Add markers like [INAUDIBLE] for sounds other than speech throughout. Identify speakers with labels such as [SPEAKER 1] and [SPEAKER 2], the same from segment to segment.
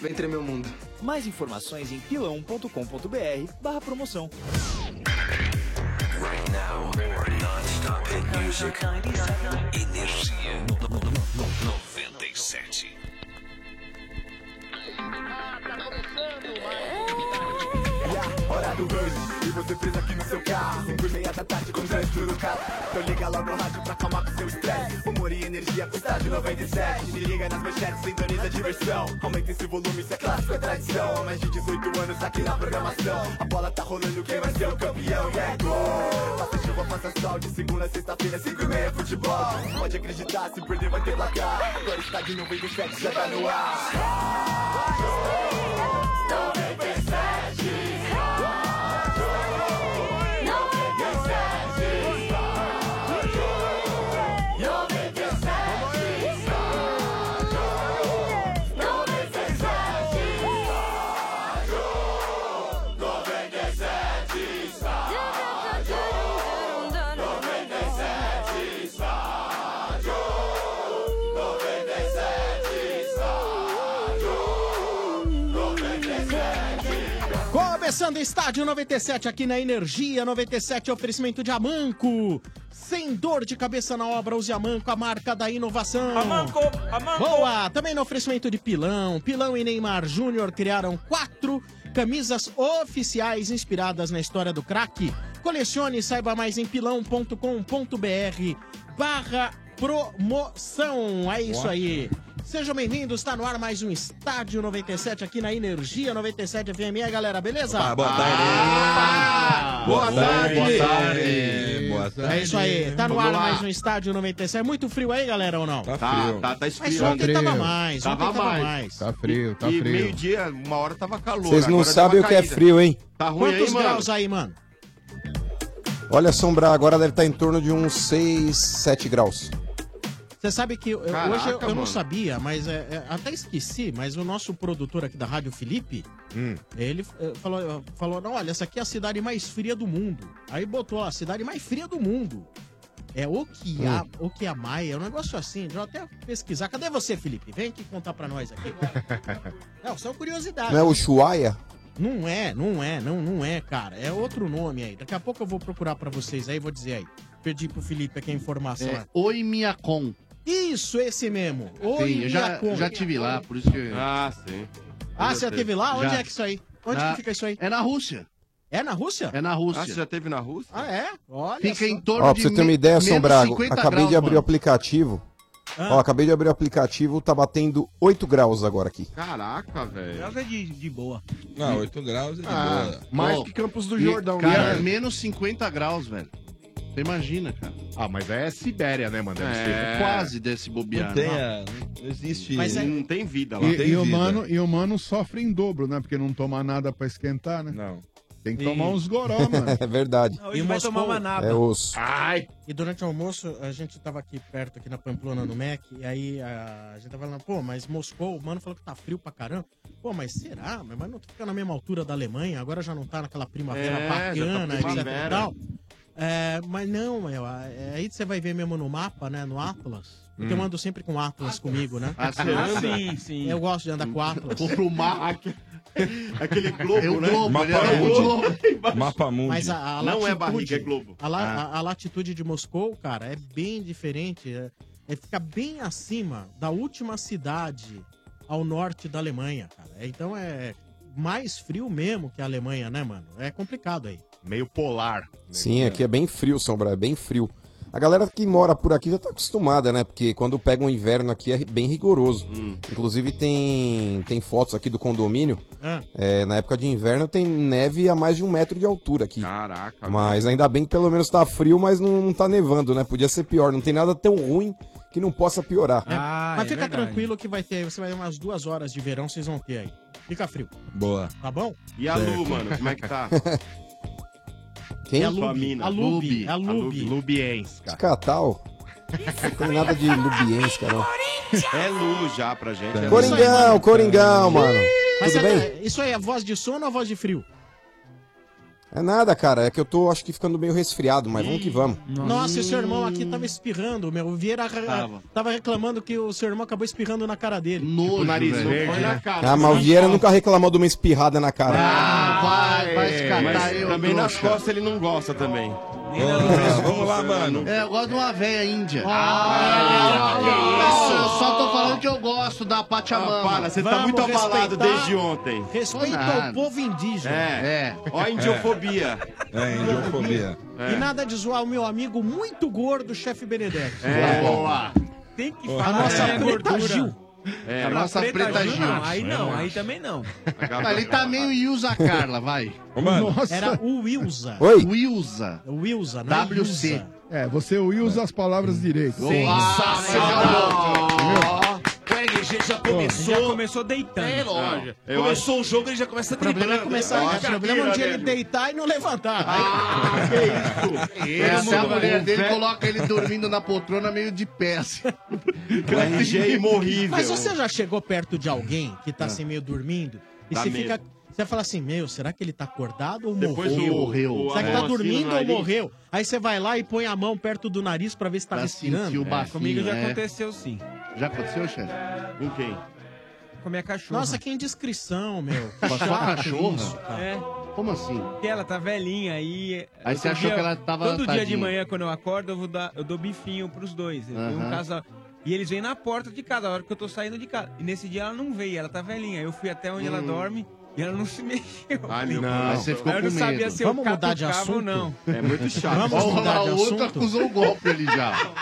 [SPEAKER 1] Vem tremer o mundo.
[SPEAKER 2] Mais informações em pilão.com.br barra promoção.
[SPEAKER 3] Right now, more non-stop hit music. Energia no- no- no- 97.
[SPEAKER 4] É a hora do rush E você presa aqui no seu carro Cinco e meia da tarde com trânsito no carro Então liga logo o rádio pra acalmar com seu estresse Humor e energia custa de 97 Me liga nas manchetes, sintoniza a diversão Aumenta esse volume, isso é clássico, é tradição Há mais de 18 anos aqui na programação A bola tá rolando, quem vai ser o campeão? E é gol! Faça chuva, faça sol De segunda a sexta-feira, cinco e meia, futebol Pode acreditar, se perder vai ter placar Agora está de 97, já tá no ar 97
[SPEAKER 5] Começando estádio 97 aqui na Energia 97, oferecimento de Amanco. Sem dor de cabeça na obra, use Amanco, a marca da inovação.
[SPEAKER 6] Amanco, Amanco.
[SPEAKER 5] Boa! Também no oferecimento de Pilão. Pilão e Neymar Júnior criaram quatro camisas oficiais inspiradas na história do craque. Colecione e saiba mais em pilão.com.br barra promoção. É isso
[SPEAKER 7] Boa.
[SPEAKER 5] aí. Sejam bem-vindos, está no ar mais um Estádio 97 aqui na Energia 97 FM. E aí, galera, beleza? Ah,
[SPEAKER 8] boa tarde.
[SPEAKER 5] Boa tarde.
[SPEAKER 8] Boa tarde. Boa tarde.
[SPEAKER 5] É isso aí, tá no
[SPEAKER 8] Vamos
[SPEAKER 5] ar
[SPEAKER 8] lá.
[SPEAKER 5] mais um estádio 97. É muito frio aí, galera, ou não?
[SPEAKER 8] Tá frio. Tá- tá
[SPEAKER 5] Mas
[SPEAKER 8] esfriando.
[SPEAKER 5] ontem
[SPEAKER 8] Tá
[SPEAKER 5] tava
[SPEAKER 8] frio.
[SPEAKER 5] mais,
[SPEAKER 8] Tava
[SPEAKER 5] ontem tava
[SPEAKER 8] mais.
[SPEAKER 5] mais.
[SPEAKER 9] Tá frio, tá
[SPEAKER 8] e
[SPEAKER 9] frio.
[SPEAKER 8] meio-dia, uma hora tava calor.
[SPEAKER 9] Vocês não
[SPEAKER 8] agora deu
[SPEAKER 9] sabem
[SPEAKER 8] uma
[SPEAKER 9] o que é
[SPEAKER 8] caída.
[SPEAKER 9] frio, hein?
[SPEAKER 8] Tá ruim
[SPEAKER 5] Quantos
[SPEAKER 8] aí, mano?
[SPEAKER 5] graus aí, mano?
[SPEAKER 9] Olha, sombrar agora deve estar em torno de uns 6, 7 graus.
[SPEAKER 5] Você sabe que eu- eu-
[SPEAKER 9] Caraca,
[SPEAKER 5] hoje eu, eu não
[SPEAKER 9] mano.
[SPEAKER 5] sabia, mas é- é, até esqueci, mas o nosso produtor aqui da Rádio Felipe,
[SPEAKER 10] Hum.
[SPEAKER 5] ele eh, falou, falou, não, olha, essa aqui é a cidade mais fria do mundo. Aí botou lá, cidade mais fria do mundo. É Okia,
[SPEAKER 10] Hum.
[SPEAKER 5] Okiamaya, é um negócio assim, deixa eu até pesquisar. Cadê você, Felipe? Vem aqui contar pra nós aqui.
[SPEAKER 10] [LAUGHS]
[SPEAKER 5] Não, são curiosidades.
[SPEAKER 9] Não é o Chuaia?
[SPEAKER 5] Não é, não é, não, não é, cara. É outro nome aí. Daqui a pouco eu vou procurar pra vocês aí, vou dizer aí. Pedi pro Felipe aqui a informação.
[SPEAKER 10] É, Oi Miacon.
[SPEAKER 5] Isso, esse mesmo. Oi,
[SPEAKER 10] Sim, eu já,
[SPEAKER 5] Miacon.
[SPEAKER 10] já tive lá, por isso que.
[SPEAKER 8] Ah, sim.
[SPEAKER 5] Ah, você já teve lá? Onde é que isso aí? Onde
[SPEAKER 10] Na-
[SPEAKER 5] que fica isso aí?
[SPEAKER 10] É na Rússia.
[SPEAKER 5] É na Rússia?
[SPEAKER 10] É na Rússia.
[SPEAKER 8] Ah, você já teve na Rússia?
[SPEAKER 5] Ah, é? Olha
[SPEAKER 10] Fica em torno
[SPEAKER 9] Ó, pra você ter uma
[SPEAKER 10] me-
[SPEAKER 9] ideia,
[SPEAKER 10] menos
[SPEAKER 9] Sombrago,
[SPEAKER 10] 50
[SPEAKER 9] acabei
[SPEAKER 10] graus,
[SPEAKER 9] de abrir o
[SPEAKER 10] mano.
[SPEAKER 9] aplicativo. Ó, acabei de abrir o aplicativo, tá batendo 8 graus agora aqui.
[SPEAKER 8] Caraca, velho.
[SPEAKER 6] Graus é de, de boa.
[SPEAKER 8] Não, 8 graus é de
[SPEAKER 9] Ah,
[SPEAKER 8] boa.
[SPEAKER 9] mais
[SPEAKER 10] Ó,
[SPEAKER 9] que Campos
[SPEAKER 8] do
[SPEAKER 10] e,
[SPEAKER 8] Jordão,
[SPEAKER 10] cara,
[SPEAKER 8] né?
[SPEAKER 10] menos 50 graus, velho. Você imagina, cara. É,
[SPEAKER 11] Ah, mas é Sibéria, né, mano? Deve ser.
[SPEAKER 10] Quase desse bobear.
[SPEAKER 11] Não tem,
[SPEAKER 10] não.
[SPEAKER 11] é, não existe- Mas é-
[SPEAKER 8] né? Não tem vida lá.
[SPEAKER 11] Não
[SPEAKER 12] E,
[SPEAKER 11] tem
[SPEAKER 12] e o
[SPEAKER 11] vida.
[SPEAKER 12] mano, e o mano sofre em dobro, né? Porque não toma nada pra esquentar, né?
[SPEAKER 8] Não.
[SPEAKER 12] Tem que
[SPEAKER 5] E-
[SPEAKER 12] tomar uns goró, mano.
[SPEAKER 9] [LAUGHS] é verdade. É
[SPEAKER 5] E Moscou?
[SPEAKER 11] Ai.
[SPEAKER 5] E durante o almoço, a gente tava aqui perto, aqui na Pamplona, no Mac, e aí a, a gente tava falando, pô, mas Moscou, o mano falou que tá frio pra caramba. Pô, mas será? Mas mas não fica na mesma altura da Alemanha, agora já não tá naquela primavera
[SPEAKER 2] É,
[SPEAKER 5] bacana,
[SPEAKER 2] já tá
[SPEAKER 5] etc
[SPEAKER 2] primavera.
[SPEAKER 5] e tal. É, mas não, meu, é- aí você vai ver mesmo no mapa, né, no Atlas, porque eu
[SPEAKER 2] Hum.
[SPEAKER 5] ando sempre com Atlas comigo, né?
[SPEAKER 10] Ah, você anda?
[SPEAKER 5] sim, sim. Eu gosto de andar com Atlas.
[SPEAKER 10] Vou pro
[SPEAKER 5] [LAUGHS]
[SPEAKER 10] mapa.
[SPEAKER 8] Aquele globo,
[SPEAKER 10] É o
[SPEAKER 8] né?
[SPEAKER 10] globo,
[SPEAKER 8] Mapa
[SPEAKER 10] ele é o
[SPEAKER 8] mundi.
[SPEAKER 10] globo.
[SPEAKER 8] Mapa mundi.
[SPEAKER 5] Mas a, a
[SPEAKER 8] Não
[SPEAKER 5] latitude,
[SPEAKER 8] é barriga, é globo.
[SPEAKER 5] A, la-
[SPEAKER 8] Ah.
[SPEAKER 5] a- a latitude de Moscou, cara, é bem diferente. É, é fica bem acima da última cidade ao norte da Alemanha, cara. É, Então é mais frio mesmo que a Alemanha, né, mano? É complicado aí.
[SPEAKER 11] Meio polar.
[SPEAKER 9] Sim, aqui é bem frio, Sombra, é bem frio. A galera que mora por aqui já tá acostumada, né? Porque quando pega um inverno aqui é bem rigoroso. Inclusive tem, tem fotos aqui do condomínio.
[SPEAKER 5] Ah.
[SPEAKER 9] É, na época de inverno tem neve a mais de um metro de altura aqui.
[SPEAKER 8] Caraca.
[SPEAKER 9] Mas ainda bem que pelo menos tá frio, mas não, não tá nevando, né? Podia ser pior. Não tem nada tão ruim que não possa piorar.
[SPEAKER 5] É,
[SPEAKER 10] Ah,
[SPEAKER 5] Mas fica tranquilo que vai ter, você vai ter umas duas horas de verão, vocês vão ter aí. Fica frio,
[SPEAKER 9] Boa.
[SPEAKER 5] tá bom?
[SPEAKER 8] E a Lu, mano, como é que tá?
[SPEAKER 9] Quem?
[SPEAKER 5] É a Lube,
[SPEAKER 9] Sua mina.
[SPEAKER 5] a Lube, a Lube.
[SPEAKER 9] Lubienska. Catal. Não tem nada de Lubienska, não.
[SPEAKER 8] É Lu já pra gente. é Lu.
[SPEAKER 9] Coringão, Coringão, mano.
[SPEAKER 5] Mas
[SPEAKER 9] Tudo
[SPEAKER 5] é-
[SPEAKER 9] bem?
[SPEAKER 5] isso aí é voz de sono ou voz de frio?
[SPEAKER 9] É nada, cara. É que eu tô, acho que ficando meio resfriado, mas vamos que vamos.
[SPEAKER 5] Nossa, e seu irmão aqui tava espirrando, meu. O Vieira
[SPEAKER 9] Tava.
[SPEAKER 5] tava. reclamando que o seu irmão acabou espirrando na cara dele.
[SPEAKER 10] Nojo,
[SPEAKER 9] O nariz
[SPEAKER 10] velho.
[SPEAKER 9] verde,
[SPEAKER 10] Põe
[SPEAKER 9] né?
[SPEAKER 10] na cara. Ah,
[SPEAKER 9] Ah, mas o Vieira nunca reclamou de uma espirrada na cara.
[SPEAKER 10] Vai, vai se catar,
[SPEAKER 8] É, Mas
[SPEAKER 10] eu,
[SPEAKER 8] também nas
[SPEAKER 10] trouxa.
[SPEAKER 8] costas ele não gosta também.
[SPEAKER 10] Vamos lá,
[SPEAKER 8] mano.
[SPEAKER 10] É, eu gosto de uma véia índia.
[SPEAKER 8] Ah, que isso?
[SPEAKER 10] eu só tô falando que eu gosto da Pachamama.
[SPEAKER 5] Ah,
[SPEAKER 8] para, você tá muito abalado desde ontem.
[SPEAKER 5] Respeita
[SPEAKER 10] Nada.
[SPEAKER 5] ao povo indígena.
[SPEAKER 8] É. Ó a É. indiofobia.
[SPEAKER 13] É, indiofobia.
[SPEAKER 5] E nada de zoar o meu amigo muito gordo, chefe Benedetto.
[SPEAKER 8] Tá
[SPEAKER 13] É, boa.
[SPEAKER 5] Tem que
[SPEAKER 13] Boa.
[SPEAKER 5] falar.
[SPEAKER 13] A nossa
[SPEAKER 5] é,
[SPEAKER 13] preta
[SPEAKER 5] gordura.
[SPEAKER 13] Gil.
[SPEAKER 10] É, a nossa preta, Gil.
[SPEAKER 14] Não, aí não, aí também não.
[SPEAKER 10] Ah, ele tá meio Ilza Carla, vai.
[SPEAKER 13] Ô,
[SPEAKER 12] mano.
[SPEAKER 5] Era o Wilza.
[SPEAKER 9] Oi?
[SPEAKER 10] Wilza.
[SPEAKER 5] Wilza,
[SPEAKER 9] né?
[SPEAKER 5] não é
[SPEAKER 10] WC.
[SPEAKER 5] Ilza.
[SPEAKER 12] É, você usa as palavras direito.
[SPEAKER 14] O LG já começou. Já começou deitando. É lógico.
[SPEAKER 12] eu
[SPEAKER 14] começou o jogo, ele já começa
[SPEAKER 5] O problema é
[SPEAKER 14] driblando.
[SPEAKER 5] começar.
[SPEAKER 14] Olha
[SPEAKER 5] o problema é um
[SPEAKER 14] aqui,
[SPEAKER 5] dia
[SPEAKER 14] olha
[SPEAKER 5] ele deitar e não levantar.
[SPEAKER 10] Ah,
[SPEAKER 14] É
[SPEAKER 10] E até a mulher dele coloca ele dormindo na poltrona meio de pé. assim. é
[SPEAKER 5] Mas você já chegou perto de alguém que
[SPEAKER 10] Ah.
[SPEAKER 5] tá assim meio dormindo e
[SPEAKER 10] Dá
[SPEAKER 5] você
[SPEAKER 10] medo.
[SPEAKER 5] fica. Você fala assim, meu, será que ele tá acordado ou
[SPEAKER 10] Depois
[SPEAKER 5] morreu?
[SPEAKER 10] o- Morreu. o
[SPEAKER 5] Será que
[SPEAKER 10] anel
[SPEAKER 5] tá
[SPEAKER 10] assim no
[SPEAKER 5] dormindo ou
[SPEAKER 10] nariz.
[SPEAKER 5] morreu? Aí você vai lá e põe a mão perto do nariz pra ver se tá
[SPEAKER 10] Pra sentir
[SPEAKER 5] respirando.
[SPEAKER 10] o bafinho,
[SPEAKER 5] Comigo já
[SPEAKER 10] é.
[SPEAKER 5] aconteceu sim.
[SPEAKER 10] Já aconteceu, chefe?
[SPEAKER 8] Com quem?
[SPEAKER 5] Com a minha cachorra. Nossa, que
[SPEAKER 10] [LAUGHS]
[SPEAKER 5] indiscrição, meu. Que
[SPEAKER 10] Com a sua
[SPEAKER 5] chato
[SPEAKER 10] cachorra?
[SPEAKER 5] isso, cara.
[SPEAKER 14] É.
[SPEAKER 10] Como assim?
[SPEAKER 14] Porque ela tá velhinha aí.
[SPEAKER 10] Aí você
[SPEAKER 14] Outro
[SPEAKER 10] achou que ela tava
[SPEAKER 14] Todo dia de
[SPEAKER 10] tadinha.
[SPEAKER 14] manhã, quando eu acordo, eu, vou dar, eu dou bifinho pros dois. Eu tenho
[SPEAKER 10] Aham.
[SPEAKER 14] um casal. E eles vêm na porta de casa, a hora que eu tô saindo de casa. E nesse dia ela não veio, ela tá velhinha. Eu fui até onde ela
[SPEAKER 10] Hum.
[SPEAKER 14] dorme e ela não se [LAUGHS] mexeu.
[SPEAKER 10] Ah, não. Aí você ficou
[SPEAKER 14] eu
[SPEAKER 10] com
[SPEAKER 14] não sabia
[SPEAKER 10] medo.
[SPEAKER 14] se eu
[SPEAKER 10] Vamos mudar de
[SPEAKER 14] catucava ou
[SPEAKER 10] assunto?
[SPEAKER 14] não.
[SPEAKER 10] É muito chato. Vamos
[SPEAKER 14] Olha
[SPEAKER 10] mudar
[SPEAKER 14] lá,
[SPEAKER 10] de
[SPEAKER 14] o
[SPEAKER 10] assunto? acusou o golpe ali já.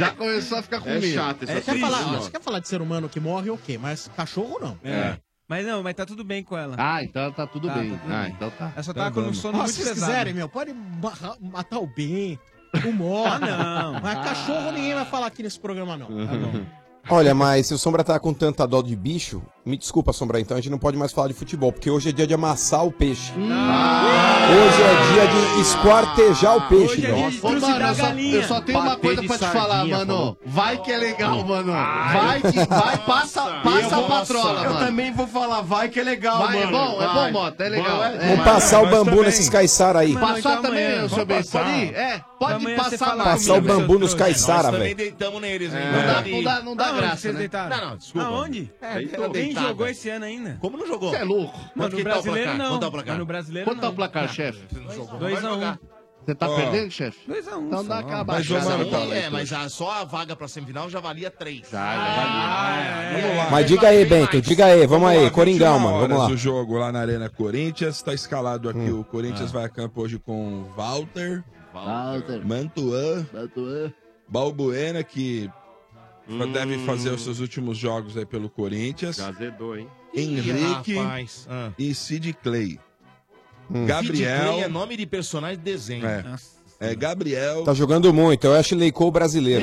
[SPEAKER 10] Já começou a ficar
[SPEAKER 5] É
[SPEAKER 10] com medo.
[SPEAKER 5] você, quer falar, ó, você quer falar de ser humano que é morre, ok, mas cachorro não.
[SPEAKER 14] É. Mas não, mas tá tudo bem com ela.
[SPEAKER 10] Ah, então tá tudo bem. Ah, então tá.
[SPEAKER 14] Ela só
[SPEAKER 10] Então
[SPEAKER 14] tava com um
[SPEAKER 10] vamos.
[SPEAKER 14] sono
[SPEAKER 5] Ó,
[SPEAKER 14] muito
[SPEAKER 5] se vocês
[SPEAKER 14] pesado.
[SPEAKER 5] quiserem, meu, pode barra- matar o bem, o morto.
[SPEAKER 14] Ah, não.
[SPEAKER 5] Mas cachorro ninguém vai falar aqui nesse programa, não. Tá
[SPEAKER 9] Olha, mas se o Sombra tá com tanta dó de bicho, me desculpa, Sombra, então a gente não pode mais falar de futebol, porque hoje é dia de amassar o peixe. Hoje é dia de esquartejar o peixe,
[SPEAKER 10] Ô,
[SPEAKER 9] velho.
[SPEAKER 10] mano, eu, só, eu só tenho uma
[SPEAKER 9] Patê
[SPEAKER 10] coisa
[SPEAKER 9] de
[SPEAKER 10] pra te
[SPEAKER 9] sardinha,
[SPEAKER 10] falar, mano.
[SPEAKER 9] falou.
[SPEAKER 10] Vai que é legal, mano.
[SPEAKER 9] Ai.
[SPEAKER 10] Vai que vai, passa,
[SPEAKER 8] Eu
[SPEAKER 10] passa a
[SPEAKER 8] vou-
[SPEAKER 10] patrola,
[SPEAKER 8] Eu
[SPEAKER 10] mano.
[SPEAKER 8] também vou falar, vai que é legal,
[SPEAKER 10] Vai, é
[SPEAKER 8] mano.
[SPEAKER 10] bom, é
[SPEAKER 8] Vai.
[SPEAKER 10] bom, Mota, é legal. É.
[SPEAKER 9] Vamos passar o bambu nesses caiçara aí.
[SPEAKER 10] Passar também, seu bem. Pode ir, é. Pode
[SPEAKER 14] Amanhã você
[SPEAKER 10] passar
[SPEAKER 14] fala
[SPEAKER 10] lá
[SPEAKER 9] Passar o
[SPEAKER 10] comigo.
[SPEAKER 9] bambu nos caiçara,
[SPEAKER 14] também
[SPEAKER 9] velho.
[SPEAKER 14] deitamos neles,
[SPEAKER 9] hein?
[SPEAKER 10] Não dá, não dá, não dá
[SPEAKER 14] É. Aonde
[SPEAKER 10] graça,
[SPEAKER 14] vocês
[SPEAKER 10] né?
[SPEAKER 14] deitaram? Aonde?
[SPEAKER 10] É,
[SPEAKER 14] É, quem
[SPEAKER 10] deitada.
[SPEAKER 14] jogou esse ano ainda?
[SPEAKER 10] Como não jogou? Você é louco.
[SPEAKER 14] Mas
[SPEAKER 10] Quanto que
[SPEAKER 14] no
[SPEAKER 10] tá o
[SPEAKER 14] brasileiro
[SPEAKER 10] placar?
[SPEAKER 14] não.
[SPEAKER 10] Quanto tá o placar?
[SPEAKER 14] Mas no brasileiro
[SPEAKER 10] Quanto tá o placar, chefe?
[SPEAKER 14] 2x1.
[SPEAKER 10] Você tá
[SPEAKER 14] Ó.
[SPEAKER 10] perdendo, chefe?
[SPEAKER 14] 2x1.
[SPEAKER 10] Então dá aquela
[SPEAKER 15] Mas, ô,
[SPEAKER 10] baixada.
[SPEAKER 15] mano,
[SPEAKER 10] Tá,
[SPEAKER 15] é, mas a- só a vaga pra semifinal já valia três.
[SPEAKER 10] Ah, é.
[SPEAKER 9] Mas diga aí, Bento, diga aí, vamos aí, Coringão, mano, vamos lá. Hum.
[SPEAKER 13] O jogo lá na Arena Corinthians, tá escalado aqui. O
[SPEAKER 9] É.
[SPEAKER 13] Corinthians vai a campo hoje com Walter,
[SPEAKER 10] Walter.
[SPEAKER 13] Mantuan, Balbuena, que deve fazer os seus últimos jogos aí pelo Corinthians.
[SPEAKER 8] Azedou, hein?
[SPEAKER 13] Henrique
[SPEAKER 15] Ih, rapaz, ah.
[SPEAKER 13] e Sid Clay.
[SPEAKER 9] Hum.
[SPEAKER 15] Kid
[SPEAKER 13] Gabriel.
[SPEAKER 15] Clay é nome de personagem de desenho.
[SPEAKER 13] É. É, Gabriel.
[SPEAKER 9] Tá jogando muito, é o Ashley Cole brasileiro.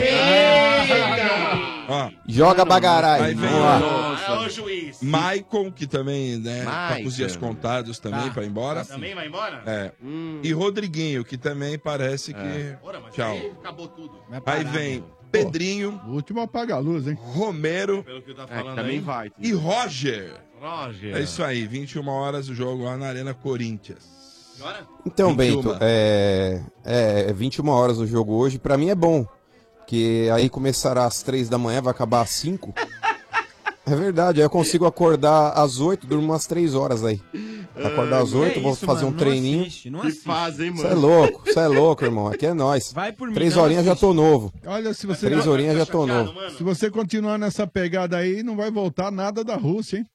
[SPEAKER 13] Ó,
[SPEAKER 9] Joga bagarai,
[SPEAKER 13] Ah. Aí vem
[SPEAKER 9] vamos lá.
[SPEAKER 13] o- Maicon, que também, né, tá com
[SPEAKER 15] Maicon.
[SPEAKER 13] os dias contados também
[SPEAKER 15] Tá.
[SPEAKER 13] pra ir embora.
[SPEAKER 15] Também vai embora?
[SPEAKER 13] É.
[SPEAKER 15] Hum. É.
[SPEAKER 13] E Rodriguinho, que também parece que.
[SPEAKER 15] Ora, mas
[SPEAKER 13] Tchau.
[SPEAKER 15] aí acabou tudo.
[SPEAKER 13] Aí vem
[SPEAKER 9] né?
[SPEAKER 13] Pedrinho.
[SPEAKER 12] O último apaga a luz, hein?
[SPEAKER 13] Romero.
[SPEAKER 15] Pelo que tá
[SPEAKER 13] É,
[SPEAKER 15] falando
[SPEAKER 13] que também
[SPEAKER 15] aí.
[SPEAKER 13] vai. E Roger.
[SPEAKER 15] Roger.
[SPEAKER 13] É isso aí, 21 horas o jogo lá na Arena Corinthians.
[SPEAKER 9] Então,
[SPEAKER 13] 21.
[SPEAKER 9] Bento, é, é 21 horas o jogo hoje, pra mim é bom. Porque aí começará às 3 da manhã, vai acabar às 5. É verdade, aí eu consigo acordar às 8, durmo umas 3 horas aí. Acordar às 8, vou fazer um treininho.
[SPEAKER 8] Não assiste. fazem, mano.
[SPEAKER 9] Você é louco, você é louco, irmão. Aqui é nóis.
[SPEAKER 12] Vai por mim,
[SPEAKER 9] Três
[SPEAKER 12] não
[SPEAKER 9] horinhas já tô novo.
[SPEAKER 12] Olha, se você. tá
[SPEAKER 9] Três horinhas já tô novo.
[SPEAKER 12] Se você continuar nessa pegada aí, não vai voltar nada da Rússia, hein?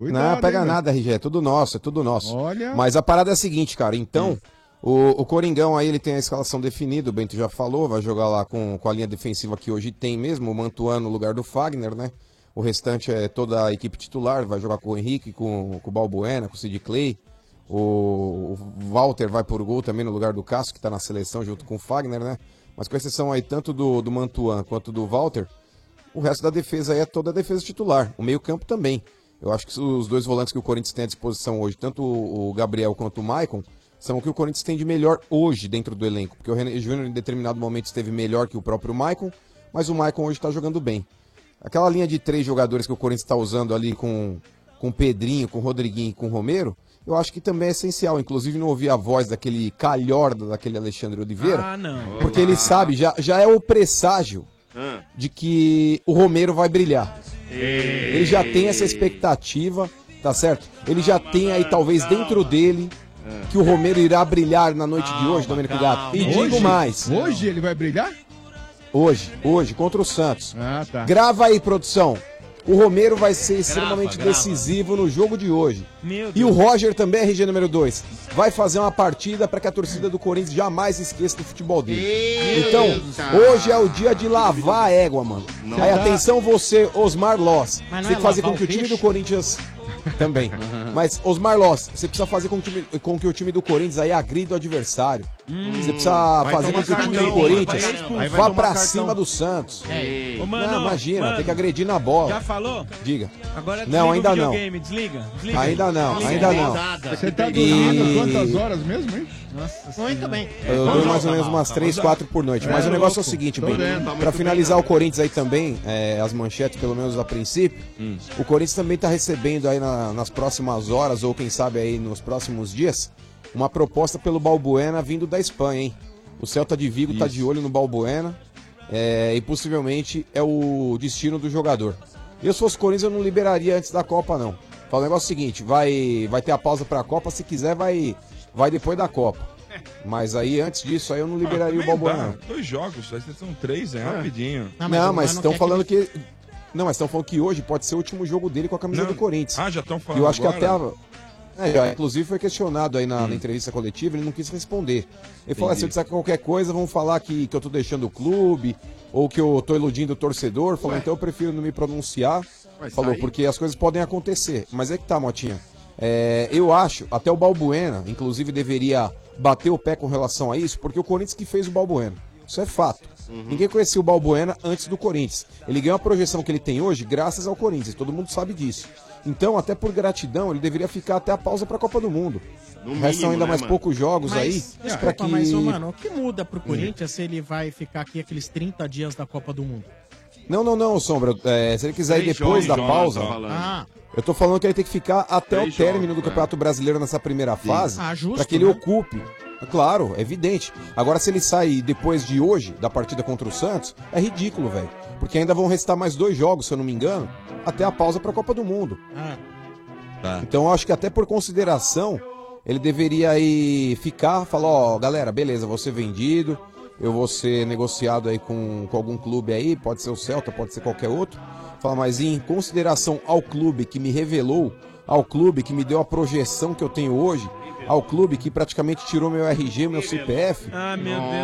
[SPEAKER 9] não, pega
[SPEAKER 12] hein,
[SPEAKER 9] nada, RG. É tudo nosso, é tudo nosso.
[SPEAKER 12] Olha. Hum.
[SPEAKER 9] Mas a parada é a seguinte, cara. Então, o, o Coringão aí, ele tem a escalação definida. O Bento já falou. Vai jogar lá com, com a linha defensiva que hoje tem mesmo. O Mantuan no lugar do Fagner, né? O restante é toda a equipe titular. Vai jogar com o Henrique, com, com o Balbuena, com o Sid Clay. O, o Walter vai por gol também no lugar do Cássio, que tá na seleção junto com o Fagner, né? Mas com exceção aí tanto do, do Mantuan quanto do Walter, o resto da defesa aí é toda a defesa titular. O meio-campo também. Eu acho que os dois volantes que o Corinthians tem à disposição hoje, tanto o o Gabriel quanto o Maicon, são o que o Corinthians tem de melhor hoje dentro do elenco. Porque o René Júnior, em determinado momento, esteve melhor que o próprio Maicon, mas o Maicon hoje está jogando bem. Aquela tá linha de três jogadores que o Corinthians está usando ali com, com o Pedrinho, com o Rodriguinho e com o Romero, eu acho que também é essencial. Inclusive, não ouvir a voz daquele calhorda, daquele Alexandre Oliveira.
[SPEAKER 14] Ah, não.
[SPEAKER 9] Porque ele sabe, já, já é o presságio de que o Romero vai brilhar. Ele já tem essa expectativa, tá certo? Ele já tem aí, talvez, dentro dele. Que o Romero irá brilhar na noite de hoje, Domênico Gato. E digo
[SPEAKER 12] Hoje?
[SPEAKER 9] mais.
[SPEAKER 12] Hoje ele vai brilhar?
[SPEAKER 9] Hoje, hoje, contra o Santos.
[SPEAKER 12] Ah, tá.
[SPEAKER 9] Grava aí, produção. O Romero vai ser extremamente
[SPEAKER 12] grava.
[SPEAKER 9] decisivo no jogo de hoje.
[SPEAKER 12] Meu
[SPEAKER 9] E
[SPEAKER 12] Deus.
[SPEAKER 9] o Roger também, RG número 2, vai fazer uma partida para que a torcida do Corinthians jamais esqueça do futebol dele. então,
[SPEAKER 10] Eita.
[SPEAKER 9] hoje é o dia de lavar a égua, mano.
[SPEAKER 10] Não.
[SPEAKER 9] Aí, atenção você, Osmar Loss. Você
[SPEAKER 10] Mas não
[SPEAKER 9] tem
[SPEAKER 10] é
[SPEAKER 9] que fazer com
[SPEAKER 10] lavar
[SPEAKER 9] que
[SPEAKER 10] o
[SPEAKER 9] o time
[SPEAKER 10] peixe?
[SPEAKER 9] do Corinthians... Também. Mas, Osmar Loss, você precisa fazer com, que o time- com que o time do Corinthians aí agride o adversário. você precisa
[SPEAKER 10] Vai
[SPEAKER 9] fazer com
[SPEAKER 10] tomar
[SPEAKER 9] que o time do
[SPEAKER 10] cartão,
[SPEAKER 9] Corinthians
[SPEAKER 10] vai tomar expulsão. Aí vai
[SPEAKER 9] vá
[SPEAKER 10] tomar
[SPEAKER 9] pra
[SPEAKER 10] cartão.
[SPEAKER 9] cima do Santos.
[SPEAKER 14] É. Ô,
[SPEAKER 9] Não,
[SPEAKER 14] mano,
[SPEAKER 9] imagina,
[SPEAKER 14] mano.
[SPEAKER 9] tem que agredir na bola.
[SPEAKER 14] Já falou?
[SPEAKER 9] Diga.
[SPEAKER 14] Agora
[SPEAKER 9] não,
[SPEAKER 14] desliga
[SPEAKER 9] ainda
[SPEAKER 14] o
[SPEAKER 9] não.
[SPEAKER 14] videogame, Desliga, desliga.
[SPEAKER 9] Ainda não,
[SPEAKER 14] Desliga.
[SPEAKER 9] ainda não.
[SPEAKER 12] Você tá dormindo
[SPEAKER 9] E-
[SPEAKER 12] quantas horas mesmo, hein?
[SPEAKER 14] Nossa,
[SPEAKER 5] muito bem.
[SPEAKER 9] Eu dou mais ou menos umas 3, 4 por noite. Mas
[SPEAKER 12] É,
[SPEAKER 9] o negócio é o
[SPEAKER 12] louco.
[SPEAKER 9] seguinte,
[SPEAKER 12] Tô
[SPEAKER 9] Ben.
[SPEAKER 12] vendo, tá muito
[SPEAKER 9] Pra finalizar o Corinthians aí também, é, as manchetes, pelo menos a princípio, o Corinthians também tá recebendo aí na- nas próximas horas, ou quem sabe aí nos próximos dias, uma proposta pelo Balbuena vindo da Espanha, hein? O Celta de Vigo tá de olho no Balbuena é, e possivelmente é o destino do jogador. Eu, se fosse Corinthians, eu não liberaria antes da Copa, não. Fala o negócio é o seguinte: vai, vai ter a pausa pra Copa, se quiser, vai, vai depois da Copa. Mas aí, antes disso, aí eu
[SPEAKER 13] Ah,
[SPEAKER 9] não liberaria o Balbuena. não.
[SPEAKER 13] Dois jogos, aí vocês são três, é rapidinho.
[SPEAKER 9] Não, mas, estão falando que... Não, mas estão falando que hoje pode ser o último jogo dele com a camisa do Corinthians.
[SPEAKER 13] Ah, já estão
[SPEAKER 9] E
[SPEAKER 13] falando.
[SPEAKER 9] eu acho que até.
[SPEAKER 13] agora?
[SPEAKER 9] a- É, ó, inclusive foi questionado aí na,
[SPEAKER 10] Hum.
[SPEAKER 9] na entrevista coletiva, ele não quis responder. Ele falou: ah, se eu disser qualquer coisa, vão falar que, que eu tô deixando o clube, ou que eu tô iludindo o torcedor. Falou, então eu prefiro não me pronunciar.
[SPEAKER 10] Mas
[SPEAKER 9] falou,
[SPEAKER 10] aí-
[SPEAKER 9] porque as coisas podem acontecer. Mas é que tá, Motinha. É, eu acho, até o Balbuena, inclusive, deveria bater o pé com relação a isso, porque o Corinthians que fez o Balbuena. Isso é fato. Ninguém conhecia o Balbuena antes do Corinthians. Ele ganhou a projeção que ele tem hoje graças ao Corinthians, todo mundo sabe disso. Então, até por gratidão, ele deveria ficar até a pausa para a Copa do Mundo.
[SPEAKER 16] No
[SPEAKER 9] Restam
[SPEAKER 16] mínimo,
[SPEAKER 9] ainda
[SPEAKER 16] né,
[SPEAKER 9] mais
[SPEAKER 16] mano?
[SPEAKER 9] poucos jogos
[SPEAKER 5] Mas,
[SPEAKER 9] aí.
[SPEAKER 5] Desculpa,
[SPEAKER 9] pra que...
[SPEAKER 5] mas, ô, um, mano, o que muda pro Corinthians se ele vai ficar aqui aqueles 30 dias da Copa do Mundo?
[SPEAKER 9] Não, não, não, Sombra. É, se ele quiser ir
[SPEAKER 5] Três
[SPEAKER 9] depois
[SPEAKER 5] jogos,
[SPEAKER 9] da
[SPEAKER 5] jogos,
[SPEAKER 9] pausa.
[SPEAKER 5] tá falando. Ah.
[SPEAKER 9] Eu tô falando que ele tem que ficar até
[SPEAKER 5] Três
[SPEAKER 9] o término
[SPEAKER 5] jogos, é.
[SPEAKER 9] do Campeonato Brasileiro nessa primeira fase.
[SPEAKER 5] Ah, justo,
[SPEAKER 9] pra que ele
[SPEAKER 5] né?
[SPEAKER 9] ocupe. Claro, é evidente. Agora, se ele sair depois de hoje, da partida contra o Santos, é ridículo, velho. Porque ainda vão restar mais dois jogos, se eu não me engano, até a pausa pra Copa do Mundo.
[SPEAKER 5] Ah,
[SPEAKER 9] Então eu acho que até por consideração, ele deveria aí ficar, falar, ó, galera, beleza, vou ser vendido, eu vou ser negociado aí com, com algum clube aí, pode ser o Celta, pode ser qualquer outro. Falar, mas em consideração ao clube que me revelou, ao clube que me deu a projeção que eu tenho hoje, ao clube que praticamente tirou meu RG, meu CPF,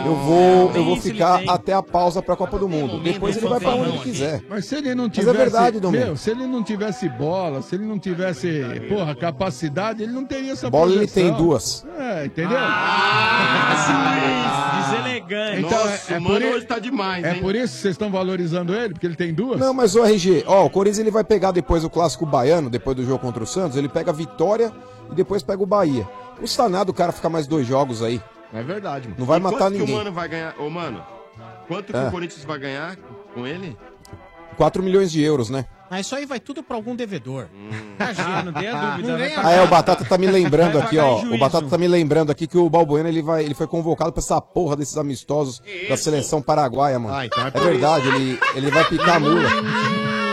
[SPEAKER 9] eu vou, eu vou ficar até a pausa pra Copa do Mundo. Depois ele vai pra onde ele quiser.
[SPEAKER 12] Mas se ele não
[SPEAKER 9] Mas é
[SPEAKER 12] tivesse.
[SPEAKER 9] verdade, Domênico.
[SPEAKER 12] meu, se ele não tivesse bola, se ele não tivesse, porra, capacidade, ele não teria essa
[SPEAKER 9] Bola ele
[SPEAKER 12] projeção.
[SPEAKER 9] tem duas.
[SPEAKER 12] É, entendeu?
[SPEAKER 17] Ah,
[SPEAKER 12] [LAUGHS]
[SPEAKER 14] Deselegante.
[SPEAKER 12] Então,
[SPEAKER 16] Nossa,
[SPEAKER 12] é, é
[SPEAKER 16] mano,
[SPEAKER 12] por i-
[SPEAKER 16] hoje tá demais,
[SPEAKER 12] É
[SPEAKER 16] hein?
[SPEAKER 12] por isso que vocês estão valorizando ele, porque ele tem duas?
[SPEAKER 9] Não, mas o RG, ó, o Corinthians ele vai pegar depois o clássico baiano, depois do jogo contra o Santos, ele pega a vitória e depois pega o Bahia. Não custa nada o cara ficar mais dois jogos aí.
[SPEAKER 4] É verdade, mano.
[SPEAKER 9] Não vai
[SPEAKER 16] E
[SPEAKER 9] matar
[SPEAKER 16] quanto Que
[SPEAKER 9] ninguém.
[SPEAKER 16] o Mano vai ganhar? Ô, mano, quanto que
[SPEAKER 9] Ah.
[SPEAKER 16] o Corinthians vai ganhar com ele?
[SPEAKER 9] 4 milhões de euros, né?
[SPEAKER 5] Mas isso aí vai tudo pra algum devedor.
[SPEAKER 14] [LAUGHS]
[SPEAKER 5] Imagina.
[SPEAKER 14] Ah, não tenha né?
[SPEAKER 5] dúvida, vai
[SPEAKER 14] ganha
[SPEAKER 5] pra-
[SPEAKER 9] Ah, é, o Batata tá me lembrando
[SPEAKER 5] Vai
[SPEAKER 9] aqui,
[SPEAKER 5] pagar
[SPEAKER 9] ó.
[SPEAKER 5] em
[SPEAKER 9] O Batata tá me lembrando aqui que o Balbuena ele vai, ele foi convocado pra essa porra desses amistosos da seleção paraguaia, mano. é verdade, ele, ele vai picar a mula.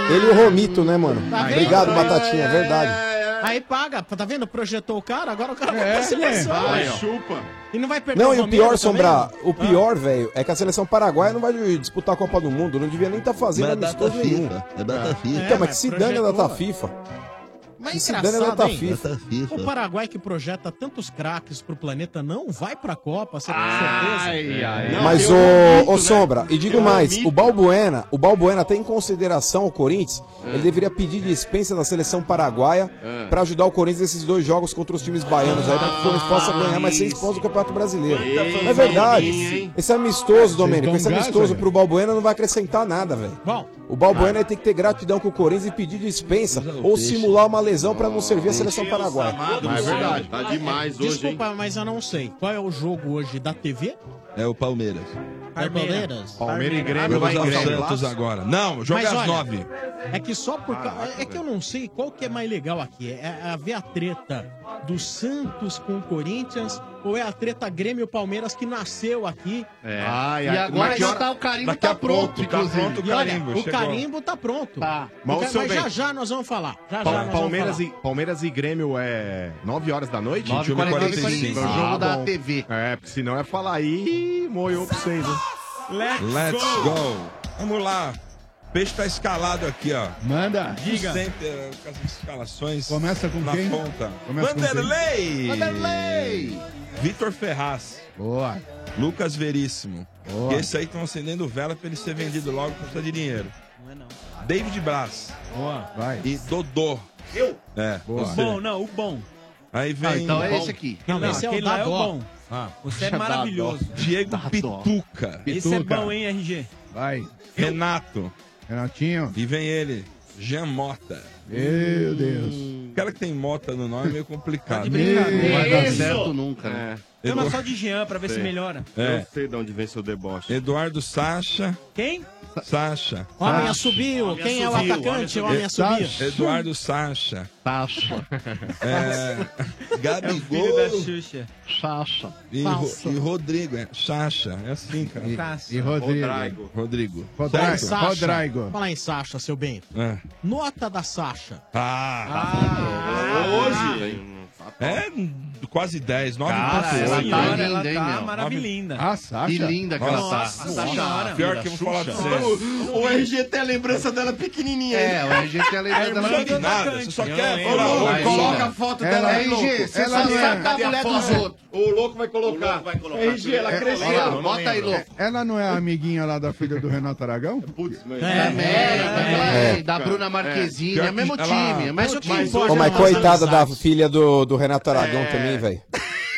[SPEAKER 9] Ele e o Romito, né, mano?
[SPEAKER 5] Tá vendo?
[SPEAKER 9] Obrigado, Batatinha, é verdade.
[SPEAKER 5] Aí paga, tá vendo? Projetou o cara, agora o cara vai
[SPEAKER 10] É,
[SPEAKER 5] pra seleção.
[SPEAKER 10] né? Vai,
[SPEAKER 5] velho.
[SPEAKER 16] chupa.
[SPEAKER 5] E não vai perder
[SPEAKER 9] Não, e o
[SPEAKER 5] Romero
[SPEAKER 9] pior,
[SPEAKER 5] também?
[SPEAKER 9] Sombra, o pior, velho, é que a seleção paraguaia não vai disputar a Copa do Mundo, não devia nem estar fazendo
[SPEAKER 3] Mas é data
[SPEAKER 9] amistoso nenhum.
[SPEAKER 3] FIFA, é data FIFA.
[SPEAKER 9] Então, mas
[SPEAKER 3] É,
[SPEAKER 9] que se
[SPEAKER 3] mas
[SPEAKER 9] dane a data
[SPEAKER 3] projetou.
[SPEAKER 9] FIFA. Que
[SPEAKER 5] Mas
[SPEAKER 9] se dane a
[SPEAKER 5] engraçado,
[SPEAKER 9] data
[SPEAKER 5] hein?
[SPEAKER 9] FIFA. Data FIFA.
[SPEAKER 5] O Paraguai que projeta tantos craques pro planeta não vai pra Copa, você tem certeza?
[SPEAKER 9] Mas, ô,
[SPEAKER 5] né?
[SPEAKER 9] ô Sombra, e digo mais, o Balbuena, o Balbuena até em consideração ao Corinthians, ele deveria pedir dispensa da seleção paraguaia
[SPEAKER 10] É.
[SPEAKER 9] pra ajudar o Corinthians nesses dois jogos contra os times baianos,
[SPEAKER 15] Ah,
[SPEAKER 9] aí pra que o Corinthians possa ganhar mais seis pontos do Campeonato Brasileiro.
[SPEAKER 5] Tá
[SPEAKER 10] Ei,
[SPEAKER 15] um
[SPEAKER 9] É
[SPEAKER 10] Valdir, hein?
[SPEAKER 9] verdade. Esse amistoso, Domênico,
[SPEAKER 10] Vocês
[SPEAKER 9] esse
[SPEAKER 10] dão gás,
[SPEAKER 9] amistoso
[SPEAKER 10] velho?
[SPEAKER 9] pro Balbuena não vai acrescentar nada, velho.
[SPEAKER 5] Bom.
[SPEAKER 9] O
[SPEAKER 5] Ah.
[SPEAKER 9] Balbuena tem que ter gratidão com o Corinthians e pedir dispensa ou simular uma lesão pra não servir a seleção paraguaia.
[SPEAKER 16] Mas é verdade, tá demais hoje, hein?
[SPEAKER 5] Desculpa, mas eu não sei. Qual é o jogo hoje da TV?
[SPEAKER 13] É o Palmeiras.
[SPEAKER 5] É Palmeiras?
[SPEAKER 13] Palmeiras e Grêmio vai em Grêmio. Santos agora. Não, joga
[SPEAKER 5] Mas
[SPEAKER 13] às
[SPEAKER 5] olha,
[SPEAKER 13] nove.
[SPEAKER 5] É que só por causa. É que eu não sei qual que é mais legal aqui. É, é ver a treta do Santos com o Corinthians ou é a treta Grêmio-Palmeiras que nasceu aqui?
[SPEAKER 4] É.
[SPEAKER 17] E agora já tá- o carimbo tá pronto, inclusive.
[SPEAKER 5] E olha, o carimbo tá pronto.
[SPEAKER 4] Mas, ô,
[SPEAKER 5] Mas,
[SPEAKER 4] seu
[SPEAKER 5] mas já
[SPEAKER 4] bem.
[SPEAKER 5] já nós vamos falar. Já,
[SPEAKER 4] Pa-
[SPEAKER 5] já nós
[SPEAKER 4] Palmeiras,
[SPEAKER 5] vamos
[SPEAKER 4] e, Palmeiras e Grêmio é 9 horas da noite?
[SPEAKER 5] 9 e 45.
[SPEAKER 4] É o jogo
[SPEAKER 5] Ah,
[SPEAKER 4] da
[SPEAKER 5] bom.
[SPEAKER 4] TV. É, porque senão é falar aí, moiou pra vocês, hein?
[SPEAKER 14] Let's,
[SPEAKER 13] Let's go. Vamos lá. O peixe tá escalado aqui, ó.
[SPEAKER 12] Manda.
[SPEAKER 13] Diga. Sempre eh, com as escalações.
[SPEAKER 12] Começa com
[SPEAKER 13] na
[SPEAKER 12] quem?
[SPEAKER 13] ponta.
[SPEAKER 12] Começa com quem?
[SPEAKER 13] Vanderlei!
[SPEAKER 12] Vanderlei!
[SPEAKER 13] Vitor Ferraz.
[SPEAKER 12] Boa.
[SPEAKER 13] Lucas Veríssimo.
[SPEAKER 12] Boa.
[SPEAKER 13] E esse aí estão acendendo vela pra ele ser vendido logo por causa de dinheiro.
[SPEAKER 14] é
[SPEAKER 13] David Braz.
[SPEAKER 5] Boa.
[SPEAKER 12] Vai.
[SPEAKER 13] E Dodô.
[SPEAKER 14] Eu?
[SPEAKER 13] É.
[SPEAKER 14] O
[SPEAKER 13] você.
[SPEAKER 14] bom, não, o bom.
[SPEAKER 13] Aí vem.
[SPEAKER 14] Ah, então é esse aqui. Não, esse é o
[SPEAKER 13] aquele lá
[SPEAKER 14] Dadó.
[SPEAKER 13] Ah,
[SPEAKER 14] Você [LAUGHS] é maravilhoso.
[SPEAKER 13] Diego Pituca.
[SPEAKER 14] Esse é bom, hein, RG?
[SPEAKER 12] Vai.
[SPEAKER 13] Renato.
[SPEAKER 12] Renatinho.
[SPEAKER 13] E vem ele, Jean Mota.
[SPEAKER 12] Meu Deus.
[SPEAKER 13] O cara que tem Mota no nome é meio complicado.
[SPEAKER 14] Não vai dar Isso. certo
[SPEAKER 16] nunca, né?
[SPEAKER 14] Chama só de Jean pra ver se melhora.
[SPEAKER 13] É.
[SPEAKER 16] Eu sei de onde vem seu deboche.
[SPEAKER 13] Eduardo Sacha.
[SPEAKER 14] Quem?
[SPEAKER 13] Sacha.
[SPEAKER 5] Homem Sacha. assobio. Homem Quem é o assobio, atacante? homem assobio. Homem assobio.
[SPEAKER 13] Eduardo Sacha.
[SPEAKER 17] Sacha.
[SPEAKER 13] É,
[SPEAKER 17] É o
[SPEAKER 13] Gabigol.
[SPEAKER 17] filho da
[SPEAKER 14] Xuxa.
[SPEAKER 17] Sacha.
[SPEAKER 13] E, Ro- e Rodrigo, é Sacha, é assim, cara.
[SPEAKER 5] Sacha. e Rodrigo.
[SPEAKER 13] Rodrigo. Rodrigo.
[SPEAKER 5] falar.
[SPEAKER 13] Certo?
[SPEAKER 5] Sasha. Fala em Sasha, seu bem.
[SPEAKER 13] É.
[SPEAKER 5] Nota da Sasha.
[SPEAKER 13] Ah. hoje? É hum, quase 10, 9
[SPEAKER 14] Cara, ela tá
[SPEAKER 13] né?
[SPEAKER 14] linda, hein, Ela tá meu? maravilhosa.
[SPEAKER 13] maravilhosa.
[SPEAKER 14] Ah, Sasha? Que linda que ela tá. Nossa senhora.
[SPEAKER 13] Pior que eu vou falar pra vocês.
[SPEAKER 16] O, o RG tem é a lembrança dela pequenininha.
[SPEAKER 17] É, o RG tem a lembrança dela
[SPEAKER 8] tá
[SPEAKER 16] Não
[SPEAKER 17] pequenininha.
[SPEAKER 16] de nada, você só
[SPEAKER 17] Não,
[SPEAKER 16] quer...
[SPEAKER 17] hein,
[SPEAKER 16] falar,
[SPEAKER 17] não,
[SPEAKER 16] "Ô,
[SPEAKER 17] vai,
[SPEAKER 16] coloca
[SPEAKER 17] linda."
[SPEAKER 16] a foto
[SPEAKER 17] Ela
[SPEAKER 16] dela
[SPEAKER 17] é
[SPEAKER 16] aí,
[SPEAKER 17] RG,
[SPEAKER 16] louco.
[SPEAKER 17] você só
[SPEAKER 16] Ela
[SPEAKER 15] é.
[SPEAKER 17] sabe
[SPEAKER 16] saca
[SPEAKER 17] a
[SPEAKER 16] a
[SPEAKER 17] mulher
[SPEAKER 16] mulher
[SPEAKER 17] dos
[SPEAKER 16] dos outros. O louco vai colocar. RG, ela cresceu. Bota aí, louco.
[SPEAKER 12] Ela não é a amiguinha lá da filha do Renato Aragão? Putz,
[SPEAKER 16] É, mas... é,
[SPEAKER 17] Da Mary, da Mary, É, da Bruna Marquezine, é o mesmo time, é o mesmo time.
[SPEAKER 9] Ô, mas coitada da filha do, do Renato Aragão também, velho.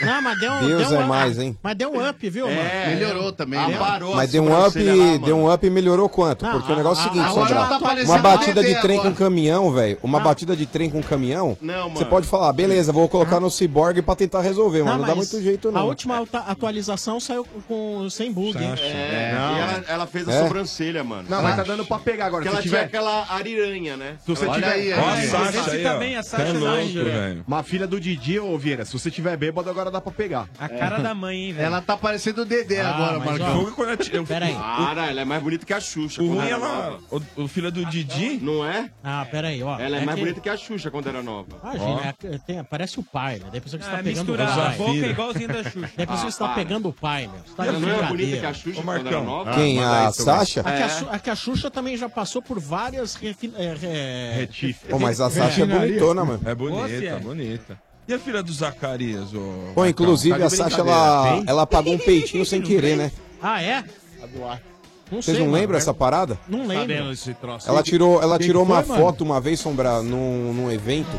[SPEAKER 5] Não, mas deu,
[SPEAKER 9] Deus
[SPEAKER 5] É. deu
[SPEAKER 9] é
[SPEAKER 5] um-
[SPEAKER 9] mais, hein?
[SPEAKER 5] Mas deu um up, viu,
[SPEAKER 9] É,
[SPEAKER 5] mano?
[SPEAKER 17] melhorou
[SPEAKER 10] Ah,
[SPEAKER 17] também.
[SPEAKER 5] Deu-
[SPEAKER 17] Aparou
[SPEAKER 9] Mas deu um up, deu um up e melhorou quanto?
[SPEAKER 5] é Não,
[SPEAKER 9] Porque o negócio é o
[SPEAKER 5] a-
[SPEAKER 9] seguinte,
[SPEAKER 5] agora
[SPEAKER 9] Sandra,
[SPEAKER 5] tá
[SPEAKER 9] uma
[SPEAKER 5] aparecendo
[SPEAKER 9] batida
[SPEAKER 5] na TV
[SPEAKER 9] de trem
[SPEAKER 5] agora.
[SPEAKER 9] com caminhão, velho, uma batida de trem com caminhão,
[SPEAKER 5] Não,
[SPEAKER 9] você
[SPEAKER 5] mano.
[SPEAKER 9] pode falar, "Ah, beleza, vou colocar no ciborgue pra tentar resolver, mas não, dá
[SPEAKER 5] Tá, mas
[SPEAKER 9] muito jeito
[SPEAKER 5] A
[SPEAKER 9] não.
[SPEAKER 5] última alta- atualização saiu com, sem bug, hein?
[SPEAKER 16] É,
[SPEAKER 9] Não,
[SPEAKER 16] e ela,
[SPEAKER 9] mano.
[SPEAKER 16] ela fez a
[SPEAKER 9] É?
[SPEAKER 16] sobrancelha, mano.
[SPEAKER 4] Não, mas tá dando pra pegar agora.
[SPEAKER 16] Porque
[SPEAKER 4] se
[SPEAKER 16] ela
[SPEAKER 4] tiver-
[SPEAKER 16] tinha aquela ariranha, né?
[SPEAKER 4] Se você
[SPEAKER 16] Olha
[SPEAKER 4] tiver
[SPEAKER 16] aí,
[SPEAKER 4] aí, É
[SPEAKER 16] olha aí. Esse
[SPEAKER 4] também,
[SPEAKER 8] é
[SPEAKER 4] a Sasha
[SPEAKER 16] da Angela.
[SPEAKER 4] Uma filha do Didi, ô Vieira, se você tiver bêbado, agora dá pra pegar. É. A
[SPEAKER 16] É.
[SPEAKER 14] cara da mãe, hein, velho?
[SPEAKER 17] Ela tá parecendo o Dedé
[SPEAKER 4] Ah,
[SPEAKER 17] agora,
[SPEAKER 4] mas,
[SPEAKER 17] Marcão.
[SPEAKER 4] ó, quando eu-
[SPEAKER 5] Peraí.
[SPEAKER 16] Cara, ela é mais bonita que a Xuxa.
[SPEAKER 13] O
[SPEAKER 16] quando
[SPEAKER 13] ruim é
[SPEAKER 16] era
[SPEAKER 13] ela,
[SPEAKER 16] nova.
[SPEAKER 13] o, o filho do Didi.
[SPEAKER 16] Não é?
[SPEAKER 5] Ah, peraí, ó.
[SPEAKER 16] Ela é,
[SPEAKER 5] É
[SPEAKER 16] mais
[SPEAKER 5] que-
[SPEAKER 16] bonita que a Xuxa quando era nova.
[SPEAKER 5] Imagina, é- tem- parece o pai, né? Depois que você
[SPEAKER 16] Ah,
[SPEAKER 5] tá pegando o
[SPEAKER 16] misturar a
[SPEAKER 5] pai.
[SPEAKER 16] boca é igualzinho da Xuxa.
[SPEAKER 5] Depois que você tá
[SPEAKER 16] Ah,
[SPEAKER 5] pegando o pai, meu. Você tá
[SPEAKER 16] Ela
[SPEAKER 5] de
[SPEAKER 16] não é
[SPEAKER 5] brincadeira.
[SPEAKER 16] bonita que a Xuxa quando era nova?
[SPEAKER 9] Quem,
[SPEAKER 16] Ah, manda
[SPEAKER 9] a
[SPEAKER 16] aí, seu bem.
[SPEAKER 9] Sasha?
[SPEAKER 14] É.
[SPEAKER 5] A que a, Xu- a que a Xuxa também já passou por várias refi... é, re-
[SPEAKER 13] Retife.
[SPEAKER 9] Pô, mas a Sasha é bonitona, mano.
[SPEAKER 13] É
[SPEAKER 5] Ô,
[SPEAKER 13] bonita,
[SPEAKER 5] Fia.
[SPEAKER 13] bonita. E a filha do Zacarias, ô.
[SPEAKER 9] Pô,
[SPEAKER 13] Marcão?
[SPEAKER 9] inclusive
[SPEAKER 13] Tá
[SPEAKER 9] a
[SPEAKER 13] de
[SPEAKER 9] Sasha,
[SPEAKER 13] brincadeira.
[SPEAKER 9] ela,
[SPEAKER 13] Tem?
[SPEAKER 9] ela pagou um peitinho sem querer, né?
[SPEAKER 5] Ah, é?
[SPEAKER 9] Vocês não
[SPEAKER 5] sei,
[SPEAKER 9] lembram
[SPEAKER 5] mano. É
[SPEAKER 9] essa parada?
[SPEAKER 5] Não lembro.
[SPEAKER 9] Ela tirou, ela
[SPEAKER 5] Quem
[SPEAKER 9] tirou
[SPEAKER 5] foi,
[SPEAKER 9] uma
[SPEAKER 5] mano?
[SPEAKER 9] foto uma vez, Sombra, num, num evento.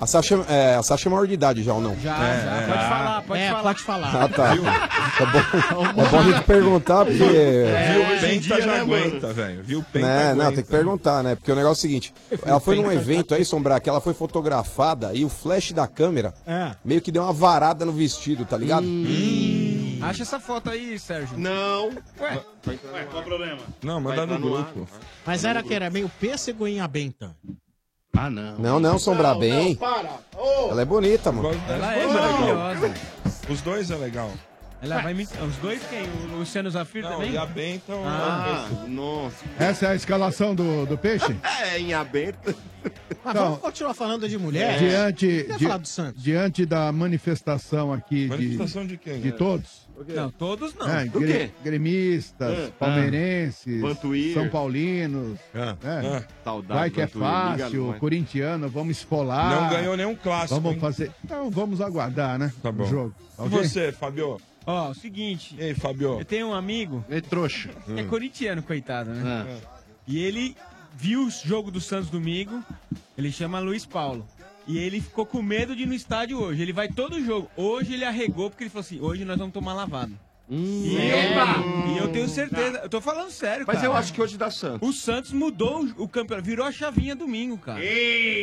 [SPEAKER 9] A Sasha, é, a Sasha é maior de idade já ou não?
[SPEAKER 5] Já,
[SPEAKER 13] É,
[SPEAKER 5] já. Pode falar, pode falar. É, pode falar.
[SPEAKER 9] Ah, tá. Tá bom, é bom a gente perguntar, porque...
[SPEAKER 13] Viu É, o
[SPEAKER 9] Né,
[SPEAKER 13] Penta já aguenta, velho. Viu o Penta
[SPEAKER 9] não,
[SPEAKER 13] aguenta.
[SPEAKER 9] tem que perguntar, né? Porque o negócio é o seguinte, ela foi num
[SPEAKER 13] Penta-
[SPEAKER 9] evento aí, Sombra, que ela foi fotografada e o flash da câmera
[SPEAKER 5] É.
[SPEAKER 9] meio que deu uma varada no vestido, tá ligado?
[SPEAKER 14] Acha essa foto aí, Sérgio.
[SPEAKER 16] Não.
[SPEAKER 14] Ué,
[SPEAKER 15] Ué, qual o problema?
[SPEAKER 13] Não,
[SPEAKER 9] manda no grupo.
[SPEAKER 5] Mas era que era meio pêssego em abenta.
[SPEAKER 17] Ah, não.
[SPEAKER 9] Não, não, Sombra, bem.
[SPEAKER 17] para.
[SPEAKER 9] Ela é bonita, mano.
[SPEAKER 13] Ela
[SPEAKER 14] é maravilhosa.
[SPEAKER 13] Os dois é legal.
[SPEAKER 14] Ela vai me... Os dois quem? O Luciano Zafir também?
[SPEAKER 13] e a Benta...
[SPEAKER 16] então,
[SPEAKER 14] Ah,
[SPEAKER 16] nossa.
[SPEAKER 12] Essa é a escalação do, do peixe?
[SPEAKER 16] É, em aberto.
[SPEAKER 5] Mas
[SPEAKER 12] Então,
[SPEAKER 5] vamos continuar falando de mulher?
[SPEAKER 12] É. Diante,
[SPEAKER 5] Quer
[SPEAKER 12] di-
[SPEAKER 5] falar do Santos?
[SPEAKER 12] diante da manifestação aqui.
[SPEAKER 13] Manifestação de quem,
[SPEAKER 12] De
[SPEAKER 13] é?
[SPEAKER 12] todos.
[SPEAKER 14] Não, todos Ah, não.
[SPEAKER 12] É,
[SPEAKER 14] Do
[SPEAKER 12] gre-
[SPEAKER 14] quê?
[SPEAKER 12] Gremistas,
[SPEAKER 13] É.
[SPEAKER 14] Ah.
[SPEAKER 12] palmeirenses,
[SPEAKER 14] Vantuir.
[SPEAKER 12] São Paulinos. né?
[SPEAKER 16] ah. Saudade,
[SPEAKER 12] Vai que é
[SPEAKER 16] Vantuir, liga
[SPEAKER 12] fácil,
[SPEAKER 16] nós.
[SPEAKER 12] corintiano, vamos esfolar.
[SPEAKER 13] Não ganhou nenhum clássico,
[SPEAKER 12] Vamos
[SPEAKER 13] hein?
[SPEAKER 12] fazer. Então vamos aguardar, né? Tá
[SPEAKER 13] bom.
[SPEAKER 12] O jogo. tá
[SPEAKER 13] E
[SPEAKER 12] ok?
[SPEAKER 13] você, Fabio?
[SPEAKER 14] Ó, o seguinte.
[SPEAKER 13] Ei, Fabio.
[SPEAKER 14] Eu tenho um amigo.
[SPEAKER 12] É trouxa.
[SPEAKER 14] É
[SPEAKER 12] Hum.
[SPEAKER 14] corintiano, coitado,
[SPEAKER 16] É.
[SPEAKER 14] né? E ele viu o jogo do Santos domingo. Ele chama Luiz Paulo. E ele ficou com medo de ir no estádio hoje. Ele vai todo jogo. Hoje ele arregou porque ele falou assim: hoje nós vamos tomar lavado. e,
[SPEAKER 16] é?
[SPEAKER 14] eu, e eu tenho certeza. Eu tô falando sério,
[SPEAKER 16] Mas
[SPEAKER 14] cara.
[SPEAKER 16] eu acho que hoje dá Santos.
[SPEAKER 14] O Santos mudou o- o campeonato, virou a chavinha domingo, cara.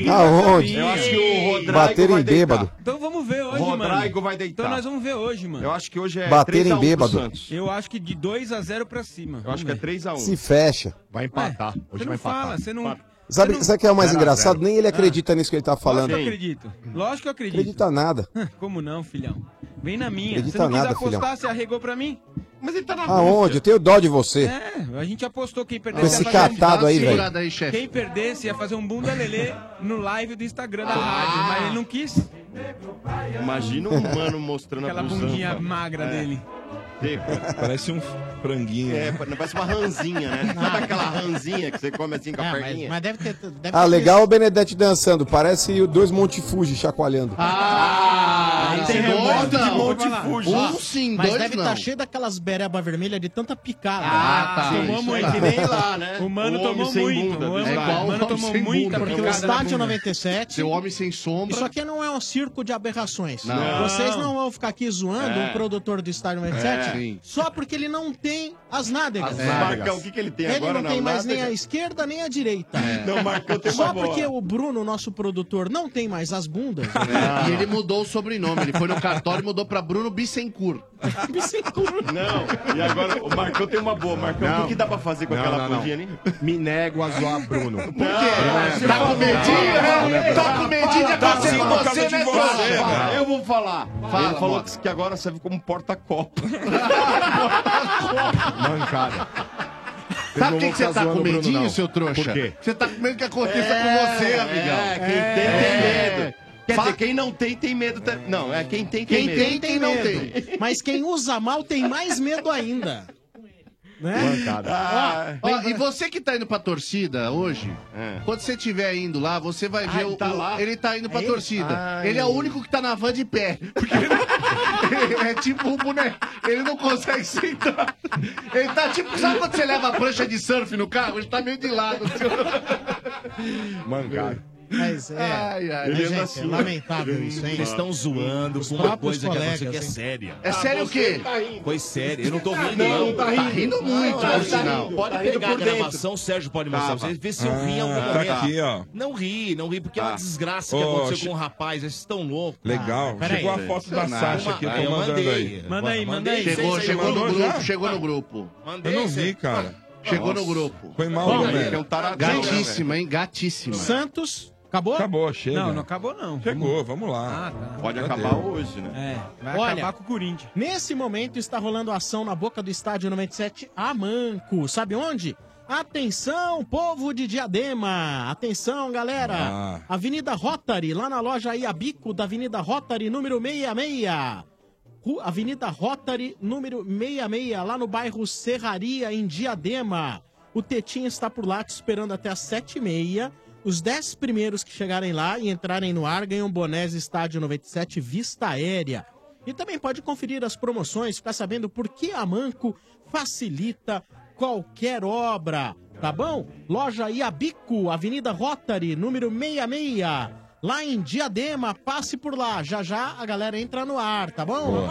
[SPEAKER 9] Aonde?
[SPEAKER 16] Eu acho que o Rodrigo
[SPEAKER 9] Bateram
[SPEAKER 16] vai
[SPEAKER 9] em
[SPEAKER 16] deitar.
[SPEAKER 9] bêbado.
[SPEAKER 14] Então vamos ver hoje,
[SPEAKER 16] Rodrigo
[SPEAKER 14] mano.
[SPEAKER 16] vai deitar.
[SPEAKER 14] Então nós vamos ver hoje, mano.
[SPEAKER 16] Eu acho que hoje é
[SPEAKER 9] Baterem
[SPEAKER 16] 3 a 1 pro
[SPEAKER 9] bêbado.
[SPEAKER 16] Santos.
[SPEAKER 14] Eu acho que de 2 a 0 pra cima. É,
[SPEAKER 16] Eu acho que é 3x1.
[SPEAKER 9] Se fecha.
[SPEAKER 4] Vai empatar.
[SPEAKER 14] Você
[SPEAKER 4] Hoje
[SPEAKER 14] não
[SPEAKER 4] vai empatar.
[SPEAKER 14] fala, você não.
[SPEAKER 9] Sabe, sabe o que é o mais
[SPEAKER 14] Zero a
[SPEAKER 9] engraçado?
[SPEAKER 14] zero.
[SPEAKER 9] Nem ele
[SPEAKER 14] Ah.
[SPEAKER 9] acredita nisso que ele tá falando.
[SPEAKER 14] Lógico que eu acredito. Lógico que eu acredito.
[SPEAKER 9] Acredita nada.
[SPEAKER 14] [LAUGHS] Como não, filhão? Vem na minha.
[SPEAKER 9] Acredita
[SPEAKER 14] você não
[SPEAKER 9] nada,
[SPEAKER 14] quis apostar,
[SPEAKER 9] filhão.
[SPEAKER 14] você arregou pra mim? Mas ele tá na
[SPEAKER 9] Aonde? Eu tenho dó de você.
[SPEAKER 14] É, a gente apostou quem
[SPEAKER 9] Com
[SPEAKER 14] perdesse.
[SPEAKER 9] esse
[SPEAKER 14] ia fazer um-
[SPEAKER 9] catado aí,
[SPEAKER 14] Dá uma
[SPEAKER 9] velho.
[SPEAKER 14] segurada chefe. quem perdesse ia fazer um bunda lelê no live do Instagram
[SPEAKER 16] Ah.
[SPEAKER 14] da rádio, mas ele não quis.
[SPEAKER 8] Imagina um humano mostrando
[SPEAKER 14] Aquela
[SPEAKER 8] a blusa.
[SPEAKER 14] bundinha magra dele.
[SPEAKER 13] Parece um franguinho. né?
[SPEAKER 8] É, pa- parece uma ranzinha, né? Sabe aquela ranzinha que você come assim com a
[SPEAKER 5] Ah, mas,
[SPEAKER 8] perninha?
[SPEAKER 5] mas deve ter. Deve
[SPEAKER 9] Ah,
[SPEAKER 5] ter-
[SPEAKER 9] legal o Benedetti dançando. Parece o dois Monte Fuji chacoalhando.
[SPEAKER 10] Ah,
[SPEAKER 5] Aí
[SPEAKER 10] tem
[SPEAKER 5] dois
[SPEAKER 10] remoto de
[SPEAKER 5] não,
[SPEAKER 10] Monte
[SPEAKER 5] vou falar.
[SPEAKER 10] Fuji.
[SPEAKER 5] Ó,
[SPEAKER 10] Um sim,
[SPEAKER 5] Mas
[SPEAKER 10] dois
[SPEAKER 5] deve
[SPEAKER 10] não.
[SPEAKER 5] estar cheio daquelas bereba vermelha de tanta picada.
[SPEAKER 10] Ah, tá. Isso
[SPEAKER 5] Tomou
[SPEAKER 10] aí.
[SPEAKER 5] muito.
[SPEAKER 10] É que nem lá, né?
[SPEAKER 5] O mano
[SPEAKER 10] O homem
[SPEAKER 5] tomou
[SPEAKER 10] sem
[SPEAKER 5] muito.
[SPEAKER 10] bunda,
[SPEAKER 5] o homem-
[SPEAKER 10] né? É igual
[SPEAKER 5] o mano
[SPEAKER 10] o homem
[SPEAKER 5] tomou
[SPEAKER 10] sem
[SPEAKER 5] muita
[SPEAKER 10] bunda,
[SPEAKER 5] Porque o
[SPEAKER 10] picada na
[SPEAKER 5] estádio
[SPEAKER 10] bunda.
[SPEAKER 5] 97...
[SPEAKER 10] Seu homem sem sombra.
[SPEAKER 5] Isso aqui não é um circo de aberrações.
[SPEAKER 10] Não.
[SPEAKER 5] Vocês não vão ficar aqui zoando
[SPEAKER 10] É.
[SPEAKER 5] um produtor do estádio 97
[SPEAKER 10] É. Sim.
[SPEAKER 5] só porque ele não tem as nádegas.
[SPEAKER 8] As É. nádegas. Marcão, o que que ele tem
[SPEAKER 5] Ele
[SPEAKER 8] agora
[SPEAKER 5] não
[SPEAKER 8] na
[SPEAKER 5] tem mais
[SPEAKER 8] nádega?
[SPEAKER 5] nem a esquerda nem a direita.
[SPEAKER 8] É. Não, Marcão, tem uma
[SPEAKER 5] só
[SPEAKER 8] boa.
[SPEAKER 5] porque o Bruno, nosso produtor, não tem mais as bundas.
[SPEAKER 10] E ele mudou o sobrenome. Ele foi no cartório [LAUGHS] e mudou pra Bruno Bittencourt.
[SPEAKER 5] Bittencourt.
[SPEAKER 8] Não, e agora, o Marcão tem uma boa. Marcão, o
[SPEAKER 10] Não.
[SPEAKER 8] que, que dá pra fazer com
[SPEAKER 10] Não,
[SPEAKER 8] aquela
[SPEAKER 10] não, não.
[SPEAKER 8] bundinha ali?
[SPEAKER 4] né? Me nego a zoar Bruno. Por quê?
[SPEAKER 10] Tá com medinho, né? Tá com medinho de
[SPEAKER 8] Tá
[SPEAKER 15] assim,
[SPEAKER 8] sim,
[SPEAKER 10] acontecer com
[SPEAKER 8] por
[SPEAKER 15] é
[SPEAKER 10] você,
[SPEAKER 8] causa de
[SPEAKER 10] né,
[SPEAKER 8] você,
[SPEAKER 10] Fala,
[SPEAKER 8] né?
[SPEAKER 10] Eu vou falar. Fala,
[SPEAKER 8] Ele falou
[SPEAKER 10] mano.
[SPEAKER 8] que, que agora serve como porta-copa.
[SPEAKER 5] [LAUGHS]
[SPEAKER 4] Mancada.
[SPEAKER 8] Vocês não
[SPEAKER 10] Sabe o que,
[SPEAKER 8] vão
[SPEAKER 10] que você
[SPEAKER 8] ficar
[SPEAKER 10] tá com
[SPEAKER 8] zoando o Bruno,
[SPEAKER 10] medinho,
[SPEAKER 8] não.
[SPEAKER 10] seu trouxa?
[SPEAKER 8] Por quê?
[SPEAKER 10] Você tá com medo que aconteça
[SPEAKER 8] É,
[SPEAKER 10] com você,
[SPEAKER 8] é,
[SPEAKER 10] amigão. É.
[SPEAKER 8] quem tem, tem medo. Quer dizer, quem não tem, tem medo. ta- Não, é quem tem, tem
[SPEAKER 5] Quem
[SPEAKER 8] medo.
[SPEAKER 5] tem, tem não tem. Mas quem usa mal tem mais medo ainda.
[SPEAKER 10] Né?
[SPEAKER 8] Ah,
[SPEAKER 10] Ó, ó, e você que tá indo pra torcida hoje, quando você estiver indo lá, você vai ver
[SPEAKER 8] É. ele
[SPEAKER 10] o,
[SPEAKER 8] tá
[SPEAKER 10] o-
[SPEAKER 8] lá?
[SPEAKER 10] Ele tá indo pra
[SPEAKER 8] É ele?
[SPEAKER 10] torcida.
[SPEAKER 8] Ai.
[SPEAKER 10] Ele é o único que tá na van de pé. Porque ele- [LAUGHS] é tipo um boneco. Ele não consegue sentar. Ele tá tipo. Sabe quando você leva a prancha de surf no carro? Ele tá meio de lado.
[SPEAKER 4] Mancada.
[SPEAKER 5] Mas é.
[SPEAKER 10] Ai, ai.
[SPEAKER 5] Mas,
[SPEAKER 10] Ele anda
[SPEAKER 5] gente,
[SPEAKER 10] assim,
[SPEAKER 5] é lamentável isso, hein?
[SPEAKER 15] Eles estão zoando com uma
[SPEAKER 5] próprios
[SPEAKER 15] coisa que
[SPEAKER 5] colegas,
[SPEAKER 15] aconteceu que é
[SPEAKER 5] hein?
[SPEAKER 15] séria.
[SPEAKER 10] É sério o quê?
[SPEAKER 15] Coisa séria. Eu não tô
[SPEAKER 10] Tá
[SPEAKER 15] rindo,
[SPEAKER 10] rindo,
[SPEAKER 15] não.
[SPEAKER 10] tá rindo. Não,
[SPEAKER 15] por
[SPEAKER 10] tá
[SPEAKER 15] sinal.
[SPEAKER 10] rindo.
[SPEAKER 15] Pode
[SPEAKER 10] Tá rindo
[SPEAKER 15] pegar a
[SPEAKER 10] por dentro.
[SPEAKER 15] gravação, o Sérgio pode mostrar
[SPEAKER 13] Tava.
[SPEAKER 15] pra vocês. Vê se eu ri em algum
[SPEAKER 13] Ah, tá
[SPEAKER 15] momento.
[SPEAKER 13] aqui, ó.
[SPEAKER 15] Não ri, não ri, porque é
[SPEAKER 13] Tá.
[SPEAKER 15] uma desgraça que
[SPEAKER 13] Ô,
[SPEAKER 15] aconteceu
[SPEAKER 13] che-
[SPEAKER 15] com o rapaz. Vocês estão loucos. Ah,
[SPEAKER 13] Legal. Chegou a foto da Sasha aqui, eu tô mandando aí.
[SPEAKER 10] Chegou,
[SPEAKER 13] Você
[SPEAKER 10] chegou no
[SPEAKER 13] mandou
[SPEAKER 10] grupo,
[SPEAKER 13] já?
[SPEAKER 10] chegou no grupo.
[SPEAKER 13] Eu não vi, cara.
[SPEAKER 10] Chegou no
[SPEAKER 13] Nossa.
[SPEAKER 10] grupo.
[SPEAKER 13] Foi mal,
[SPEAKER 10] Bom,
[SPEAKER 13] né?
[SPEAKER 10] é um taradão, Gatíssima, hein? Gatíssima.
[SPEAKER 5] Santos, acabou?
[SPEAKER 13] Acabou, chega.
[SPEAKER 14] Não, não acabou não. Ah, tá.
[SPEAKER 13] Chegou, vamos lá.
[SPEAKER 8] Pode
[SPEAKER 13] Já
[SPEAKER 8] acabar
[SPEAKER 13] deu.
[SPEAKER 8] hoje, né?
[SPEAKER 14] É, vai
[SPEAKER 5] Olha,
[SPEAKER 14] acabar com o Corinthians.
[SPEAKER 5] Nesse momento está rolando ação na boca do estádio 97 a Manco. Sabe onde? Atenção, povo de Diadema! Atenção, galera!
[SPEAKER 3] Ah.
[SPEAKER 5] Avenida Rotary, lá na loja Iabico da Avenida Rotary, número 66. Ru- Avenida Rotary, número 66, lá no bairro Serraria, em Diadema. O Tetinho está por lá te esperando até as 7h30. Os 10 primeiros que chegarem lá e entrarem no ar ganham bonés Estádio 97 Vista Aérea. E também pode conferir as promoções, ficar sabendo por que a Manco facilita qualquer obra, tá bom? Loja Iabico, Avenida Rotary, número 66, lá em Diadema, passe por lá, já já a galera entra no ar, tá bom?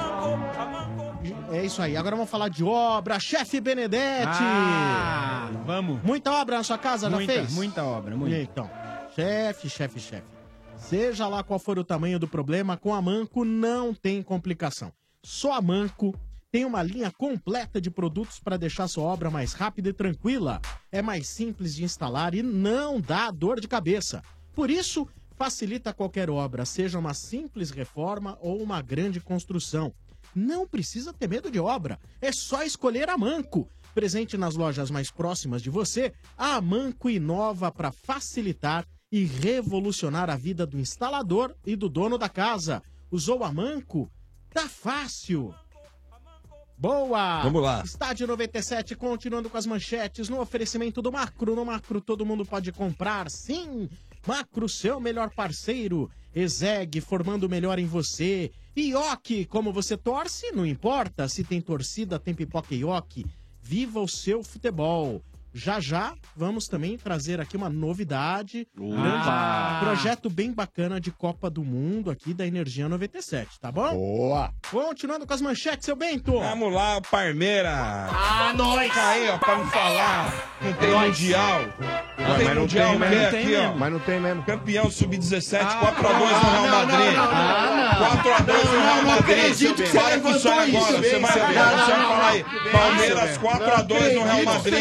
[SPEAKER 5] É isso aí, agora vamos falar de obra, chefe Benedetti!
[SPEAKER 14] Ah, vamos.
[SPEAKER 5] Muita obra na sua casa,
[SPEAKER 14] Muita,
[SPEAKER 5] já fez?
[SPEAKER 14] muita obra, muita.
[SPEAKER 5] Então, chefe, chefe, chefe. Seja lá qual for o tamanho do problema, com a Manco não tem complicação. Só a Manco tem uma linha completa de produtos para deixar sua obra mais rápida e tranquila. É mais simples de instalar e não dá dor de cabeça. Por isso, facilita qualquer obra, seja uma simples reforma ou uma grande construção. Não precisa ter medo de obra, é só escolher a Manco. Presente nas lojas mais próximas de você, a Manco inova para facilitar e revolucionar a vida do instalador e do dono da casa. Usou a Manco? Tá fácil! Boa!
[SPEAKER 13] Vamos lá.
[SPEAKER 5] Estádio 97, continuando com as manchetes, no oferecimento do Macro. No Macro todo mundo pode comprar, sim! Macro, seu melhor parceiro. Exeg, formando o melhor em você. Ioki, como você torce, não importa. Se tem torcida, tem pipoca Ioki. Viva o seu futebol. Já já vamos também trazer aqui uma novidade.
[SPEAKER 3] Opa!
[SPEAKER 5] Ah. projeto bem bacana de Copa do Mundo aqui da Energia 97, tá bom? Boa! Continuando com as manchetes, seu Bento.
[SPEAKER 13] Vamos lá, Parmeira.
[SPEAKER 3] Ah, nós!
[SPEAKER 13] Aí, ó, pra não falar, não tem
[SPEAKER 3] Nós.
[SPEAKER 13] mundial. Ué, mas não tem, mas não tem mesmo.
[SPEAKER 8] Mas não tem mesmo.
[SPEAKER 13] Campeão sub-17, 4x2 no Real Madrid. 4x2 no Real Madrid. Para com isso aí agora, você vai ver. Você vai falar aí. Palmeiras 4x2 no Real Madrid.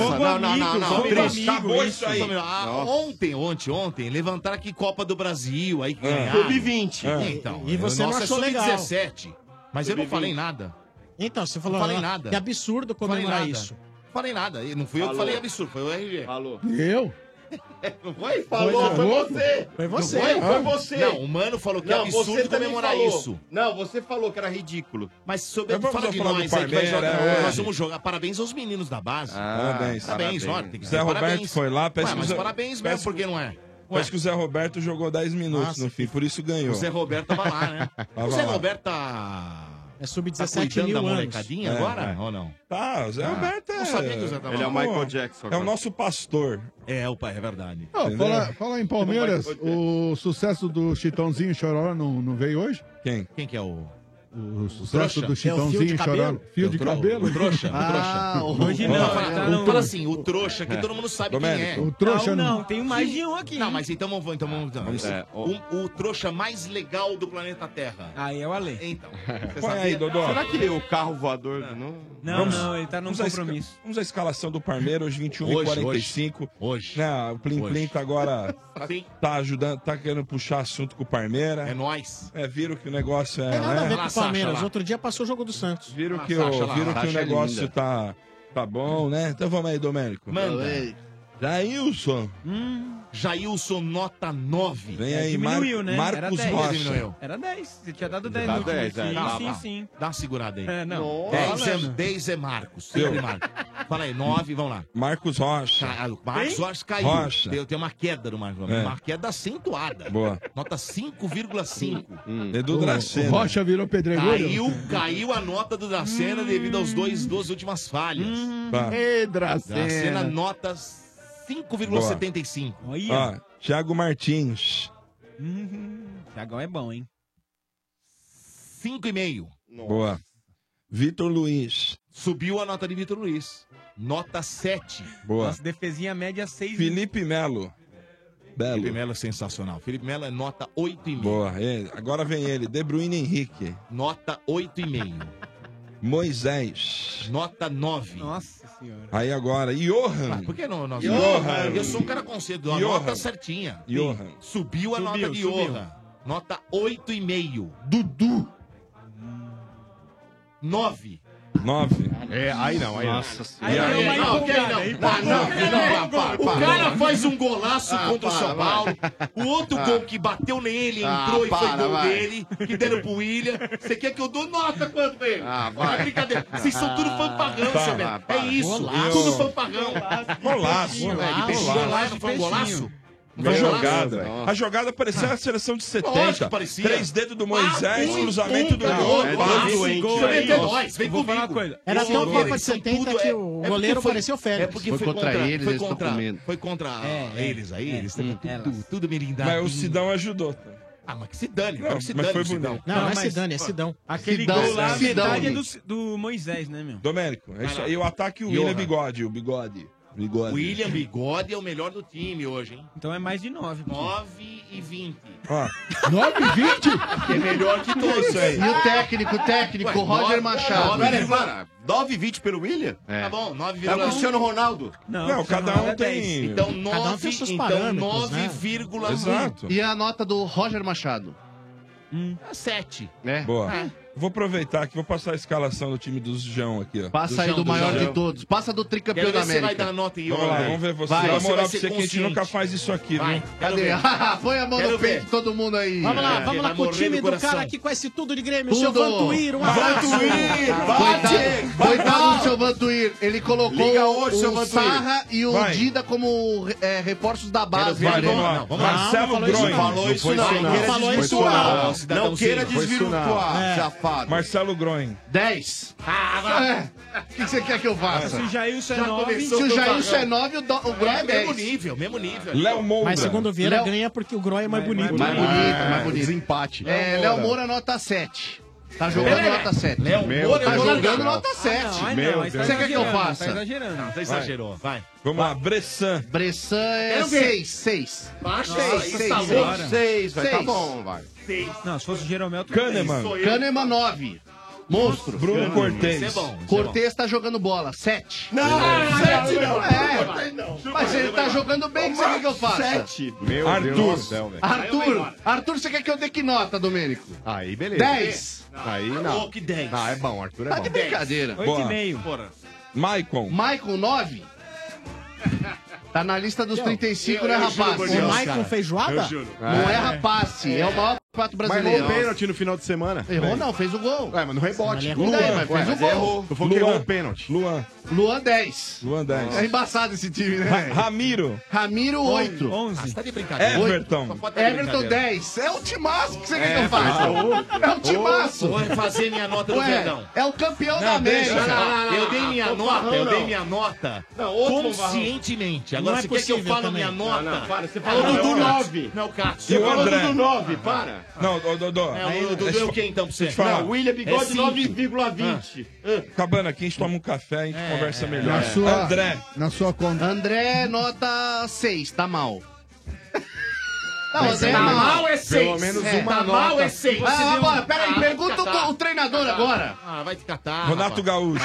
[SPEAKER 13] um
[SPEAKER 15] Não, não, não, não.
[SPEAKER 13] Acabou Tá isso aí.
[SPEAKER 15] Ah,
[SPEAKER 13] Nossa.
[SPEAKER 15] Ontem, ontem, ontem, levantaram aqui Copa do Brasil,
[SPEAKER 13] É.
[SPEAKER 15] aí ganhar.
[SPEAKER 5] Sub-20.
[SPEAKER 15] É, Então,
[SPEAKER 5] E você
[SPEAKER 15] o
[SPEAKER 5] não
[SPEAKER 15] nosso é
[SPEAKER 5] achou legal.
[SPEAKER 15] sub-17. Mas eu não
[SPEAKER 5] Sub-20.
[SPEAKER 15] falei nada.
[SPEAKER 5] Então, você
[SPEAKER 15] Não
[SPEAKER 5] falou
[SPEAKER 15] falei
[SPEAKER 5] ah,
[SPEAKER 15] nada.
[SPEAKER 5] que absurdo comemorar
[SPEAKER 15] Falei nada.
[SPEAKER 5] isso.
[SPEAKER 15] Falei nada. Não fui eu que
[SPEAKER 5] Falou.
[SPEAKER 15] falei absurdo, foi o RG. Falou.
[SPEAKER 12] Eu?
[SPEAKER 15] [LAUGHS] Não foi?
[SPEAKER 10] Falou, foi
[SPEAKER 15] não.
[SPEAKER 10] você.
[SPEAKER 15] Foi você.
[SPEAKER 10] Não foi, foi
[SPEAKER 15] Ah.
[SPEAKER 10] você.
[SPEAKER 15] Não, o Mano falou que é absurdo
[SPEAKER 10] você também
[SPEAKER 15] comemorar
[SPEAKER 10] falou.
[SPEAKER 15] isso.
[SPEAKER 10] Não, você falou que era ridículo.
[SPEAKER 15] Mas sobre
[SPEAKER 10] Mas vamos
[SPEAKER 15] fala de
[SPEAKER 10] falar do
[SPEAKER 15] nós aí que vai
[SPEAKER 10] Palmeiras,
[SPEAKER 15] jogar.
[SPEAKER 10] é.
[SPEAKER 15] Nós vamos jogar. Parabéns aos meninos da base.
[SPEAKER 13] Ah, parabéns.
[SPEAKER 15] Parabéns, ó. Tem que
[SPEAKER 13] Zé
[SPEAKER 15] dizer
[SPEAKER 13] Roberto
[SPEAKER 15] parabéns.
[SPEAKER 13] foi lá, parece
[SPEAKER 15] Ué,
[SPEAKER 13] que
[SPEAKER 15] mas
[SPEAKER 13] o Zé-
[SPEAKER 15] parabéns
[SPEAKER 13] parece
[SPEAKER 15] mesmo, porque não é? Ué,
[SPEAKER 13] Parece que o Zé Roberto jogou 10 minutos
[SPEAKER 15] Nossa.
[SPEAKER 13] no fim, por isso ganhou.
[SPEAKER 15] o Zé Roberto tava lá, né?
[SPEAKER 13] [LAUGHS] Tava
[SPEAKER 15] o Zé
[SPEAKER 13] lá.
[SPEAKER 15] Roberto tá...
[SPEAKER 5] É
[SPEAKER 15] tá
[SPEAKER 5] sub-17
[SPEAKER 15] cuidando
[SPEAKER 5] mil
[SPEAKER 15] da
[SPEAKER 5] anos.
[SPEAKER 15] molecadinha
[SPEAKER 13] É,
[SPEAKER 15] agora,
[SPEAKER 13] é.
[SPEAKER 15] ou não?
[SPEAKER 13] Tá, o Zé Roberto é...
[SPEAKER 15] Ah. Não sabia que o Zé tava
[SPEAKER 12] Ele é o
[SPEAKER 13] Pô,
[SPEAKER 12] Michael Jackson
[SPEAKER 13] É o
[SPEAKER 12] agora.
[SPEAKER 13] nosso pastor.
[SPEAKER 15] É, o pai, é verdade.
[SPEAKER 12] Ó, fala, fala em Palmeiras, o sucesso do Chitãozinho e Chororó não, não veio hoje?
[SPEAKER 13] Quem?
[SPEAKER 15] Quem que é o...
[SPEAKER 12] O sucesso
[SPEAKER 15] trouxa? É
[SPEAKER 12] do
[SPEAKER 15] o fio de
[SPEAKER 12] Chitãozinho e Chororó.
[SPEAKER 15] cabelo?
[SPEAKER 12] Fio
[SPEAKER 15] É o
[SPEAKER 12] de
[SPEAKER 15] tro-
[SPEAKER 12] cabelo?
[SPEAKER 15] o trouxa, o trouxa. Hoje não, ele tá no- Fala assim, o trouxa, que todo mundo sabe quem é.
[SPEAKER 12] O trouxa
[SPEAKER 15] não,
[SPEAKER 12] não.
[SPEAKER 15] não, tem mais de um aqui. Não, mas então vamos... Então, vamos,
[SPEAKER 12] Vamos
[SPEAKER 15] é,
[SPEAKER 12] sim.
[SPEAKER 15] o, o trouxa mais legal do planeta Terra. Aí é o Ale. [LAUGHS] Então. você
[SPEAKER 13] Põe
[SPEAKER 15] sabia?
[SPEAKER 13] aí, Dodô.
[SPEAKER 15] Será que
[SPEAKER 13] o carro voador não...
[SPEAKER 15] Não, não, ele tá num
[SPEAKER 13] vamos à esca-
[SPEAKER 15] compromisso.
[SPEAKER 13] vamos à escalação do Parmeiro, hoje 21
[SPEAKER 15] Hoje,
[SPEAKER 13] h 45
[SPEAKER 15] Hoje.
[SPEAKER 13] Não, o Plim
[SPEAKER 15] Hoje.
[SPEAKER 13] Plim tá agora...
[SPEAKER 15] Sim.
[SPEAKER 13] Tá ajudando, tá querendo puxar assunto com o Parmeira. É
[SPEAKER 15] nóis.
[SPEAKER 13] É, viram que o negócio é...
[SPEAKER 5] Tem nada a ver
[SPEAKER 13] né?
[SPEAKER 5] com o Palmeiras. Outro dia passou o jogo do Santos.
[SPEAKER 13] Viram que, o, viram que o
[SPEAKER 15] é
[SPEAKER 13] negócio tá, tá bom, né? Então vamos aí, Domênico.
[SPEAKER 15] Manda.
[SPEAKER 13] Jailson.
[SPEAKER 5] Hum.
[SPEAKER 15] Jailson, nota 9.
[SPEAKER 13] Vem
[SPEAKER 14] É,
[SPEAKER 13] aí, É, Mar-
[SPEAKER 14] né?
[SPEAKER 13] Marcos Rocha.
[SPEAKER 14] Era 10. Você tinha dado 10
[SPEAKER 15] Dá
[SPEAKER 14] no último.
[SPEAKER 15] 10, é,
[SPEAKER 14] sim,
[SPEAKER 13] Tá,
[SPEAKER 15] dá,
[SPEAKER 14] sim,
[SPEAKER 15] dá.
[SPEAKER 14] sim.
[SPEAKER 15] Dá uma segurada aí.
[SPEAKER 14] É, não. Nossa.
[SPEAKER 15] 10 é,
[SPEAKER 14] Falando.
[SPEAKER 15] 10 é Marcos.
[SPEAKER 13] Deu.
[SPEAKER 15] Sempre Marcos. Fala aí, 9, vamos lá. ah,
[SPEAKER 13] Marcos Rocha.
[SPEAKER 15] Marcos
[SPEAKER 13] Quem?
[SPEAKER 15] Rocha caiu.
[SPEAKER 13] Rocha.
[SPEAKER 15] Tem, tem uma queda no Marcos Rocha.
[SPEAKER 13] É.
[SPEAKER 15] Uma queda acentuada.
[SPEAKER 13] Boa. Hum,
[SPEAKER 15] Nota 5,5.
[SPEAKER 13] Edu
[SPEAKER 12] O
[SPEAKER 13] Dracena.
[SPEAKER 12] Rocha virou pedregulho.
[SPEAKER 15] Caiu, caiu a nota do Dracena devido aos dois, duas últimas falhas.
[SPEAKER 13] Tá.
[SPEAKER 12] Ê, Dracena.
[SPEAKER 15] Dracena, nota 5,75.
[SPEAKER 13] Ó, Thiago Martins.
[SPEAKER 14] Thiagão é bom, hein?
[SPEAKER 15] 5,5.
[SPEAKER 13] Boa. Vitor Luiz.
[SPEAKER 15] Subiu a nota de Vitor Luiz. Nota 7.
[SPEAKER 13] Boa.
[SPEAKER 15] Nossa,
[SPEAKER 14] defesinha média 6.
[SPEAKER 13] Felipe Melo. Belo.
[SPEAKER 15] Felipe Melo é sensacional. Felipe Melo é nota 8,5.
[SPEAKER 13] Boa. E Agora vem ele. De Bruyne Henrique.
[SPEAKER 15] Nota 8,5.
[SPEAKER 13] Moisés.
[SPEAKER 15] Nota Ah, 9.
[SPEAKER 14] Nossa senhora.
[SPEAKER 13] Aí agora, Johan.
[SPEAKER 15] Por que não? não
[SPEAKER 13] Johan.
[SPEAKER 15] Eu sou um cara conceitual. A
[SPEAKER 13] Johan.
[SPEAKER 15] nota certinha.
[SPEAKER 13] Johan.
[SPEAKER 15] Subiu a
[SPEAKER 13] Subiu,
[SPEAKER 15] nota de
[SPEAKER 13] subiu.
[SPEAKER 15] Johan. Nota 8,5. Dudu. 9.
[SPEAKER 13] 9.
[SPEAKER 8] É, aí não, aí
[SPEAKER 15] Nossa
[SPEAKER 8] não. E aí?
[SPEAKER 15] Não, ok, não. Pá, não, não, pá, pá, pá. O cara faz um golaço
[SPEAKER 8] Ah,
[SPEAKER 15] contra o
[SPEAKER 8] para,
[SPEAKER 15] São
[SPEAKER 8] vai.
[SPEAKER 15] Paulo. O outro
[SPEAKER 8] Ah.
[SPEAKER 15] gol que bateu nele,
[SPEAKER 8] Ah,
[SPEAKER 15] entrou e foi
[SPEAKER 8] para,
[SPEAKER 15] gol
[SPEAKER 8] vai.
[SPEAKER 15] dele, que deram pro William. Você quer que eu dou nota quanto pra ele?
[SPEAKER 8] Ah, vai.
[SPEAKER 15] É brincadeira. Vocês são tudo fanfarrão,
[SPEAKER 8] Tá,
[SPEAKER 15] seu
[SPEAKER 8] vai,
[SPEAKER 15] velho. É
[SPEAKER 8] para.
[SPEAKER 15] isso.
[SPEAKER 8] Golaço.
[SPEAKER 15] Tudo fanfarrão.
[SPEAKER 13] Golaço.
[SPEAKER 15] Golaço. Golaço. Não foi um golaço?
[SPEAKER 13] Uma
[SPEAKER 15] Golaço.
[SPEAKER 13] jogada.
[SPEAKER 15] Nossa.
[SPEAKER 13] A jogada parecia a seleção de 70.
[SPEAKER 15] Lógico que parecia.
[SPEAKER 13] Três dedos do Moisés,
[SPEAKER 15] Ah, um,
[SPEAKER 13] cruzamento
[SPEAKER 15] um,
[SPEAKER 13] do
[SPEAKER 15] cara,
[SPEAKER 13] outro.
[SPEAKER 15] é
[SPEAKER 13] dois.
[SPEAKER 15] doente,
[SPEAKER 13] Gol
[SPEAKER 15] é
[SPEAKER 13] aí,
[SPEAKER 15] doente.
[SPEAKER 13] ó.
[SPEAKER 15] Nós, vem
[SPEAKER 13] Eu vou
[SPEAKER 15] comigo.
[SPEAKER 13] falar uma coisa.
[SPEAKER 5] Era
[SPEAKER 13] Esse
[SPEAKER 5] até o
[SPEAKER 13] gol,
[SPEAKER 5] Copa de
[SPEAKER 13] eles são
[SPEAKER 5] 70
[SPEAKER 13] tudo-
[SPEAKER 5] que
[SPEAKER 13] é-
[SPEAKER 5] o
[SPEAKER 13] é
[SPEAKER 5] goleiro
[SPEAKER 13] porque foi-
[SPEAKER 5] pareceu
[SPEAKER 15] É
[SPEAKER 5] Félix.
[SPEAKER 15] porque foi, contra, eles, foi contra, foi contra eles aí, eles estavam tudo, tudo merindado.
[SPEAKER 13] Mas o Sidão ajudou.
[SPEAKER 15] Ah, mas que se dane,
[SPEAKER 13] Não,
[SPEAKER 15] cara, que se
[SPEAKER 13] mas
[SPEAKER 15] dane
[SPEAKER 13] foi
[SPEAKER 15] o Sidão.
[SPEAKER 13] bonito.
[SPEAKER 5] Não, não, é Sidane, é Sidão.
[SPEAKER 14] Aquele
[SPEAKER 13] Sidão,
[SPEAKER 14] gol lá,
[SPEAKER 10] Então-
[SPEAKER 13] Sidão.
[SPEAKER 14] metade é do, do Moisés, né, meu?
[SPEAKER 13] Domênico, é isso aí. E o ataque, o
[SPEAKER 14] Johan.
[SPEAKER 13] William Bigode. O Bigode. Bigode.
[SPEAKER 15] William Bigode é o melhor do time hoje, hein?
[SPEAKER 14] Então é mais de 9.
[SPEAKER 15] 9 e 20.
[SPEAKER 13] Ó.
[SPEAKER 12] 9 e 20?
[SPEAKER 15] É melhor que todos.
[SPEAKER 12] Isso aí.
[SPEAKER 10] E o técnico, o técnico,
[SPEAKER 15] Ué,
[SPEAKER 10] Roger
[SPEAKER 15] nove-
[SPEAKER 10] Machado.
[SPEAKER 15] nove vírgula-
[SPEAKER 10] 9 e 20 pelo William?
[SPEAKER 15] Tá bom, 9
[SPEAKER 10] É o Cristiano Ronaldo?
[SPEAKER 15] Não, Não, cada Cristiano um Ronaldo é tem- 10. Então,
[SPEAKER 10] Cada um tem
[SPEAKER 15] nove-
[SPEAKER 10] seus
[SPEAKER 15] então,
[SPEAKER 10] parâmetros, né?
[SPEAKER 15] 9,1. Exato.
[SPEAKER 10] E a nota do Roger Machado?
[SPEAKER 15] Tá 7.
[SPEAKER 10] Né?
[SPEAKER 13] Boa. Vou aproveitar aqui, vou passar a escalação do time do Jão aqui, ó.
[SPEAKER 10] Passa aí
[SPEAKER 13] Jão,
[SPEAKER 10] do maior
[SPEAKER 13] Jão.
[SPEAKER 10] de todos. Passa do tricampeão
[SPEAKER 15] Quero
[SPEAKER 10] da
[SPEAKER 15] ver se
[SPEAKER 10] América.
[SPEAKER 15] vai dar nota em
[SPEAKER 13] Vamos lá,
[SPEAKER 15] Vai.
[SPEAKER 13] vamos ver você.
[SPEAKER 10] Vai,
[SPEAKER 13] Dá
[SPEAKER 10] você vai
[SPEAKER 13] moral pra
[SPEAKER 10] ser
[SPEAKER 13] você que a gente
[SPEAKER 10] consciente.
[SPEAKER 13] nunca faz isso aqui, viu?
[SPEAKER 10] Cadê? [LAUGHS] Põe a mão
[SPEAKER 13] Quero
[SPEAKER 10] no
[SPEAKER 13] ver.
[SPEAKER 10] peito de todo mundo aí.
[SPEAKER 5] Vamos
[SPEAKER 10] tá
[SPEAKER 5] lá, vamos lá com o time do cara
[SPEAKER 10] que
[SPEAKER 5] que conhece tudo de Grêmio,
[SPEAKER 10] Tudo.
[SPEAKER 5] seu Vantuir, um abraço.
[SPEAKER 10] Vantuir, Coitado, coitado do seu Vantuir. Ele colocou
[SPEAKER 5] Liga hoje, seu
[SPEAKER 10] o
[SPEAKER 5] Vantuir.
[SPEAKER 10] Sarra e o
[SPEAKER 5] Vai.
[SPEAKER 10] Dida como é, reforços da base.
[SPEAKER 13] Vai,
[SPEAKER 10] né?
[SPEAKER 13] vamos lá. Marcelo Groen.
[SPEAKER 10] Falou isso não.
[SPEAKER 13] Não
[SPEAKER 10] queira
[SPEAKER 13] falou isso
[SPEAKER 10] desvirtuar.
[SPEAKER 13] não.
[SPEAKER 10] Não queira
[SPEAKER 13] Foi isso
[SPEAKER 10] desvirtuar,
[SPEAKER 13] não. É.
[SPEAKER 10] safado.
[SPEAKER 13] Marcelo Groen.
[SPEAKER 10] 10.
[SPEAKER 15] Ah,
[SPEAKER 8] É.
[SPEAKER 10] É, O que que você quer que eu faça?
[SPEAKER 13] Se o
[SPEAKER 14] Jailson
[SPEAKER 13] é
[SPEAKER 10] Já
[SPEAKER 13] nove,
[SPEAKER 10] começou
[SPEAKER 13] se o
[SPEAKER 10] todo
[SPEAKER 13] Jailson
[SPEAKER 10] cagão.
[SPEAKER 13] é nove,
[SPEAKER 10] o, do, o Groen é 10.
[SPEAKER 15] mesmo nível, mesmo nível.
[SPEAKER 13] Léo Moura.
[SPEAKER 5] Mas segundo o Vieira,
[SPEAKER 10] Léo-
[SPEAKER 5] ganha porque o Groy é mais bonito.
[SPEAKER 10] mais bonito, mais bonito.
[SPEAKER 5] Desempate.
[SPEAKER 10] É, Léo Moura É, nota 7. Tá jogando
[SPEAKER 17] Pelé.
[SPEAKER 10] nota 7.
[SPEAKER 17] Léo
[SPEAKER 10] Meu
[SPEAKER 17] Moura
[SPEAKER 10] Deus.
[SPEAKER 17] tá jogando
[SPEAKER 10] Não.
[SPEAKER 17] nota 7.
[SPEAKER 10] Ah, não, aí
[SPEAKER 17] Meu
[SPEAKER 10] não, aí
[SPEAKER 17] Deus.
[SPEAKER 10] tá
[SPEAKER 17] Você quer que eu
[SPEAKER 5] É,
[SPEAKER 10] exagerando,
[SPEAKER 17] faça?
[SPEAKER 10] tá exagerando.
[SPEAKER 17] Não, você
[SPEAKER 10] Vai.
[SPEAKER 17] exagerou, vai.
[SPEAKER 13] Vamos lá, Bressan.
[SPEAKER 10] Bressan é
[SPEAKER 17] Era o quê?
[SPEAKER 10] 6, 6.
[SPEAKER 17] Baixa
[SPEAKER 10] Seis,
[SPEAKER 17] aí,
[SPEAKER 10] seis,
[SPEAKER 17] tá
[SPEAKER 10] seis,
[SPEAKER 17] bom.
[SPEAKER 10] seis, vai, tá
[SPEAKER 17] Seis.
[SPEAKER 10] bom, vai.
[SPEAKER 14] Não, se fosse o Jeromel... tu-
[SPEAKER 10] Kahneman.
[SPEAKER 14] Sou eu.
[SPEAKER 10] Kahneman 9.
[SPEAKER 17] é
[SPEAKER 10] Monstro.
[SPEAKER 14] Bruno
[SPEAKER 10] Kahneman.
[SPEAKER 14] Cortez.
[SPEAKER 10] Isso é bom, isso é
[SPEAKER 14] Cortez
[SPEAKER 10] bom. tá jogando bola. 7.
[SPEAKER 17] Não, sete não.
[SPEAKER 10] É,
[SPEAKER 17] Cortez não.
[SPEAKER 10] Mas ele tá jogando bem, você quer que eu faça?
[SPEAKER 17] Sete.
[SPEAKER 10] Meu
[SPEAKER 17] Arthur.
[SPEAKER 10] Deus do céu, velho.
[SPEAKER 17] Arthur.
[SPEAKER 10] Arthur, Arthur, você quer que eu dê que nota, Domênico?
[SPEAKER 17] Aí,
[SPEAKER 10] beleza.
[SPEAKER 17] 10.
[SPEAKER 10] Aí
[SPEAKER 17] não.
[SPEAKER 10] que 10.
[SPEAKER 17] Não, é bom, Arthur é
[SPEAKER 10] Tá
[SPEAKER 17] bom.
[SPEAKER 10] de brincadeira.
[SPEAKER 17] Dez. Oito e meio.
[SPEAKER 10] Bora.
[SPEAKER 13] Maicon.
[SPEAKER 10] Maicon, 9. Tá na lista dos 35,
[SPEAKER 17] eu-
[SPEAKER 10] né,
[SPEAKER 17] eu juro
[SPEAKER 10] rapaz?
[SPEAKER 17] por Deus, O Maicon cara. feijoada? Eu juro.
[SPEAKER 10] Não é,
[SPEAKER 17] É.
[SPEAKER 10] rapaz, é. o maior quatro
[SPEAKER 4] Mas
[SPEAKER 10] brasileiro.
[SPEAKER 4] errou o pênalti no final de semana.
[SPEAKER 10] Errou não, fez o gol.
[SPEAKER 4] É, mas no rebote.
[SPEAKER 10] Mas ele errou. Daí, mas fez o gol.
[SPEAKER 4] Eu falei que errou
[SPEAKER 10] Luan.
[SPEAKER 4] o pênalti.
[SPEAKER 13] Luan.
[SPEAKER 10] Luan 10.
[SPEAKER 13] Luan 10.
[SPEAKER 10] É embaçado esse time, né?
[SPEAKER 13] Ra- Ramiro.
[SPEAKER 10] Ramiro 8.
[SPEAKER 14] 11.
[SPEAKER 10] tá de
[SPEAKER 13] brincadeira. Everton.
[SPEAKER 10] Oito. Everton 10. É o timaço que você quer que eu
[SPEAKER 13] É,
[SPEAKER 10] faça.
[SPEAKER 13] ô,
[SPEAKER 10] É o timaço.
[SPEAKER 13] ô, vai
[SPEAKER 3] fazer minha nota do
[SPEAKER 10] Ué,
[SPEAKER 3] Verdão.
[SPEAKER 10] É o campeão
[SPEAKER 3] Não,
[SPEAKER 10] da
[SPEAKER 3] deixa,
[SPEAKER 10] América.
[SPEAKER 3] não, não, não, Eu dei minha
[SPEAKER 10] Tô
[SPEAKER 3] nota,
[SPEAKER 10] falando,
[SPEAKER 3] eu dei
[SPEAKER 10] não.
[SPEAKER 3] minha nota
[SPEAKER 10] Não, outro
[SPEAKER 3] conscientemente.
[SPEAKER 10] Não
[SPEAKER 3] Agora
[SPEAKER 10] é
[SPEAKER 3] você quer que eu
[SPEAKER 10] possível
[SPEAKER 3] fale a minha
[SPEAKER 10] também.
[SPEAKER 3] nota?
[SPEAKER 10] Não, não, para, você
[SPEAKER 3] falou
[SPEAKER 10] falou
[SPEAKER 3] do
[SPEAKER 10] do
[SPEAKER 3] 9. Não, é Cássio.
[SPEAKER 13] E o André?
[SPEAKER 3] do 9, para.
[SPEAKER 13] Não, o Dodô.
[SPEAKER 3] É, o Dodô é o quê, então, pra você?
[SPEAKER 13] Deixa eu te falar.
[SPEAKER 3] Não, William Bigode,
[SPEAKER 13] cinco.
[SPEAKER 3] 9,20.
[SPEAKER 13] Ah. Acabando aqui, a gente toma um café, a gente
[SPEAKER 10] É,
[SPEAKER 13] conversa melhor. É.
[SPEAKER 12] Na sua,
[SPEAKER 13] André.
[SPEAKER 12] Na sua conta.
[SPEAKER 10] André, nota 6, tá mal. Não,
[SPEAKER 12] Mas
[SPEAKER 10] André
[SPEAKER 12] tá
[SPEAKER 10] mal.
[SPEAKER 12] mal é seis. Pelo menos uma
[SPEAKER 10] tá
[SPEAKER 12] nota.
[SPEAKER 10] mal é 6.
[SPEAKER 3] Você deu
[SPEAKER 10] Ah, agora,
[SPEAKER 3] um-
[SPEAKER 10] peraí,
[SPEAKER 3] Ah,
[SPEAKER 10] pergunta
[SPEAKER 3] tá, tá.
[SPEAKER 10] o, o treinador
[SPEAKER 3] Tá, tá.
[SPEAKER 10] agora.
[SPEAKER 3] Ah, vai te catar.
[SPEAKER 13] Renato Gaúcho.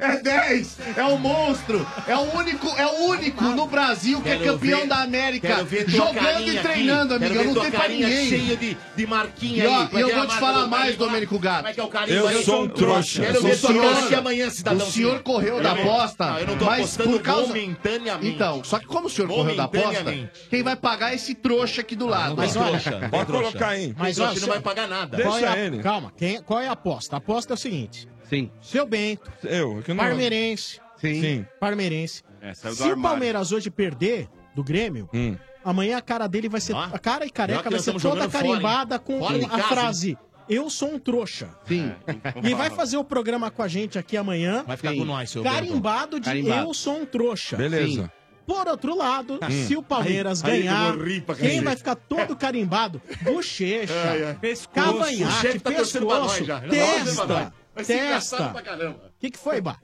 [SPEAKER 10] É 10, é o monstro, é o único, é o único no Brasil que é
[SPEAKER 3] Quero
[SPEAKER 10] campeão
[SPEAKER 3] ver-
[SPEAKER 10] da América,
[SPEAKER 3] quero ver tua
[SPEAKER 10] jogando
[SPEAKER 3] carinha
[SPEAKER 10] e
[SPEAKER 3] aqui.
[SPEAKER 10] treinando,
[SPEAKER 3] Quero
[SPEAKER 10] amiga,
[SPEAKER 3] ver
[SPEAKER 10] não
[SPEAKER 3] tua
[SPEAKER 10] tem pra
[SPEAKER 3] carinha
[SPEAKER 10] ninguém.
[SPEAKER 3] cheia de, de marquinha
[SPEAKER 10] E ó,
[SPEAKER 3] aí.
[SPEAKER 10] e eu vou te falar mais,
[SPEAKER 3] Domênico
[SPEAKER 10] Gato.
[SPEAKER 3] Como é que é o carinho?
[SPEAKER 10] Eu
[SPEAKER 3] Aí,
[SPEAKER 10] sou um
[SPEAKER 3] então,
[SPEAKER 10] trouxa.
[SPEAKER 3] Quero
[SPEAKER 10] O
[SPEAKER 3] ver tua cara
[SPEAKER 10] senhor-
[SPEAKER 3] aqui amanhã, cidadão.
[SPEAKER 10] o senhor correu da aposta,
[SPEAKER 3] Não, Ah, eu não tô
[SPEAKER 10] mas
[SPEAKER 3] apostando
[SPEAKER 10] por causa-
[SPEAKER 3] momentaneamente.
[SPEAKER 10] Então, só que como o senhor correu da aposta,
[SPEAKER 3] Momentaneamente. Ah,
[SPEAKER 10] quem vai pagar é esse trouxa aqui do lado.
[SPEAKER 5] Mas olha,
[SPEAKER 3] Pode colocar aí.
[SPEAKER 5] Mas
[SPEAKER 3] O
[SPEAKER 5] olha,
[SPEAKER 3] trouxa não vai pagar nada.
[SPEAKER 5] Qual
[SPEAKER 3] Deixa
[SPEAKER 5] é a-
[SPEAKER 3] ele.
[SPEAKER 5] Calma, quem, qual é a aposta? A aposta é o seguinte.
[SPEAKER 10] Sim.
[SPEAKER 5] Seu Bento.
[SPEAKER 13] Eu, que não-
[SPEAKER 5] Parmeirense.
[SPEAKER 13] Sim. Sim.
[SPEAKER 5] Parmeirense.
[SPEAKER 13] É,
[SPEAKER 5] Se
[SPEAKER 13] saiu do
[SPEAKER 5] o
[SPEAKER 13] armário.
[SPEAKER 5] Palmeiras hoje perder do Grêmio, amanhã a cara dele vai ser. A cara
[SPEAKER 3] Pior
[SPEAKER 5] e
[SPEAKER 3] que
[SPEAKER 5] careca vai
[SPEAKER 3] nós
[SPEAKER 5] ser
[SPEAKER 3] estamos
[SPEAKER 5] toda
[SPEAKER 3] jogando fora,
[SPEAKER 5] carimbada
[SPEAKER 3] hein?
[SPEAKER 5] com
[SPEAKER 3] Fora de
[SPEAKER 5] a
[SPEAKER 3] casa, hein?
[SPEAKER 5] frase. Eu sou um trouxa.
[SPEAKER 10] Sim.
[SPEAKER 3] [LAUGHS]
[SPEAKER 5] E vai fazer o programa com a gente aqui amanhã.
[SPEAKER 3] Vai ficar
[SPEAKER 5] Sim.
[SPEAKER 3] com nós, seu
[SPEAKER 5] Carimbado
[SPEAKER 3] Bento.
[SPEAKER 5] de
[SPEAKER 3] Carimbado.
[SPEAKER 5] eu sou um trouxa.
[SPEAKER 3] Beleza.
[SPEAKER 5] Sim. Por outro lado,
[SPEAKER 3] Hum.
[SPEAKER 5] se o Palmeiras
[SPEAKER 3] Aí- aí eu
[SPEAKER 5] ganhar,
[SPEAKER 3] vou rir pra
[SPEAKER 5] quem
[SPEAKER 3] cacete.
[SPEAKER 5] vai ficar todo carimbado? Bochecha,
[SPEAKER 3] É, é. O
[SPEAKER 5] cavanhaque,
[SPEAKER 3] chefe tá torcendo pra nós
[SPEAKER 5] pescoço,
[SPEAKER 3] já. Não, torcendo pra nós.
[SPEAKER 5] testa,
[SPEAKER 3] Vai ser engraçado
[SPEAKER 5] testa.
[SPEAKER 3] pra caramba.
[SPEAKER 5] O que, que foi, Bá?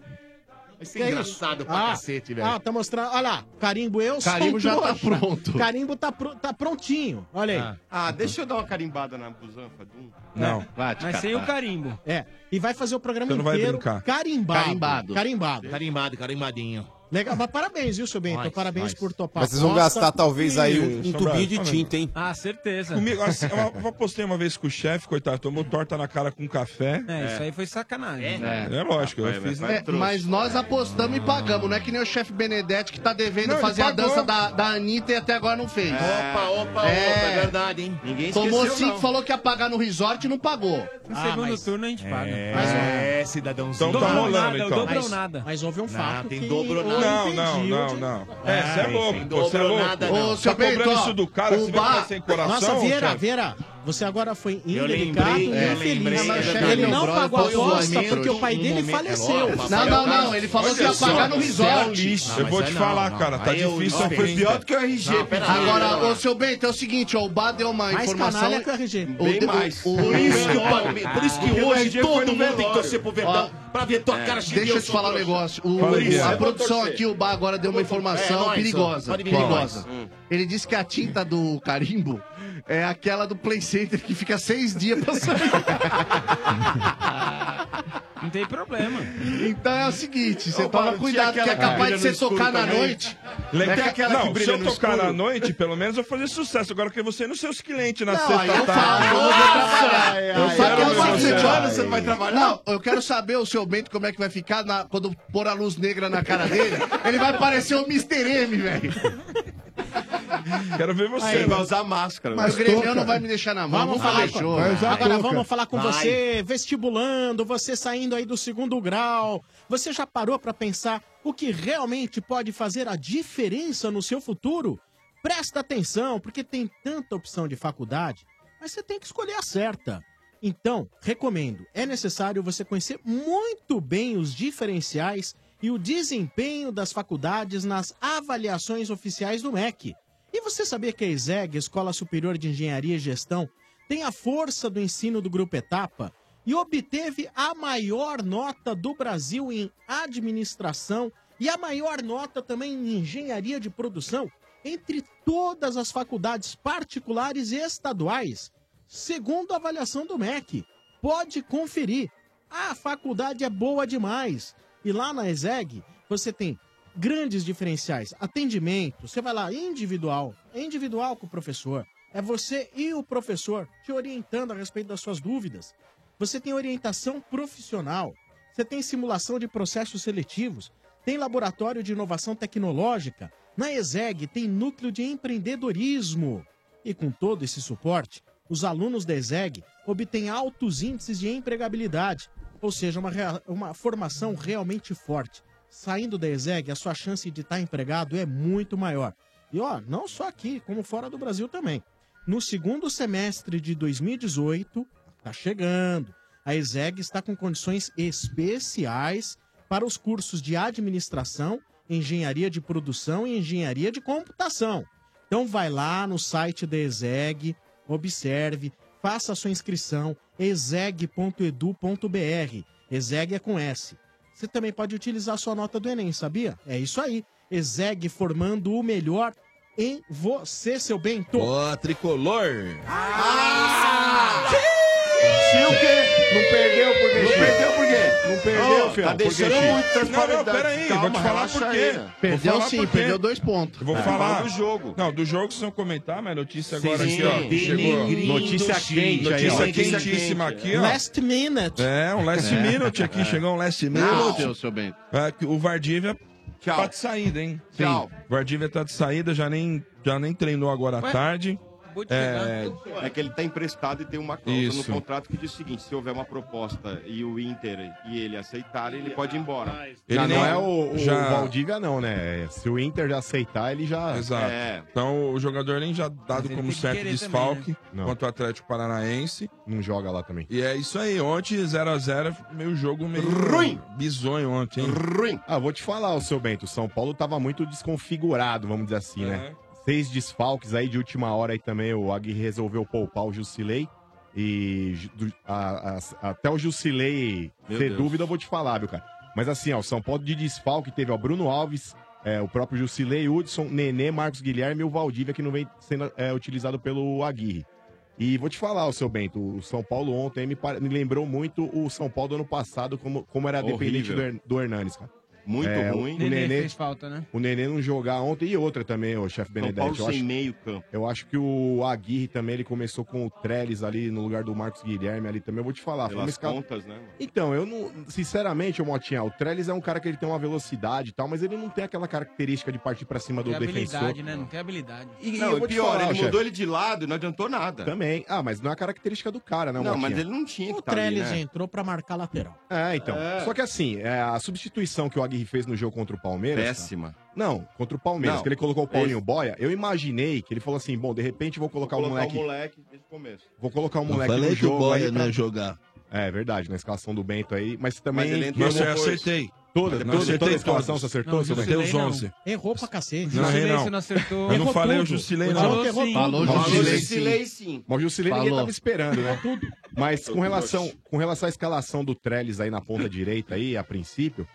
[SPEAKER 3] Vai ser
[SPEAKER 5] Que é
[SPEAKER 3] engraçado
[SPEAKER 5] isso?
[SPEAKER 3] pra cacete, velho.
[SPEAKER 5] Ah, tá mostrando. Olha lá, carimbo eu sou
[SPEAKER 10] Carimbo
[SPEAKER 5] um
[SPEAKER 10] já tá
[SPEAKER 5] trouxa.
[SPEAKER 10] pronto.
[SPEAKER 5] Carimbo tá, pro- tá prontinho, olha aí.
[SPEAKER 3] Ah, deixa eu dar uma carimbada na busanfa.
[SPEAKER 8] um.
[SPEAKER 13] Não.
[SPEAKER 10] É, Vai
[SPEAKER 5] Mas sem o
[SPEAKER 3] carimbo.
[SPEAKER 5] É, e vai fazer o programa
[SPEAKER 3] Você não vai
[SPEAKER 5] inteiro
[SPEAKER 3] brincar.
[SPEAKER 5] carimbado.
[SPEAKER 3] Carimbado.
[SPEAKER 10] É.
[SPEAKER 5] Carimbado.
[SPEAKER 3] Carimbado, carimbadinho.
[SPEAKER 5] Legal, mas parabéns, viu, seu Bento? parabéns por topar.
[SPEAKER 9] Mas vocês vão
[SPEAKER 5] a aposta.
[SPEAKER 9] gastar talvez aí um, um
[SPEAKER 13] Isso,
[SPEAKER 9] tubinho de
[SPEAKER 13] Brás,
[SPEAKER 9] tinta, hein?
[SPEAKER 14] Ah, certeza.
[SPEAKER 13] Comigo, assim, eu, eu postei uma vez com o chefe, coitado, tomou torta na cara com um café.
[SPEAKER 14] É, isso aí foi sacanagem.
[SPEAKER 13] É, lógico, eu fiz.
[SPEAKER 10] É, mas nós apostamos e pagamos, não é que nem o chefe Benedetti que tá devendo
[SPEAKER 13] Não, ele
[SPEAKER 10] fazer a
[SPEAKER 13] pagou. É.
[SPEAKER 10] dança da, da Anitta e até agora não fez.
[SPEAKER 3] É. Opa, opa, opa, é verdade, hein? Ninguém
[SPEAKER 10] Tomou
[SPEAKER 3] esqueceu,
[SPEAKER 10] cinco,
[SPEAKER 3] não. Ah,
[SPEAKER 10] falou que ia pagar no resort e não pagou.
[SPEAKER 14] No
[SPEAKER 10] Ah,
[SPEAKER 14] segundo turno
[SPEAKER 10] [LAUGHS]
[SPEAKER 14] a gente paga.
[SPEAKER 3] É, cidadãozinho.
[SPEAKER 14] Então tá
[SPEAKER 3] Dobrou
[SPEAKER 14] rolando,
[SPEAKER 3] nada,
[SPEAKER 14] então.
[SPEAKER 3] dobrou
[SPEAKER 14] Mas-
[SPEAKER 3] nada.
[SPEAKER 5] Mas houve um fato.
[SPEAKER 3] tem
[SPEAKER 5] que
[SPEAKER 3] dobro
[SPEAKER 5] eu
[SPEAKER 13] Ah, nada.
[SPEAKER 5] entendi
[SPEAKER 13] Não, não,
[SPEAKER 5] onde-
[SPEAKER 13] não, não. É, cê é louco, pô, cê é louco. Ô,
[SPEAKER 5] não.
[SPEAKER 13] seu Tá cobrando Bento, ó, isso do cara, o você vê que Bar- tá sem coração,
[SPEAKER 5] Nossa, Vera,
[SPEAKER 13] chefe?
[SPEAKER 5] Vera, você agora foi
[SPEAKER 13] Eu
[SPEAKER 5] indelicado
[SPEAKER 13] lembrei,
[SPEAKER 5] e
[SPEAKER 13] é, lembrei,
[SPEAKER 5] infeliz.
[SPEAKER 13] é
[SPEAKER 5] Ele,
[SPEAKER 13] verdade.
[SPEAKER 5] não
[SPEAKER 13] Meu
[SPEAKER 5] pagou a
[SPEAKER 13] brother, foi o
[SPEAKER 5] aposta
[SPEAKER 13] momento,
[SPEAKER 5] porque o pai
[SPEAKER 13] um
[SPEAKER 5] dele
[SPEAKER 13] momento,
[SPEAKER 5] faleceu.
[SPEAKER 13] é lógico,
[SPEAKER 10] Não, não, não, ele falou
[SPEAKER 13] Olha
[SPEAKER 10] que ia
[SPEAKER 13] só,
[SPEAKER 10] pagar no
[SPEAKER 13] isso é um
[SPEAKER 10] resort.
[SPEAKER 13] lixo. Eu vou te falar, cara, tá
[SPEAKER 8] é
[SPEAKER 13] difícil a oferta. Não, pera aí,
[SPEAKER 10] Agora,
[SPEAKER 13] pera
[SPEAKER 10] ô
[SPEAKER 13] lá.
[SPEAKER 10] seu Bento, é o seguinte, ó, o Bar deu uma
[SPEAKER 5] Mais
[SPEAKER 10] informação.
[SPEAKER 5] canalha que o RG.
[SPEAKER 10] O-
[SPEAKER 3] Bem
[SPEAKER 10] o-
[SPEAKER 3] mais.
[SPEAKER 10] o-
[SPEAKER 3] Por isso que eu
[SPEAKER 10] Ah,
[SPEAKER 3] pago- por isso que
[SPEAKER 10] porque o
[SPEAKER 3] hoje
[SPEAKER 10] RG
[SPEAKER 3] todo
[SPEAKER 10] foi no
[SPEAKER 3] mundo tem que
[SPEAKER 10] velório.
[SPEAKER 3] torcer pro Verdão,
[SPEAKER 10] Ó,
[SPEAKER 3] pra ver
[SPEAKER 15] É.
[SPEAKER 3] tua cara cheia de
[SPEAKER 10] Deixa
[SPEAKER 3] eu
[SPEAKER 10] eu te
[SPEAKER 3] sou
[SPEAKER 10] falar um
[SPEAKER 3] trouxa.
[SPEAKER 10] negócio. O-
[SPEAKER 3] Fala, Guilherme.
[SPEAKER 10] a
[SPEAKER 3] Eu vou
[SPEAKER 10] produção
[SPEAKER 3] torcer.
[SPEAKER 10] aqui, o Bar agora deu uma
[SPEAKER 3] É,
[SPEAKER 10] informação
[SPEAKER 3] nós,
[SPEAKER 10] perigosa.
[SPEAKER 3] pode vir,
[SPEAKER 10] Perigosa.
[SPEAKER 3] nós. Hum.
[SPEAKER 10] Ele disse que a tinta do carimbo é aquela do Play Center que fica seis dias pra
[SPEAKER 3] [LAUGHS]
[SPEAKER 10] sair.
[SPEAKER 14] Não tem
[SPEAKER 13] [LAUGHS]
[SPEAKER 14] problema.
[SPEAKER 10] Então é o seguinte, você
[SPEAKER 14] Ô,
[SPEAKER 10] toma
[SPEAKER 14] Paulo,
[SPEAKER 10] cuidado
[SPEAKER 14] tinha
[SPEAKER 10] que é
[SPEAKER 14] aquela
[SPEAKER 10] capaz
[SPEAKER 14] que
[SPEAKER 10] de
[SPEAKER 14] brilha
[SPEAKER 10] você
[SPEAKER 14] no escuro
[SPEAKER 10] tocar na
[SPEAKER 14] também.
[SPEAKER 10] noite.
[SPEAKER 13] Lembra-
[SPEAKER 10] É aquela que
[SPEAKER 13] não,
[SPEAKER 10] brilha
[SPEAKER 13] se eu
[SPEAKER 10] no
[SPEAKER 13] tocar
[SPEAKER 10] escuro?
[SPEAKER 13] na noite, pelo menos eu vou fazer sucesso. Agora que você nos seus clientes Então na
[SPEAKER 10] Não, aí eu
[SPEAKER 13] sexta-tarde.
[SPEAKER 10] falo, eu vou trabalhar. Eu
[SPEAKER 13] quero
[SPEAKER 10] só quero
[SPEAKER 13] meu
[SPEAKER 10] saber-
[SPEAKER 13] sucesso.
[SPEAKER 10] Não, eu quero saber o seu Bento como é que vai ficar na- quando pôr a luz negra na cara dele. Ele vai parecer o Mr. M, velho.
[SPEAKER 13] Quero ver você.
[SPEAKER 10] Aí,
[SPEAKER 13] né?
[SPEAKER 10] vai usar máscara, Mas o velho. Grêmio não vai me deixar na mão,
[SPEAKER 5] Vamos
[SPEAKER 10] nunca
[SPEAKER 5] falar
[SPEAKER 10] deixou,
[SPEAKER 5] com-
[SPEAKER 10] vai usar
[SPEAKER 5] Agora
[SPEAKER 10] touca.
[SPEAKER 5] vamos falar com
[SPEAKER 10] Vai.
[SPEAKER 5] você, vestibulando, você saindo aí do segundo grau. Você já parou para pensar o que realmente pode fazer a diferença no seu futuro? Presta atenção, porque tem tanta opção de faculdade, mas você tem que escolher a certa. Então, recomendo, é necessário você conhecer muito bem os diferenciais e o desempenho das faculdades nas avaliações oficiais do MEC. E você sabia que a ESEG, Escola Superior de Engenharia e Gestão, tem a força do ensino do Grupo Etapa e obteve a maior nota do Brasil em administração e a maior nota também em engenharia de produção entre todas as faculdades particulares e estaduais, segundo a avaliação do MEC. Pode conferir. A faculdade é boa demais. E lá na ESEG, você tem grandes diferenciais. Atendimento, você vai lá individual, é individual com o professor. É você e o professor te orientando a respeito das suas dúvidas. Você tem orientação profissional, você tem simulação de processos seletivos, tem laboratório de inovação tecnológica, na ESEG tem núcleo de empreendedorismo. E com todo esse suporte, os alunos da ESEG obtêm altos índices de empregabilidade, ou seja, uma, rea- uma formação realmente forte. Saindo da ESEG, a sua chance de estar empregado é muito maior. E ó, não só aqui, como fora do Brasil também. No segundo semestre de 2018, está tá chegando. A ESEG está com condições especiais para os cursos de administração, engenharia de produção e engenharia de computação. Então vai lá no site da ESEG, observe, faça a sua inscrição, exeg.edu.br. ESEG é com S. Você também pode utilizar a sua nota do Enem, sabia? É isso aí. ESEG formando o melhor em você, seu Bento.
[SPEAKER 18] Ó, tricolor.
[SPEAKER 17] Se o quê? Não perdeu por quê? Não perdeu por quê?
[SPEAKER 13] Não
[SPEAKER 17] perdeu,
[SPEAKER 13] Ô,
[SPEAKER 17] Fiel,
[SPEAKER 13] Tá
[SPEAKER 17] por quê,
[SPEAKER 13] deixando
[SPEAKER 17] Chico?
[SPEAKER 13] muito
[SPEAKER 17] Não,
[SPEAKER 13] transparente.
[SPEAKER 17] não, peraí, vou te falar por quê.
[SPEAKER 13] Perdeu sim, perdeu
[SPEAKER 10] dois pontos.
[SPEAKER 13] Eu vou
[SPEAKER 17] É,
[SPEAKER 13] falar
[SPEAKER 17] fala do
[SPEAKER 13] jogo. Não, do jogo vocês vão comentar, mas notícia agora
[SPEAKER 17] Sim,
[SPEAKER 13] aqui, ó.
[SPEAKER 17] sim.
[SPEAKER 13] Chegou.
[SPEAKER 17] Denegrindo Notícia
[SPEAKER 13] Sim,
[SPEAKER 17] quente aí, ó.
[SPEAKER 13] Notícia
[SPEAKER 17] Notícia
[SPEAKER 13] quentíssima
[SPEAKER 17] quente,
[SPEAKER 13] aqui, ó.
[SPEAKER 5] Last minute.
[SPEAKER 13] É, um last
[SPEAKER 18] É.
[SPEAKER 13] minute aqui.
[SPEAKER 18] É.
[SPEAKER 13] Chegou um last minute.
[SPEAKER 18] Não, seu- seu Bento.
[SPEAKER 13] É, que o Vardívia tá de saída, hein?
[SPEAKER 18] Sim. Tchau.
[SPEAKER 13] O Vardívia tá de saída, já nem, já nem treinou agora
[SPEAKER 8] Ué,
[SPEAKER 13] à tarde.
[SPEAKER 8] acabou de
[SPEAKER 13] É,
[SPEAKER 8] É que ele está emprestado e tem uma cláusula
[SPEAKER 13] Isso.
[SPEAKER 8] no contrato que diz o seguinte: se houver uma proposta e o Inter e ele aceitarem, ele pode ir embora.
[SPEAKER 4] Ele não, é o, o
[SPEAKER 13] já-
[SPEAKER 4] Valdívia, não, né? Se o Inter já aceitar, ele já. É.
[SPEAKER 13] Exato. Então o jogador nem já dado como certo
[SPEAKER 4] querer
[SPEAKER 13] desfalque
[SPEAKER 4] também, né? Não.
[SPEAKER 13] quanto ao Atlético Paranaense.
[SPEAKER 4] Não joga lá também.
[SPEAKER 13] E é isso aí. Ontem 0x0, meio jogo meio. Ruim! Bizonho ontem, hein?
[SPEAKER 4] Ruim. Ah, vou te falar, o seu Bento. O São Paulo tava muito desconfigurado, vamos dizer assim, né?
[SPEAKER 13] É.
[SPEAKER 4] Seis desfalques aí de última hora aí também. O Aguirre resolveu poupar o Jusilei. E ju- do- a- a- até o Jusilei
[SPEAKER 18] Meu
[SPEAKER 4] ter
[SPEAKER 18] Deus.
[SPEAKER 4] dúvida, eu vou te falar, viu, cara? Mas assim, ó, o São Paulo de desfalque teve ó, Bruno Alves, é, o próprio Jusilei, Hudson, Nenê, Marcos Guilherme e o Valdívia, que não vem sendo é, utilizado pelo Aguirre. E vou te falar, o seu Bento, o São Paulo ontem me, pare- me lembrou muito o São Paulo do ano passado, como, como era dependente
[SPEAKER 8] Horrível.
[SPEAKER 4] do, Her- do Hernanes, cara.
[SPEAKER 8] Muito
[SPEAKER 4] É,
[SPEAKER 8] ruim.
[SPEAKER 4] O Nenê,
[SPEAKER 14] falta, né?
[SPEAKER 4] o Nenê não jogar ontem e outra também, o chefe
[SPEAKER 8] São Paulo
[SPEAKER 4] Benedetti. Eu
[SPEAKER 8] sem
[SPEAKER 4] acho,
[SPEAKER 8] meio campo.
[SPEAKER 4] eu acho que o Aguirre também, ele começou com o Trellis ali no lugar do Marcos Guilherme ali também. Eu vou te falar, Ah, foi uma
[SPEAKER 8] Pelas
[SPEAKER 4] escala-
[SPEAKER 8] contas, né? mano?
[SPEAKER 4] então, eu não. Sinceramente, ô Motinha, o Trellis é um cara que ele tem uma velocidade e tal, mas ele não tem aquela característica de partir pra cima do
[SPEAKER 14] Tem
[SPEAKER 4] defensor.
[SPEAKER 14] habilidade, né? Não tem habilidade.
[SPEAKER 4] E- e
[SPEAKER 8] Não,
[SPEAKER 4] eu
[SPEAKER 8] e
[SPEAKER 4] vou te
[SPEAKER 8] pior,
[SPEAKER 4] falar,
[SPEAKER 8] ele
[SPEAKER 4] chefe.
[SPEAKER 8] mudou ele de lado e não adiantou nada.
[SPEAKER 4] Também. Ah, mas não é a característica do cara, né,
[SPEAKER 8] Não,
[SPEAKER 4] Motinha?
[SPEAKER 8] mas ele não tinha que
[SPEAKER 4] O
[SPEAKER 8] tá ali,
[SPEAKER 4] Trellis,
[SPEAKER 8] né?
[SPEAKER 4] gente.
[SPEAKER 5] Entrou pra marcar lateral.
[SPEAKER 4] É, então.
[SPEAKER 8] É.
[SPEAKER 4] Só que assim, é, a substituição que o Aguirre fez no jogo contra o Palmeiras. cara-
[SPEAKER 8] Péssima.
[SPEAKER 4] Não, contra o Palmeiras,
[SPEAKER 8] Não.
[SPEAKER 4] que ele colocou o Paulinho
[SPEAKER 8] Esse-
[SPEAKER 4] Boia. Eu imaginei que ele falou assim: bom, de repente vou colocar,
[SPEAKER 8] Colocar
[SPEAKER 4] o moleque.
[SPEAKER 8] desde o começo.
[SPEAKER 4] Vou colocar o
[SPEAKER 8] Eu
[SPEAKER 4] moleque
[SPEAKER 18] falei
[SPEAKER 4] no
[SPEAKER 18] que o
[SPEAKER 4] jogo.
[SPEAKER 18] Boia
[SPEAKER 4] aí
[SPEAKER 18] não
[SPEAKER 4] pra-
[SPEAKER 18] ia jogar.
[SPEAKER 4] É verdade, na escalação do Bento aí. Mas também.
[SPEAKER 18] Mas ele entrou Mas eu depois. acertei. Não
[SPEAKER 4] Toda, toda, toda
[SPEAKER 18] acertei
[SPEAKER 4] a escalação
[SPEAKER 18] todas.
[SPEAKER 4] você
[SPEAKER 18] Não,
[SPEAKER 4] acertou, seu
[SPEAKER 18] Jusilei
[SPEAKER 4] Bento?
[SPEAKER 18] não.
[SPEAKER 5] Errou pra cacete.
[SPEAKER 4] Não, errei, não. Eu não
[SPEAKER 5] Errou
[SPEAKER 4] falei,
[SPEAKER 5] tudo.
[SPEAKER 4] eu jusilei, não.
[SPEAKER 5] Falou que
[SPEAKER 4] Falou
[SPEAKER 5] errou
[SPEAKER 4] sim.
[SPEAKER 5] tudo.
[SPEAKER 4] Falou
[SPEAKER 5] Falou
[SPEAKER 4] jusilei
[SPEAKER 5] sim.
[SPEAKER 4] sim.
[SPEAKER 8] sim.
[SPEAKER 4] Mas o Jusilei ninguém
[SPEAKER 5] Falou.
[SPEAKER 4] tava esperando, né? Mas com relação, com relação à escalação do Trellis aí na ponta direita aí, a princípio,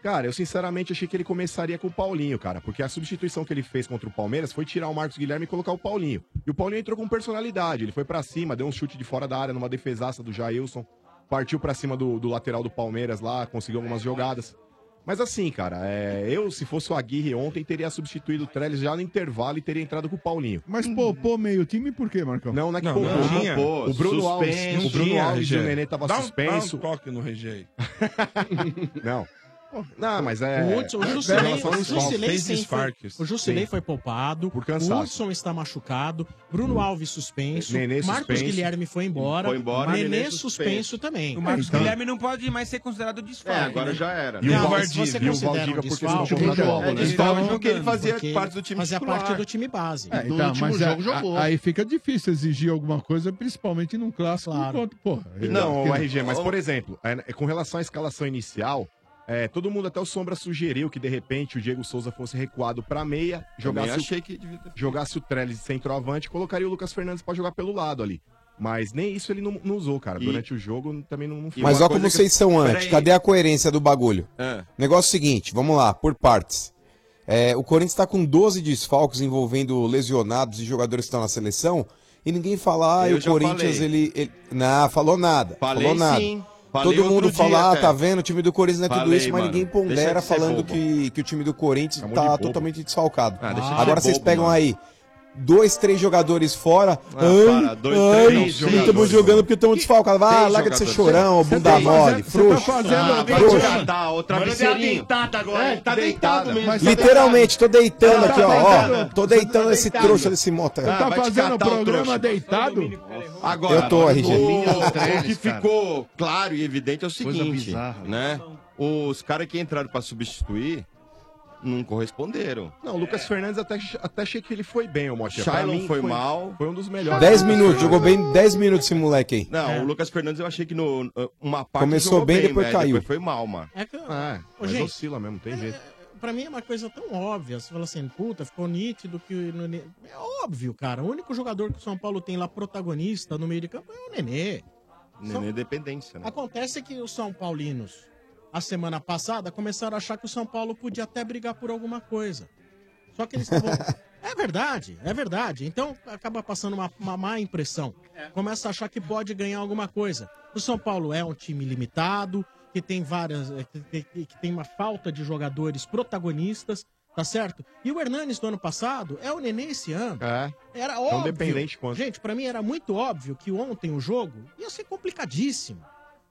[SPEAKER 4] cara, eu sinceramente achei que ele começaria com o Paulinho, cara, porque a substituição que ele fez contra o Palmeiras foi tirar o Marcos Guilherme e colocar o Paulinho. E o Paulinho entrou com personalidade, ele foi pra cima, deu um chute de fora da área numa defesaça do Jailson, partiu pra cima do, do lateral do Palmeiras lá, conseguiu algumas jogadas. Mas assim, cara, é, eu, se fosse o Aguirre ontem, teria substituído o Trellis já no intervalo e teria entrado com o Paulinho.
[SPEAKER 12] Mas
[SPEAKER 8] Uhum.
[SPEAKER 12] poupou meio time por quê, Marcão?
[SPEAKER 4] Não, não é que
[SPEAKER 12] Não,
[SPEAKER 4] poupou.
[SPEAKER 12] não
[SPEAKER 4] não
[SPEAKER 12] tinha.
[SPEAKER 4] poupou. O Bruno Alves, o Bruno
[SPEAKER 12] tinha,
[SPEAKER 4] Alves e o
[SPEAKER 12] Rogério.
[SPEAKER 4] Nenê tava
[SPEAKER 13] Dá um-
[SPEAKER 4] suspenso.
[SPEAKER 13] Dá um toque no rejeito.
[SPEAKER 4] Não. Não, mas é.
[SPEAKER 5] O, Hudson, o
[SPEAKER 4] é,
[SPEAKER 5] Jusilei,
[SPEAKER 4] relação
[SPEAKER 5] o
[SPEAKER 4] aos falsos.
[SPEAKER 5] Jusilei
[SPEAKER 4] Fez
[SPEAKER 5] sim, foi,
[SPEAKER 4] desfarques.
[SPEAKER 5] o Jusilei
[SPEAKER 4] Sim.
[SPEAKER 5] foi poupado.
[SPEAKER 4] Por
[SPEAKER 5] o
[SPEAKER 4] cansaço.
[SPEAKER 5] Hudson está machucado. Bruno Alves suspenso.
[SPEAKER 4] Nenê
[SPEAKER 5] Marcos
[SPEAKER 4] suspenso.
[SPEAKER 5] Guilherme foi embora.
[SPEAKER 4] Foi embora,
[SPEAKER 5] Nenê,
[SPEAKER 4] Nenê
[SPEAKER 5] suspenso.
[SPEAKER 4] suspenso
[SPEAKER 5] também. Então.
[SPEAKER 14] O Marcos Guilherme não pode mais ser considerado desfalque.
[SPEAKER 8] É,
[SPEAKER 14] né?
[SPEAKER 8] agora já era.
[SPEAKER 14] E o
[SPEAKER 5] se você
[SPEAKER 14] Valdívia, e
[SPEAKER 5] considera um
[SPEAKER 14] o Valdívia por
[SPEAKER 5] desfalque,
[SPEAKER 14] questão de contrato,
[SPEAKER 5] então,
[SPEAKER 14] né? Desfalque
[SPEAKER 5] então,
[SPEAKER 14] porque ele fazia
[SPEAKER 5] porque
[SPEAKER 14] parte do time
[SPEAKER 5] Fazia
[SPEAKER 14] titular.
[SPEAKER 5] parte do time base.
[SPEAKER 12] É, então, mas a- a- aí fica difícil exigir alguma coisa, principalmente num clássico. Enquanto, porra, eu-
[SPEAKER 4] Não,
[SPEAKER 12] que-
[SPEAKER 4] o RG, mas por exemplo, é, com relação à escalação inicial, é, todo mundo até o Sombra sugeriu que de repente o Diego Souza fosse recuado pra meia, jogasse,
[SPEAKER 8] Também achei
[SPEAKER 4] o, jogasse o Trellis de centroavante e colocaria o Lucas Fernandes pra jogar pelo lado ali. Mas nem isso ele não, não usou, cara.
[SPEAKER 9] E-
[SPEAKER 4] Durante o jogo também não, não foi.
[SPEAKER 9] Mas
[SPEAKER 4] Uma
[SPEAKER 9] ó
[SPEAKER 4] coisa
[SPEAKER 9] como
[SPEAKER 4] que-
[SPEAKER 9] vocês são antes.
[SPEAKER 4] Peraí.
[SPEAKER 9] Cadê a coerência do bagulho?
[SPEAKER 4] É.
[SPEAKER 9] Negócio seguinte, vamos lá, por partes. É, o Corinthians está com 12 desfalques envolvendo lesionados e jogadores que estão na seleção. E ninguém fala, ah,
[SPEAKER 4] Eu
[SPEAKER 9] o
[SPEAKER 4] já
[SPEAKER 9] Corinthians,
[SPEAKER 4] falei.
[SPEAKER 9] ele, ele. Não, falou nada.
[SPEAKER 4] Falei
[SPEAKER 9] falou nada.
[SPEAKER 4] sim. Falei
[SPEAKER 9] Todo mundo
[SPEAKER 4] outro dia
[SPEAKER 9] fala, ah,
[SPEAKER 4] até.
[SPEAKER 9] tá vendo, o time do Corinthians não é tudo
[SPEAKER 4] Falei,
[SPEAKER 9] isso, mas
[SPEAKER 4] mano.
[SPEAKER 9] ninguém
[SPEAKER 4] Deixa
[SPEAKER 9] pondera
[SPEAKER 4] de ser
[SPEAKER 9] falando
[SPEAKER 4] bobo.
[SPEAKER 9] que, que o time do Corinthians
[SPEAKER 4] Chamou de
[SPEAKER 9] tá
[SPEAKER 4] bobo.
[SPEAKER 9] totalmente desfalcado.
[SPEAKER 4] Ah, deixa de ser
[SPEAKER 9] Agora vocês
[SPEAKER 4] bobo,
[SPEAKER 9] pegam
[SPEAKER 4] mano.
[SPEAKER 9] aí. Dois, três jogadores fora.
[SPEAKER 4] Ah,
[SPEAKER 9] ai,
[SPEAKER 4] para, dois,
[SPEAKER 9] ai,
[SPEAKER 4] três
[SPEAKER 9] não
[SPEAKER 4] jogadores,
[SPEAKER 9] estamos jogando porque estamos desfalcados. Ah, larga de ser
[SPEAKER 4] é.
[SPEAKER 9] chorão,
[SPEAKER 17] tá
[SPEAKER 9] bunda tá mole, frouxo. Ah, frouxo.
[SPEAKER 8] outra
[SPEAKER 15] Mano,
[SPEAKER 8] vez.
[SPEAKER 15] deu a deitada agora. hein?
[SPEAKER 17] tá
[SPEAKER 15] deitado mesmo.
[SPEAKER 17] Mas
[SPEAKER 9] Literalmente, tô deitando
[SPEAKER 17] Tá
[SPEAKER 9] aqui, ó, ó.
[SPEAKER 17] deitando.
[SPEAKER 9] Tô deitando esse
[SPEAKER 17] deitado.
[SPEAKER 9] trouxa desse moto.
[SPEAKER 17] Você tá fazendo o
[SPEAKER 3] um
[SPEAKER 17] programa
[SPEAKER 12] deitado?
[SPEAKER 8] Agora,
[SPEAKER 9] Eu tô, RG.
[SPEAKER 8] O, o que
[SPEAKER 9] Treles, cara.
[SPEAKER 8] ficou claro e evidente é o
[SPEAKER 9] Coisa
[SPEAKER 8] seguinte,
[SPEAKER 9] bizarra.
[SPEAKER 8] né? Os caras que entraram pra substituir não corresponderam.
[SPEAKER 4] Não, o Lucas Fernandes até, até achei que ele foi bem, o Motinha. Pra
[SPEAKER 8] Shailon
[SPEAKER 4] mim,
[SPEAKER 8] foi mal.
[SPEAKER 4] Foi um dos melhores.
[SPEAKER 9] 10 minutos, jogou bem 10 minutos esse moleque aí.
[SPEAKER 8] Não, o Lucas Fernandes eu achei que no, uma parte
[SPEAKER 9] Começou
[SPEAKER 8] jogou
[SPEAKER 9] bem, depois
[SPEAKER 8] velho,
[SPEAKER 9] caiu.
[SPEAKER 8] Depois foi mal, mano.
[SPEAKER 5] É que eu-
[SPEAKER 4] Ah,
[SPEAKER 5] Ô,
[SPEAKER 4] mas
[SPEAKER 5] gente,
[SPEAKER 4] oscila mesmo, tem jeito.
[SPEAKER 5] Pra mim é uma coisa tão óbvia. Você fala assim, puta, ficou nítido que. o Nenê- É óbvio, cara. O único jogador que o São Paulo tem lá protagonista no meio de campo é o Nenê.
[SPEAKER 8] Nenê dependência, né?
[SPEAKER 5] Acontece que os São Paulinos, a semana passada, começaram a achar que o São Paulo podia até brigar por alguma coisa. Só que eles estavam. é verdade, é verdade. Então acaba passando uma, uma má impressão. Começa a achar que pode ganhar alguma coisa. O São Paulo é um time limitado, que tem várias. eh, que- que- que- que tem uma falta de jogadores protagonistas, tá certo? E o Hernanes do ano passado é o Nenê esse ano. Era
[SPEAKER 4] um
[SPEAKER 5] óbvio.
[SPEAKER 4] dependente quanto.
[SPEAKER 5] Gente, pra mim era muito óbvio que ontem o jogo ia ser complicadíssimo.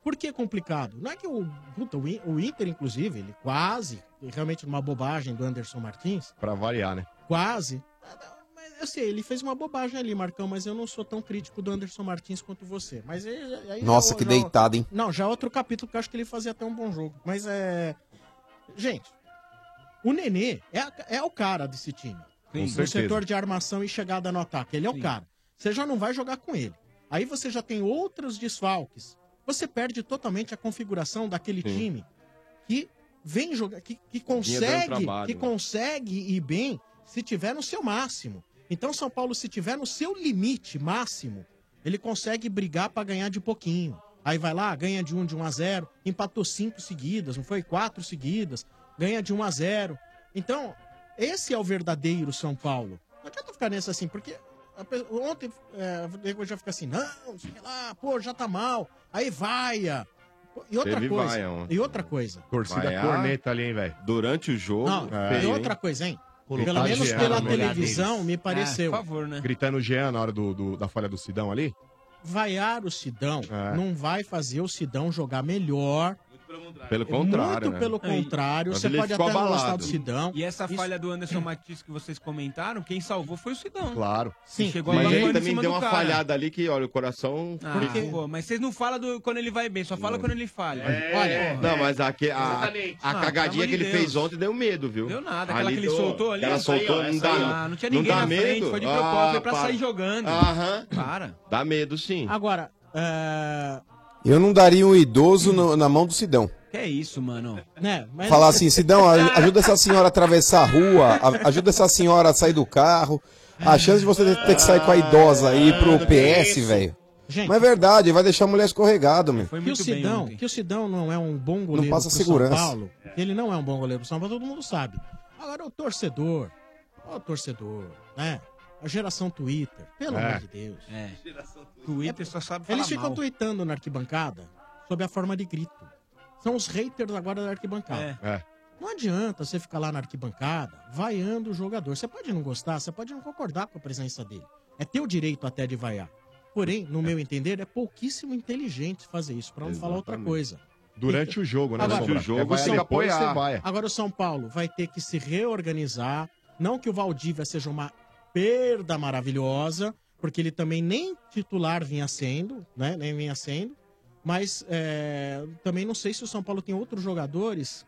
[SPEAKER 5] Por que complicado? Não é que o, puta, o In- o Inter, inclusive, ele quase, realmente numa bobagem do Anderson Martins,
[SPEAKER 4] Pra variar, né?
[SPEAKER 5] quase. Mas, Eu sei, ele fez uma bobagem ali, Marcão, mas eu não sou tão crítico do Anderson Martins quanto você. Mas aí- aí
[SPEAKER 9] Nossa,
[SPEAKER 5] já-
[SPEAKER 9] que
[SPEAKER 5] já-
[SPEAKER 9] deitado, hein?
[SPEAKER 5] Não, já é outro capítulo que eu acho que ele fazia até um bom jogo. Mas é. Gente, o Nenê é, a- é o cara desse time.
[SPEAKER 4] Com
[SPEAKER 5] no
[SPEAKER 4] certeza.
[SPEAKER 5] setor de armação e chegada no ataque. Ele é o cara. Você já não vai jogar com ele. Aí você já tem outros desfalques. Você perde totalmente a configuração daquele
[SPEAKER 19] Sim.
[SPEAKER 5] time que vem jogar, que, que
[SPEAKER 19] dando
[SPEAKER 5] consegue,
[SPEAKER 19] trabalho,
[SPEAKER 5] que
[SPEAKER 19] né?
[SPEAKER 5] consegue ir bem se tiver no seu máximo. Então São Paulo se tiver no seu limite máximo, ele consegue brigar pra ganhar de pouquinho. Aí vai lá, ganha de 1 de 1 a 0, empatou cinco seguidas, não foi quatro seguidas, ganha de 1 a 0. Então, esse é o verdadeiro São Paulo. Não adianta ficar nessa assim, porque a pe- ontem é, o nego já fica assim, não, não sei lá, pô, já tá mal. Aí vaia. E outra
[SPEAKER 8] Teve
[SPEAKER 5] coisa.
[SPEAKER 8] vaia ontem.
[SPEAKER 5] e outra coisa.
[SPEAKER 4] Torcida
[SPEAKER 8] Vaiar.
[SPEAKER 4] corneta ali, hein, velho.
[SPEAKER 8] Durante o jogo.
[SPEAKER 5] Não,
[SPEAKER 4] É.
[SPEAKER 5] e outra coisa, hein?
[SPEAKER 4] Colocar
[SPEAKER 5] Pelo menos
[SPEAKER 4] geral
[SPEAKER 5] pela
[SPEAKER 4] no lugar
[SPEAKER 5] televisão,
[SPEAKER 4] É,
[SPEAKER 5] me pareceu.
[SPEAKER 4] Gritando Jean na hora do, do- da falha do Sidão ali.
[SPEAKER 5] Vaiar o Sidão não vai fazer o Sidão jogar melhor.
[SPEAKER 4] Pelo contrário,
[SPEAKER 5] Muito
[SPEAKER 4] né?
[SPEAKER 5] pelo
[SPEAKER 14] Não, e-
[SPEAKER 5] contrário. Você pode até não gostar do Sidão.
[SPEAKER 14] E essa
[SPEAKER 5] Isso-
[SPEAKER 14] falha do Anderson Matisse que vocês comentaram, quem salvou foi o Sidão.
[SPEAKER 4] Claro.
[SPEAKER 14] Sim, chegou
[SPEAKER 8] mas
[SPEAKER 14] a
[SPEAKER 8] ele também deu uma falhada ali que, olha, o coração.
[SPEAKER 14] Ah, pô, mas vocês não falam do, quando ele vai bem, só fala quando ele falha.
[SPEAKER 8] Olha, É. não, mas a, que- a,
[SPEAKER 14] Exatamente.
[SPEAKER 8] a
[SPEAKER 14] Ah,
[SPEAKER 8] cagadinha
[SPEAKER 14] pelo amor
[SPEAKER 8] que ele
[SPEAKER 14] de
[SPEAKER 8] fez
[SPEAKER 14] Deus.
[SPEAKER 8] ontem deu medo, viu?
[SPEAKER 14] Deu nada, aquela que ele soltou ali,
[SPEAKER 8] Ela
[SPEAKER 14] essa aí,
[SPEAKER 8] soltou,
[SPEAKER 14] ó,
[SPEAKER 8] não
[SPEAKER 14] essa
[SPEAKER 8] dá.
[SPEAKER 14] aí, ó. Ah, não tinha ninguém
[SPEAKER 8] dá
[SPEAKER 14] na
[SPEAKER 8] medo. Ah,
[SPEAKER 14] frente, foi de propósito, foi pra
[SPEAKER 8] para.
[SPEAKER 14] sair jogando.
[SPEAKER 8] Aham.
[SPEAKER 14] Para.
[SPEAKER 8] Dá medo, sim.
[SPEAKER 5] Agora, é...
[SPEAKER 9] Eu não daria um idoso no- na mão do Sidão.
[SPEAKER 14] Que é isso, mano?
[SPEAKER 5] Né? Mas-
[SPEAKER 9] Falar assim, Sidão, a- ajuda essa senhora a atravessar a rua, a- ajuda essa senhora a sair do carro. A chance de você ter que sair com a idosa aí
[SPEAKER 17] Ah,
[SPEAKER 9] pro PS, velho.
[SPEAKER 5] Gente.
[SPEAKER 9] Mas é verdade, vai deixar a mulher escorregada, meu.
[SPEAKER 5] que, o Sidão, que o Sidão não é um bom goleiro
[SPEAKER 9] passa
[SPEAKER 5] pro
[SPEAKER 9] segurança.
[SPEAKER 5] São Paulo. Ele não é um bom goleiro pro São Paulo, todo mundo sabe. Agora, o torcedor, ó o torcedor, né? A geração Twitter, pelo
[SPEAKER 14] É.
[SPEAKER 5] amor de Deus.
[SPEAKER 14] É. Twitter só sabe falar
[SPEAKER 5] Eles ficam
[SPEAKER 14] mal.
[SPEAKER 5] tweetando na arquibancada sob a forma de grito. São os haters agora da arquibancada.
[SPEAKER 4] É.
[SPEAKER 5] Não adianta você ficar lá na arquibancada vaiando o jogador. Você pode não gostar, você pode não concordar com a presença dele. É teu direito até de vaiar. Porém, no meu entender, é pouquíssimo inteligente fazer isso, pra não falar outra
[SPEAKER 4] Exatamente.
[SPEAKER 5] coisa.
[SPEAKER 4] Durante o jogo, né,
[SPEAKER 5] Agora,
[SPEAKER 4] Sombra?
[SPEAKER 5] o jogo,
[SPEAKER 4] É, vai
[SPEAKER 5] você
[SPEAKER 4] ali, depois
[SPEAKER 5] apoiar.
[SPEAKER 4] você vai.
[SPEAKER 5] Agora o São Paulo vai ter que se reorganizar. Não que o Valdívia seja uma perda maravilhosa, porque ele também nem titular vinha sendo, né? Nem vinha sendo. Mas é, também não sei se o São Paulo tem outros jogadores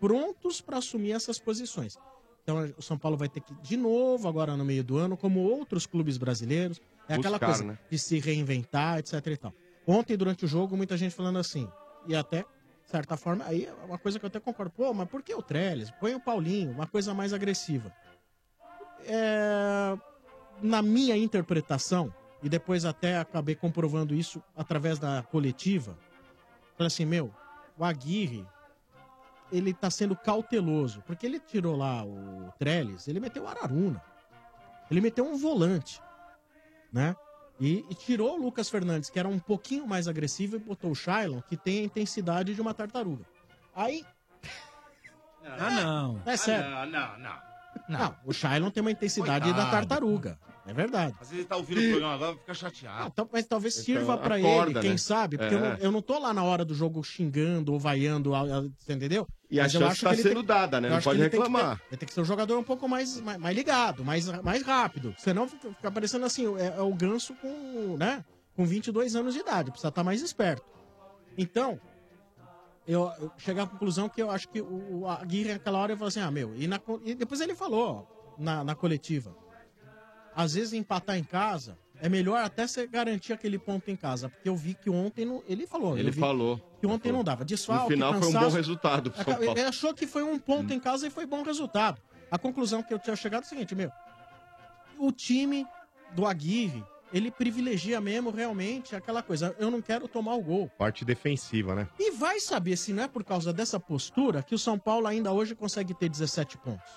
[SPEAKER 5] prontos para assumir essas posições. Então o São Paulo vai ter que, de novo, agora no meio do ano, como outros clubes brasileiros, é aquela
[SPEAKER 8] Buscar,
[SPEAKER 5] coisa
[SPEAKER 8] né?
[SPEAKER 5] de se reinventar, etc e tal. Ontem, durante o jogo, muita gente falando assim, e até, de certa forma, aí é uma coisa que eu até concordo, pô, mas por que o Trellis? Põe o Paulinho, uma coisa mais agressiva. É, Na minha interpretação, e depois até acabei comprovando isso através da coletiva. Falei assim, meu, o Aguirre, ele tá sendo cauteloso, porque ele tirou lá o Trellis, ele meteu o Araruna, ele meteu um volante, né? E, e tirou o Lucas Fernandes, que era um pouquinho mais agressivo, e botou o Shailon, que tem a intensidade de uma tartaruga. Aí...
[SPEAKER 14] Ah, não.
[SPEAKER 5] É sério.
[SPEAKER 3] Ah, não, não.
[SPEAKER 5] Não, o Shailon tem uma intensidade da
[SPEAKER 3] Coitado.
[SPEAKER 5] tartaruga. É verdade.
[SPEAKER 3] Às vezes ele tá ouvindo o programa agora, fica chateado.
[SPEAKER 5] Tal- Mas talvez
[SPEAKER 3] Então,
[SPEAKER 5] sirva pra
[SPEAKER 3] acorda,
[SPEAKER 5] ele,
[SPEAKER 3] né?
[SPEAKER 5] quem sabe, porque
[SPEAKER 3] É.
[SPEAKER 5] eu, não, eu não tô lá na hora do jogo xingando ou vaiando, a- a- você entendeu?
[SPEAKER 8] E a
[SPEAKER 5] Mas eu
[SPEAKER 8] chance
[SPEAKER 5] acho
[SPEAKER 8] tá
[SPEAKER 5] que ele
[SPEAKER 8] sendo dada, né?
[SPEAKER 5] eu
[SPEAKER 8] Não
[SPEAKER 5] acho
[SPEAKER 8] pode
[SPEAKER 5] que ele tem que
[SPEAKER 8] reclamar.
[SPEAKER 5] ter- Ele tem que ser um jogador um pouco mais, mais, mais ligado, mais, mais rápido. Senão fica fica parecendo assim, é, é o ganso com, né, com 22 anos de idade, precisa estar mais esperto. Então, eu, eu cheguei à conclusão que eu acho que o, o Aguirre, naquela hora, ele falou assim: ah, meu, e, na co- e depois ele falou ó, na, na coletiva: às vezes empatar em casa é melhor até você garantir aquele ponto em casa, porque eu vi que ontem não, ele falou.
[SPEAKER 8] Ele
[SPEAKER 5] eu vi
[SPEAKER 8] falou.
[SPEAKER 5] Que ontem não dava. Desfalque,
[SPEAKER 8] No final foi um
[SPEAKER 5] cansaço.
[SPEAKER 8] bom resultado pro São
[SPEAKER 5] Ele- Ele
[SPEAKER 8] Paulo. Hum.
[SPEAKER 5] achou que foi um ponto em casa e foi bom resultado. A conclusão que eu tinha chegado é o seguinte, meu, o time do Aguirre, ele privilegia mesmo realmente aquela coisa, eu não quero tomar o gol.
[SPEAKER 4] Parte defensiva, né?
[SPEAKER 5] E vai saber se não é por causa dessa postura que o São Paulo ainda hoje consegue ter 17 pontos.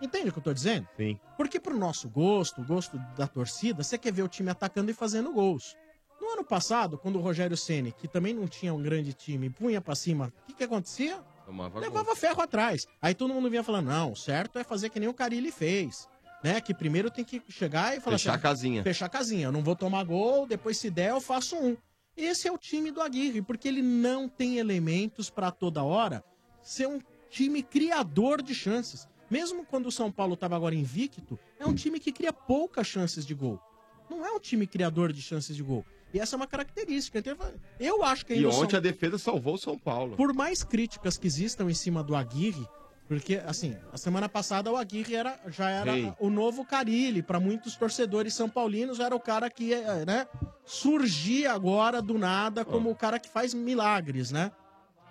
[SPEAKER 5] Entende o que eu tô dizendo?
[SPEAKER 4] Sim.
[SPEAKER 5] Porque pro nosso gosto, o gosto da torcida, você quer ver o time atacando e fazendo gols. No ano passado, quando o Rogério Ceni, que também não tinha um grande time, punha pra cima, o que que acontecia?
[SPEAKER 8] Tomava gol.
[SPEAKER 5] Levava ferro atrás. Aí todo mundo vinha falando, não, o certo é fazer que nem o Carilli fez. Né? Que primeiro tem que chegar e falar assim,
[SPEAKER 8] Fechar a casinha.
[SPEAKER 5] Fechar a casinha. Eu não vou tomar gol, depois se der eu faço um. Esse é o time do Aguirre, porque ele não tem elementos pra toda hora ser um time criador de chances. Mesmo quando o São Paulo estava agora invicto, é um time que cria poucas chances de gol. Não é um time criador de chances de gol. E essa é uma característica. Então, Eu acho que
[SPEAKER 8] E
[SPEAKER 5] ainda o São
[SPEAKER 8] ontem a defesa salvou o São Paulo.
[SPEAKER 5] por mais críticas que existam em cima do Aguirre, porque, assim, a semana passada o Aguirre era, já era
[SPEAKER 8] Rei.
[SPEAKER 5] o novo Carilli. Para muitos torcedores são paulinos, era o cara que eh, né, surgia agora do nada como o cara que faz milagres, né?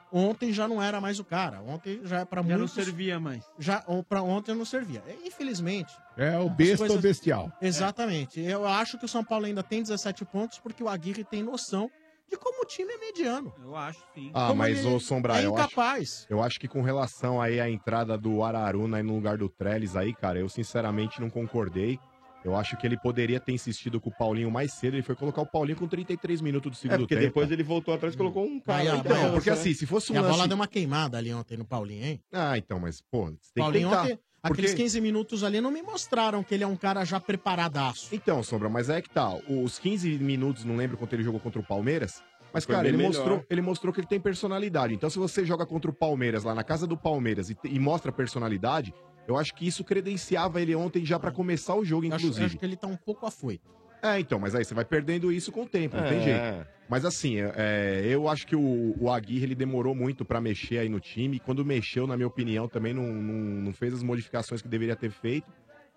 [SPEAKER 5] Ontem já não era mais o cara. Ontem já é para
[SPEAKER 14] Já
[SPEAKER 5] muitos...
[SPEAKER 14] não servia mais.
[SPEAKER 5] Já, para ontem não servia. Infelizmente,
[SPEAKER 12] É o
[SPEAKER 5] as
[SPEAKER 12] besta ou
[SPEAKER 5] coisas-
[SPEAKER 12] bestial.
[SPEAKER 14] É.
[SPEAKER 5] Exatamente. Eu acho que o São Paulo ainda tem 17 pontos porque o Aguirre tem noção de como o time é mediano.
[SPEAKER 14] Eu acho, sim.
[SPEAKER 4] Ah, mas ô Sombra,
[SPEAKER 5] é
[SPEAKER 4] eu acho,
[SPEAKER 5] incapaz.
[SPEAKER 4] eu acho que com relação aí à entrada do Araruna aí no lugar do Trellis aí, cara, eu sinceramente não concordei. Eu acho que ele poderia ter insistido com o Paulinho mais cedo, ele foi colocar o Paulinho com 33 minutos do segundo
[SPEAKER 8] É, porque
[SPEAKER 4] tempo.
[SPEAKER 8] depois ele voltou atrás e colocou um cara.
[SPEAKER 5] Aí, ó,
[SPEAKER 8] Então,
[SPEAKER 5] mas-
[SPEAKER 4] porque assim, se fosse um
[SPEAKER 5] E a bola
[SPEAKER 4] lance-
[SPEAKER 5] deu uma queimada ali ontem no Paulinho, hein?
[SPEAKER 4] Ah, então, mas pô, você tem
[SPEAKER 5] Paulinho,
[SPEAKER 4] que tentar.
[SPEAKER 5] ontem, aqueles 15 minutos ali não me mostraram que ele é um cara já preparadaço.
[SPEAKER 4] Então, Sombra, mas é que tá. Os 15 minutos, não lembro quanto ele jogou contra o Palmeiras. Mas,
[SPEAKER 8] Foi
[SPEAKER 4] cara,
[SPEAKER 8] bem
[SPEAKER 4] ele
[SPEAKER 8] melhor.
[SPEAKER 4] mostrou, ele mostrou que ele tem personalidade. Então, se você joga contra o Palmeiras, lá na casa do Palmeiras, e, te- e mostra personalidade, eu acho que isso credenciava ele ontem já pra começar o jogo,
[SPEAKER 5] Eu acho- eu
[SPEAKER 4] inclusive.
[SPEAKER 5] acho que ele tá um pouco afoito.
[SPEAKER 4] É, então, mas aí você vai perdendo isso com o tempo, não
[SPEAKER 12] É.
[SPEAKER 4] tem jeito. Mas assim, é, é, eu acho que o, o Aguirre ele demorou muito pra mexer aí no time. Quando mexeu, na minha opinião, também não, não- não fez as modificações que deveria ter feito.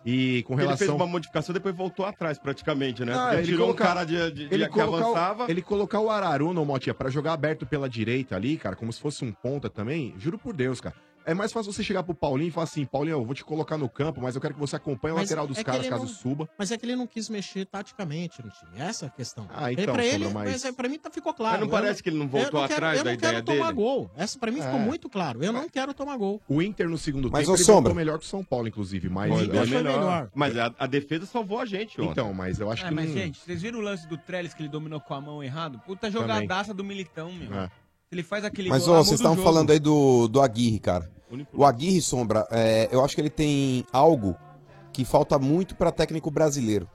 [SPEAKER 4] E com
[SPEAKER 8] Ele
[SPEAKER 4] relação.
[SPEAKER 8] fez uma modificação depois voltou atrás praticamente, né?
[SPEAKER 4] Ah,
[SPEAKER 8] Porque tirou
[SPEAKER 4] coloca-
[SPEAKER 8] um cara de, de- de-
[SPEAKER 4] ele
[SPEAKER 8] que
[SPEAKER 4] colocar o-
[SPEAKER 8] avançava.
[SPEAKER 4] Ele colocar o Araruna, ô, Motinha, é pra jogar aberto pela direita ali, cara, como se fosse um ponta também, juro por Deus, cara. É mais fácil você chegar pro Paulinho e falar assim, Paulinho, eu vou te colocar no campo, mas eu quero que você acompanhe o
[SPEAKER 5] Mas
[SPEAKER 4] lateral dos
[SPEAKER 5] é que
[SPEAKER 4] caras
[SPEAKER 5] ele
[SPEAKER 4] caso
[SPEAKER 5] não-
[SPEAKER 4] suba.
[SPEAKER 5] Mas é que ele não quis mexer taticamente no time. Essa é a questão.
[SPEAKER 4] Ah,
[SPEAKER 5] É
[SPEAKER 4] então,
[SPEAKER 5] pra ele,
[SPEAKER 4] Sombra, mas-
[SPEAKER 5] mas é- pra mim tá, ficou claro.
[SPEAKER 4] Mas não
[SPEAKER 5] Eu
[SPEAKER 4] parece que ele não voltou
[SPEAKER 5] eu quero-
[SPEAKER 4] atrás da
[SPEAKER 5] Eu
[SPEAKER 4] ideia
[SPEAKER 5] não quero tomar
[SPEAKER 4] dele?
[SPEAKER 5] gol. Essa pra mim ficou
[SPEAKER 4] É.
[SPEAKER 5] muito claro. Eu não quero tomar gol.
[SPEAKER 4] O Inter no segundo
[SPEAKER 9] Mas,
[SPEAKER 4] tempo
[SPEAKER 9] ô,
[SPEAKER 4] ele
[SPEAKER 9] Sombra-
[SPEAKER 4] voltou melhor que o São Paulo, inclusive. Mas
[SPEAKER 8] Foi bem é melhor.
[SPEAKER 4] Mas a, defesa salvou a gente,
[SPEAKER 8] ontem.
[SPEAKER 4] Então, mas eu acho
[SPEAKER 14] Ah,
[SPEAKER 4] que
[SPEAKER 14] mas,
[SPEAKER 4] não...
[SPEAKER 14] gente, vocês viram o lance do Trellis que ele dominou com a mão errado? Puta jogadaça do Militão, meu.
[SPEAKER 9] É.
[SPEAKER 14] Ele faz aquele
[SPEAKER 9] Mas,
[SPEAKER 14] gol
[SPEAKER 9] ó,
[SPEAKER 14] lá,
[SPEAKER 9] vocês
[SPEAKER 14] muda o
[SPEAKER 9] estavam
[SPEAKER 14] jogo.
[SPEAKER 9] falando aí do, do Aguirre, cara. O Aguirre, Sombra, é, eu acho que ele tem algo que falta muito pra técnico brasileiro.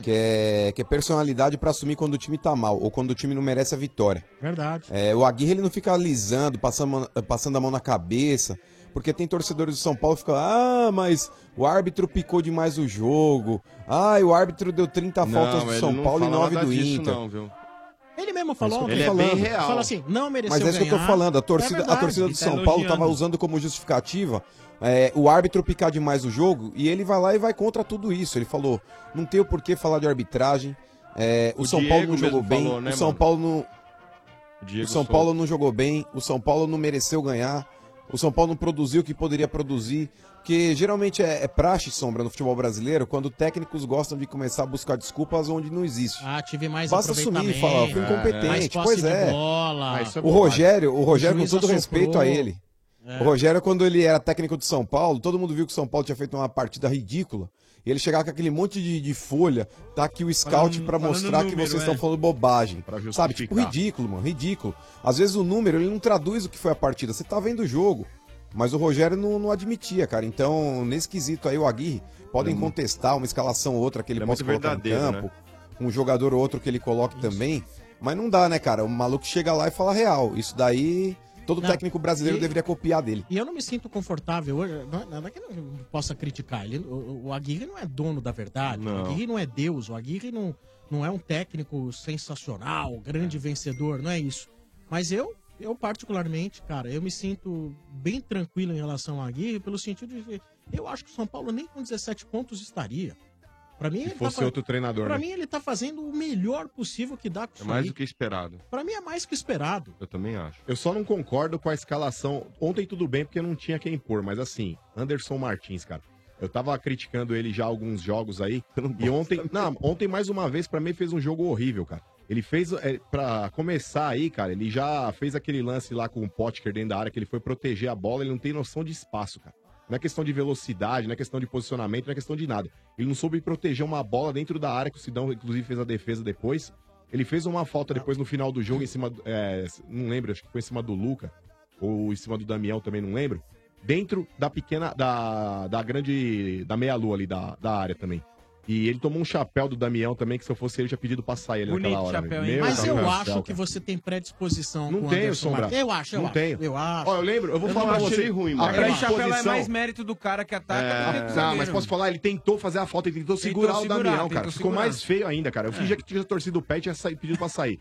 [SPEAKER 9] Que, é, que é personalidade pra assumir quando o time tá mal ou quando o time não merece a vitória.
[SPEAKER 5] Verdade.
[SPEAKER 9] É, o Aguirre ele não fica alisando, passando, a mão- eh, passando a mão na cabeça, porque tem torcedores do São Paulo que ficam, ah, mas o árbitro picou demais o jogo. Ah, o árbitro deu 30 faltas do
[SPEAKER 8] ele
[SPEAKER 9] São
[SPEAKER 8] não
[SPEAKER 9] Paulo e
[SPEAKER 8] fala
[SPEAKER 9] 9
[SPEAKER 8] nada
[SPEAKER 9] do
[SPEAKER 8] disso,
[SPEAKER 9] Inter.
[SPEAKER 8] não, viu?
[SPEAKER 5] Ele mesmo
[SPEAKER 9] É isso
[SPEAKER 5] falou
[SPEAKER 9] que eu
[SPEAKER 5] ontem.
[SPEAKER 9] tô falando.
[SPEAKER 5] Fala assim, não mereceu
[SPEAKER 9] Mas é isso que eu tô
[SPEAKER 5] ganhar.
[SPEAKER 9] falando. A
[SPEAKER 5] É
[SPEAKER 9] torcida, a
[SPEAKER 5] verdade.
[SPEAKER 9] torcida do
[SPEAKER 5] Ele tá
[SPEAKER 9] São Paulo tava
[SPEAKER 5] elogiando.
[SPEAKER 9] usando como justificativa é, o árbitro picar demais o jogo e ele vai lá e vai contra tudo isso. Ele falou: não tem o porquê falar de arbitragem. é, o,
[SPEAKER 8] O
[SPEAKER 9] São
[SPEAKER 8] Diego
[SPEAKER 9] Paulo não
[SPEAKER 8] mesmo
[SPEAKER 9] jogou bem.
[SPEAKER 8] falou, né,
[SPEAKER 9] o São
[SPEAKER 8] mano?
[SPEAKER 9] Paulo não.
[SPEAKER 8] Diego
[SPEAKER 9] o São
[SPEAKER 8] Souza.
[SPEAKER 9] Paulo não jogou bem. O São Paulo não mereceu ganhar. O São Paulo não produziu o que poderia produzir. Porque geralmente é, é praxe sombra no futebol brasileiro quando técnicos gostam de começar a buscar desculpas onde não existe.
[SPEAKER 5] Ah, tive mais
[SPEAKER 9] Basta assumir,
[SPEAKER 5] aproveitamento,
[SPEAKER 9] falar, fui
[SPEAKER 5] é, mais
[SPEAKER 9] incompetente,
[SPEAKER 5] posse
[SPEAKER 9] pois
[SPEAKER 5] de
[SPEAKER 9] é.
[SPEAKER 5] bola.
[SPEAKER 9] o Rogério, o Rogério, com
[SPEAKER 5] juiz
[SPEAKER 9] todo respeito a
[SPEAKER 5] assoprou.
[SPEAKER 9] ele.
[SPEAKER 5] É.
[SPEAKER 9] O Rogério, quando ele era técnico de São Paulo, todo mundo viu que o São Paulo tinha feito uma partida ridícula. E ele chegava com aquele monte de, de folha, tá aqui o scout
[SPEAKER 4] Falando-
[SPEAKER 9] pra
[SPEAKER 4] falando
[SPEAKER 9] mostrar que
[SPEAKER 4] número,
[SPEAKER 9] vocês
[SPEAKER 4] é.
[SPEAKER 9] estão falando bobagem.
[SPEAKER 4] Pra
[SPEAKER 9] Sabe,
[SPEAKER 4] justificar.
[SPEAKER 9] tipo, ridículo, mano, ridículo. Às vezes o número, ele não traduz o que foi a partida. Você tá vendo o jogo. Mas o Rogério não, não admitia, cara. Então, nesse quesito aí, o Aguirre, podem
[SPEAKER 4] Ele é muito-
[SPEAKER 9] contestar uma escalação ou outra que ele
[SPEAKER 4] Ele é
[SPEAKER 9] possa
[SPEAKER 4] muito
[SPEAKER 9] colocar no
[SPEAKER 4] verdadeiro,
[SPEAKER 9] campo
[SPEAKER 4] né?
[SPEAKER 9] um jogador ou outro que ele coloque também. Mas não dá, né, cara? O maluco chega lá e fala real. Isso daí, todo
[SPEAKER 5] Não,
[SPEAKER 9] técnico brasileiro
[SPEAKER 5] e-
[SPEAKER 9] deveria copiar dele.
[SPEAKER 5] E eu não me sinto confortável hoje. não- Não é que eu não possa criticar. Ele, o, o Aguirre não é dono da verdade.
[SPEAKER 4] Não.
[SPEAKER 5] O Aguirre não é Deus. O Aguirre não, não é um técnico sensacional, grande vencedor. Não é isso. Mas eu, eu particularmente, cara, eu me sinto bem tranquilo em relação ao Aguirre, pelo sentido de que eu acho que o São Paulo nem com 17 pontos estaria. Pra mim, ele tá
[SPEAKER 4] fosse
[SPEAKER 5] fa-
[SPEAKER 4] outro treinador,
[SPEAKER 5] Pra
[SPEAKER 4] né?
[SPEAKER 5] mim, ele tá fazendo o melhor possível que dá com
[SPEAKER 4] É
[SPEAKER 5] isso
[SPEAKER 4] mais
[SPEAKER 5] aí.
[SPEAKER 4] do que esperado.
[SPEAKER 5] Pra mim, é mais que esperado.
[SPEAKER 4] Eu também acho. Eu só não concordo com a escalação. Ontem tudo bem, porque não tinha quem pôr, mas assim, Anderson Martins, cara. Eu tava criticando ele já alguns jogos aí. [LAUGHS] E ontem, não, ontem mais uma vez, pra mim, fez um jogo horrível, cara. Ele fez, é, pra começar aí, cara, ele já fez aquele lance lá com o Potker dentro da área, que ele foi proteger a bola, ele não tem noção de espaço, cara. Não é questão de velocidade, não é questão de posicionamento, não é questão de nada. Ele não soube proteger uma bola dentro da área, que o Sidão, inclusive, fez a defesa depois. Ele fez uma falta depois no final do jogo, em cima. do- é, não lembro, acho que foi em cima do Luca, ou em cima do Damião também, não lembro. Dentro da pequena. da, da grande. da meia-lua ali da, da área também. E ele tomou um chapéu do Damião também, que se eu fosse ele, eu tinha pedido pra sair ele
[SPEAKER 5] Bonito
[SPEAKER 4] naquela hora.
[SPEAKER 5] chapéu,
[SPEAKER 4] velho.
[SPEAKER 5] hein?
[SPEAKER 4] Meu
[SPEAKER 5] Mas eu
[SPEAKER 4] Deus do
[SPEAKER 5] acho
[SPEAKER 4] céu,
[SPEAKER 5] que
[SPEAKER 4] cara.
[SPEAKER 5] você tem predisposição
[SPEAKER 4] Não
[SPEAKER 5] com o
[SPEAKER 4] tenho,
[SPEAKER 5] Anderson
[SPEAKER 4] Sombra.
[SPEAKER 5] Martins. Eu acho, eu
[SPEAKER 4] Não
[SPEAKER 5] acho.
[SPEAKER 4] tenho.
[SPEAKER 5] Eu acho.
[SPEAKER 4] Ó, eu lembro, eu vou falar pra você. A
[SPEAKER 14] mano. O chapéu é
[SPEAKER 4] predisposição-
[SPEAKER 14] mais mérito do cara que ataca do que do
[SPEAKER 4] É... Não,
[SPEAKER 14] zagueiro.
[SPEAKER 4] mas posso falar, ele tentou fazer a falta, ele tentou segurar
[SPEAKER 14] Ah, segurar,
[SPEAKER 4] o Damião, cara.
[SPEAKER 14] tentou
[SPEAKER 4] Ficou
[SPEAKER 14] segurar.
[SPEAKER 4] mais feio ainda, cara. Eu fingia que tinha torcido o pé e tinha saí- pedido pra sair.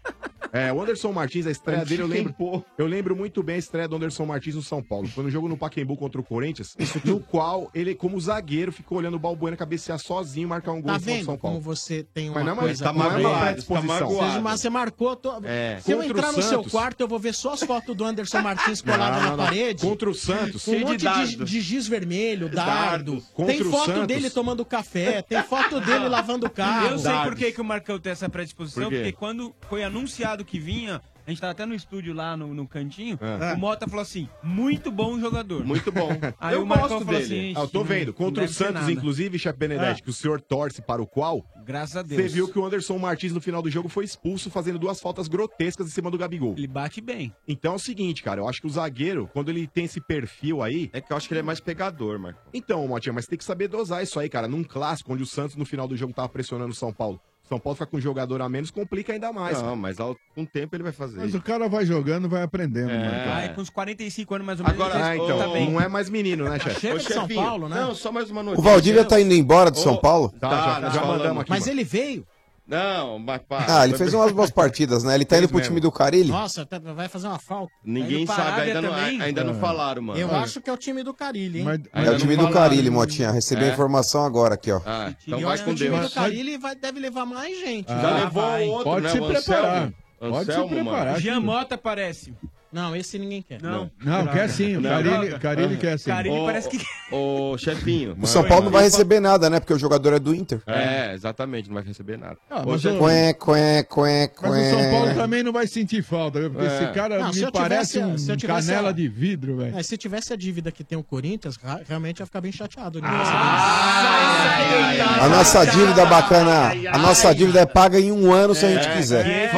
[SPEAKER 4] É, o Anderson Martins, a estreia
[SPEAKER 12] Ele
[SPEAKER 4] dele, eu
[SPEAKER 12] te
[SPEAKER 4] lembro. Eu lembro muito bem a estreia do Anderson Martins no São Paulo. Foi no jogo no Paquembu contra o Corinthians, no qual ele, como zagueiro, ficou olhando o Balbuena cabecear sozinho e marcar um gol
[SPEAKER 5] Tá
[SPEAKER 4] contra o
[SPEAKER 5] vendo
[SPEAKER 4] São Paulo.
[SPEAKER 5] como você tem uma
[SPEAKER 4] Mas não, mas
[SPEAKER 5] coisa...
[SPEAKER 4] tá
[SPEAKER 5] com o
[SPEAKER 4] magoado,
[SPEAKER 5] Aguirre?
[SPEAKER 4] tá predisposição.
[SPEAKER 5] Ou seja, mas Você marcou... to-
[SPEAKER 4] É.
[SPEAKER 5] Se eu
[SPEAKER 4] Contra o
[SPEAKER 5] entrar no seu
[SPEAKER 4] Santos.
[SPEAKER 5] quarto, eu vou ver só as fotos do Anderson Martins colado
[SPEAKER 4] Não,
[SPEAKER 5] na
[SPEAKER 4] não, não.
[SPEAKER 5] parede.
[SPEAKER 4] Contra o Santos,
[SPEAKER 5] Com um
[SPEAKER 4] cheio de
[SPEAKER 5] monte de,
[SPEAKER 4] dardo.
[SPEAKER 5] de giz vermelho, dardo.
[SPEAKER 4] Dardo. Contra
[SPEAKER 5] Tem
[SPEAKER 4] o
[SPEAKER 5] foto
[SPEAKER 4] Santos.
[SPEAKER 5] dele tomando café, tem foto dele lavando o carro.
[SPEAKER 14] Eu sei por que, que o Marcão tem essa predisposição,
[SPEAKER 5] Por quê?
[SPEAKER 14] porque quando foi anunciado que vinha, a gente tava até no estúdio lá no, no cantinho,
[SPEAKER 4] É.
[SPEAKER 14] o Mota falou assim, muito bom jogador. Muito
[SPEAKER 4] bom.
[SPEAKER 14] Aí o Marcão falou assim...
[SPEAKER 4] Ah, eu tô
[SPEAKER 14] "Ixi,
[SPEAKER 4] vendo.
[SPEAKER 14] não
[SPEAKER 4] Contra o
[SPEAKER 14] deve ser
[SPEAKER 4] Santos,
[SPEAKER 14] nada."
[SPEAKER 4] inclusive, Chefe Benedetti,
[SPEAKER 14] É.
[SPEAKER 4] que o senhor torce para o qual.
[SPEAKER 14] Graças a Deus.
[SPEAKER 4] Você viu que o Anderson Martins, no final do jogo, foi expulso fazendo duas faltas grotescas em cima do Gabigol. Ele
[SPEAKER 14] bate bem.
[SPEAKER 4] Então é o seguinte, cara, eu acho que o zagueiro, quando ele tem esse perfil aí. É que eu acho que ele é mais pegador, Marco. Então, Motinha, mas tem que saber dosar isso aí, cara. Num clássico onde o Santos, no final do jogo, tava pressionando o São Paulo. O São Paulo fica com um jogador a menos, complica ainda mais.
[SPEAKER 8] Não,
[SPEAKER 4] mas ao, com o tempo ele vai fazer.
[SPEAKER 12] Mas o cara vai jogando, vai aprendendo. mano.
[SPEAKER 14] Ah, é, com uns 45 anos mais ou menos.
[SPEAKER 4] Agora, ah, então, não é mais menino, né, chefe?
[SPEAKER 14] Chega de São Paulo, né?
[SPEAKER 8] Não, só mais uma
[SPEAKER 9] O
[SPEAKER 8] notícia.
[SPEAKER 9] Valdívia tá indo embora de São Paulo?
[SPEAKER 8] Tá, já- já mandamos aqui,
[SPEAKER 5] Mas
[SPEAKER 8] mano.
[SPEAKER 5] ele veio.
[SPEAKER 8] Não, mas pá.
[SPEAKER 9] Ah, ele fez umas boas partidas, né? Ele tá indo
[SPEAKER 8] Fez
[SPEAKER 9] pro
[SPEAKER 8] mesmo.
[SPEAKER 9] time do Carilli.
[SPEAKER 5] Nossa, tá- vai fazer uma falta.
[SPEAKER 8] Ninguém
[SPEAKER 5] Aí no
[SPEAKER 8] sabe,
[SPEAKER 5] Parábia
[SPEAKER 8] ainda não,
[SPEAKER 5] também.
[SPEAKER 8] ainda não
[SPEAKER 9] É.
[SPEAKER 8] falaram, mano.
[SPEAKER 5] Eu acho que é o time do Carilli, hein?
[SPEAKER 9] É o time do Carilli, Motinha. Recebi
[SPEAKER 8] É?
[SPEAKER 9] a informação agora aqui, ó.
[SPEAKER 8] Então
[SPEAKER 5] Eu
[SPEAKER 8] vai
[SPEAKER 5] acho
[SPEAKER 8] com
[SPEAKER 5] que é o time
[SPEAKER 8] Deus.
[SPEAKER 5] do Carilli vai, deve levar mais gente.
[SPEAKER 8] Já
[SPEAKER 12] Ah,
[SPEAKER 8] levou
[SPEAKER 5] vai.
[SPEAKER 8] outro, Pode né, se o Anselmo. preparar. Pode Anselmo, se preparar, mano.
[SPEAKER 14] Jean Mota aparece.
[SPEAKER 5] Não, esse ninguém quer.
[SPEAKER 14] Não.
[SPEAKER 12] Não, quer sim. O
[SPEAKER 8] Não.
[SPEAKER 12] Carilli, Carilli
[SPEAKER 8] Ah.
[SPEAKER 12] quer sim.
[SPEAKER 8] Carilli Ô,
[SPEAKER 14] parece que-
[SPEAKER 8] Ô, chefinho.
[SPEAKER 9] O São Paulo não vai receber nada, né? Porque o jogador é do Inter.
[SPEAKER 8] É, exatamente, não vai receber nada.
[SPEAKER 12] Ah,
[SPEAKER 8] Ô,
[SPEAKER 12] mas
[SPEAKER 8] chefinho,
[SPEAKER 9] Quê, quê, quê,
[SPEAKER 12] Mas o
[SPEAKER 4] É.
[SPEAKER 12] São Paulo
[SPEAKER 9] quê.
[SPEAKER 12] também não vai sentir falta, viu? porque
[SPEAKER 9] É.
[SPEAKER 12] esse cara
[SPEAKER 5] Não, se
[SPEAKER 12] me
[SPEAKER 5] eu
[SPEAKER 12] parece
[SPEAKER 5] tivesse-
[SPEAKER 12] um
[SPEAKER 5] se eu tivesse-
[SPEAKER 12] canela de vidro, velho.
[SPEAKER 5] É, se tivesse a dívida que tem o Corinthians, ra- realmente ia ficar bem chateado. né?
[SPEAKER 9] A nossa dívida é bacana, a nossa dívida é paga em um ano se a
[SPEAKER 12] É.
[SPEAKER 8] É,
[SPEAKER 9] gente quiser.
[SPEAKER 8] Ô,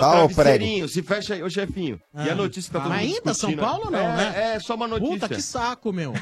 [SPEAKER 9] Tá, ô prego.
[SPEAKER 8] é, travesseirinho, Se fecha aí, ô chefinho. E a notícia tá todo
[SPEAKER 5] Mas
[SPEAKER 8] mundo
[SPEAKER 5] ainda São
[SPEAKER 8] discutindo,
[SPEAKER 5] Paulo não,
[SPEAKER 8] é,
[SPEAKER 5] né?
[SPEAKER 8] É, só uma notícia.
[SPEAKER 5] Puta, que saco, meu.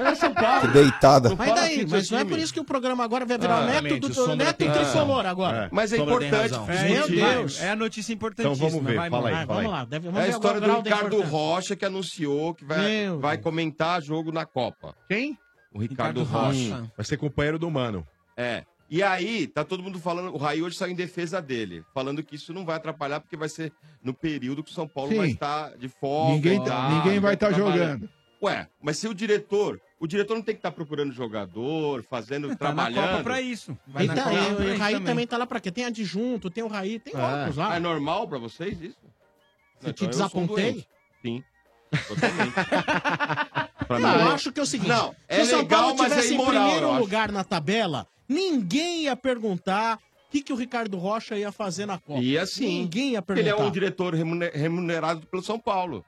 [SPEAKER 8] É São Paulo.
[SPEAKER 9] Que deitada.
[SPEAKER 5] Mas daí, mas não é por isso que o programa agora vai virar
[SPEAKER 8] Ah,
[SPEAKER 5] o neto
[SPEAKER 8] realmente, o
[SPEAKER 5] do
[SPEAKER 8] Sombra
[SPEAKER 5] neto
[SPEAKER 8] tem razão.
[SPEAKER 5] tricolor agora.
[SPEAKER 8] É. Mas é
[SPEAKER 5] Sombra tem
[SPEAKER 8] importante
[SPEAKER 5] razão.
[SPEAKER 8] discutir.
[SPEAKER 5] Meu Deus.
[SPEAKER 14] É a notícia importantíssima. vai, Mota. Vai,
[SPEAKER 8] Então fala
[SPEAKER 14] Vamos
[SPEAKER 8] aí.
[SPEAKER 14] lá, deve,
[SPEAKER 8] é
[SPEAKER 14] vamos
[SPEAKER 8] a
[SPEAKER 14] ver agora
[SPEAKER 8] história
[SPEAKER 14] o
[SPEAKER 8] do
[SPEAKER 14] grau da
[SPEAKER 8] Ricardo
[SPEAKER 14] importância.
[SPEAKER 8] Rocha que anunciou que vai, vai comentar jogo na Copa.
[SPEAKER 14] Quem?
[SPEAKER 8] O Ricardo, Rocha.
[SPEAKER 4] Vai ser companheiro do Mano.
[SPEAKER 8] É. E aí, tá todo mundo falando. O Raí hoje saiu em defesa dele, falando que isso não vai atrapalhar, porque vai ser no período que o São Paulo
[SPEAKER 12] Sim.
[SPEAKER 8] vai estar de folga.
[SPEAKER 12] Ninguém tá-
[SPEAKER 8] tá,
[SPEAKER 12] ninguém vai tá
[SPEAKER 8] trabalhando.
[SPEAKER 12] jogando.
[SPEAKER 8] Ué, mas se o diretor. O diretor não tem que estar procurando jogador, fazendo, trabalhando. Então,
[SPEAKER 14] Copa pra isso.
[SPEAKER 5] E tá, e o- e o Raí também. tá lá pra quê? Tem adjunto, tem o Raí, tem outros
[SPEAKER 8] É.
[SPEAKER 5] lá.
[SPEAKER 8] é normal pra vocês isso? então
[SPEAKER 5] te
[SPEAKER 8] eu sou um
[SPEAKER 5] desapontei? [LAUGHS]
[SPEAKER 8] doente. Sim. Totalmente. pra mim.
[SPEAKER 5] Eu acho que é o seguinte:
[SPEAKER 8] Não, é
[SPEAKER 5] se o São Paulo
[SPEAKER 8] legal, mas é
[SPEAKER 5] tivesse
[SPEAKER 8] imoral,
[SPEAKER 5] em
[SPEAKER 8] eu
[SPEAKER 5] primeiro
[SPEAKER 8] acho.
[SPEAKER 5] lugar na tabela, ninguém ia perguntar o que, que o Ricardo Rocha ia fazer na Copa.
[SPEAKER 8] E assim,
[SPEAKER 5] Ninguém ia
[SPEAKER 8] ele
[SPEAKER 5] perguntar.
[SPEAKER 8] é um diretor remune- remunerado pelo São Paulo.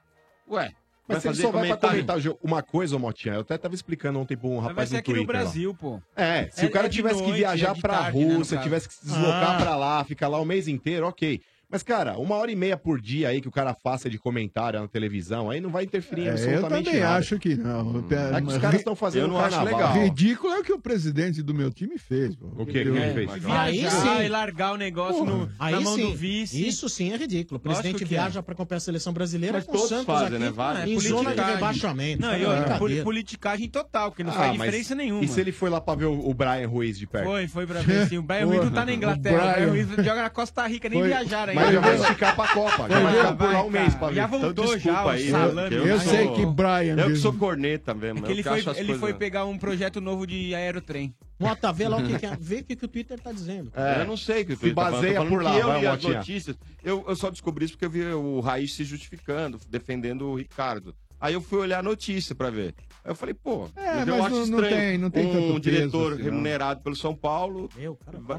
[SPEAKER 8] Ué,
[SPEAKER 4] Mas ele
[SPEAKER 8] fazer
[SPEAKER 4] só vai pra
[SPEAKER 8] comentário?
[SPEAKER 4] comentar jo- uma coisa, ô Motinha. Eu até tava explicando ontem pra um rapaz
[SPEAKER 14] vai ser
[SPEAKER 4] no
[SPEAKER 14] aqui
[SPEAKER 4] Twitter.
[SPEAKER 14] é no Brasil,
[SPEAKER 4] lá.
[SPEAKER 14] pô.
[SPEAKER 4] É, se
[SPEAKER 14] É-
[SPEAKER 4] o cara
[SPEAKER 14] é de
[SPEAKER 4] tivesse que
[SPEAKER 14] noite,
[SPEAKER 4] viajar
[SPEAKER 14] é de
[SPEAKER 4] pra
[SPEAKER 14] tarde, né, no
[SPEAKER 4] Rússia,
[SPEAKER 14] caso.
[SPEAKER 4] tivesse que se deslocar
[SPEAKER 14] Ah.
[SPEAKER 4] pra lá, ficar lá o mês inteiro, ok. Mas, cara, uma hora e meia por dia aí que o cara faça de comentário na televisão, aí não vai interferir em
[SPEAKER 12] É, eu
[SPEAKER 4] absolutamente
[SPEAKER 12] também
[SPEAKER 4] nada.
[SPEAKER 12] acho que não.
[SPEAKER 4] É que os caras estão fazendo Eu não um acho carnaval. legal.
[SPEAKER 12] Ridículo é o que o presidente do meu time fez. pô.
[SPEAKER 4] O que que ele fez?
[SPEAKER 14] Viajar e largar o negócio
[SPEAKER 5] Porra,
[SPEAKER 14] no,
[SPEAKER 5] aí
[SPEAKER 14] na mão
[SPEAKER 5] sim.
[SPEAKER 14] do vice.
[SPEAKER 5] Isso sim é ridículo. O presidente
[SPEAKER 14] Lógico que
[SPEAKER 5] viaja
[SPEAKER 14] é.
[SPEAKER 5] pra acompanhar a seleção brasileira
[SPEAKER 14] Mas
[SPEAKER 5] com o
[SPEAKER 14] todos
[SPEAKER 5] Santos
[SPEAKER 14] fazem,
[SPEAKER 5] aqui
[SPEAKER 14] né? Vários.
[SPEAKER 5] em
[SPEAKER 14] É
[SPEAKER 5] zona de
[SPEAKER 14] politicagem.
[SPEAKER 5] rebaixamento.
[SPEAKER 14] Não,
[SPEAKER 5] Tá
[SPEAKER 14] e olha,
[SPEAKER 5] brincadeira.
[SPEAKER 14] poli- politicagem total, porque não faz
[SPEAKER 4] Ah, mas
[SPEAKER 14] diferença nenhuma.
[SPEAKER 4] E se ele foi lá pra ver o, o Brian Ruiz de perto?
[SPEAKER 14] Foi, foi pra ver sim. O Brian Ruiz não tá na Inglaterra. O Brian Ruiz joga na Costa Rica, nem
[SPEAKER 4] Foi.
[SPEAKER 14] viajaram ainda.
[SPEAKER 4] Mas já vai esticar pra Copa. Já
[SPEAKER 14] Foi
[SPEAKER 4] vai
[SPEAKER 14] mesmo?
[SPEAKER 4] ficar por lá um
[SPEAKER 14] Vai,
[SPEAKER 4] mês
[SPEAKER 14] cara.
[SPEAKER 4] pra ver.
[SPEAKER 14] Ah, Já
[SPEAKER 4] Então,
[SPEAKER 14] voltou
[SPEAKER 4] desculpa
[SPEAKER 14] já, o
[SPEAKER 4] aí,
[SPEAKER 14] salame. né?
[SPEAKER 4] que
[SPEAKER 14] Eu sei
[SPEAKER 4] sou-
[SPEAKER 14] que Brian
[SPEAKER 8] Eu que
[SPEAKER 14] mesmo.
[SPEAKER 8] sou corneta mesmo.
[SPEAKER 14] É que ele
[SPEAKER 8] eu que
[SPEAKER 14] foi,
[SPEAKER 8] acho as
[SPEAKER 14] ele
[SPEAKER 8] coisas-
[SPEAKER 14] foi pegar um projeto novo de aerotrem.
[SPEAKER 5] Bota, vê lá o que, que é. Vê o que, que o Twitter tá
[SPEAKER 4] É.
[SPEAKER 5] dizendo.
[SPEAKER 8] eu não sei o que o
[SPEAKER 4] Se
[SPEAKER 8] Twitter tá falando,
[SPEAKER 4] baseia
[SPEAKER 8] tá falando
[SPEAKER 4] por lá,
[SPEAKER 8] que eu
[SPEAKER 4] vai,
[SPEAKER 8] li as
[SPEAKER 4] Motinha.
[SPEAKER 8] notícias. Eu, eu só descobri isso porque eu vi o Raiz se justificando, defendendo o Ricardo. Aí eu fui olhar a notícia pra ver. Aí eu falei, pô,
[SPEAKER 12] É,
[SPEAKER 8] mas
[SPEAKER 12] mas
[SPEAKER 8] eu acho
[SPEAKER 12] não- não
[SPEAKER 8] estranho
[SPEAKER 12] tem- não tem tanto
[SPEAKER 8] um
[SPEAKER 12] peso
[SPEAKER 8] diretor
[SPEAKER 12] assim, não.
[SPEAKER 8] remunerado pelo São Paulo.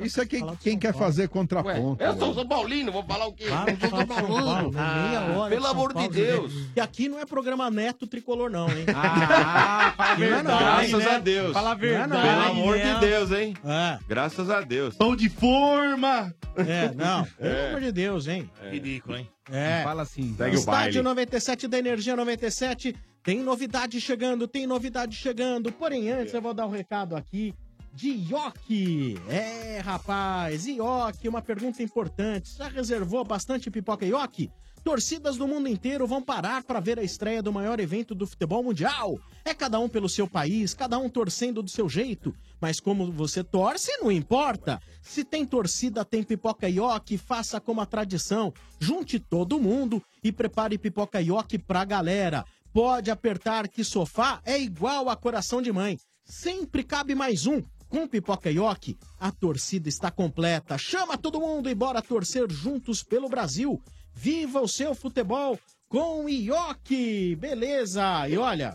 [SPEAKER 12] Isso é quem, quem quer fazer
[SPEAKER 8] Ué,
[SPEAKER 12] contraponto. né?
[SPEAKER 8] eu sou São Paulino, vou falar o quê?
[SPEAKER 5] Claro,
[SPEAKER 8] eu sou São Paulino.
[SPEAKER 5] Ah, meia hora
[SPEAKER 8] pelo
[SPEAKER 5] de São
[SPEAKER 8] amor
[SPEAKER 5] Paulo,
[SPEAKER 8] de Deus.
[SPEAKER 5] gente. E aqui não é programa neto tricolor, não, hein?
[SPEAKER 8] Fala a
[SPEAKER 5] Não é
[SPEAKER 8] Ah, verdade,
[SPEAKER 5] não,
[SPEAKER 8] Graças
[SPEAKER 5] né?
[SPEAKER 8] a Deus. é
[SPEAKER 5] Fala a verdade,
[SPEAKER 8] Pelo amor
[SPEAKER 5] né?
[SPEAKER 8] de Deus, hein?
[SPEAKER 5] É.
[SPEAKER 8] Graças a Deus.
[SPEAKER 20] Pão de forma!
[SPEAKER 5] É, não. Pelo
[SPEAKER 8] É.
[SPEAKER 5] amor de Deus, hein?
[SPEAKER 8] Ridículo, hein?
[SPEAKER 5] É.
[SPEAKER 14] Fala assim.
[SPEAKER 8] Segue o baile.
[SPEAKER 5] Estádio 97 da Energia 97. Tem novidade chegando, tem novidade chegando. Porém, antes eu vou dar um recado aqui de Ioki. É, rapaz, Ioki, uma pergunta importante. Já reservou bastante pipoca Ioki? Torcidas do mundo inteiro vão parar para ver a estreia do maior evento do futebol mundial. É cada um pelo seu país, cada um torcendo do seu jeito. Mas como você torce, não importa. Se tem torcida, tem pipoca ioki, faça como a tradição. Junte todo mundo e prepare pipoca ioki pra galera. Pode apertar que sofá é igual a coração de mãe. Sempre cabe mais um. Com Pipoca Ioki, a torcida está completa. Chama todo mundo e bora torcer juntos pelo Brasil. Viva o seu futebol com Ioki! Beleza! E olha,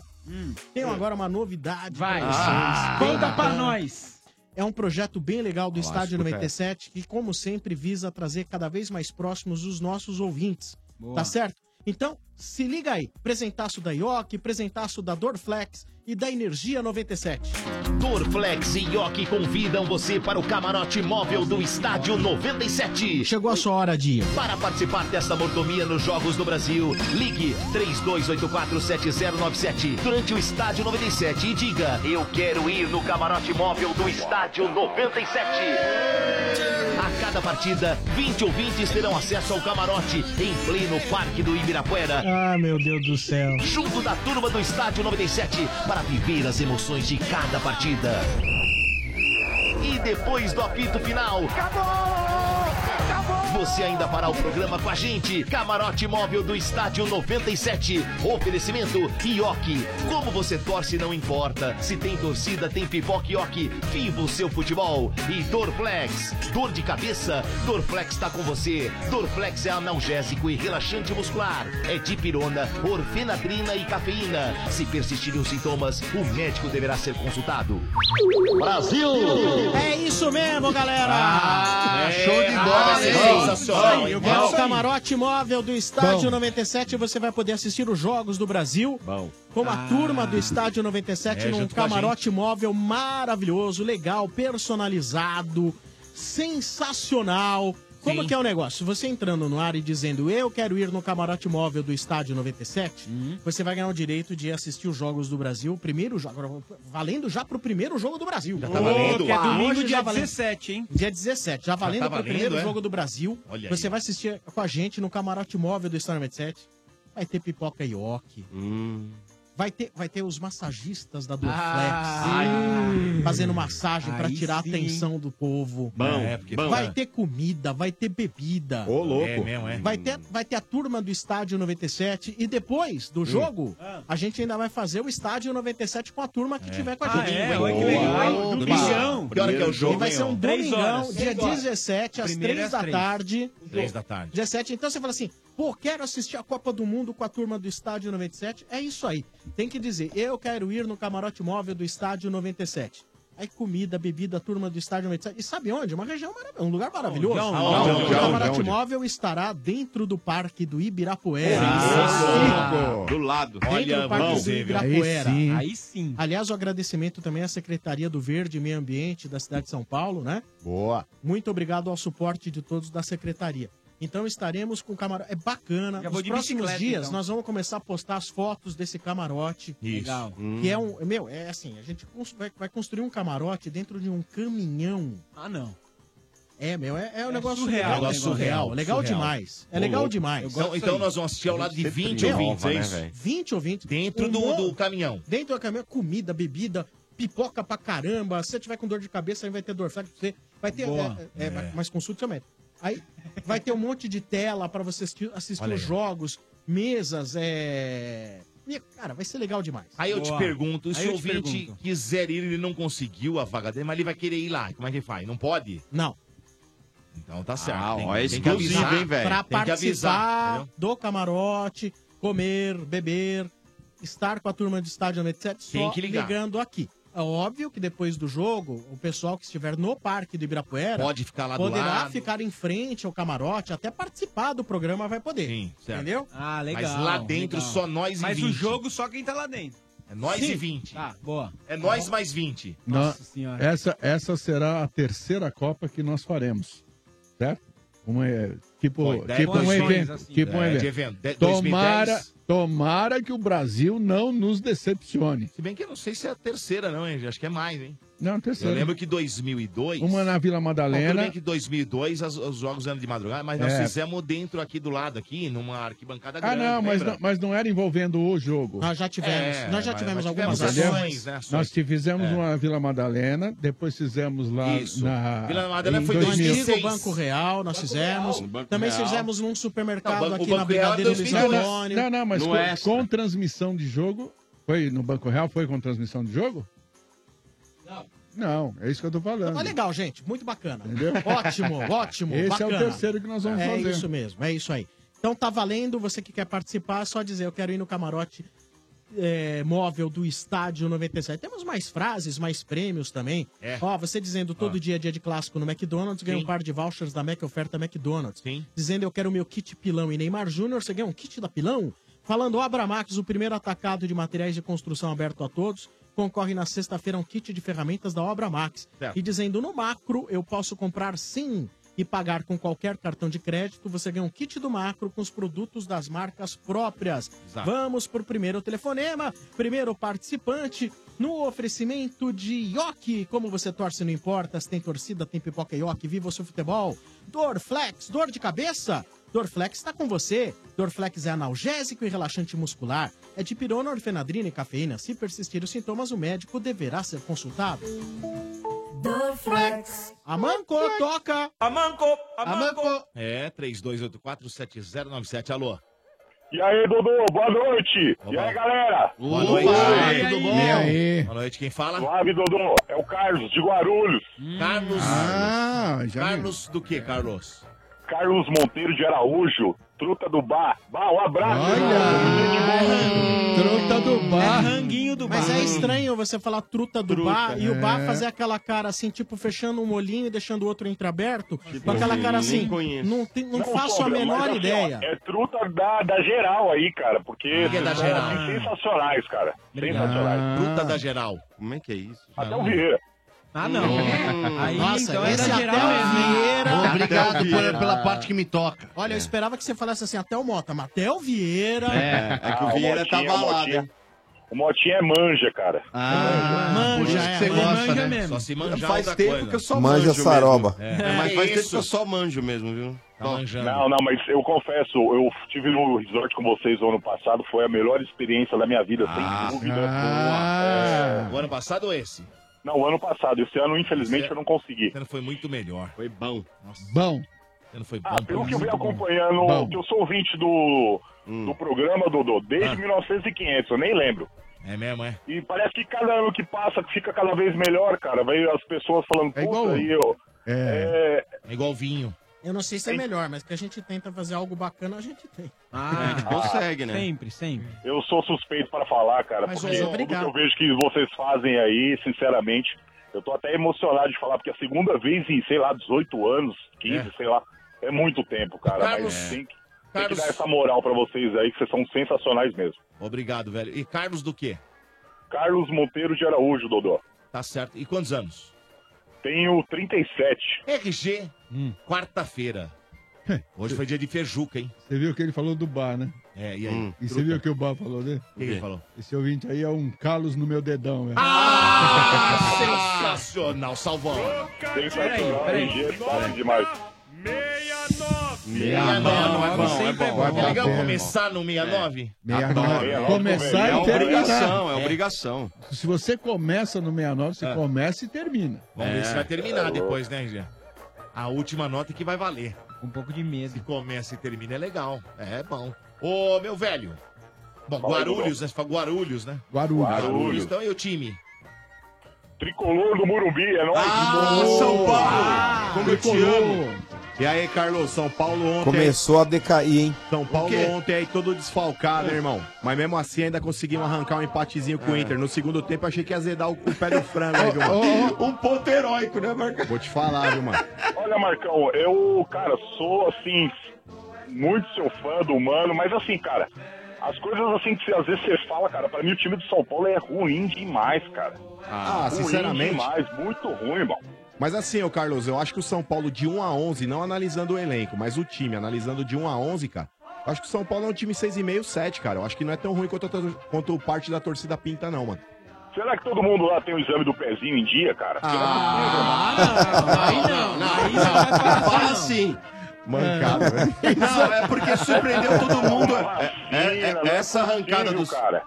[SPEAKER 5] tenho agora uma novidade
[SPEAKER 14] Hum. Vai.
[SPEAKER 5] pra vocês.
[SPEAKER 14] Ah, conta pra
[SPEAKER 5] É.
[SPEAKER 14] nós.
[SPEAKER 5] É um projeto bem legal do
[SPEAKER 14] Nossa,
[SPEAKER 5] Estádio
[SPEAKER 14] escuta
[SPEAKER 5] 97, que, como sempre, visa trazer cada vez mais próximos os nossos ouvintes.
[SPEAKER 14] Boa.
[SPEAKER 5] Tá certo? Então, se liga aí. Presentaço da Ioki, presentaço da Dorflex e da Energia 97.
[SPEAKER 15] Dorflex e Yoki convidam você para o camarote móvel do Estádio 97.
[SPEAKER 5] Chegou a sua hora de ir.
[SPEAKER 15] Para participar desta mordomia nos Jogos do Brasil, ligue 32847097 durante o Estádio 97 e diga: Eu quero ir no camarote móvel do Estádio 97. A cada partida, 20 ouvintes terão acesso ao camarote em pleno Parque do Ibirapuera,
[SPEAKER 5] Ah, meu Deus do céu.
[SPEAKER 15] junto da turma do Estádio 97 para viver as emoções de cada partida. E depois do apito final. Você ainda fará o programa com a gente. Camarote móvel do Estádio 97. Oferecimento Ioki. Como você torce, não importa. Se tem torcida, tem pipoca Ioki. Viva o seu futebol. E Dorflex. Dor de cabeça? Dorflex está com você. Dorflex é analgésico e relaxante muscular. É dipirona, orfenadrina e cafeína. Se persistirem os sintomas, o médico deverá ser consultado. Brasil!
[SPEAKER 5] É isso mesmo, galera!
[SPEAKER 15] Ah, é. show de bola, hein? Sensacional, hein?
[SPEAKER 5] É o
[SPEAKER 15] Bom.
[SPEAKER 5] camarote móvel do Estádio
[SPEAKER 15] Bom.
[SPEAKER 5] 97. Você vai poder assistir os Jogos do Brasil com a turma do Estádio 97
[SPEAKER 15] Ah. É,
[SPEAKER 5] num
[SPEAKER 15] junto com a
[SPEAKER 5] camarote móvel maravilhoso, legal, personalizado, sensacional. Como que é o negócio? Você entrando no ar e dizendo eu quero ir no camarote móvel do Estádio 97,
[SPEAKER 15] Uhum.
[SPEAKER 5] você vai ganhar o direito de assistir os Jogos do Brasil, o primeiro jogo, valendo já pro primeiro jogo do Brasil. Já
[SPEAKER 14] tá valendo.
[SPEAKER 5] Que é domingo,
[SPEAKER 14] Hoje,
[SPEAKER 5] dia
[SPEAKER 14] dia
[SPEAKER 5] 17, hein? Dia 17, já valendo
[SPEAKER 14] tá
[SPEAKER 5] pro
[SPEAKER 14] valendo,
[SPEAKER 5] primeiro
[SPEAKER 14] é?
[SPEAKER 5] jogo do Brasil.
[SPEAKER 14] Olha
[SPEAKER 5] você vai assistir com a gente no camarote móvel do Estádio 97. Vai ter pipoca e ok.
[SPEAKER 14] Hum.
[SPEAKER 5] Vai ter, vai ter os massagistas da Dorflex
[SPEAKER 14] Ah,
[SPEAKER 5] fazendo massagem pra
[SPEAKER 14] Aí
[SPEAKER 5] tirar
[SPEAKER 14] sim,
[SPEAKER 5] a atenção do povo.
[SPEAKER 14] Bom, É, porque- bom,
[SPEAKER 5] vai
[SPEAKER 14] né?
[SPEAKER 5] ter comida, vai ter bebida.
[SPEAKER 14] Ô, louco. É mesmo, é.
[SPEAKER 5] Vai ter, vai ter a turma do estádio 97 e depois do jogo,
[SPEAKER 14] Ah.
[SPEAKER 5] a gente ainda vai fazer o estádio 97 com a turma que tiver com a
[SPEAKER 14] Ah,
[SPEAKER 5] gente.
[SPEAKER 14] é? Olha que legal, hein? Do milhão.
[SPEAKER 5] Que hora que é o jogo? E vai ser um
[SPEAKER 14] Três
[SPEAKER 5] domingão,
[SPEAKER 14] horas.
[SPEAKER 5] dia
[SPEAKER 14] Três horas.
[SPEAKER 5] 17 às
[SPEAKER 14] Primeiro é
[SPEAKER 5] 3
[SPEAKER 14] às
[SPEAKER 5] da
[SPEAKER 14] três.
[SPEAKER 5] tarde.
[SPEAKER 21] Três da tarde.
[SPEAKER 5] 17, então você fala assim, Pô, quero assistir a Copa do Mundo com a turma do Estádio 97. É isso aí. Tem que dizer, eu quero ir no camarote móvel do Estádio 97. Aí comida, bebida, turma do Estádio 97. E sabe onde? Uma região maravilhosa, um lugar maravilhoso.
[SPEAKER 14] Não, não, não,
[SPEAKER 5] o
[SPEAKER 14] não,
[SPEAKER 5] camarote
[SPEAKER 14] não, não.
[SPEAKER 5] móvel estará dentro do Parque do Ibirapuera.
[SPEAKER 8] Ah, do lado.
[SPEAKER 5] Dentro do Parque do Ibirapuera.
[SPEAKER 14] Aí sim.
[SPEAKER 5] Aliás, o agradecimento também à Secretaria do Verde e Meio Ambiente da cidade de São Paulo, né?
[SPEAKER 4] Boa.
[SPEAKER 5] Muito obrigado ao suporte de todos da Secretaria. Então estaremos com o camarote. É bacana.
[SPEAKER 14] Já vou
[SPEAKER 5] Nos
[SPEAKER 14] de
[SPEAKER 5] próximos
[SPEAKER 14] bicicleta,
[SPEAKER 5] dias
[SPEAKER 14] então.
[SPEAKER 5] nós vamos começar a postar as fotos desse camarote.
[SPEAKER 14] Isso.
[SPEAKER 5] Legal.
[SPEAKER 14] Hum.
[SPEAKER 5] Que é um. Meu, é assim, a gente cons- vai- vai construir um camarote dentro de um caminhão.
[SPEAKER 14] Ah, não.
[SPEAKER 5] É, meu, é, é um
[SPEAKER 14] É
[SPEAKER 5] negócio
[SPEAKER 14] surreal,
[SPEAKER 5] surreal.
[SPEAKER 14] é um negócio surreal,
[SPEAKER 5] Legal
[SPEAKER 14] surreal.
[SPEAKER 5] demais. É
[SPEAKER 14] Ô,
[SPEAKER 5] legal
[SPEAKER 14] louco.
[SPEAKER 5] demais.
[SPEAKER 14] Eu gosto
[SPEAKER 5] Então-
[SPEAKER 14] disso
[SPEAKER 5] então
[SPEAKER 14] aí.
[SPEAKER 5] nós vamos assistir ao lado de 20 ouvintes, é isso? 20 ouvintes.
[SPEAKER 15] Dentro
[SPEAKER 5] Um
[SPEAKER 15] do-
[SPEAKER 5] mon-
[SPEAKER 15] do caminhão.
[SPEAKER 5] Dentro do caminhão, comida, bebida, pipoca pra caramba. Se você tiver com dor de cabeça, aí vai ter Dorflex pra você. Vai ter.
[SPEAKER 14] Boa.
[SPEAKER 5] É, é,
[SPEAKER 14] É.
[SPEAKER 5] vai- Mas consulte seu médico. Aí vai ter um monte de tela pra você assistir, assistir
[SPEAKER 15] Olha
[SPEAKER 5] os
[SPEAKER 15] aí.
[SPEAKER 5] jogos, mesas, é. E, Cara, vai ser legal demais.
[SPEAKER 15] Aí eu te pergunto, se
[SPEAKER 5] Aí
[SPEAKER 15] o
[SPEAKER 5] eu te
[SPEAKER 15] ouvinte
[SPEAKER 5] pergunto.
[SPEAKER 15] quiser ir, ele não conseguiu a vaga dele, mas ele vai querer ir lá. Como é que faz? Não pode?
[SPEAKER 5] Não.
[SPEAKER 15] Então tá certo.
[SPEAKER 8] Ah,
[SPEAKER 15] Tem-
[SPEAKER 8] ó, é
[SPEAKER 15] tem que
[SPEAKER 8] exclusivo,
[SPEAKER 15] avisar.
[SPEAKER 8] hein, velho?
[SPEAKER 5] Pra
[SPEAKER 15] Tem que
[SPEAKER 5] participar
[SPEAKER 15] avisar. entendeu?
[SPEAKER 5] do camarote, comer, beber, estar com a turma do estádio 97 só
[SPEAKER 15] Tem que ligar.
[SPEAKER 5] ligando aqui. É óbvio que depois do jogo, o pessoal que estiver no parque do Ibirapuera
[SPEAKER 15] Pode ficar lá do
[SPEAKER 5] poderá
[SPEAKER 15] lado.
[SPEAKER 5] ficar em frente ao camarote, até participar do programa vai poder. Sim,
[SPEAKER 15] certo.
[SPEAKER 5] entendeu?
[SPEAKER 14] Ah, legal.
[SPEAKER 15] Mas lá dentro
[SPEAKER 14] legal.
[SPEAKER 15] só nós e
[SPEAKER 14] Mas
[SPEAKER 15] 20.
[SPEAKER 14] o jogo só quem tá lá dentro.
[SPEAKER 15] É nós
[SPEAKER 14] Sim.
[SPEAKER 15] e 20.
[SPEAKER 14] Tá, boa.
[SPEAKER 15] É nós mais 20.
[SPEAKER 12] Na- essa, essa será a terceira Copa que nós faremos, certo? Uma, é, tipo
[SPEAKER 15] Foi, dez
[SPEAKER 12] tipo um
[SPEAKER 15] edições,
[SPEAKER 12] evento.
[SPEAKER 15] assim,
[SPEAKER 12] tipo um
[SPEAKER 15] é,
[SPEAKER 12] evento.
[SPEAKER 15] de evento. De- 2010.
[SPEAKER 12] tomara, tomara que o Brasil não nos decepcione.
[SPEAKER 15] Se bem que eu não sei se é a terceira, não, hein? Acho que é mais, hein?
[SPEAKER 12] Não, a terceira.
[SPEAKER 15] Eu lembro que 2002.
[SPEAKER 12] Uma na Vila
[SPEAKER 15] Bom, tudo
[SPEAKER 12] Madalena.
[SPEAKER 15] bem que 2002 as- os jogos eram de madrugada, mas nós
[SPEAKER 12] É.
[SPEAKER 15] fizemos dentro aqui do lado, aqui, numa arquibancada
[SPEAKER 12] Ah,
[SPEAKER 15] tá grande.
[SPEAKER 12] não mas,
[SPEAKER 15] lembra?
[SPEAKER 12] não, mas não era envolvendo o jogo.
[SPEAKER 5] Nós já tivemos,
[SPEAKER 15] É,
[SPEAKER 5] nós já
[SPEAKER 15] mas-
[SPEAKER 5] tivemos
[SPEAKER 15] mas
[SPEAKER 5] algumas
[SPEAKER 15] tivemos
[SPEAKER 5] ações.
[SPEAKER 15] ações, né? Ações.
[SPEAKER 12] Nós te fizemos
[SPEAKER 15] É.
[SPEAKER 12] uma Vila Madalena, depois fizemos lá
[SPEAKER 5] Isso.
[SPEAKER 12] na.
[SPEAKER 5] Vila
[SPEAKER 12] em
[SPEAKER 5] Madalena foi
[SPEAKER 12] 2000.
[SPEAKER 5] 2006. No Banco Real, nós fizemos. Também
[SPEAKER 12] Real.
[SPEAKER 5] fizemos num supermercado
[SPEAKER 12] Não, o Banco-
[SPEAKER 5] aqui
[SPEAKER 12] o
[SPEAKER 5] na
[SPEAKER 12] Banco Real é
[SPEAKER 5] Brigadeiro Luiz
[SPEAKER 12] 2002.
[SPEAKER 5] Antônio.
[SPEAKER 12] Não, não, é mas
[SPEAKER 5] No
[SPEAKER 12] com,
[SPEAKER 5] Extra.
[SPEAKER 12] com transmissão de jogo. Foi no Banco Real? Foi com transmissão de jogo? Não, é isso que eu tô falando.
[SPEAKER 5] Mas legal, gente. Muito bacana.
[SPEAKER 12] Entendeu?
[SPEAKER 5] Ótimo, ótimo.
[SPEAKER 12] Esse é o
[SPEAKER 5] bacana.
[SPEAKER 12] terceiro que nós vamos
[SPEAKER 5] é
[SPEAKER 12] fazer.
[SPEAKER 5] É isso mesmo, é isso aí. Então tá valendo, você que quer participar, é só dizer, eu quero ir no camarote é, móvel do Estádio 97. Temos mais frases, mais prêmios também. Ó, você dizendo todo dia é dia de clássico no McDonald's, ganha
[SPEAKER 15] Sim.
[SPEAKER 5] um par de vouchers da Mac Oferta McDonald's. Dizendo eu quero meu kit Pilão e Neymar Júnior, você ganha um kit da Pilão? Falando Abramax, o primeiro atacado de materiais de construção aberto a todos, concorre na sexta-feira a um kit de ferramentas da Obra Max.
[SPEAKER 15] Certo.
[SPEAKER 5] E dizendo no macro, eu posso comprar sim e pagar com qualquer cartão de crédito, você ganha um kit do macro com os produtos das marcas próprias.
[SPEAKER 15] Exato.
[SPEAKER 5] Vamos pro primeiro telefonema, primeiro participante, no oferecimento de Yoki. Como você torce, não importa, se tem torcida, tem pipoca Yoki, viva o seu futebol. Dorflex, dor de cabeça? Dorflex está com você. Dorflex é analgésico e relaxante muscular. É de pirona, orfenadrina e cafeína. Se persistir os sintomas, o médico deverá ser consultado. Dorflex. Amanco, toca.
[SPEAKER 15] Amanco, Amanco. É, 32847097. Alô?
[SPEAKER 22] E aí, Dudu, boa noite. E aí, galera?
[SPEAKER 15] Boa noite. E aí,
[SPEAKER 22] tudo
[SPEAKER 15] Dudu?
[SPEAKER 22] bom?
[SPEAKER 15] E aí? Boa noite, quem fala? Hum.
[SPEAKER 22] Suave, Dudu. É o Carlos, de Guarulhos.
[SPEAKER 15] Carlos.
[SPEAKER 12] Ah,
[SPEAKER 15] Carlos do que, Carlos?
[SPEAKER 22] Carlos Monteiro de Araújo, truta do bar. Bah, um abraço.
[SPEAKER 12] Truta do bar.
[SPEAKER 5] ranguinho do Mas é estranho você falar truta do
[SPEAKER 12] Truta.
[SPEAKER 5] bar e o
[SPEAKER 12] É.
[SPEAKER 5] bar fazer aquela cara assim, tipo, fechando um olhinho e deixando o outro entreaberto. com
[SPEAKER 22] Tipo,
[SPEAKER 5] aquela cara
[SPEAKER 22] nem
[SPEAKER 5] assim,
[SPEAKER 22] conheço.
[SPEAKER 5] não, tem- não faço
[SPEAKER 22] Sombra,
[SPEAKER 5] a menor
[SPEAKER 22] mas, assim, ó,
[SPEAKER 5] ideia.
[SPEAKER 22] é truta da, da geral aí, cara, porque
[SPEAKER 15] que é da
[SPEAKER 22] são
[SPEAKER 15] geral?
[SPEAKER 22] assim, sensacionais, cara. Sensacionais.
[SPEAKER 10] Ah.
[SPEAKER 15] Truta da geral. Como é que é isso?
[SPEAKER 22] Até um o Vieira.
[SPEAKER 15] Ah, não.
[SPEAKER 14] Aí,
[SPEAKER 5] Nossa,
[SPEAKER 14] então,
[SPEAKER 5] esse
[SPEAKER 14] era
[SPEAKER 5] até
[SPEAKER 14] geral
[SPEAKER 5] o
[SPEAKER 14] mesmo, hein?
[SPEAKER 5] Vieira.
[SPEAKER 10] Obrigado
[SPEAKER 5] Até o
[SPEAKER 10] por-
[SPEAKER 5] Vieira.
[SPEAKER 10] pela parte que me toca.
[SPEAKER 5] Olha, eu esperava que você falasse assim, até o Mota, mas até o Vieira.
[SPEAKER 10] É, é que o
[SPEAKER 22] Ah,
[SPEAKER 10] Vieira tá
[SPEAKER 22] Motinha, o
[SPEAKER 10] abalado,
[SPEAKER 22] Motinha-
[SPEAKER 10] hein?
[SPEAKER 22] O Motinha é manja, cara.
[SPEAKER 10] Ah,
[SPEAKER 5] manja,
[SPEAKER 10] é, você gosta, né? mesmo.
[SPEAKER 15] Só se manjar
[SPEAKER 8] Faz
[SPEAKER 15] outra
[SPEAKER 8] tempo
[SPEAKER 15] coisa.
[SPEAKER 8] que eu só
[SPEAKER 9] Manja
[SPEAKER 8] manjo
[SPEAKER 9] saroba.
[SPEAKER 8] mesmo. É, mas
[SPEAKER 22] É
[SPEAKER 8] faz tempo
[SPEAKER 22] isso.
[SPEAKER 8] que eu só manjo mesmo, viu?
[SPEAKER 15] Tá
[SPEAKER 8] Só.
[SPEAKER 22] Não, não, mas eu confesso, eu tive no resort com vocês no ano passado, foi a melhor experiência da minha vida, É. sem dúvida.
[SPEAKER 15] O Ah, ano passado ou esse?
[SPEAKER 22] Não, o ano passado, esse ano, infelizmente,
[SPEAKER 15] Esse- é
[SPEAKER 22] eu não consegui.
[SPEAKER 15] Esse ano foi muito melhor. Foi bom. Nossa,
[SPEAKER 12] Bom.
[SPEAKER 15] esse ano foi é bom.
[SPEAKER 22] Ah, pelo que eu venho acompanhando,
[SPEAKER 15] Bom. Hum.
[SPEAKER 22] que eu sou ouvinte do, do programa, Dodô,
[SPEAKER 15] Ah.
[SPEAKER 22] desde 1950, eu nem lembro.
[SPEAKER 15] É mesmo, é?
[SPEAKER 22] E parece que cada ano que passa fica
[SPEAKER 15] É
[SPEAKER 22] cada vez melhor, cara. Vai as pessoas falando, puta,
[SPEAKER 15] igual-
[SPEAKER 22] e eu.
[SPEAKER 12] É.
[SPEAKER 22] É,
[SPEAKER 15] um." É igual vinho.
[SPEAKER 5] Eu não sei se é melhor, mas que a gente tenta fazer algo bacana, a gente tem.
[SPEAKER 8] a gente consegue, né?
[SPEAKER 14] Sempre, sempre.
[SPEAKER 22] Eu sou suspeito para falar, cara,
[SPEAKER 5] Mas,
[SPEAKER 22] porque
[SPEAKER 5] ô,
[SPEAKER 22] tudo que
[SPEAKER 5] obrigado.
[SPEAKER 22] eu vejo que vocês fazem aí, sinceramente, eu tô até emocionado de falar, porque a segunda vez em, sei lá, 18 anos, 15, sei lá, é muito tempo, cara.
[SPEAKER 15] Carlos-
[SPEAKER 22] mas tem que, tem que
[SPEAKER 15] Carlos-
[SPEAKER 22] dar essa moral para vocês aí, que vocês são sensacionais mesmo.
[SPEAKER 15] Obrigado, velho. E Carlos do quê?
[SPEAKER 22] Carlos Monteiro de Araújo, Dodô.
[SPEAKER 15] Tá certo. E quantos anos?
[SPEAKER 22] Tenho 37.
[SPEAKER 15] RG, quarta-feira. Hoje foi dia de Fejuca, hein?
[SPEAKER 12] Você viu que ele falou do bar, né?
[SPEAKER 15] É, e aí?
[SPEAKER 12] E você
[SPEAKER 15] Truta.
[SPEAKER 12] viu o que o bar falou dele?
[SPEAKER 15] O que ele falou?
[SPEAKER 12] Esse ouvinte aí é um calos no meu dedão, velho.
[SPEAKER 15] Ah, sensacional, Salvão.
[SPEAKER 22] Sensacional, RG, top demais.
[SPEAKER 15] Meia nove, não é bom, é bom. É legal começar no 69?
[SPEAKER 12] Meia
[SPEAKER 15] Adoro.
[SPEAKER 12] nove.
[SPEAKER 15] Meia nove é
[SPEAKER 12] Começar
[SPEAKER 15] também.
[SPEAKER 12] e terminar.
[SPEAKER 8] obrigação.
[SPEAKER 12] Se você começa no 69, você começa e termina. É.
[SPEAKER 15] Vamos ver se vai terminar depois, né, RG? A última nota que vai valer. Um pouco de medo. Que começa e termina é legal. É bom. Ô, meu velho. Bom,
[SPEAKER 22] Fala aí,
[SPEAKER 15] Guarulhos,
[SPEAKER 22] Dodô.
[SPEAKER 15] né? Você fala Guarulhos, né?
[SPEAKER 12] Guarulhos.
[SPEAKER 22] Guarulhos.
[SPEAKER 15] Então e o time?
[SPEAKER 22] Tricolor do Morumbi, é nóis.
[SPEAKER 15] Ah, São Paulo. Ah.
[SPEAKER 14] Ah,
[SPEAKER 4] Como eu te amo. E aí, Carlos, São Paulo ontem.
[SPEAKER 9] Começou a decair, hein?
[SPEAKER 4] São Paulo
[SPEAKER 9] O
[SPEAKER 12] é
[SPEAKER 9] quê?
[SPEAKER 4] ontem aí todo desfalcado, né, irmão? Mas mesmo assim ainda conseguimos arrancar um empatezinho
[SPEAKER 14] É.
[SPEAKER 4] com o Inter. No segundo tempo eu achei que ia azedar o, o pé do frango, né, viu, mano?
[SPEAKER 8] Um ponto heróico, né, Marcão?
[SPEAKER 4] Vou te falar, viu, mano?
[SPEAKER 22] Olha, Marcão, eu, cara, sou assim, muito seu fã do humano, mas assim, cara, as coisas assim que cê- às vezes você fala, cara, pra mim o time do São Paulo é ruim demais, cara.
[SPEAKER 4] Ah,
[SPEAKER 22] ruim
[SPEAKER 4] sinceramente.
[SPEAKER 22] demais, muito ruim, irmão.
[SPEAKER 4] Mas assim, ô Carlos, eu acho que o São Paulo de 1 a 11, não analisando o elenco, mas o time, analisando de 1 a 11, cara. eu Acho que o São Paulo é um time 6,5, 7, cara. Eu acho que não é tão ruim quanto, a tor- quanto parte da torcida pinta, não, mano.
[SPEAKER 22] Será que todo mundo lá tem o exame do pezinho em dia, cara? Porque é
[SPEAKER 4] Ah.
[SPEAKER 22] né?
[SPEAKER 8] Fala assim.
[SPEAKER 4] Mancada,
[SPEAKER 12] né?
[SPEAKER 4] velho.
[SPEAKER 8] Não, é porque surpreendeu todo mundo. É- é- é- essa arrancada do.
[SPEAKER 22] Cara.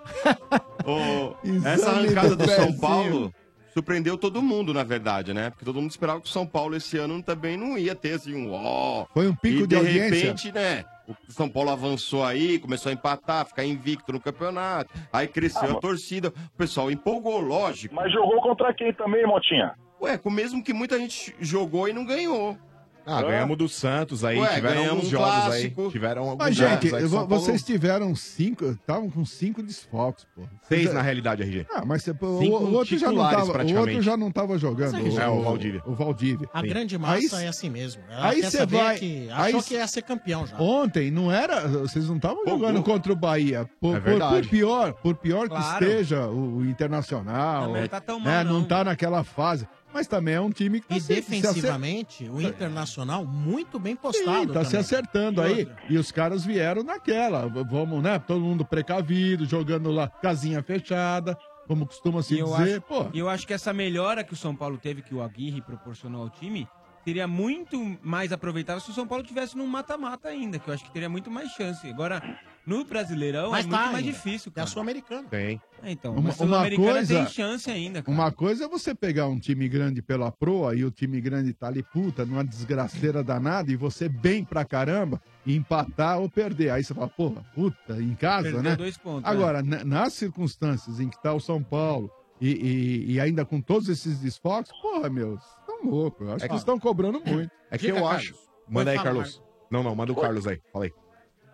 [SPEAKER 8] Ô,
[SPEAKER 22] Exame
[SPEAKER 8] essa arrancada
[SPEAKER 22] do
[SPEAKER 8] do São
[SPEAKER 22] pezinho.
[SPEAKER 8] Paulo surpreendeu todo mundo, na verdade, né? Porque todo mundo esperava que o São Paulo esse ano também não ia ter assim um ó.
[SPEAKER 12] Foi um pico
[SPEAKER 8] e
[SPEAKER 12] de audiência.
[SPEAKER 8] repente, né? O São Paulo avançou aí, começou a empatar, ficar invicto no campeonato. Aí cresceu
[SPEAKER 22] Ah,
[SPEAKER 8] a
[SPEAKER 22] mas-
[SPEAKER 8] torcida, o pessoal empolgou, lógico.
[SPEAKER 22] Mas jogou contra quem também, Motinha?
[SPEAKER 8] Ué, com o mesmo que muita gente jogou e não ganhou.
[SPEAKER 4] Ah, ganhamos do Santos aí,
[SPEAKER 8] Ué,
[SPEAKER 4] tiveram
[SPEAKER 8] ganhamos
[SPEAKER 4] alguns
[SPEAKER 8] um
[SPEAKER 4] jogos
[SPEAKER 8] clássico.
[SPEAKER 4] aí. Tiveram alguns
[SPEAKER 12] Mas,
[SPEAKER 4] jogos
[SPEAKER 12] gente,
[SPEAKER 4] aí que São
[SPEAKER 12] eu vou-
[SPEAKER 4] Paulo-
[SPEAKER 12] vocês tiveram cinco. Estavam com cinco desfalques, pô.
[SPEAKER 4] Seis, na realidade, RG.
[SPEAKER 12] Ah, mas você- o,
[SPEAKER 4] Cinco
[SPEAKER 12] o outro já não
[SPEAKER 4] titulares,
[SPEAKER 12] tava, o outro
[SPEAKER 4] praticamente.
[SPEAKER 12] já não tava jogando.
[SPEAKER 4] Mas, RG, É, o Valdívia.
[SPEAKER 12] O Valdívia.
[SPEAKER 5] A
[SPEAKER 12] Sim.
[SPEAKER 5] grande massa
[SPEAKER 12] Aí-
[SPEAKER 5] é assim mesmo. Ela
[SPEAKER 12] aí
[SPEAKER 5] quer
[SPEAKER 12] você
[SPEAKER 5] saber
[SPEAKER 12] vai-
[SPEAKER 5] que
[SPEAKER 12] aí
[SPEAKER 5] achou
[SPEAKER 12] cê-
[SPEAKER 5] que é ia ser campeão já.
[SPEAKER 12] Ontem não era, vocês não estavam jogando contra o Bahia. Por,
[SPEAKER 4] É
[SPEAKER 12] por-
[SPEAKER 4] verdade.
[SPEAKER 12] por pior, por pior
[SPEAKER 4] Claro.
[SPEAKER 12] que esteja o, o Internacional,
[SPEAKER 5] Também não tá tão mal,
[SPEAKER 12] né, não tá naquela fase. Mas também é um time que tá
[SPEAKER 5] E
[SPEAKER 12] se- se
[SPEAKER 5] defensivamente, o Internacional muito bem postado.
[SPEAKER 12] Sim, tá
[SPEAKER 5] também.
[SPEAKER 12] se
[SPEAKER 5] né?
[SPEAKER 12] acertando
[SPEAKER 5] E
[SPEAKER 12] aí.
[SPEAKER 5] outra,
[SPEAKER 12] E os caras vieram naquela. v- Vamos, né? Todo mundo precavido, jogando lá, casinha fechada, como costuma se
[SPEAKER 14] E eu,
[SPEAKER 12] dizer.
[SPEAKER 14] acho,
[SPEAKER 12] Pô,
[SPEAKER 14] e eu acho que essa melhora que o São Paulo teve, que o Aguirre proporcionou ao time, seria muito mais aproveitável se o São Paulo tivesse num mata-mata ainda, que eu acho que teria muito mais chance. Agora, no Brasileirão
[SPEAKER 5] Mas
[SPEAKER 14] é
[SPEAKER 5] tá
[SPEAKER 14] muito mais
[SPEAKER 5] ainda.
[SPEAKER 14] difícil.
[SPEAKER 5] É a Sul-Americana.
[SPEAKER 4] Tem.
[SPEAKER 14] É, então,
[SPEAKER 12] Uma-
[SPEAKER 14] mas o
[SPEAKER 12] uma
[SPEAKER 14] Sul-Americana
[SPEAKER 12] coisa-
[SPEAKER 14] tem chance ainda. Cara.
[SPEAKER 12] uma coisa é você pegar um time grande pela proa e o time grande tá ali puta, numa desgraceira danada, e você bem pra caramba, e empatar ou perder. Aí você fala, porra, puta, em casa,
[SPEAKER 14] Perdeu
[SPEAKER 12] né?
[SPEAKER 14] dois pontos,
[SPEAKER 12] Agora, na- nas circunstâncias em que tá o São Paulo. E, e- e ainda com todos esses desfoques, porra, meu, vocês estão loucos. Eu Acho
[SPEAKER 4] É
[SPEAKER 12] que
[SPEAKER 4] que-
[SPEAKER 12] estão cobrando muito.
[SPEAKER 4] É que eu acho. Manda aí, Carlos. Não, não, manda o Carlos aí. Fala aí.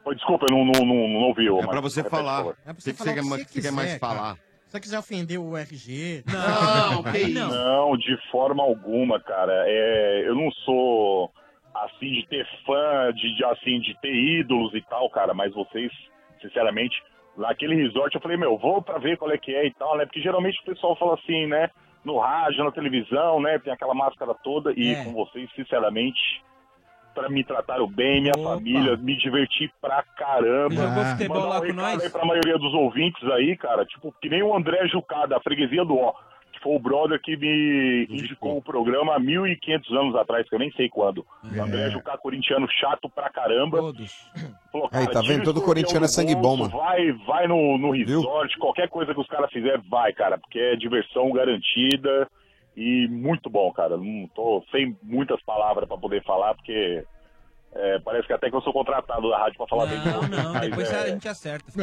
[SPEAKER 22] Oi, desculpa, eu não, não, não, não ouvi. ô,
[SPEAKER 4] É pra
[SPEAKER 22] Marcão.
[SPEAKER 4] você
[SPEAKER 22] Repete,
[SPEAKER 4] falar.
[SPEAKER 22] por favor.
[SPEAKER 5] É pra
[SPEAKER 4] Que
[SPEAKER 5] você
[SPEAKER 4] que você
[SPEAKER 5] falar o
[SPEAKER 4] quer-
[SPEAKER 5] que você
[SPEAKER 4] que você quer
[SPEAKER 5] quiser,
[SPEAKER 4] mais
[SPEAKER 5] cara.
[SPEAKER 4] falar?
[SPEAKER 5] Se você quiser ofender o FG... [LAUGHS]
[SPEAKER 22] Não, de forma alguma, cara. É, eu não sou assim de ter fã, de, de, assim de ter ídolos e tal, cara. Mas vocês, sinceramente, naquele resort eu falei, meu, vou pra ver qual é que é e tal, né? Porque geralmente o pessoal fala assim, né? No rádio, na televisão, né? Tem aquela máscara toda e
[SPEAKER 23] É.
[SPEAKER 22] com vocês, sinceramente. Pra me trataram bem, minha família, me diverti pra caramba.
[SPEAKER 14] Você jogou futebol
[SPEAKER 22] Mandar
[SPEAKER 14] lá
[SPEAKER 22] um
[SPEAKER 14] com
[SPEAKER 22] recado
[SPEAKER 14] nós?
[SPEAKER 22] Aí pra maioria dos ouvintes aí, cara, tipo, que nem o André Jucá, da freguesia do Ó, que foi o brother que me indicou o programa há 1.500 anos atrás, que eu nem sei quando.
[SPEAKER 14] É.
[SPEAKER 22] O André Jucá, corintiano chato pra caramba.
[SPEAKER 12] um
[SPEAKER 22] Falou,
[SPEAKER 9] Aí, tá
[SPEAKER 22] tira
[SPEAKER 9] vendo?
[SPEAKER 22] o
[SPEAKER 9] Todo
[SPEAKER 22] escorpião
[SPEAKER 9] corintiano é
[SPEAKER 22] do
[SPEAKER 9] sangue bom,
[SPEAKER 22] bolso,
[SPEAKER 9] mano.
[SPEAKER 22] Vai, vai no, no resort, qualquer coisa que os caras fizerem, vai, cara, porque é diversão garantida e muito bom, cara. Não tô sem muitas palavras pra poder falar, porque é, parece que até que eu sou contratado da rádio pra falar bem. pouco,
[SPEAKER 14] Não,
[SPEAKER 22] mas
[SPEAKER 14] depois
[SPEAKER 22] é-
[SPEAKER 14] a gente acerta.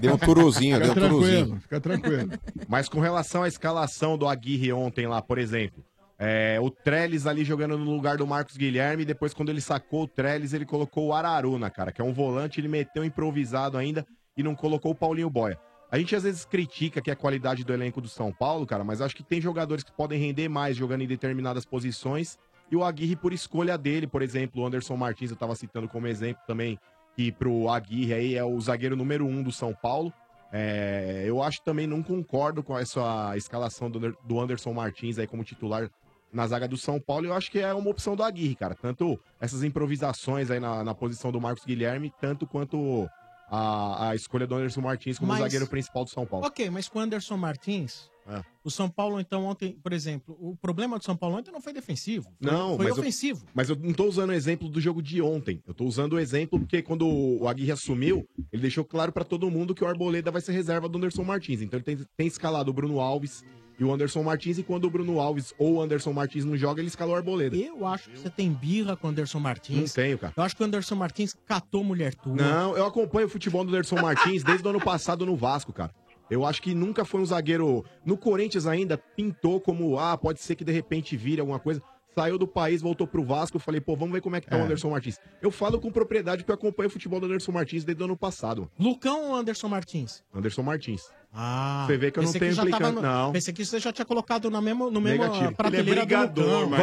[SPEAKER 9] Deu um turuzinho,
[SPEAKER 4] Fica
[SPEAKER 9] deu um
[SPEAKER 4] tranquilo,
[SPEAKER 9] turuzinho.
[SPEAKER 12] Fica tranquilo.
[SPEAKER 4] Mas com relação à escalação do Aguirre ontem lá, por exemplo, É, o Trellis ali jogando no lugar do Marcos Guilherme. e Depois, quando ele sacou o Trellis, ele colocou o Araruna, cara, que é um volante. Ele meteu improvisado ainda e não colocou o Paulinho Boia. A gente às vezes critica que é a qualidade do elenco do São Paulo, cara, mas acho que tem jogadores que podem render mais jogando em determinadas posições. E o Aguirre, por escolha dele, por exemplo, o Anderson Martins, eu tava citando como exemplo também, que pro Aguirre aí é o zagueiro número um do São Paulo. É, eu acho também, não concordo com essa escalação do, Ander- do Anderson Martins aí como titular na zaga do São Paulo. e Eu acho que é uma opção do Aguirre, cara. Tanto essas improvisações aí na, na posição do Marcos Guilherme, tanto quanto a, a escolha do Anderson Martins como
[SPEAKER 5] Mas-
[SPEAKER 4] zagueiro principal do São Paulo.
[SPEAKER 5] Ok, mas com o Anderson Martins,
[SPEAKER 12] Ah.
[SPEAKER 5] o São Paulo, então, ontem, por exemplo, o problema do São Paulo ontem não foi defensivo. Foi,
[SPEAKER 4] Não,
[SPEAKER 5] foi
[SPEAKER 4] mas
[SPEAKER 5] ofensivo.
[SPEAKER 4] Eu, mas eu não tô usando o exemplo do jogo de ontem. Eu tô usando o exemplo porque quando o Aguirre assumiu, ele deixou claro pra todo mundo que o Arboleda vai ser reserva do Anderson Martins. Então ele tem, tem escalado o Bruno Alves e o Anderson Martins. E quando o Bruno Alves ou o Anderson Martins não joga, ele escalou o Arboleda.
[SPEAKER 5] Eu acho que você tem birra com o Anderson
[SPEAKER 4] Não
[SPEAKER 5] Martins.
[SPEAKER 4] tenho, cara.
[SPEAKER 5] Eu acho que o Anderson Martins catou mulher tua.
[SPEAKER 4] Não, eu acompanho o futebol do Anderson Martins desde o ano passado no Vasco, cara. Eu acho que nunca foi um zagueiro. No Corinthians ainda pintou como, ah, pode ser que de repente vire alguma coisa. Saiu do país, voltou pro Vasco. eu Falei, pô, vamos ver como é que tá o Anderson Martins. Eu falo com propriedade porque eu acompanho o futebol do Anderson Martins desde o ano passado.
[SPEAKER 5] Lucão ou Anderson Martins?
[SPEAKER 4] Anderson Martins.
[SPEAKER 5] Ah,
[SPEAKER 4] Você vê que eu não
[SPEAKER 5] pensei
[SPEAKER 4] tenho
[SPEAKER 5] já tava
[SPEAKER 4] implicância.
[SPEAKER 5] no-
[SPEAKER 4] Não.
[SPEAKER 5] Pensei que você já tinha colocado na mesma, no mesmo
[SPEAKER 4] Negativo. é
[SPEAKER 5] prateleira do Lucão.
[SPEAKER 4] Não, Vamos,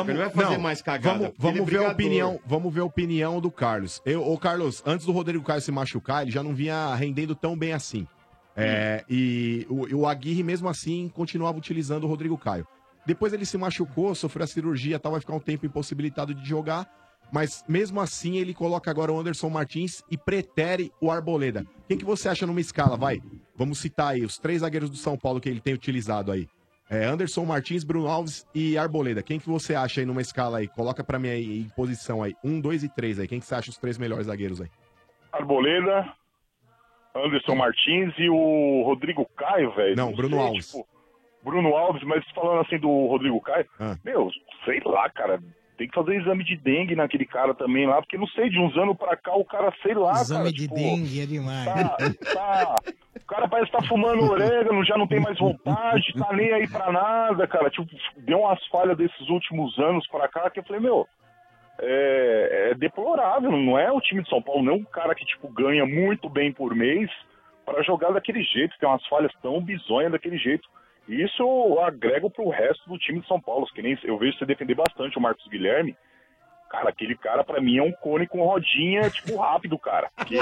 [SPEAKER 4] vamos ver a opinião, vamos ver a opinião do Carlos. Eu, ô Carlos, antes do Rodrigo Caio se machucar, ele já não vinha rendendo tão bem assim. É, e o, o Aguirre mesmo assim continuava utilizando o Rodrigo Caio. Depois ele se machucou, sofreu a cirurgia, e tal, vai ficar um tempo impossibilitado de jogar. Mas mesmo assim ele coloca agora o Anderson Martins e pretere o Arboleda. Quem que você acha numa escala? Vai, vamos citar aí os três zagueiros do São Paulo que ele tem utilizado aí. É, Anderson Martins, Bruno Alves e Arboleda. Quem que você acha aí numa escala aí? Coloca pra mim aí em posição aí. Um, dois e três aí. Quem que você acha os três melhores zagueiros aí?
[SPEAKER 22] Arboleda, Anderson Martins e o Rodrigo Caio, velho.
[SPEAKER 4] Não, Bruno
[SPEAKER 22] sei,
[SPEAKER 4] Alves.
[SPEAKER 22] tipo, Bruno Alves, mas falando assim do Rodrigo Caio,
[SPEAKER 4] Ah.
[SPEAKER 22] meu, sei lá, cara. Tem que fazer exame de dengue naquele cara também lá, porque não sei, de uns anos pra cá o cara, sei lá,
[SPEAKER 5] Exame
[SPEAKER 22] cara,
[SPEAKER 5] de
[SPEAKER 22] tipo,
[SPEAKER 5] dengue é demais.
[SPEAKER 22] tá, o cara parece que tá fumando orégano, já não tem mais vontade, tá nem aí pra nada, cara. Tipo, deu umas falhas desses últimos anos pra cá que eu falei, meu, é, é deplorável, não é o time de São Paulo, não é um cara que, tipo, ganha muito bem por mês pra jogar daquele jeito, tem umas falhas tão bizonhas daquele jeito. E isso eu agrego pro resto do time de São Paulo, que nem eu vejo você defender bastante o Marcos Guilherme. Cara, aquele cara pra mim é um cone com rodinha, tipo, rápido, cara. Porque.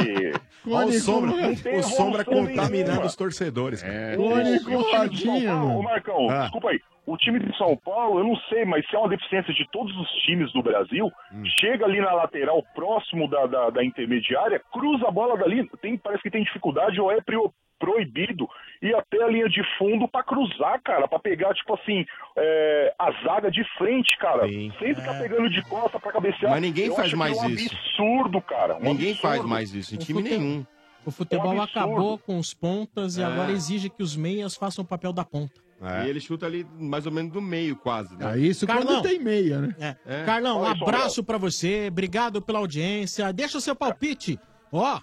[SPEAKER 4] Olha o Sombra,
[SPEAKER 22] Não tem
[SPEAKER 4] o Sombra
[SPEAKER 22] evolução
[SPEAKER 4] contaminando
[SPEAKER 22] nenhuma.
[SPEAKER 4] os torcedores. É.
[SPEAKER 22] Ô, Marcão,
[SPEAKER 8] Ah.
[SPEAKER 22] desculpa aí. O time de São Paulo, eu não sei, mas se é uma deficiência de todos os times do Brasil,
[SPEAKER 8] Hum.
[SPEAKER 22] chega ali na lateral, próximo da, da, da intermediária, cruza a bola dali, tem, parece que tem dificuldade ou é prio- proibido ir até a linha de fundo pra cruzar, cara, pra pegar, tipo assim, é, a zaga de frente, cara. Sempre
[SPEAKER 5] É.
[SPEAKER 22] tá pegando de costa pra cabecear.
[SPEAKER 8] Mas ninguém
[SPEAKER 22] Eu
[SPEAKER 8] faz
[SPEAKER 22] acho
[SPEAKER 8] mais
[SPEAKER 22] aquilo um
[SPEAKER 8] isso.
[SPEAKER 22] absurdo, cara. um
[SPEAKER 8] Ninguém
[SPEAKER 22] absurdo.
[SPEAKER 8] faz mais isso, em time
[SPEAKER 5] Um futebol-
[SPEAKER 8] nenhum.
[SPEAKER 5] O futebol
[SPEAKER 8] É um absurdo.
[SPEAKER 5] acabou com os pontas e
[SPEAKER 8] É.
[SPEAKER 5] agora exige que os meias façam o papel da ponta.
[SPEAKER 4] É.
[SPEAKER 8] E ele chuta ali mais ou menos do meio, quase. Né?
[SPEAKER 5] É Carlão,
[SPEAKER 12] meia, né?
[SPEAKER 5] É.
[SPEAKER 8] É.
[SPEAKER 5] Carlão, um
[SPEAKER 8] Olha só,
[SPEAKER 5] abraço pra você, obrigado pela audiência. Deixa o seu palpite. Ó,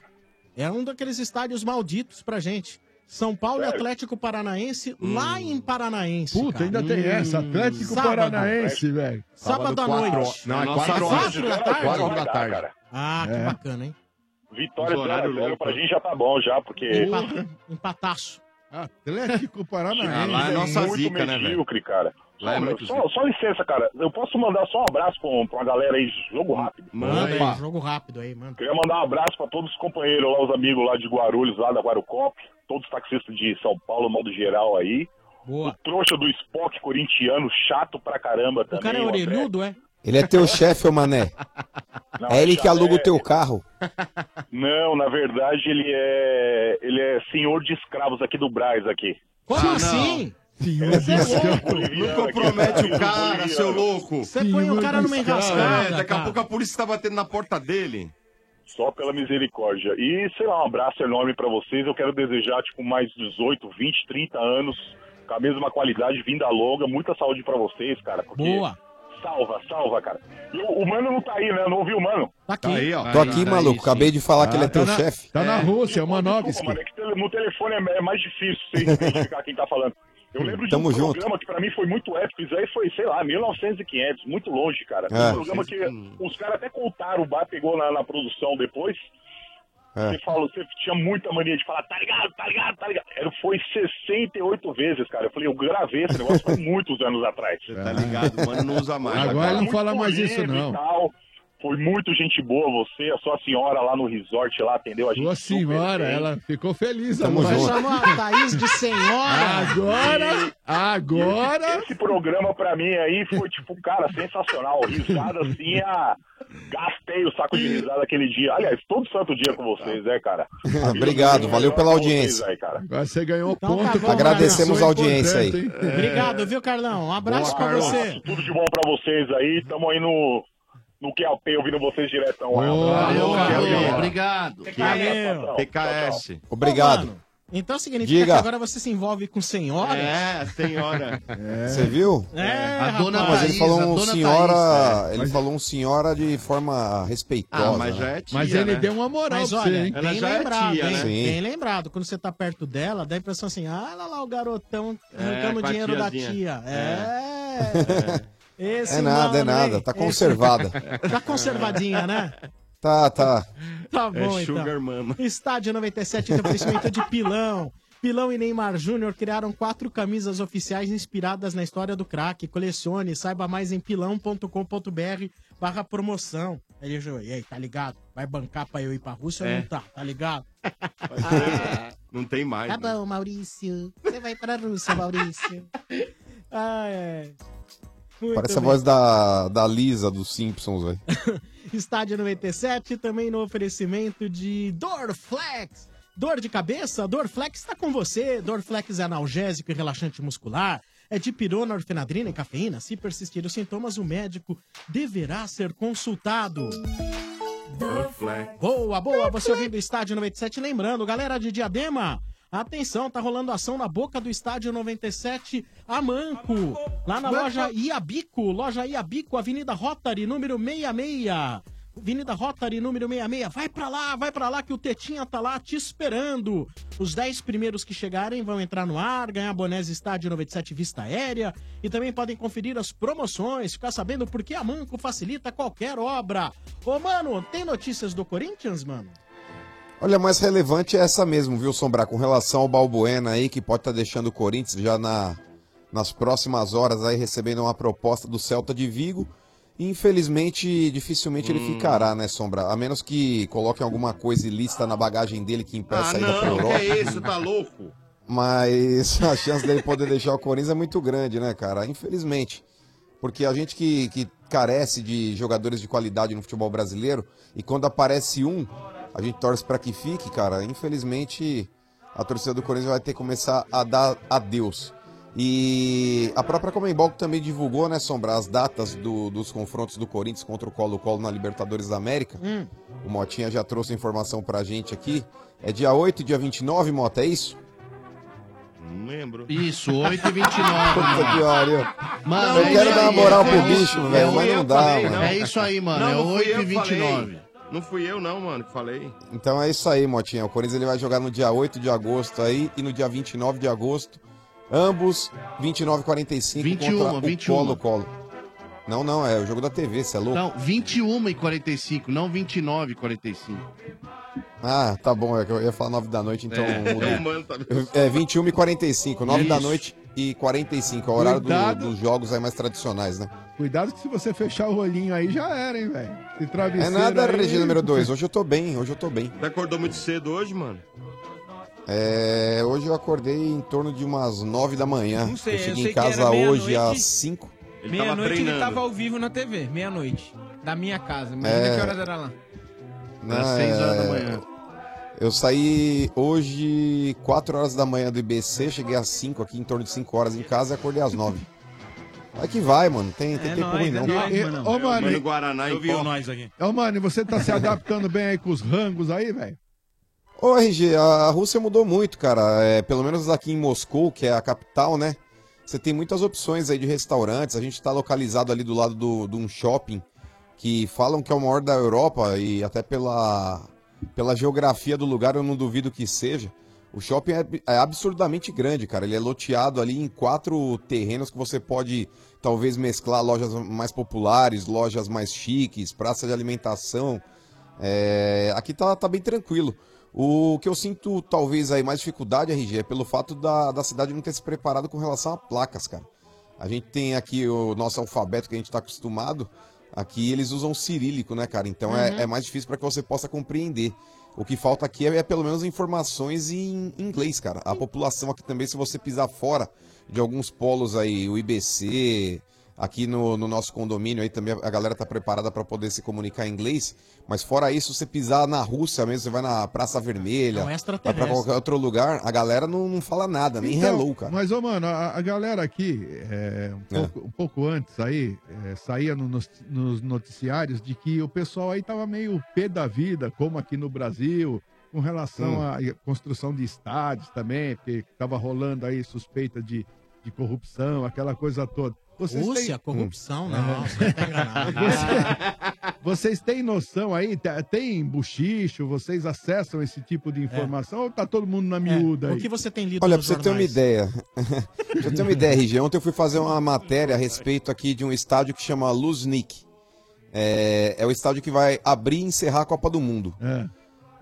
[SPEAKER 5] é um daqueles estádios malditos pra gente. São Paulo e Atlético Paranaense, lá em Paranaense.
[SPEAKER 12] Hum.
[SPEAKER 5] Hum.
[SPEAKER 12] Puta, ainda tem essa. Atlético
[SPEAKER 5] Sábado.
[SPEAKER 12] Paranaense, velho.
[SPEAKER 5] Sábado, à noite. É Quatro da tarde? Ah, que
[SPEAKER 12] É.
[SPEAKER 5] bacana, hein? É
[SPEAKER 22] Vitória
[SPEAKER 12] Um horário
[SPEAKER 22] 0x0
[SPEAKER 12] louco.
[SPEAKER 22] pra gente já tá bom, já,
[SPEAKER 4] É.
[SPEAKER 22] porque.
[SPEAKER 5] Empata- empataço.
[SPEAKER 12] É.
[SPEAKER 5] [LAUGHS]
[SPEAKER 12] Atlético Paranaense.
[SPEAKER 22] Ah, lá é nossa Muito zica, né, velho? medíocre, cara.
[SPEAKER 12] Lá é
[SPEAKER 22] Só-
[SPEAKER 12] muito
[SPEAKER 22] só, só licença, cara. Eu posso mandar só um abraço pra, um- pra uma galera aí, jogo rápido.
[SPEAKER 5] Manda aí, jogo rápido aí, manda.
[SPEAKER 22] Queria mandar um abraço pra todos os companheiros lá, os amigos lá de Guarulhos, lá da Guarucop, todos os taxistas de São Paulo, modo geral aí. O trouxa do Spock corintiano, chato pra caramba também.
[SPEAKER 5] O cara é
[SPEAKER 22] André.
[SPEAKER 5] orelhudo, é?
[SPEAKER 9] Ele é teu chefe, ô mané.
[SPEAKER 22] Não,
[SPEAKER 9] É ele que
[SPEAKER 22] já
[SPEAKER 9] aluga o
[SPEAKER 22] é.
[SPEAKER 9] teu carro.
[SPEAKER 22] Não, na verdade ele é. Ele é senhor de escravos aqui do Braz aqui.
[SPEAKER 5] Como assim?
[SPEAKER 22] Você ah, é louco! Não
[SPEAKER 8] compromete o cara, seu louco.
[SPEAKER 5] Você põe o cara numa enrascada.
[SPEAKER 8] É, daqui
[SPEAKER 5] cara.
[SPEAKER 8] a pouco a polícia tá batendo na porta dele.
[SPEAKER 22] Só pela misericórdia. E, sei lá, um abraço enorme pra vocês. Eu quero desejar, tipo, mais 18, 20, 30 anos, com a mesma qualidade, vinda longa. Muita saúde pra vocês, cara. Porque
[SPEAKER 5] Boa.
[SPEAKER 22] Salva, salva, cara. E o, o mano não tá aí, né? Eu não ouvi o mano.
[SPEAKER 5] Tá
[SPEAKER 22] aqui.
[SPEAKER 9] aí, ó. Tô aqui, maluco. Acabei de falar que ele é teu
[SPEAKER 12] Ah, na-
[SPEAKER 9] chefe.
[SPEAKER 12] Tá na Rússia, Manovski.
[SPEAKER 22] Mano, é que tele- no telefone é é mais difícil vocês identificar quem tá falando. Eu lembro
[SPEAKER 9] Hum, Tamo
[SPEAKER 22] de um
[SPEAKER 9] junto.
[SPEAKER 22] programa que pra mim foi muito épico. Isso aí foi, sei lá, 1900 e 500, muito longe, cara. Foi
[SPEAKER 9] É.
[SPEAKER 22] Um programa que os caras até contaram, o bar pegou na, na produção depois.
[SPEAKER 9] É.
[SPEAKER 22] Você falou, você tinha muita mania de falar, tá ligado, tá ligado, tá ligado. Era- Foi 68 vezes, cara. Eu falei, eu gravei esse negócio foi muitos anos atrás.
[SPEAKER 8] Tá ligado, mano, não usa mais.
[SPEAKER 12] Agora ele não
[SPEAKER 22] Muito
[SPEAKER 12] fala mais isso,
[SPEAKER 22] livre
[SPEAKER 12] não.
[SPEAKER 22] e tal. Foi muito gente boa você, a sua senhora lá no resort lá atendeu a gente.
[SPEAKER 12] Sua
[SPEAKER 22] super
[SPEAKER 12] senhora,
[SPEAKER 22] bem.
[SPEAKER 12] ela ficou feliz
[SPEAKER 22] Tamo
[SPEAKER 12] agora.
[SPEAKER 22] junto.
[SPEAKER 5] Chamou a Thaís de senhora.
[SPEAKER 12] Agora,
[SPEAKER 22] E Esse, esse programa pra mim aí foi tipo, cara, sensacional. Risada assim, a... gastei o saco de risada aquele dia. Aliás, todo santo dia com vocês, né, cara?
[SPEAKER 9] Obrigado, valeu pela audiência.
[SPEAKER 22] Aí, cara.
[SPEAKER 12] Agora você ganhou
[SPEAKER 5] Então
[SPEAKER 12] ponto.
[SPEAKER 9] bom, Agradecemos a
[SPEAKER 12] Carlão,
[SPEAKER 9] audiência aí.
[SPEAKER 12] importante, hein?
[SPEAKER 5] Obrigado, viu, Carlão? Um abraço
[SPEAKER 22] Boa,
[SPEAKER 5] pra
[SPEAKER 22] Carlão.
[SPEAKER 5] você.
[SPEAKER 22] Tudo de bom pra vocês aí. Tamo aí no, no QAP ouvindo vocês diretão. lá.
[SPEAKER 19] Obrigado.
[SPEAKER 5] Valeu.
[SPEAKER 8] PKS.
[SPEAKER 9] Obrigado.
[SPEAKER 5] Então significa
[SPEAKER 9] Diga.
[SPEAKER 5] que agora você se envolve com senhoras?
[SPEAKER 8] É, senhora.
[SPEAKER 9] Você viu?
[SPEAKER 5] É,
[SPEAKER 9] a
[SPEAKER 5] dona
[SPEAKER 9] Mas ele
[SPEAKER 5] Thaís, é.
[SPEAKER 9] falou
[SPEAKER 5] a
[SPEAKER 9] um
[SPEAKER 5] dona
[SPEAKER 9] senhora.
[SPEAKER 5] Thaís,
[SPEAKER 9] Ele falou um senhora de forma respeitosa.
[SPEAKER 8] Ah, mas já é tia,
[SPEAKER 12] Mas ele né? deu uma moral
[SPEAKER 5] Mas
[SPEAKER 12] pra
[SPEAKER 5] olha,
[SPEAKER 12] você, hein? Ela
[SPEAKER 5] bem
[SPEAKER 12] já é
[SPEAKER 5] lembrado,
[SPEAKER 12] tia,
[SPEAKER 5] hein?
[SPEAKER 12] né?
[SPEAKER 5] Bem
[SPEAKER 12] Sim.
[SPEAKER 5] lembrado. Quando você tá perto dela, dá a impressão assim, ah, olha lá o garotão
[SPEAKER 9] É,
[SPEAKER 5] arrancando o
[SPEAKER 9] com a
[SPEAKER 5] dinheiro da
[SPEAKER 9] tiazinha.
[SPEAKER 5] tia. É. Esse
[SPEAKER 9] é nada, é
[SPEAKER 5] mano aí,
[SPEAKER 9] nada. Tá
[SPEAKER 5] esse-
[SPEAKER 9] conservada.
[SPEAKER 5] [LAUGHS] Tá conservadinha, né?
[SPEAKER 9] Tá, tá.
[SPEAKER 5] Tá bom, então.
[SPEAKER 8] É Mama.
[SPEAKER 5] Estádio 97 tem é oferecimento de Pilão. Pilão e Neymar Júnior criaram quatro camisas oficiais inspiradas na história do craque. Colecione, saiba mais em pilão.com.br barra promoção. Ele falou, e aí, tá ligado? Vai bancar pra eu ir pra Rússia
[SPEAKER 8] É.
[SPEAKER 5] ou não tá? Tá ligado?
[SPEAKER 8] Não tem mais. né?
[SPEAKER 5] Tá bom, Maurício. Você vai pra
[SPEAKER 8] [LAUGHS]
[SPEAKER 5] Rússia, Maurício. Ai, ai. Muito
[SPEAKER 9] Parece a
[SPEAKER 5] bem.
[SPEAKER 9] voz da, da Lisa dos Simpsons, velho.
[SPEAKER 5] Estádio 97, também no oferecimento de Dorflex. Dor de cabeça? Dorflex está com você. Dorflex é analgésico e relaxante muscular. É de pirona, orfenadrina e cafeína. Se persistir os sintomas, o médico deverá ser consultado. Boa, boa, você ouvindo o Estádio 97. Lembrando, galera de Diadema, atenção, tá rolando ação na boca do Estádio 97 Amanco. Lá na loja Iabico, loja Iabico, Avenida Rotary, número 66. Avenida Rotary, número 66. Vai pra lá, vai pra lá que o Tetinha tá lá te esperando. Os 10 primeiros que chegarem vão entrar no ar, ganhar bonés Estádio 97 Vista Aérea e também podem conferir as promoções, ficar sabendo por que a Manco facilita qualquer obra. Ô, mano, tem notícias do Corinthians, mano?
[SPEAKER 9] Olha, a mais relevante é essa mesmo, viu, Sombrar? Com relação ao Balbuena aí, que pode estar deixando o Corinthians já na, nas próximas horas aí recebendo uma proposta do Celta de Vigo. E, Infelizmente, dificilmente ele ficará, né, Sombra? A menos que coloquem alguma coisa ilícita na bagagem dele que impeça
[SPEAKER 5] Ah,
[SPEAKER 9] a ida pra
[SPEAKER 15] Não, que
[SPEAKER 9] Europa.
[SPEAKER 15] é isso, tá louco?
[SPEAKER 9] Mas [LAUGHS] a chance dele poder deixar o Corinthians é muito grande, né, cara? Infelizmente. Porque a gente que, que carece de jogadores de qualidade no futebol brasileiro, e quando aparece um, a gente torce pra que fique, cara. Infelizmente, a torcida do Corinthians vai ter que começar a dar adeus. E a própria Comembol também divulgou, né, Sombra, as datas do- dos confrontos do Corinthians contra o Colo-Colo na Libertadores da América. O Motinha já trouxe a informação pra gente aqui. É dia 8 e dia 29, Mota, é isso?
[SPEAKER 8] Não lembro.
[SPEAKER 19] Isso, 8 e
[SPEAKER 9] 29. Puta que pariu.
[SPEAKER 19] Mano,
[SPEAKER 9] eu
[SPEAKER 19] é
[SPEAKER 9] quero
[SPEAKER 19] isso
[SPEAKER 9] dar uma
[SPEAKER 19] aí,
[SPEAKER 9] moral
[SPEAKER 19] é
[SPEAKER 9] pro
[SPEAKER 19] isso.
[SPEAKER 9] bicho,
[SPEAKER 19] É
[SPEAKER 9] velho,
[SPEAKER 19] o
[SPEAKER 9] mas
[SPEAKER 19] eu
[SPEAKER 9] não dá,
[SPEAKER 19] falei,
[SPEAKER 9] mano.
[SPEAKER 19] não. É isso aí, mano, é
[SPEAKER 8] não fui eu que
[SPEAKER 19] 8h29.
[SPEAKER 8] falei. Não fui eu, não, mano, que falei.
[SPEAKER 9] Então é isso aí, Motinha. O Corinthians ele vai jogar no dia 8 de agosto aí e no dia 29 de agosto. Ambos 29 45 contra
[SPEAKER 19] 21, 21.
[SPEAKER 9] o Colo-Colo. Não, não, é o jogo da TV, você é louco?
[SPEAKER 19] Não, 21 e 45, não 29 e 45.
[SPEAKER 9] Ah, tá bom, é que eu ia falar 9 da noite, então
[SPEAKER 19] É,
[SPEAKER 9] mudou.
[SPEAKER 8] [LAUGHS]
[SPEAKER 19] eu mando
[SPEAKER 8] tá
[SPEAKER 19] também.
[SPEAKER 9] É 21 e 45, 9 da
[SPEAKER 12] Isso.
[SPEAKER 9] noite e 45, é o horário do-
[SPEAKER 12] Cuidado.
[SPEAKER 9] dos jogos aí mais tradicionais, né?
[SPEAKER 12] Cuidado que se você fechar o olhinho aí, já era, hein, velho? Esse
[SPEAKER 9] É
[SPEAKER 12] travesseiro
[SPEAKER 9] nada,
[SPEAKER 12] aí...
[SPEAKER 9] Regina número 2. Hoje eu tô bem, hoje eu tô bem.
[SPEAKER 8] Você acordou muito cedo hoje, mano?
[SPEAKER 9] É, hoje eu acordei em torno de umas 9 da manhã.
[SPEAKER 14] Não sei,
[SPEAKER 9] eu
[SPEAKER 14] eu
[SPEAKER 9] cheguei
[SPEAKER 14] sei
[SPEAKER 9] em
[SPEAKER 14] que era
[SPEAKER 9] casa hoje
[SPEAKER 14] meia-noite.
[SPEAKER 9] às 5.
[SPEAKER 14] Meia-noite ele tava ao vivo na TV, meia-noite. Da minha casa. Imagina
[SPEAKER 9] É.
[SPEAKER 14] que horas era lá.
[SPEAKER 9] Não,
[SPEAKER 14] Era seis horas da manhã.
[SPEAKER 9] né? Eu saí hoje 4 horas da manhã do IBC, cheguei às 5 aqui, em torno de 5 horas em casa e acordei às 9. Vai que vai, mano. Tem, tem
[SPEAKER 12] É
[SPEAKER 9] tempo
[SPEAKER 12] nóis,
[SPEAKER 9] ruim,
[SPEAKER 12] é
[SPEAKER 9] não.
[SPEAKER 12] nóis, mano. Ô, mano,
[SPEAKER 8] Mano, Guaraná
[SPEAKER 14] eu
[SPEAKER 8] e
[SPEAKER 14] vi
[SPEAKER 8] pó.
[SPEAKER 14] o nós aqui.
[SPEAKER 12] Ô, mano, e você tá se adaptando bem aí com os rangos aí, velho?
[SPEAKER 9] Ô, RG, a Rússia mudou muito, cara. É, pelo menos aqui em Moscou, que é a capital, né? Você tem muitas opções aí de restaurantes. A gente tá localizado ali do lado do- de um shopping que falam que é o maior da Europa e até pela, pela geografia do lugar eu não duvido que seja. O shopping é, ab- é absurdamente grande, cara. Ele é loteado ali em quatro terrenos que você pode talvez mesclar lojas mais populares, lojas mais chiques, praça de alimentação. É, aqui tá, tá bem tranquilo. O que eu sinto talvez aí mais dificuldade, RG, é pelo fato da, da cidade não ter se preparado com relação a placas, cara. A gente tem aqui o nosso alfabeto que a gente está acostumado. Aqui eles usam cirílico, né, cara? Então
[SPEAKER 23] Uhum.
[SPEAKER 9] é, é mais difícil para que você possa compreender. O que falta aqui é, é pelo menos informações em inglês, cara. A população aqui também, se você pisar fora de alguns polos aí, o IBC, aqui no, no nosso condomínio aí também a galera tá preparada para poder se comunicar em inglês. Mas fora isso, se você pisar na Rússia mesmo, você vai na Praça Vermelha,
[SPEAKER 12] É um
[SPEAKER 9] vai
[SPEAKER 12] extraterrestre.
[SPEAKER 9] para qualquer outro lugar, a galera não, não fala nada, nem
[SPEAKER 12] Então,
[SPEAKER 9] hello, cara.
[SPEAKER 12] Mas, ô, mano, a, a galera aqui, é, um, pouco, um pouco antes aí, é, saía no- nos, nos noticiários de que o pessoal aí tava meio pé da vida, como aqui no Brasil, com relação
[SPEAKER 4] Hum.
[SPEAKER 12] à construção de estádios também, porque tava rolando aí suspeita de, de corrupção, aquela coisa toda.
[SPEAKER 5] Rússia, corrupção,
[SPEAKER 12] Hum.
[SPEAKER 5] não,
[SPEAKER 12] É. [LAUGHS]
[SPEAKER 5] você tá enganado.
[SPEAKER 12] Você- vocês têm noção aí? Te- Tem buchicho? Vocês acessam esse tipo de informação? Ou tá todo mundo na miúda aí?
[SPEAKER 5] É. O que você tem lido
[SPEAKER 9] Olha, pra
[SPEAKER 5] nos
[SPEAKER 9] você ter uma
[SPEAKER 5] jornais?
[SPEAKER 9] ideia. [LAUGHS] pra você ter uma ideia, RG, ontem eu fui fazer uma matéria a respeito aqui de um estádio que chama Luznik. É, é o estádio que vai abrir e encerrar a Copa do Mundo.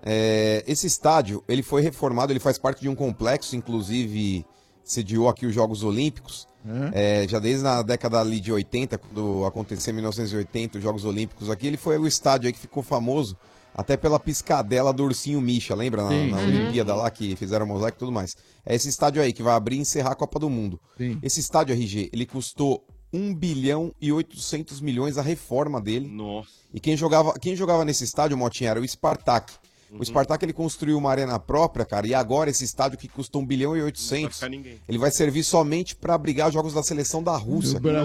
[SPEAKER 9] É, esse estádio, ele foi reformado, ele faz parte de um complexo, inclusive sediou aqui os Jogos Olímpicos. É, já desde na década ali de 80, quando aconteceu em 1980 os Jogos Olímpicos aqui, ele foi o estádio aí que ficou famoso até pela piscadela do ursinho Misha, lembra? Na,
[SPEAKER 4] Sim,
[SPEAKER 9] na
[SPEAKER 4] sim.
[SPEAKER 9] Olimpíada lá que fizeram mosaico e tudo mais. É esse estádio aí que vai abrir e encerrar a Copa do Mundo. Esse estádio RG, ele custou 1 bilhão e 800 milhões a reforma dele.
[SPEAKER 8] Nossa.
[SPEAKER 9] E quem jogava, quem jogava nesse estádio, Motinha, era o Spartak. O Spartak ele construiu uma arena própria, cara, e agora esse estádio que custa 1 bilhão e 800, ele vai servir somente pra abrigar jogos da seleção da Rússia. cara.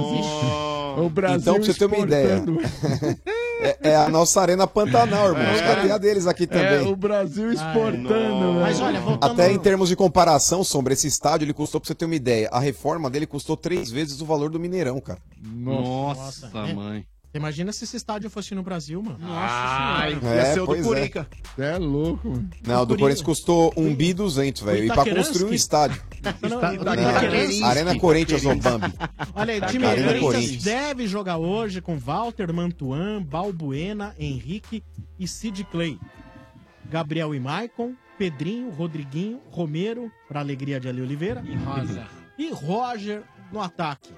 [SPEAKER 12] O Brasil
[SPEAKER 9] Então, pra você ter uma ideia,
[SPEAKER 12] exportando.
[SPEAKER 9] [LAUGHS] é, é a nossa Arena Pantanal, irmão. Os caras têm a deles aqui
[SPEAKER 12] É,
[SPEAKER 9] também.
[SPEAKER 12] o Brasil exportando, né? velho.
[SPEAKER 5] Mas olha, voltando...
[SPEAKER 9] Até em termos de comparação, Sombra, esse estádio ele custou, pra você ter uma ideia, a reforma dele custou três vezes o valor do Mineirão, cara.
[SPEAKER 5] Nossa, é. Nossa,
[SPEAKER 9] mãe.
[SPEAKER 5] Imagina se esse estádio fosse no Brasil, mano.
[SPEAKER 9] Nossa Senhora. ia É, ser o do pois é. Curica.
[SPEAKER 12] É louco, mano.
[SPEAKER 9] Não, o do Corinthians custou um bi 200, velho. E pra
[SPEAKER 5] Itaquerense?
[SPEAKER 9] construir um estádio.
[SPEAKER 5] Itaquerense.
[SPEAKER 9] Não, Arena Corinthians ou Bambi.
[SPEAKER 5] Olha aí, time
[SPEAKER 9] Arena
[SPEAKER 5] Corinthians
[SPEAKER 9] Corinthians.
[SPEAKER 5] deve jogar hoje com Walter, Mantuan, Balbuena, Henrique e Sid Clay. Gabriel e Maicon, Pedrinho, Rodriguinho, Romero, pra alegria de Ali Oliveira. E
[SPEAKER 14] Rosa.
[SPEAKER 5] E Roger no ataque.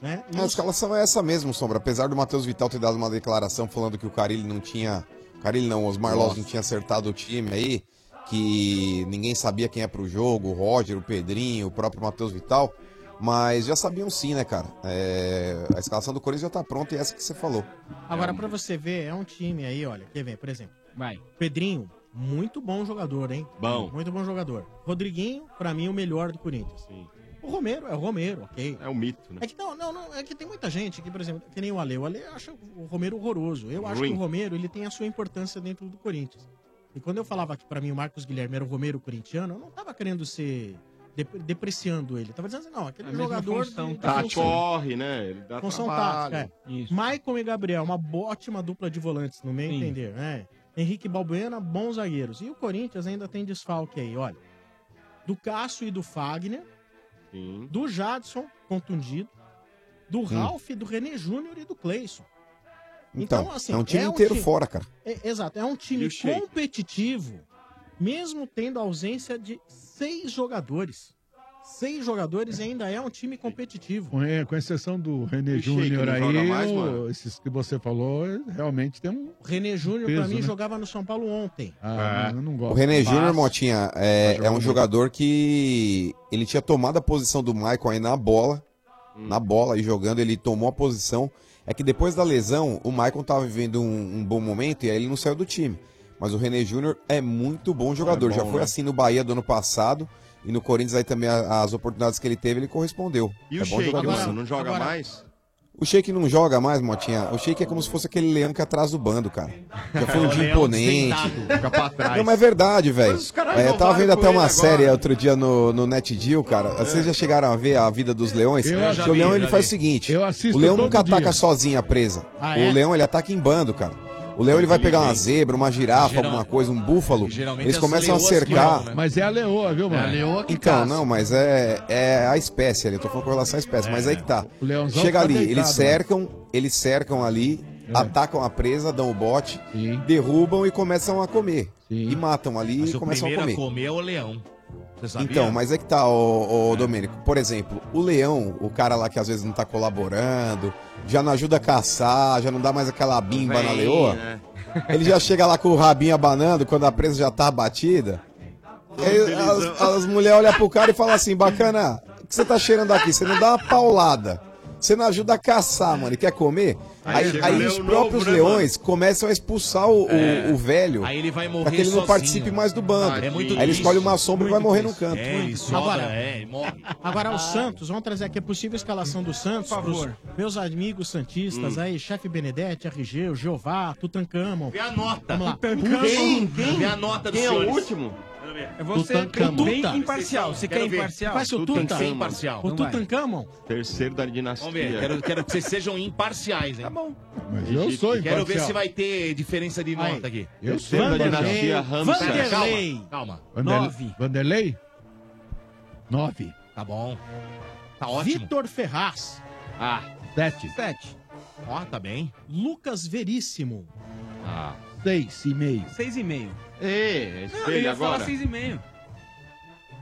[SPEAKER 5] Né?
[SPEAKER 9] A escalação é essa mesmo, Sombra. Apesar do Matheus Vital ter dado uma declaração falando que o Carilli não tinha. O Carilli não, os Marlos não tinha acertado o time aí, que ninguém sabia quem é pro jogo, o Roger, o Pedrinho, o próprio Matheus Vital. Mas já sabiam sim, né, cara? É, A escalação do Corinthians já tá pronta e é essa que você falou.
[SPEAKER 5] Agora, pra você ver, é um time aí, olha. Quer ver, por exemplo.
[SPEAKER 14] Vai.
[SPEAKER 5] Pedrinho, muito bom jogador, hein?
[SPEAKER 8] Bom.
[SPEAKER 5] Muito bom jogador. Rodriguinho, pra mim, o melhor do Corinthians. O Romero é o Romero, ok?
[SPEAKER 8] É um mito, né?
[SPEAKER 5] É que, não, não, não, é que tem muita gente que, por exemplo, que nem o Ale. O Ale acha o Romero horroroso. Eu acho
[SPEAKER 8] Ruim.
[SPEAKER 5] que o Romero ele tem a sua importância dentro do Corinthians. E quando eu falava que pra mim o Marcos Guilherme era o Romero corintiano, eu não tava querendo ser dep- depreciando ele. Eu Tava dizendo assim, não, aquele
[SPEAKER 8] É a mesma
[SPEAKER 5] jogador.
[SPEAKER 8] função,
[SPEAKER 5] de-
[SPEAKER 8] tá?
[SPEAKER 5] da função.
[SPEAKER 8] Corre, né? Ele dá
[SPEAKER 5] Função
[SPEAKER 8] trabalho.
[SPEAKER 5] tática, é. Maicon e Gabriel, uma bo- ótima dupla de volantes, no meu
[SPEAKER 8] Sim.
[SPEAKER 5] entender, né? Henrique e Balbuena, bons zagueiros. E o Corinthians ainda tem desfalque aí, olha. Do Cássio e do Fagner. Do Jadson, contundido. Do Ralf, do René Júnior e do Cleison. assim,
[SPEAKER 9] Então, é um time inteiro fora, cara.
[SPEAKER 5] É, exato, é um
[SPEAKER 9] E
[SPEAKER 5] time
[SPEAKER 9] o Sheik?
[SPEAKER 5] competitivo, mesmo tendo a ausência de seis jogadores. Seis jogadores e ainda é um time competitivo.
[SPEAKER 12] Com, é, com exceção do René
[SPEAKER 5] E Sheik,
[SPEAKER 12] Júnior
[SPEAKER 5] não
[SPEAKER 12] aí,
[SPEAKER 5] joga mais,
[SPEAKER 12] o-
[SPEAKER 5] mano?
[SPEAKER 12] esses que você falou, realmente tem um.
[SPEAKER 5] O René Júnior,
[SPEAKER 12] Peso,
[SPEAKER 5] pra mim,
[SPEAKER 12] né?
[SPEAKER 5] jogava no São Paulo ontem. É.
[SPEAKER 12] Ah, eu não gosto.
[SPEAKER 9] O René Júnior,
[SPEAKER 12] Passa.
[SPEAKER 9] Motinha, é, é um
[SPEAKER 12] muito.
[SPEAKER 9] jogador que ele tinha tomado a posição do Maicon aí na bola. Na bola e jogando, ele tomou a posição. É que depois da lesão, o Maicon tava vivendo um, um bom momento e aí ele não saiu do time. Mas o René Júnior é muito bom jogador.
[SPEAKER 4] bom,
[SPEAKER 9] Já foi
[SPEAKER 4] né?
[SPEAKER 9] assim no Bahia do ano passado. E no Corinthians aí também a- as oportunidades que ele teve, ele correspondeu.
[SPEAKER 8] E
[SPEAKER 9] é
[SPEAKER 8] o
[SPEAKER 9] bom
[SPEAKER 8] Sheik,
[SPEAKER 9] jogador,
[SPEAKER 8] mano,
[SPEAKER 9] sim.
[SPEAKER 8] não joga
[SPEAKER 5] agora-
[SPEAKER 8] mais?
[SPEAKER 9] O Sheik não joga mais, Motinha. O Sheik é como se fosse aquele leão que atrás do bando, cara. Já
[SPEAKER 12] É,
[SPEAKER 9] foi um
[SPEAKER 8] O
[SPEAKER 9] dia
[SPEAKER 8] leão
[SPEAKER 9] imponente.
[SPEAKER 8] desdentado, fica pra trás.
[SPEAKER 9] Não, mas é verdade, velho.
[SPEAKER 8] caras
[SPEAKER 9] É, eu tava
[SPEAKER 8] inovaram
[SPEAKER 9] vendo
[SPEAKER 8] com
[SPEAKER 9] até
[SPEAKER 8] ele
[SPEAKER 9] uma
[SPEAKER 8] agora.
[SPEAKER 9] série outro dia no, no NetGeo, cara. Vocês já chegaram a ver a vida dos leões?
[SPEAKER 12] Eu
[SPEAKER 9] Porque
[SPEAKER 12] já
[SPEAKER 9] o
[SPEAKER 12] vi,
[SPEAKER 9] leão
[SPEAKER 12] já
[SPEAKER 9] ele
[SPEAKER 12] vi.
[SPEAKER 9] faz o seguinte:
[SPEAKER 12] assisto
[SPEAKER 9] o leão
[SPEAKER 12] todo
[SPEAKER 9] nunca ataca
[SPEAKER 12] dia.
[SPEAKER 9] sozinho a presa.
[SPEAKER 12] Ah,
[SPEAKER 9] o
[SPEAKER 12] é?
[SPEAKER 9] leão ele ataca em bando, cara. O leão ele vai pegar uma zebra, uma girafa,
[SPEAKER 12] Geral-
[SPEAKER 9] alguma coisa, um búfalo.
[SPEAKER 12] Geralmente
[SPEAKER 9] Eles
[SPEAKER 12] as
[SPEAKER 9] começam a
[SPEAKER 12] leoas que
[SPEAKER 9] cercar.
[SPEAKER 12] vão, né? Mas é a leoa, viu, mano?
[SPEAKER 9] Então, não, mas é, é a espécie ali. Eu tô falando com relação à espécie, mas aí que tá.
[SPEAKER 12] O leãozão
[SPEAKER 9] Chega
[SPEAKER 12] tá
[SPEAKER 9] ali,
[SPEAKER 12] deitado,
[SPEAKER 9] eles
[SPEAKER 12] né? É.
[SPEAKER 9] cercam, eles cercam ali, atacam a presa, dão o bote, derrubam e começam a comer. E matam ali
[SPEAKER 15] Mas
[SPEAKER 9] e
[SPEAKER 15] o
[SPEAKER 9] começam a
[SPEAKER 15] primeiro
[SPEAKER 9] comer.
[SPEAKER 15] a comer é o leão. Você sabia?
[SPEAKER 9] Então, mas é que tá, o, Domênico. Por exemplo, o leão, o cara lá que às vezes não tá colaborando, já não ajuda a caçar, já não dá mais aquela bimba na
[SPEAKER 23] Vem,
[SPEAKER 9] leoa.
[SPEAKER 23] né?
[SPEAKER 9] Ele já chega lá com o rabinho abanando quando a presa já tá abatida. E aí as, as mulheres olham pro cara e falam assim: bacana, o que você tá cheirando aqui? Você não dá uma paulada. Você não ajuda a caçar, mano, e quer comer?
[SPEAKER 15] Aí
[SPEAKER 9] Aí,
[SPEAKER 15] chega
[SPEAKER 9] aí
[SPEAKER 15] o leão
[SPEAKER 9] os
[SPEAKER 15] novo,
[SPEAKER 9] próprios
[SPEAKER 15] né,
[SPEAKER 9] leões começam a expulsar o, o-
[SPEAKER 15] É.
[SPEAKER 9] o velho.
[SPEAKER 15] Aí ele vai morrer
[SPEAKER 9] Pra que ele não
[SPEAKER 15] sozinho.
[SPEAKER 9] participe mais do bando.
[SPEAKER 15] Ah, é muito
[SPEAKER 9] aí ele
[SPEAKER 15] triste.
[SPEAKER 9] escolhe uma sombra e vai morrer no canto.
[SPEAKER 15] É, ele sobra,
[SPEAKER 5] Agora,
[SPEAKER 15] é, morre.
[SPEAKER 5] Agora, o Santos, vamos trazer aqui a possível escalação do Santos.
[SPEAKER 15] Por favor.
[SPEAKER 5] pros Meus amigos santistas
[SPEAKER 15] Hum.
[SPEAKER 5] aí, chefe Benedetti, RG, o Jeová, Tutancâmon.
[SPEAKER 15] Vê a nota.
[SPEAKER 5] Vamos lá.
[SPEAKER 15] Tutancâmon. Quem? Quem?
[SPEAKER 5] Vê a nota dos
[SPEAKER 15] Quem é o
[SPEAKER 5] senhores.
[SPEAKER 15] último?
[SPEAKER 14] Eu vou ser
[SPEAKER 5] Tutancâmon.
[SPEAKER 14] bem
[SPEAKER 5] Tuta.
[SPEAKER 14] imparcial. Você quer
[SPEAKER 5] Quero ver.
[SPEAKER 14] imparcial?
[SPEAKER 5] Vai ser o
[SPEAKER 14] Tuta.
[SPEAKER 5] Tuta.
[SPEAKER 14] Ser imparcial.
[SPEAKER 5] O
[SPEAKER 14] Então vai.
[SPEAKER 5] Tutancâmon.
[SPEAKER 8] Terceiro da
[SPEAKER 15] Vamos ver,
[SPEAKER 8] dinastia.
[SPEAKER 15] quero, quero que vocês sejam imparciais, hein? Tá bom.
[SPEAKER 12] Mas eu sou
[SPEAKER 15] Quero ver
[SPEAKER 12] imparcial.
[SPEAKER 15] se vai ter diferença de nota
[SPEAKER 12] Aí.
[SPEAKER 15] aqui.
[SPEAKER 12] Eu sou imparcial.
[SPEAKER 15] Hamster.
[SPEAKER 12] Vanderlei.
[SPEAKER 15] Calma, calma.
[SPEAKER 12] Vander-
[SPEAKER 15] Nove.
[SPEAKER 12] Vanderlei? Nove.
[SPEAKER 15] Tá bom. Tá ótimo.
[SPEAKER 5] Vitor Ferraz.
[SPEAKER 15] Ah.
[SPEAKER 12] Sete.
[SPEAKER 5] Sete.
[SPEAKER 15] Ó, tá bem.
[SPEAKER 5] Lucas Veríssimo.
[SPEAKER 15] Ah.
[SPEAKER 12] Seis e meio.
[SPEAKER 14] Seis e meio.
[SPEAKER 5] É,
[SPEAKER 14] Não, eu ia falar seis e meio.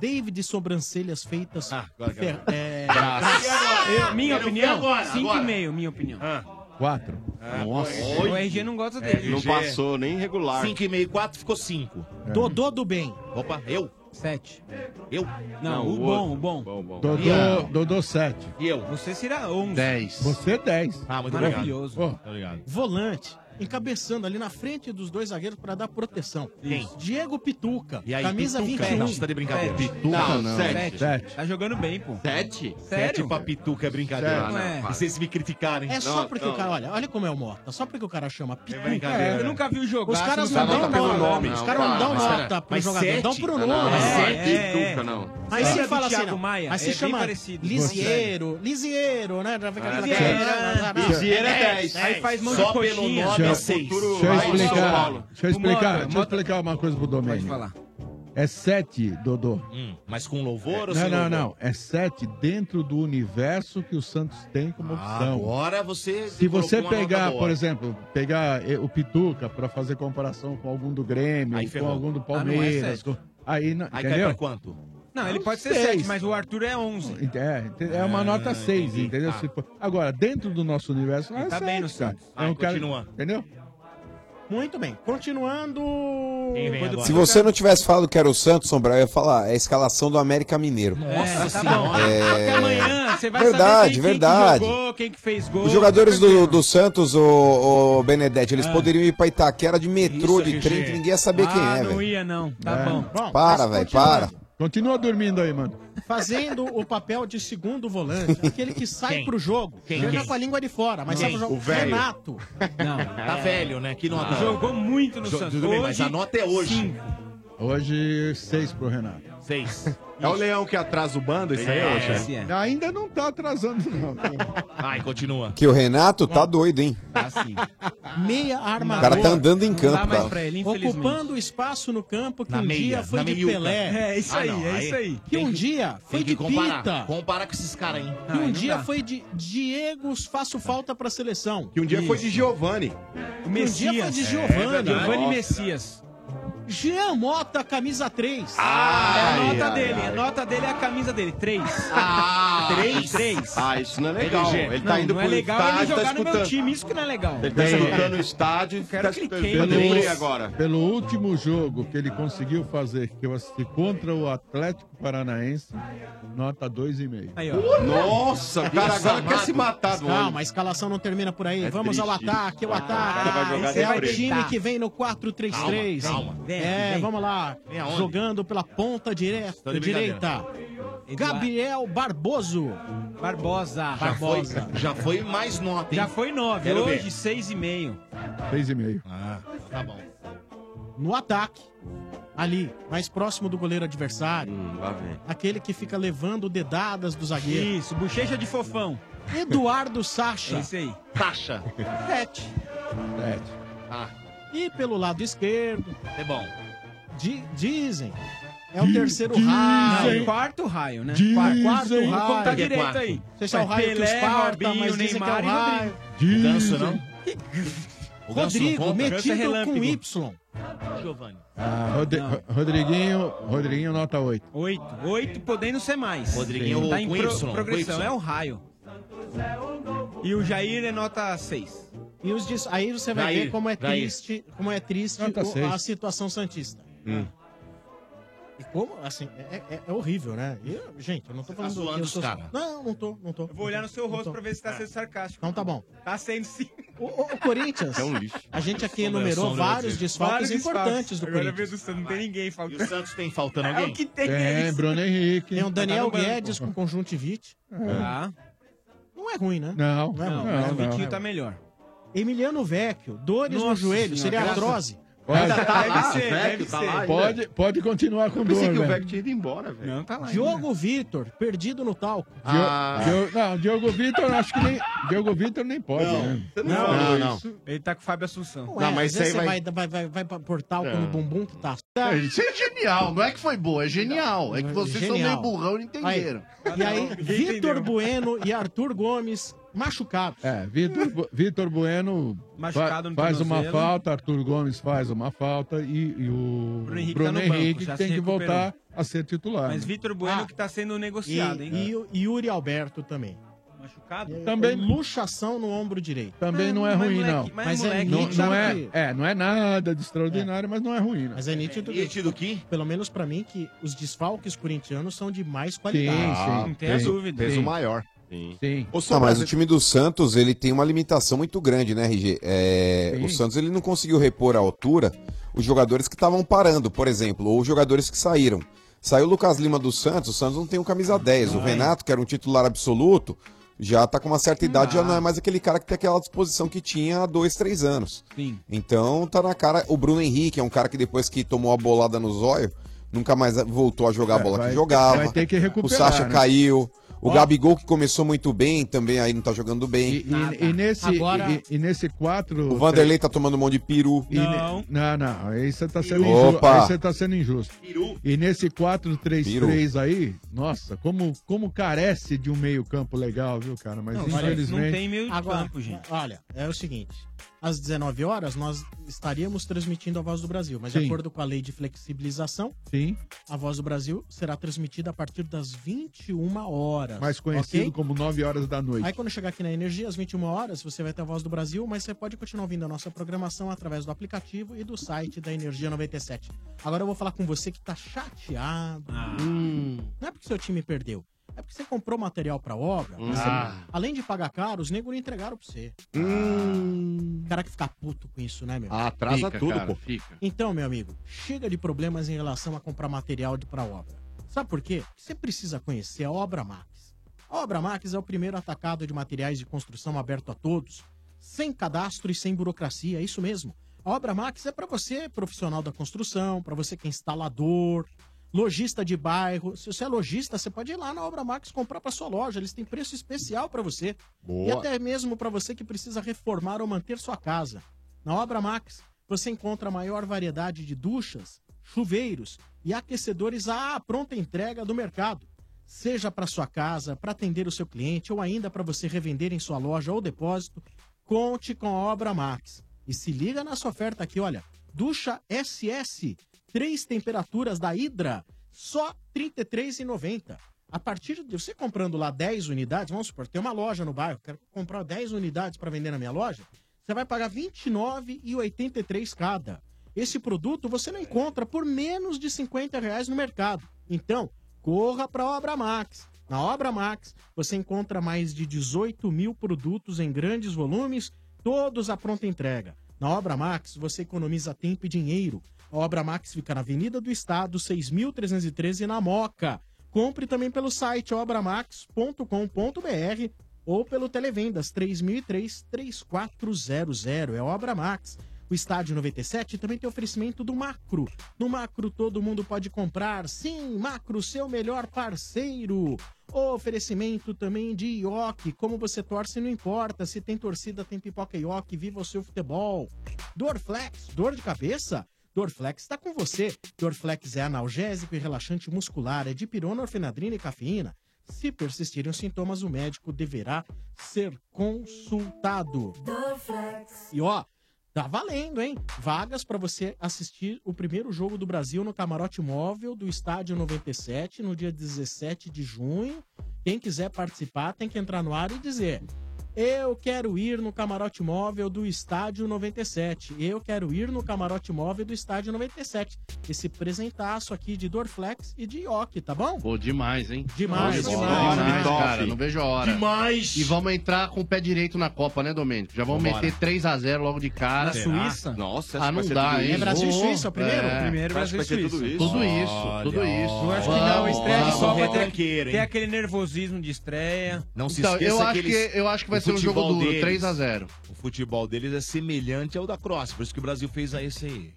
[SPEAKER 5] David Sobrancelhas feitas. Ah,
[SPEAKER 14] agora que eu-
[SPEAKER 5] é...
[SPEAKER 14] Braço. E agora? Eu- minha
[SPEAKER 5] Quero ver
[SPEAKER 14] opinião,
[SPEAKER 5] agora,
[SPEAKER 14] cinco
[SPEAKER 5] agora.
[SPEAKER 14] e meio, minha opinião.
[SPEAKER 15] Ah.
[SPEAKER 12] Quatro.
[SPEAKER 8] É,
[SPEAKER 5] Nossa.
[SPEAKER 14] O RG não gosta dele.
[SPEAKER 8] não passou, nem regular.
[SPEAKER 15] 5,5, 4 ficou 5.
[SPEAKER 5] Dodô do bem.
[SPEAKER 15] Opa, eu?
[SPEAKER 14] 7.
[SPEAKER 15] É. Eu?
[SPEAKER 14] Não,
[SPEAKER 15] Não,
[SPEAKER 14] o,
[SPEAKER 15] o
[SPEAKER 14] bom,
[SPEAKER 15] outro.
[SPEAKER 14] o bom.
[SPEAKER 12] Dodô,
[SPEAKER 14] E eu?
[SPEAKER 12] Dodô sete.
[SPEAKER 15] E eu?
[SPEAKER 14] Você será 11.
[SPEAKER 12] Você é dez.
[SPEAKER 15] Ah, muito
[SPEAKER 5] Maravilhoso.
[SPEAKER 15] obrigado.
[SPEAKER 5] Volante, encabeçando ali na frente dos dois zagueiros para dar proteção.
[SPEAKER 15] Quem?
[SPEAKER 5] Diego Pituca,
[SPEAKER 15] E aí,
[SPEAKER 5] camisa
[SPEAKER 15] Pituca?
[SPEAKER 5] 21.
[SPEAKER 15] Não, você tá de brincadeira.
[SPEAKER 5] Sete.
[SPEAKER 15] Pituca não.
[SPEAKER 5] sete.
[SPEAKER 15] Sete.
[SPEAKER 14] Tá jogando bem, pô.
[SPEAKER 8] 7?
[SPEAKER 15] Sete pra pituca é brincadeira.
[SPEAKER 5] Sério?
[SPEAKER 15] Não,
[SPEAKER 5] É.
[SPEAKER 15] não, E vocês me criticarem.
[SPEAKER 5] É só porque o cara, olha, olha como é o Mota. Só porque o cara chama Pituca.
[SPEAKER 15] brincadeira.
[SPEAKER 5] eu nunca vi o jogo. Os
[SPEAKER 15] Jogaço
[SPEAKER 5] caras
[SPEAKER 15] não
[SPEAKER 5] não dão
[SPEAKER 15] dá nota
[SPEAKER 5] nota.
[SPEAKER 15] pelo nome.
[SPEAKER 5] Os
[SPEAKER 15] Não,
[SPEAKER 5] caras não
[SPEAKER 15] para,
[SPEAKER 5] dão
[SPEAKER 15] para.
[SPEAKER 5] nota pro
[SPEAKER 15] Mas
[SPEAKER 5] jogador.
[SPEAKER 15] sete?
[SPEAKER 5] Dão pro
[SPEAKER 15] Não,
[SPEAKER 5] nome.
[SPEAKER 15] não, não,
[SPEAKER 5] É,
[SPEAKER 15] sete,
[SPEAKER 5] é, é.
[SPEAKER 15] Pituca, não.
[SPEAKER 5] Aí
[SPEAKER 15] Sabe
[SPEAKER 5] você
[SPEAKER 15] do
[SPEAKER 5] fala assim,
[SPEAKER 15] Thiago
[SPEAKER 5] não,
[SPEAKER 15] Maia?
[SPEAKER 5] aí
[SPEAKER 15] É
[SPEAKER 5] você
[SPEAKER 15] bem
[SPEAKER 5] chama
[SPEAKER 15] parecido.
[SPEAKER 5] Lisiero, Lisiero, né? Já fica aquela
[SPEAKER 15] Lisiero,
[SPEAKER 5] coisa.
[SPEAKER 15] Lisiero é dez.
[SPEAKER 5] Aí faz mão
[SPEAKER 15] Só
[SPEAKER 5] de
[SPEAKER 15] pelo
[SPEAKER 5] coxinha.
[SPEAKER 15] nome,
[SPEAKER 12] Deixa eu-
[SPEAKER 15] é seis.
[SPEAKER 12] Deixa eu
[SPEAKER 15] Vai, São
[SPEAKER 12] explicar.
[SPEAKER 15] Paulo.
[SPEAKER 12] Deixa eu explicar, deixa eu explicar uma coisa pro Domênico.
[SPEAKER 15] falar.
[SPEAKER 12] É sete, Dodô.
[SPEAKER 15] Hum, mas com louvor ou
[SPEAKER 12] não,
[SPEAKER 15] sem
[SPEAKER 12] não,
[SPEAKER 15] louvor?
[SPEAKER 12] não. É sete dentro do universo que o Santos tem como opção.
[SPEAKER 15] Ah, Agora você.
[SPEAKER 12] Se você
[SPEAKER 15] colocou uma nota
[SPEAKER 12] pegar,
[SPEAKER 15] boa.
[SPEAKER 12] por exemplo, pegar eh, o Pituca pra fazer comparação com algum do Grêmio, com
[SPEAKER 14] ferrou.
[SPEAKER 12] algum do
[SPEAKER 14] Ah, não é
[SPEAKER 12] Palmeiras,
[SPEAKER 14] sete.
[SPEAKER 12] com- aí, não,
[SPEAKER 14] Aí cai
[SPEAKER 12] entendeu?
[SPEAKER 14] pra quanto? Não, ele pode ser
[SPEAKER 12] Seis.
[SPEAKER 14] 7, mas o Arthur é 11.
[SPEAKER 12] Ent- É, ent- é uma
[SPEAKER 14] Ah,
[SPEAKER 12] nota 6,
[SPEAKER 14] entendi.
[SPEAKER 12] entendeu?
[SPEAKER 14] Tá.
[SPEAKER 12] Se for- Agora, dentro do nosso universo,
[SPEAKER 5] Ele
[SPEAKER 12] é
[SPEAKER 5] tá bem
[SPEAKER 12] sete,
[SPEAKER 5] no
[SPEAKER 12] cara.
[SPEAKER 5] Santos.
[SPEAKER 12] É
[SPEAKER 5] Vai,
[SPEAKER 12] um cara,
[SPEAKER 5] continua.
[SPEAKER 12] entendeu?
[SPEAKER 5] Muito bem, continuando.
[SPEAKER 9] Se você não tivesse falado que era o Santos, Sombra, eu ia falar, é a escalação do América Mineiro.
[SPEAKER 14] Nossa tá bom.
[SPEAKER 9] É.
[SPEAKER 14] Até amanhã você vai
[SPEAKER 9] Verdade,
[SPEAKER 14] saber quem,
[SPEAKER 9] verdade.
[SPEAKER 14] quem que jogou, quem que fez gol.
[SPEAKER 9] Os jogadores do, do Santos, o, Benedetti,
[SPEAKER 14] Ah.
[SPEAKER 9] eles poderiam ir pra Itaquera de metrô, de trem, que ninguém ia saber quem
[SPEAKER 14] ah,
[SPEAKER 9] é,
[SPEAKER 14] não
[SPEAKER 9] velho.
[SPEAKER 14] ia não. Tá
[SPEAKER 12] É.
[SPEAKER 14] bom.
[SPEAKER 9] Para, velho, para.
[SPEAKER 12] Continua dormindo aí, mano.
[SPEAKER 5] Fazendo o papel de segundo volante, aquele que sai
[SPEAKER 15] Quem?
[SPEAKER 5] pro jogo,
[SPEAKER 15] Quem?
[SPEAKER 5] joga
[SPEAKER 15] Quem?
[SPEAKER 5] com a língua de fora, mas
[SPEAKER 15] Quem?
[SPEAKER 5] sai pro jogo.
[SPEAKER 15] O velho.
[SPEAKER 5] Renato.
[SPEAKER 15] Tá velho, né?
[SPEAKER 12] Ah.
[SPEAKER 15] Que nota?
[SPEAKER 14] Jogou muito no
[SPEAKER 15] Jo-
[SPEAKER 14] Santos.
[SPEAKER 15] Tudo bem, mas a nota é hoje.
[SPEAKER 12] Hoje, 6 pro Renato.
[SPEAKER 15] 6.
[SPEAKER 4] É o leão que atrasa o bando, isso aí,
[SPEAKER 12] É,
[SPEAKER 4] ô, chefe?
[SPEAKER 12] esse Ainda não tá atrasando, não.
[SPEAKER 15] Ai, continua.
[SPEAKER 9] Que o Renato tá doido, hein?
[SPEAKER 5] Meia armadura.
[SPEAKER 9] O cara tá andando em campo,
[SPEAKER 5] Não dá mais
[SPEAKER 9] tá?
[SPEAKER 5] pra ele, infelizmente. Ocupando o espaço no campo que
[SPEAKER 15] Na
[SPEAKER 5] um
[SPEAKER 15] meia,
[SPEAKER 5] dia foi
[SPEAKER 15] na
[SPEAKER 5] de
[SPEAKER 15] meiuca.
[SPEAKER 5] Pelé. Ah,
[SPEAKER 15] É, isso aí, é isso aí.
[SPEAKER 5] Que
[SPEAKER 15] Tem
[SPEAKER 5] um
[SPEAKER 15] que-
[SPEAKER 5] dia
[SPEAKER 15] Tem
[SPEAKER 5] foi
[SPEAKER 15] que
[SPEAKER 5] de
[SPEAKER 15] comparar.
[SPEAKER 5] Pita.
[SPEAKER 15] Comparar com esses Ah, caras aí.
[SPEAKER 5] Que um dia foi de Diego, faço falta pra seleção.
[SPEAKER 4] Que um dia foi de Giovani.
[SPEAKER 5] Que um dia foi de
[SPEAKER 15] É,
[SPEAKER 5] Giovani. Messias. Jean Mota, camisa 3.
[SPEAKER 14] é a
[SPEAKER 5] Ai,
[SPEAKER 14] nota
[SPEAKER 5] ai,
[SPEAKER 14] dele.
[SPEAKER 5] ai.
[SPEAKER 14] A nota dele é a camisa dele. 3.
[SPEAKER 8] Ah,
[SPEAKER 14] três, 3.
[SPEAKER 8] Ah, isso não é legal. Ele, tá
[SPEAKER 14] não,
[SPEAKER 8] indo
[SPEAKER 14] não
[SPEAKER 8] pro
[SPEAKER 14] é legal
[SPEAKER 8] estádio,
[SPEAKER 14] ele
[SPEAKER 8] tá
[SPEAKER 14] jogar no meu
[SPEAKER 8] escutando.
[SPEAKER 14] time. Isso que não é legal.
[SPEAKER 8] Ele tá escutando o estádio.
[SPEAKER 14] Quero
[SPEAKER 8] fica
[SPEAKER 14] cliquei,
[SPEAKER 8] escutando
[SPEAKER 14] mano.
[SPEAKER 8] o play agora.
[SPEAKER 12] Pelo último jogo que ele conseguiu fazer, que eu assisti contra o Atlético Paranaense, nota 2,5.
[SPEAKER 5] Aí, ó.
[SPEAKER 12] Nossa, cara, agora quer se matar do
[SPEAKER 5] Calma,
[SPEAKER 12] homem.
[SPEAKER 5] a escalação não termina por aí.
[SPEAKER 12] É
[SPEAKER 5] Vamos ao
[SPEAKER 12] triste.
[SPEAKER 5] ataque, o
[SPEAKER 12] Ah,
[SPEAKER 5] ataque.
[SPEAKER 12] o cara vai jogar
[SPEAKER 5] Esse é o
[SPEAKER 12] de frente.
[SPEAKER 5] time que vem no 4-3-3.
[SPEAKER 12] Tá. Calma, calma. Vem,
[SPEAKER 5] é,
[SPEAKER 12] vem.
[SPEAKER 5] vamos lá.
[SPEAKER 12] Vem aonde?
[SPEAKER 5] Jogando pela ponta
[SPEAKER 12] Tô
[SPEAKER 5] direta,
[SPEAKER 12] de
[SPEAKER 5] direita. Gabriel Barboso. Barbosa.
[SPEAKER 15] Já foi,
[SPEAKER 5] Barbosa.
[SPEAKER 15] já foi mais nota, hein?
[SPEAKER 5] Já foi 9.
[SPEAKER 15] Quero ver.
[SPEAKER 5] Hoje, 6,5.
[SPEAKER 12] 6,5.
[SPEAKER 15] Ah, tá bom.
[SPEAKER 5] no ataque, ali, mais próximo do goleiro adversário.
[SPEAKER 15] Hum,
[SPEAKER 5] Aquele que fica levando dedadas do zagueiro.
[SPEAKER 14] Isso, bochecha de fofão.
[SPEAKER 5] Eduardo Sacha.
[SPEAKER 14] É isso aí.
[SPEAKER 15] Taxa.
[SPEAKER 5] Sete.
[SPEAKER 12] Sete.
[SPEAKER 15] Ah,
[SPEAKER 5] E pelo lado esquerdo.
[SPEAKER 14] É bom.
[SPEAKER 5] di- dizem. É o terceiro raio.
[SPEAKER 14] Não, quarto raio, né?
[SPEAKER 5] Dizem. é
[SPEAKER 14] Quarto, quarto
[SPEAKER 5] Dizem.
[SPEAKER 14] raio. tá
[SPEAKER 5] Conta
[SPEAKER 14] Por que
[SPEAKER 5] direito
[SPEAKER 14] quarto?
[SPEAKER 5] aí.
[SPEAKER 14] Vai
[SPEAKER 5] Você é o raio que os parta, mas dizem que é o raio. Dizem.
[SPEAKER 3] Ganso, não? O Ganso não
[SPEAKER 5] [LAUGHS] Rodrigo,
[SPEAKER 3] conta? Ganso é
[SPEAKER 5] metido com
[SPEAKER 3] relâmpago.
[SPEAKER 5] Y.
[SPEAKER 14] Giovanni.
[SPEAKER 12] Ah, Rodri- Ro- Rodriguinho, Rodriguinho nota 8.
[SPEAKER 14] Oito. Oito, podendo ser mais.
[SPEAKER 12] Rodriguinho
[SPEAKER 14] tá em
[SPEAKER 12] com
[SPEAKER 14] pro-
[SPEAKER 12] Y,
[SPEAKER 14] progressão,
[SPEAKER 12] com Y.
[SPEAKER 14] é o raio. E o Jair é nota 6.
[SPEAKER 5] E os dis- aí você vai
[SPEAKER 14] Jair,
[SPEAKER 5] ver como é
[SPEAKER 14] Jair.
[SPEAKER 5] triste, como é triste
[SPEAKER 14] Nota
[SPEAKER 5] o-
[SPEAKER 14] seis.
[SPEAKER 5] a situação santista. E como, assim, é, é- é horrível, né? Eu- gente, eu não tô
[SPEAKER 14] tá
[SPEAKER 5] falando...
[SPEAKER 14] zoando
[SPEAKER 5] eu
[SPEAKER 14] os
[SPEAKER 5] tô-
[SPEAKER 14] cara.
[SPEAKER 5] Não, não tô, não tô.
[SPEAKER 14] Eu vou olhar no seu
[SPEAKER 5] Não
[SPEAKER 14] rosto
[SPEAKER 5] tô.
[SPEAKER 14] pra ver se tá sendo sarcástico.
[SPEAKER 5] Então tá bom.
[SPEAKER 14] Tá sendo sim.
[SPEAKER 5] O,
[SPEAKER 14] É
[SPEAKER 5] Corinthians,
[SPEAKER 14] um
[SPEAKER 5] a gente aqui enumerou vários desfalques importantes do
[SPEAKER 14] Agora
[SPEAKER 5] Corinthians.
[SPEAKER 14] veio do Santos, não tem ninguém faltando.
[SPEAKER 5] o Santos tem
[SPEAKER 14] faltando alguém? [LAUGHS] É o que tem, é
[SPEAKER 12] Tem,
[SPEAKER 14] isso.
[SPEAKER 12] Bruno Henrique.
[SPEAKER 5] Tem o Daniel
[SPEAKER 14] Tá no banco.
[SPEAKER 5] Guedes com conjuntivite.
[SPEAKER 14] Ah.
[SPEAKER 5] Não é ruim, né?
[SPEAKER 12] Não,
[SPEAKER 5] é
[SPEAKER 12] não,
[SPEAKER 5] ruim.
[SPEAKER 12] não, O Vitinho não. tá
[SPEAKER 14] melhor.
[SPEAKER 5] Emiliano Vecchio, dores no
[SPEAKER 12] Nossa
[SPEAKER 5] joelho,
[SPEAKER 12] senhora,
[SPEAKER 5] seria
[SPEAKER 12] graças-
[SPEAKER 5] artrose.
[SPEAKER 12] Olha, Pode, pode continuar com né? dor, velho.
[SPEAKER 8] tinha ido embora, velho.
[SPEAKER 14] Não, tá lá.
[SPEAKER 5] Diogo Vitor, perdido no talco.
[SPEAKER 12] Dio- Dio- não, Ah. Diogo Vitor, acho que nem. Diogo Vitor nem pode, né?
[SPEAKER 14] Não, não. Ele tá com o Fábio Assunção.
[SPEAKER 5] Ué, é, às vezes você vai, vai, vai, vai pra- por talco
[SPEAKER 14] Não.
[SPEAKER 5] no bumbum que tá.
[SPEAKER 10] Isso é genial, não é que foi boa, é genial. É que vocês são meio burrão e não entenderam.
[SPEAKER 5] Aí. E aí, Vitor Bueno e Arthur Gomes machucados.
[SPEAKER 12] É, Vitor, Bu- Vitor Bueno fa-
[SPEAKER 5] Machucado no
[SPEAKER 12] faz uma
[SPEAKER 5] tornozelo.
[SPEAKER 12] falta, Arthur Gomes faz uma falta e, e o Bruno Henrique,
[SPEAKER 14] Henrique tá no banco, já
[SPEAKER 12] tem
[SPEAKER 14] se
[SPEAKER 12] que
[SPEAKER 14] recuperou.
[SPEAKER 12] voltar a ser titular.
[SPEAKER 14] Mas
[SPEAKER 12] né?
[SPEAKER 14] Vitor Bueno que tá sendo
[SPEAKER 5] Ah. E,
[SPEAKER 14] negociado, hein? Tá
[SPEAKER 5] e o- e Yuri Alberto também.
[SPEAKER 14] Machucado?
[SPEAKER 5] Também luxação no ombro direito.
[SPEAKER 12] Também não é
[SPEAKER 5] Mas
[SPEAKER 12] ruim,
[SPEAKER 5] moleque-
[SPEAKER 12] não.
[SPEAKER 5] Mas, é
[SPEAKER 12] não,
[SPEAKER 5] nítido.
[SPEAKER 12] não é,
[SPEAKER 5] que-
[SPEAKER 12] é, não é nada de extraordinário, mas não é ruim, não.
[SPEAKER 5] Mas é nítido,
[SPEAKER 8] que,
[SPEAKER 5] pelo menos pra mim, que os desfalques corintianos são de mais
[SPEAKER 12] Sim,
[SPEAKER 5] qualidade.
[SPEAKER 12] sim. Peso- Peso maior.
[SPEAKER 8] Sim.
[SPEAKER 9] Ô, Sombra, mas o time do Santos, ele tem uma limitação muito grande, né, RG? É,
[SPEAKER 12] Sim.
[SPEAKER 9] o Santos, ele não conseguiu repor à altura os jogadores que estavam parando, por exemplo, ou os jogadores que saíram. Saiu o Lucas Lima do Santos, o Santos não tem o
[SPEAKER 12] Ah,
[SPEAKER 9] camisa 10.
[SPEAKER 12] é.
[SPEAKER 9] O Renato, que era um titular absoluto, já tá com uma certa idade,
[SPEAKER 12] Ah.
[SPEAKER 9] já não é mais aquele cara que tem aquela disposição que tinha há dois, três anos.
[SPEAKER 14] Sim.
[SPEAKER 9] Então tá na cara. O Bruno Henrique é um cara que depois que tomou a bolada no zóio, nunca mais voltou a jogar a bola
[SPEAKER 12] É, vai-
[SPEAKER 9] que jogava.
[SPEAKER 12] vai ter que recuperar,
[SPEAKER 9] O Sacha
[SPEAKER 12] né?
[SPEAKER 9] caiu. O
[SPEAKER 12] Ó.
[SPEAKER 9] Gabigol, que começou muito bem, também aí não tá jogando bem.
[SPEAKER 12] E, e nesse,
[SPEAKER 9] Agora-
[SPEAKER 12] e, e nesse quatro.
[SPEAKER 9] O Vanderlei tá tomando um monte de peru.
[SPEAKER 12] E ne- Não, não, aí você tá
[SPEAKER 9] Opa!
[SPEAKER 12] sendo injusto. Aí você tá sendo injusto. E nesse 4-3-3 aí, nossa, como, como carece de um meio-campo legal, viu, cara? Mas infelizmente.
[SPEAKER 5] Agora, Olha, é o seguinte. Às 19 horas, nós estaríamos transmitindo a Voz do Brasil, mas de
[SPEAKER 12] Sim.
[SPEAKER 5] acordo com a lei de flexibilização,
[SPEAKER 12] Sim.
[SPEAKER 5] a Voz do Brasil será transmitida a partir das 21 horas.
[SPEAKER 12] Mais conhecido
[SPEAKER 5] Tá. ok?
[SPEAKER 12] como 9 horas da noite.
[SPEAKER 5] Aí quando chegar aqui na Energia, às 21 horas, você vai ter a Voz do Brasil, mas você pode continuar ouvindo a nossa programação através do aplicativo e do site da Energia 97. Agora eu vou falar com você que tá chateado.
[SPEAKER 15] Ah.
[SPEAKER 5] Não é porque seu time perdeu. É porque você comprou material pra obra,
[SPEAKER 15] Hum.
[SPEAKER 5] mas você-
[SPEAKER 24] Ah.
[SPEAKER 5] além de pagar caro, os negros não entregaram pra você. O cara que fica puto com isso, né, meu?
[SPEAKER 15] Hum. Ah, atrasa Fica, tudo, cara, pô. fica.
[SPEAKER 5] Então, meu amigo, chega de problemas em relação a comprar material de- pra obra. Sabe por quê? Porque Você precisa conhecer a Obra Max. A Obra Max é o primeiro atacado de materiais de construção aberto a todos, sem cadastro e sem burocracia, é isso mesmo. A Obra Max é para você, profissional da construção, para você que é instalador, lojista de bairro. Se você é lojista, você pode ir lá na Obra Max comprar para sua loja, eles têm preço especial para você.
[SPEAKER 24] Boa.
[SPEAKER 5] E até é mesmo para você que precisa reformar ou manter sua casa. Na Obra Max, você encontra a maior variedade de duchas, chuveiros e aquecedores à pronta entrega do mercado. Seja para sua casa, para atender o seu cliente ou ainda para você revender em sua loja ou depósito, conte com a Obra Max. E se liga nessa oferta aqui, olha. Ducha SS, três temperaturas da Hidra, só R$ 33,90. A partir de você comprando lá 10 unidades, vamos supor, tem uma loja no bairro, quero comprar 10 unidades para vender na minha loja, você vai pagar R$ 29,83 cada. Esse produto você não encontra por menos de 50 reais no mercado. Então, corra para a Obra Max. Na Obra Max, você encontra mais de 18 mil produtos em grandes volumes, todos à pronta entrega. Na Obra Max, você economiza tempo e dinheiro. A Obra Max fica na Avenida do Estado, 6.313, na Moca. Compre também pelo site obramax.com.br ou pelo Televendas 3003-3400. É Obra Max. o Estádio 97 também tem oferecimento do Macro. No Macro todo mundo pode comprar. Sim, Macro, seu melhor parceiro. Oferecimento também de Ioki. Como você torce, não importa. Se tem torcida, tem pipoca Ioki. Viva o seu futebol. Dorflex, dor de cabeça? Dorflex está com você. Dorflex é analgésico e relaxante muscular. É de pirona, orfenadrina e cafeína. Se persistirem os sintomas, o médico deverá ser consultado. E ó, tá valendo, hein? Vagas para você assistir o primeiro jogo do Brasil no camarote móvel do Estádio 97 no dia 17 de junho. Quem quiser participar tem que entrar no ar e dizer: Eu quero ir no camarote móvel do Estádio 97. Eu quero ir no camarote móvel do Estádio 97. Esse presentaço aqui de Dorflex e de Ioki, tá bom?
[SPEAKER 18] Pô, demais, hein?
[SPEAKER 5] Demais,
[SPEAKER 18] Pô,
[SPEAKER 5] demais.
[SPEAKER 18] demais,
[SPEAKER 5] Top.
[SPEAKER 18] cara. Não vejo a hora.
[SPEAKER 19] Demais.
[SPEAKER 18] E vamos entrar com o pé direito na Copa, né, Domênico? Já vamos
[SPEAKER 19] Vambora.
[SPEAKER 18] meter 3x0 logo de cara.
[SPEAKER 19] Na Suíça?
[SPEAKER 18] Nossa,
[SPEAKER 19] acho
[SPEAKER 18] ah,
[SPEAKER 19] que
[SPEAKER 18] não
[SPEAKER 19] vai ser
[SPEAKER 18] dá,
[SPEAKER 19] tudo
[SPEAKER 18] hein?
[SPEAKER 19] isso. É Brasil e
[SPEAKER 18] Vou.
[SPEAKER 19] Suíça, o primeiro?
[SPEAKER 10] É.
[SPEAKER 14] é
[SPEAKER 19] Primeiro
[SPEAKER 18] Acho que vai
[SPEAKER 19] Brasil e
[SPEAKER 18] ser tudo
[SPEAKER 19] Suíça.
[SPEAKER 18] isso. Tudo isso,
[SPEAKER 19] Olha,
[SPEAKER 18] tudo isso.
[SPEAKER 14] Eu acho que não, o estreia de
[SPEAKER 18] Vamos,
[SPEAKER 14] Copa vai
[SPEAKER 18] vamos.
[SPEAKER 14] ter, tem aquele nervosismo de estreia.
[SPEAKER 15] Não se
[SPEAKER 14] Então,
[SPEAKER 15] esqueça
[SPEAKER 14] eu acho
[SPEAKER 15] eles-
[SPEAKER 14] que- eu acho que vai
[SPEAKER 15] o
[SPEAKER 14] ser um jogo
[SPEAKER 15] futebol
[SPEAKER 14] duro, 3 a 0.
[SPEAKER 15] O futebol deles é semelhante ao da Croácia, por isso que o Brasil fez aí esse,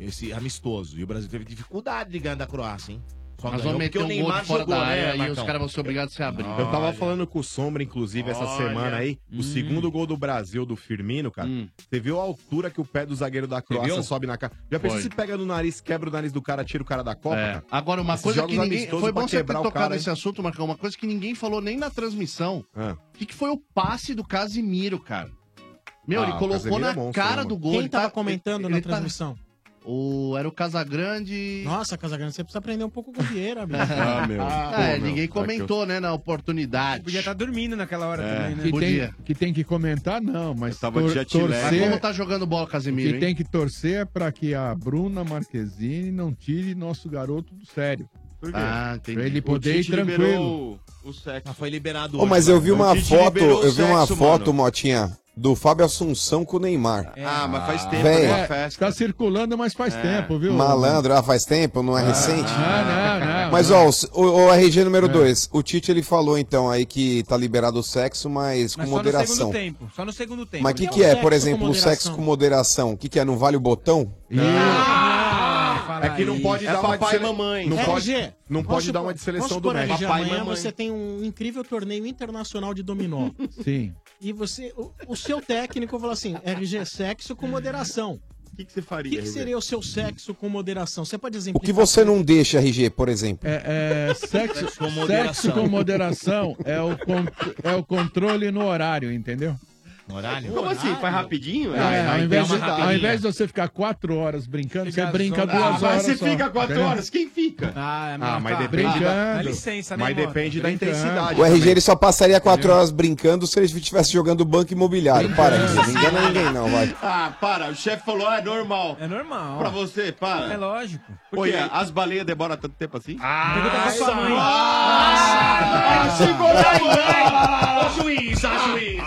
[SPEAKER 15] esse amistoso. E o Brasil teve dificuldade de ganhar da Croácia, hein? Só
[SPEAKER 18] Nós
[SPEAKER 15] ganhou
[SPEAKER 18] vamos meter
[SPEAKER 15] porque o
[SPEAKER 18] um gol
[SPEAKER 15] Neymar
[SPEAKER 18] de fora
[SPEAKER 15] jogou,
[SPEAKER 18] da
[SPEAKER 15] né,
[SPEAKER 18] área e os
[SPEAKER 15] Marcão?
[SPEAKER 18] caras vão ser obrigados a se abrir.
[SPEAKER 4] Eu tava falando com o Sombra, inclusive, essa
[SPEAKER 18] Olha. Hum.
[SPEAKER 4] semana aí. O segundo gol do Brasil do Firmino, cara. Você viu a altura que o pé do zagueiro da Croácia
[SPEAKER 18] viu?
[SPEAKER 4] sobe na cara. Já pensou
[SPEAKER 18] Foi.
[SPEAKER 4] se pega no nariz, quebra o nariz do cara, tira o cara da Copa?
[SPEAKER 18] É.
[SPEAKER 4] cara?
[SPEAKER 18] Agora, uma
[SPEAKER 4] Esses
[SPEAKER 18] coisa
[SPEAKER 4] jogos
[SPEAKER 18] que ninguém.
[SPEAKER 4] amistosos
[SPEAKER 18] Foi
[SPEAKER 4] pra
[SPEAKER 18] bom você ter
[SPEAKER 4] quebrar o
[SPEAKER 18] tocado
[SPEAKER 4] cara, hein?
[SPEAKER 18] nesse assunto, Marcão. Uma coisa que ninguém falou nem na transmissão. O que, que foi o passe do Casimiro, cara? Meu,
[SPEAKER 5] Ah,
[SPEAKER 18] ele
[SPEAKER 5] o
[SPEAKER 18] colocou
[SPEAKER 5] Casemiro
[SPEAKER 18] na
[SPEAKER 5] é monstro,
[SPEAKER 18] cara do
[SPEAKER 5] né, mano?
[SPEAKER 18] gol.
[SPEAKER 5] Quem
[SPEAKER 18] ele
[SPEAKER 5] tava
[SPEAKER 18] tá-
[SPEAKER 5] comentando
[SPEAKER 18] ele-
[SPEAKER 5] na
[SPEAKER 18] ele tá-
[SPEAKER 5] transmissão?
[SPEAKER 18] O, era o Casagrande.
[SPEAKER 5] Nossa, Casagrande, você precisa aprender um pouco com o Vieira, bicho.
[SPEAKER 18] [LAUGHS] Ah, meu. é, ninguém comentou, né, na oportunidade.
[SPEAKER 14] Podia estar dormindo naquela hora também, né?
[SPEAKER 12] É, Que tem, que tem que comentar, não, mas tor-
[SPEAKER 18] Mas como
[SPEAKER 12] torcer,
[SPEAKER 18] tá jogando bola, Casemiro,
[SPEAKER 12] que
[SPEAKER 18] hein?
[SPEAKER 12] tem que torcer é pra que a Bruna Marquezine não tire nosso garoto do sério.
[SPEAKER 8] Por quê?
[SPEAKER 12] Ah, entendi. Pra ele
[SPEAKER 8] O
[SPEAKER 12] poder ir
[SPEAKER 8] Tite liberou
[SPEAKER 12] tranquilo.
[SPEAKER 8] O, o sexo.
[SPEAKER 15] foi liberado
[SPEAKER 9] Ô, mas eu vi uma foto, eu vi uma foto,
[SPEAKER 8] mano.
[SPEAKER 9] Motinha, do Fábio Assunção com o Neymar.
[SPEAKER 8] Ah, mas faz tempo,
[SPEAKER 9] Véi.
[SPEAKER 8] né? Uma
[SPEAKER 9] É.
[SPEAKER 8] festa. É.
[SPEAKER 12] Tá circulando, mas faz tempo, viu?
[SPEAKER 9] Malandro, ah, faz tempo, não é recente?
[SPEAKER 12] ah, não, não,
[SPEAKER 9] Mas,
[SPEAKER 12] não.
[SPEAKER 9] ó, o, o- o RG número 2, o Tite, ele falou, então, aí que tá liberado o sexo, mas com
[SPEAKER 14] Mas só no
[SPEAKER 9] moderação.
[SPEAKER 14] segundo tempo. Só no segundo tempo.
[SPEAKER 9] Mas o que, que é, por exemplo, o sexo com moderação? O que, que é? Não vale o botão?
[SPEAKER 5] Ah,
[SPEAKER 4] É que não pode
[SPEAKER 9] É
[SPEAKER 4] dar uma
[SPEAKER 9] papai
[SPEAKER 4] de
[SPEAKER 9] e mamãe.
[SPEAKER 4] Não
[SPEAKER 9] É,
[SPEAKER 4] pode,
[SPEAKER 9] RG,
[SPEAKER 4] não
[SPEAKER 9] posso
[SPEAKER 4] pode dar
[SPEAKER 9] supor-
[SPEAKER 4] uma de seleção
[SPEAKER 9] posso
[SPEAKER 4] do
[SPEAKER 9] supor,
[SPEAKER 4] México.
[SPEAKER 9] RG,
[SPEAKER 5] Já amanhã você tem um incrível torneio internacional
[SPEAKER 18] [LAUGHS]
[SPEAKER 5] de dominó.
[SPEAKER 12] Sim.
[SPEAKER 5] E você, o, o seu técnico fala assim, RG, sexo com moderação.
[SPEAKER 4] O que, você faria?
[SPEAKER 5] O que, seria o seu sexo com moderação? Você pode
[SPEAKER 9] O que
[SPEAKER 5] exemplificar?
[SPEAKER 9] você não deixa, RG, por exemplo?
[SPEAKER 12] É, é, sexo,
[SPEAKER 9] com moderação.
[SPEAKER 12] sexo com moderação é o, con- é o controle no horário, entendeu?
[SPEAKER 15] Horário?
[SPEAKER 3] Como assim? Faz rapidinho?
[SPEAKER 12] É, ao, invés de, ao invés de você ficar quatro horas brincando, você brinca
[SPEAKER 8] Ah,
[SPEAKER 12] duas horas. só, entendeu?
[SPEAKER 3] quem fica?
[SPEAKER 14] Ah,
[SPEAKER 12] Ah, mas depende da-
[SPEAKER 3] Dá
[SPEAKER 12] Dá
[SPEAKER 3] licença,
[SPEAKER 12] licença,
[SPEAKER 3] né,
[SPEAKER 12] né, Mota? Brincando.
[SPEAKER 9] O RG ele só passaria quatro horas brincando se ele estivesse jogando banco imobiliário. Para, RG, não engana ninguém não, vai.
[SPEAKER 8] Ah, para, o chefe falou, ah, é normal.
[SPEAKER 14] É normal.
[SPEAKER 8] Pra você, para.
[SPEAKER 14] É lógico.
[SPEAKER 8] Porque as baleias demoram tanto tempo assim?
[SPEAKER 15] tá
[SPEAKER 14] Pergunta pra sua
[SPEAKER 3] Ô,
[SPEAKER 14] mãe.
[SPEAKER 3] juiz, ó, juiz.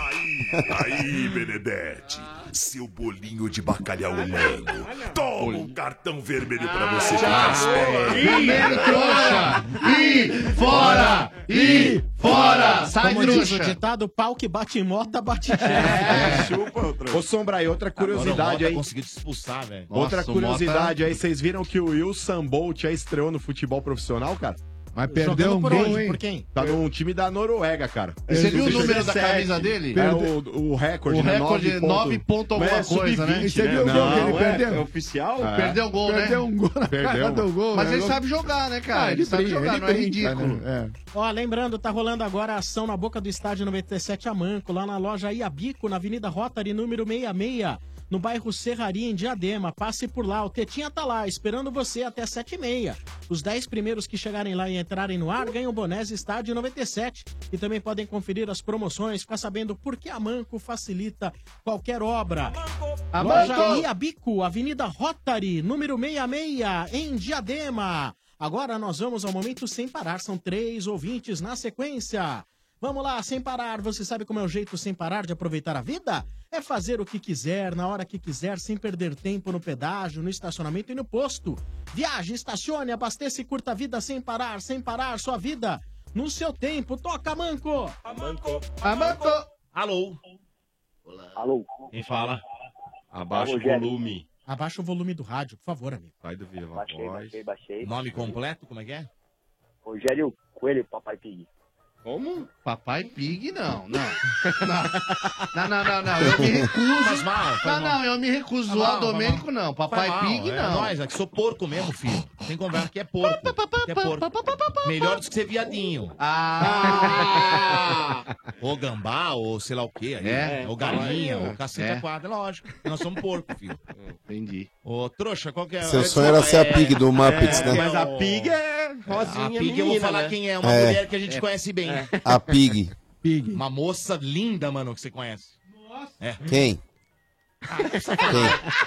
[SPEAKER 23] Aí, Benedete, seu bolinho de bacalhau humano. Toma um cartão vermelho pra você pelas pernas.
[SPEAKER 19] Primeiro trouxa! E fora!
[SPEAKER 23] E
[SPEAKER 19] fora! Sai, É.
[SPEAKER 5] Como diz o
[SPEAKER 19] trouxa.
[SPEAKER 5] ditado, pau que bate em mota, bate em
[SPEAKER 4] Ô, Sombra, e outra curiosidade aí.
[SPEAKER 15] Conseguiu te expulsar, velho.
[SPEAKER 4] Outra curiosidade aí, vocês viram que o Wilson Bolt já estreou no futebol profissional, cara?
[SPEAKER 12] Mas perdeu um gol, hein?
[SPEAKER 4] Tá num time da Noruega, cara.
[SPEAKER 12] E você viu o número da
[SPEAKER 4] 17.
[SPEAKER 12] camisa dele?
[SPEAKER 4] É o, o recorde,
[SPEAKER 12] O
[SPEAKER 4] né?
[SPEAKER 12] recorde é
[SPEAKER 4] ponto-
[SPEAKER 12] nove
[SPEAKER 19] ponto alguma
[SPEAKER 4] Mas é
[SPEAKER 19] coisa, né?
[SPEAKER 4] sub-vinte,
[SPEAKER 19] E você viu o
[SPEAKER 4] Não,
[SPEAKER 19] gol que ele
[SPEAKER 4] é-
[SPEAKER 19] perdeu?
[SPEAKER 4] É oficial?
[SPEAKER 19] É. Perdeu o gol, né?
[SPEAKER 12] Perdeu um gol na cara do gol.
[SPEAKER 19] Mas
[SPEAKER 12] né?
[SPEAKER 19] ele
[SPEAKER 12] Gol-
[SPEAKER 19] sabe jogar, né, cara?
[SPEAKER 12] Ah,
[SPEAKER 19] ele, sabe jogar, não é
[SPEAKER 12] brinca,
[SPEAKER 19] ridículo.
[SPEAKER 12] né? É.
[SPEAKER 5] Ó, lembrando, tá rolando agora a ação na boca do estádio 97 Amanco, lá na loja Iabico, na Avenida Rotary, número 66, no bairro Serraria, em Diadema. Passe por lá, o Tetinha tá lá, esperando você até 7h30. Os 10 primeiros que chegarem lá e entrarem no ar ganham bonés Estádio 97. E também podem conferir as promoções, ficar sabendo por que a Manco facilita qualquer obra. A
[SPEAKER 19] Amanco!
[SPEAKER 5] loja Iabico, Avenida Rotary, número 66, em Diadema. Agora nós vamos ao momento sem parar. São três ouvintes na sequência. Vamos lá, sem parar. Você sabe como é o jeito sem parar de aproveitar a vida? É fazer o que quiser, na hora que quiser, sem perder tempo no pedágio, no estacionamento e no posto. Viaje, estacione, abasteça e curta a vida sem parar, sem parar sua vida. No seu tempo, toca, Manco!
[SPEAKER 15] Amanco.
[SPEAKER 19] Amanco!
[SPEAKER 15] Alô.
[SPEAKER 22] Alô.
[SPEAKER 15] Quem fala?
[SPEAKER 8] Abaixa o
[SPEAKER 5] Rogério.
[SPEAKER 8] volume.
[SPEAKER 5] Abaixa o volume do rádio, por favor, amigo.
[SPEAKER 8] Vai do Viva
[SPEAKER 5] Baixei,
[SPEAKER 8] Voz.
[SPEAKER 5] baixei,
[SPEAKER 25] baixei.
[SPEAKER 15] Nome completo, como é que é?
[SPEAKER 25] Rogério Coelho, Papai Pig.
[SPEAKER 15] Como?
[SPEAKER 18] Papai Pig, não, não. [LAUGHS] Não, não, não, não. Eu me recuso.
[SPEAKER 15] Faz mal, faz
[SPEAKER 18] Ah, não,
[SPEAKER 15] mal.
[SPEAKER 18] não, eu me recuso.
[SPEAKER 15] Faz
[SPEAKER 18] Zoar
[SPEAKER 15] mal,
[SPEAKER 18] Domênico,
[SPEAKER 15] faz
[SPEAKER 18] não. Papai
[SPEAKER 15] Faz mal,
[SPEAKER 18] Pig,
[SPEAKER 15] é
[SPEAKER 18] não.
[SPEAKER 15] nóis, é que sou porco mesmo, filho. Tem conversa que é porco. Que é porco. Melhor do que ser viadinho. Ah! ou gambá, ou sei lá o quê. aí,
[SPEAKER 18] É.
[SPEAKER 15] né? Ou galinha,
[SPEAKER 18] É.
[SPEAKER 15] ou caceta
[SPEAKER 18] É.
[SPEAKER 15] quadra, lógico. Nós somos porco, filho.
[SPEAKER 18] Entendi.
[SPEAKER 15] Ô, trouxa, qual que é?
[SPEAKER 9] Seu sonho era ser a Pig do Muppets, né?
[SPEAKER 15] Mas a Pig é
[SPEAKER 8] rosinha,
[SPEAKER 15] A Pig eu vou
[SPEAKER 8] menina,
[SPEAKER 15] falar
[SPEAKER 8] né?
[SPEAKER 15] quem é. Uma
[SPEAKER 9] É.
[SPEAKER 15] mulher que a gente
[SPEAKER 8] É.
[SPEAKER 15] conhece bem.
[SPEAKER 8] É.
[SPEAKER 9] A Pig.
[SPEAKER 15] Uma moça linda, mano, que você conhece. Nossa. É.
[SPEAKER 9] Quem?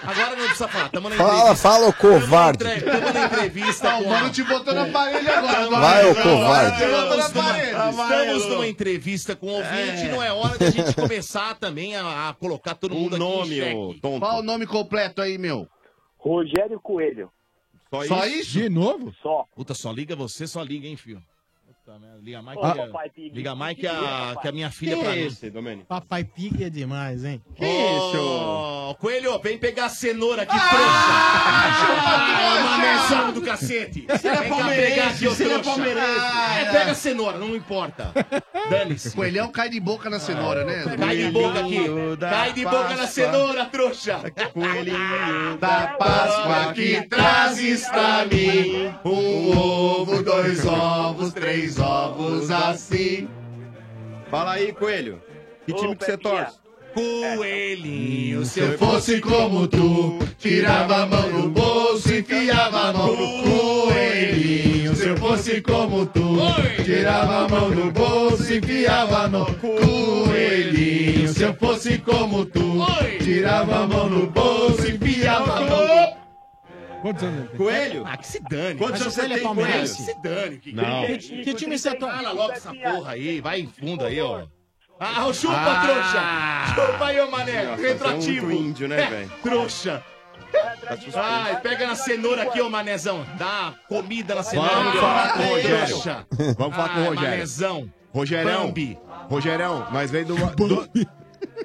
[SPEAKER 15] Agora não precisa falar. Tamo na
[SPEAKER 9] Fala, fala, ô covarde.
[SPEAKER 15] Tamo na entrevista.
[SPEAKER 18] Não, o mano te botou na parede agora.
[SPEAKER 9] Vai, ô covarde.
[SPEAKER 15] Estamos numa, estamos
[SPEAKER 18] Amarelo.
[SPEAKER 15] numa entrevista com o ouvinte. Não é hora de a gente começar também a, a colocar todo mundo aqui em xeque.
[SPEAKER 18] Qual o nome completo aí, meu?
[SPEAKER 25] Rogério Coelho.
[SPEAKER 15] Só,
[SPEAKER 18] Só
[SPEAKER 15] isso?
[SPEAKER 18] isso?
[SPEAKER 15] De
[SPEAKER 12] novo?
[SPEAKER 25] Só.
[SPEAKER 15] Puta, só liga você, só liga, hein, filho. Puta merda, Liga mais,
[SPEAKER 5] Ô,
[SPEAKER 15] que, a-
[SPEAKER 5] papai, Pig.
[SPEAKER 15] liga mais que, a, que a minha filha
[SPEAKER 5] Quem
[SPEAKER 15] pra
[SPEAKER 5] é
[SPEAKER 15] mim.
[SPEAKER 5] esse,
[SPEAKER 15] Domênio?
[SPEAKER 5] Papai Pig é demais, hein?
[SPEAKER 15] Que isso? Coelho, vem pegar a cenoura aqui, trouxa. É Uma menção do cacete.
[SPEAKER 18] Você não é
[SPEAKER 15] Vem cá
[SPEAKER 18] palmeirense,
[SPEAKER 15] pegar aqui, ô
[SPEAKER 18] você não é
[SPEAKER 15] trouxa.
[SPEAKER 18] palmeirense.
[SPEAKER 15] Ah, é, pega a cenoura, não
[SPEAKER 18] [LAUGHS]
[SPEAKER 15] importa. Dane-se.
[SPEAKER 18] Coelhão cai de boca na cenoura, né?
[SPEAKER 15] Cai de boca aqui. Cai de boca na cenoura, trouxa.
[SPEAKER 18] Coelhinho da Páscoa que trazes pra mim Um ovo, dois ovos, três ovos, assim
[SPEAKER 8] Fala aí, Coelho. Que time que você torce?
[SPEAKER 15] Coelhinho,
[SPEAKER 18] Se eu fosse como tu, tirava a mão do bolso e enfiava a mão no coelhinho. Se eu fosse como tu, tirava a mão do bolso e enfiava no coelhinho. Se eu fosse como tu, tirava a mão no bolso e enfiava a mão no
[SPEAKER 12] Quantos anos?
[SPEAKER 8] Coelho?
[SPEAKER 15] Ah, que se dane.
[SPEAKER 8] Quantos anos você tem, Coelho?
[SPEAKER 15] Se dane. é Que, é
[SPEAKER 8] Não.
[SPEAKER 15] que- que- que time você torce? Fala logo essa porra aí. Vai em fundo aí, ó. Ah, o chupa,
[SPEAKER 8] Ah.
[SPEAKER 15] trouxa. Chupa aí, ô mané.
[SPEAKER 8] Nossa,
[SPEAKER 4] um
[SPEAKER 8] você é
[SPEAKER 15] Retroativo.
[SPEAKER 8] muito índio, né, velho?
[SPEAKER 15] Trouxa.
[SPEAKER 4] Tá
[SPEAKER 15] Vai, pega na cenoura aqui, ô manézão. Dá comida na cenoura.
[SPEAKER 4] Vamos falar com o Rogério.
[SPEAKER 15] Trouxa.
[SPEAKER 4] Vamos falar com o
[SPEAKER 15] Ah,
[SPEAKER 4] Rogério.
[SPEAKER 15] manezão.
[SPEAKER 4] Rogerão.
[SPEAKER 15] Bambi.
[SPEAKER 4] Rogerão, nós veio do. do-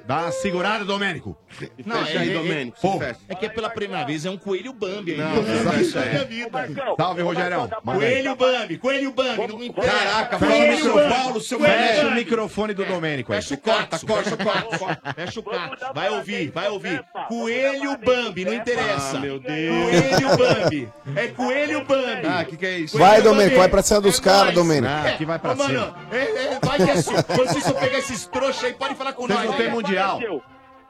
[SPEAKER 4] Dá uma segurada, Domênico.
[SPEAKER 15] é- é- É que é pela primeira vez, é um coelho Bambi.
[SPEAKER 4] Não,
[SPEAKER 15] Nunca vi
[SPEAKER 4] exato,
[SPEAKER 15] isso na
[SPEAKER 4] é.
[SPEAKER 15] minha vida.
[SPEAKER 4] Salve, Rogerão. Manda aí.
[SPEAKER 15] Coelho Bambi, coelho Bambi. não entendo.
[SPEAKER 4] Caraca, fala no seu
[SPEAKER 15] Bambi.
[SPEAKER 4] Paulo, seu
[SPEAKER 15] Coelho
[SPEAKER 4] Fecha o
[SPEAKER 15] Bambi.
[SPEAKER 4] microfone do Domênico aí.
[SPEAKER 15] Fecha o corta, corta, corta. Fecha o cato. Vai ouvir, vai ouvir. Coelho Bambi, não interessa.
[SPEAKER 8] Ah, meu
[SPEAKER 15] Coelho Bambi. É coelho Bambi. Ah,
[SPEAKER 8] que que é isso?
[SPEAKER 9] Vai, Domênico, vai pra cima dos caras, Domênico.
[SPEAKER 4] aqui vai
[SPEAKER 15] É Ô, mano, é, é, vai que é sua. [LAUGHS] Quando vocês só pegar esses trouxas aí, pode falar com nós.
[SPEAKER 25] Manoel apareceu.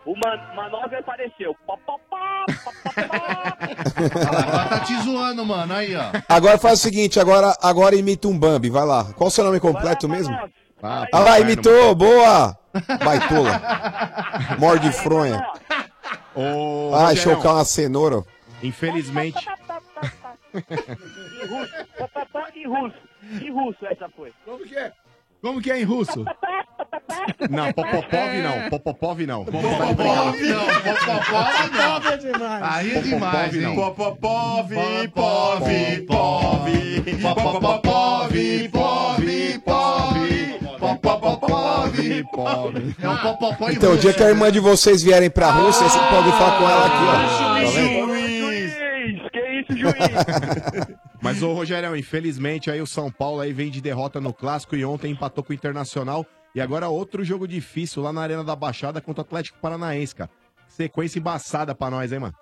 [SPEAKER 25] O Man Manoel apareceu. Pá, pá, pá.
[SPEAKER 18] Agora tá te zoando, mano, aí, ó.
[SPEAKER 9] Agora faz o seguinte, agora, agora imita um Bambi, vai lá. Qual o seu nome completo mesmo?
[SPEAKER 4] Ah,
[SPEAKER 9] Ah lá, imitou, boa! Baitola. Morde fronha.
[SPEAKER 4] Ô,
[SPEAKER 9] Vai
[SPEAKER 4] Rogerão,
[SPEAKER 9] chocar é uma cenoura.
[SPEAKER 4] Infelizmente.
[SPEAKER 25] Em russo. Pá, pá, pá, Em russo. Em russo essa foi. Como que é?
[SPEAKER 12] Como que é em russo?
[SPEAKER 4] Não, Popopov não. Popopov não.
[SPEAKER 18] É. Popopov não, Popopov não. Aí é demais, hein?
[SPEAKER 4] Popopov,
[SPEAKER 18] Popov, Pov. Popopopov, Pov, Pov. Popopopov, Pov. É um popopó em
[SPEAKER 9] Então, o dia que a irmã de vocês vierem pra Rússia, vocês podem falar com ela aqui, ó. Tá vendo?
[SPEAKER 4] Juiz! Que isso, juiz? [LAUGHS] Mas, ô Rogerão, infelizmente aí o São Paulo aí vem de derrota no Clássico e ontem empatou com o Internacional. E agora outro jogo difícil lá na Arena da Baixada contra o Atlético Paranaense, cara. Sequência embaçada pra nós, hein, mano?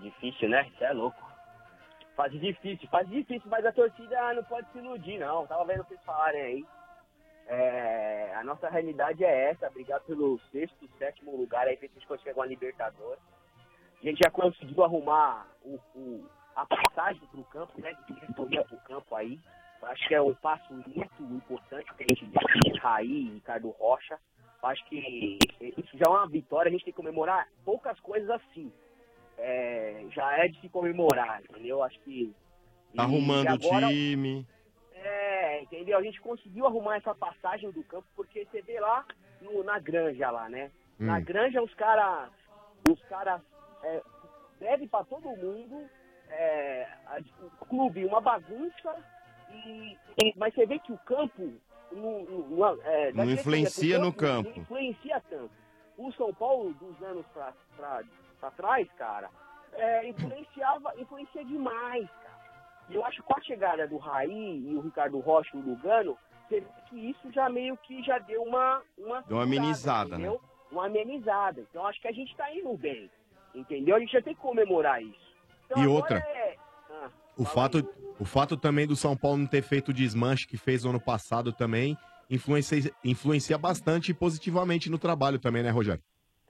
[SPEAKER 25] Difícil, né? Você é louco. Fase difícil, fase difícil, mas a torcida não pode se iludir, não. Tava vendo vocês falarem aí. É, a nossa realidade é essa, brigar pelo sexto, sétimo lugar, aí ver se a gente consegue uma Libertadores. A gente já conseguiu arrumar o, o- a passagem pro campo, né? De diretoria pro campo aí. Eu Acho que é um passo muito importante que a gente deu, Raí, Ricardo Rocha. Eu Acho que isso já é uma vitória, a gente tem que comemorar poucas coisas assim é, já é de se comemorar, entendeu? Acho que. e
[SPEAKER 8] Tá Arrumando
[SPEAKER 25] agora-
[SPEAKER 8] o time.
[SPEAKER 25] É, entendeu? A gente conseguiu arrumar essa passagem do campo, porque você vê lá no- na granja lá, né? Na
[SPEAKER 8] Hum.
[SPEAKER 25] granja os caras. Os caras é, devem pra todo mundo. é, a- o clube, uma bagunça. E, e- mas você vê que o campo. Não, não- não- é,
[SPEAKER 8] Não
[SPEAKER 25] daqui a
[SPEAKER 8] influencia
[SPEAKER 25] pouco,
[SPEAKER 8] no campo.
[SPEAKER 25] Não influencia tanto. O São Paulo, dos anos pra, pra, pra pra trás, cara, é, influenciava, influencia demais, cara. E eu acho que com a chegada do Raí e o Ricardo Rocha e o Lugano, você vê que isso já meio que já deu uma... Uma,
[SPEAKER 8] Deu uma amenizada, né?
[SPEAKER 25] entendeu? Uma amenizada. Então acho que a gente tá indo bem, entendeu? A gente já tem que comemorar isso. Então,
[SPEAKER 4] E
[SPEAKER 25] agora
[SPEAKER 4] outra.
[SPEAKER 25] é- Ah,
[SPEAKER 4] O fato, o fato também do São Paulo não ter feito o desmanche que fez no ano passado também influencia, influencia bastante positivamente no trabalho também, né, Rogério?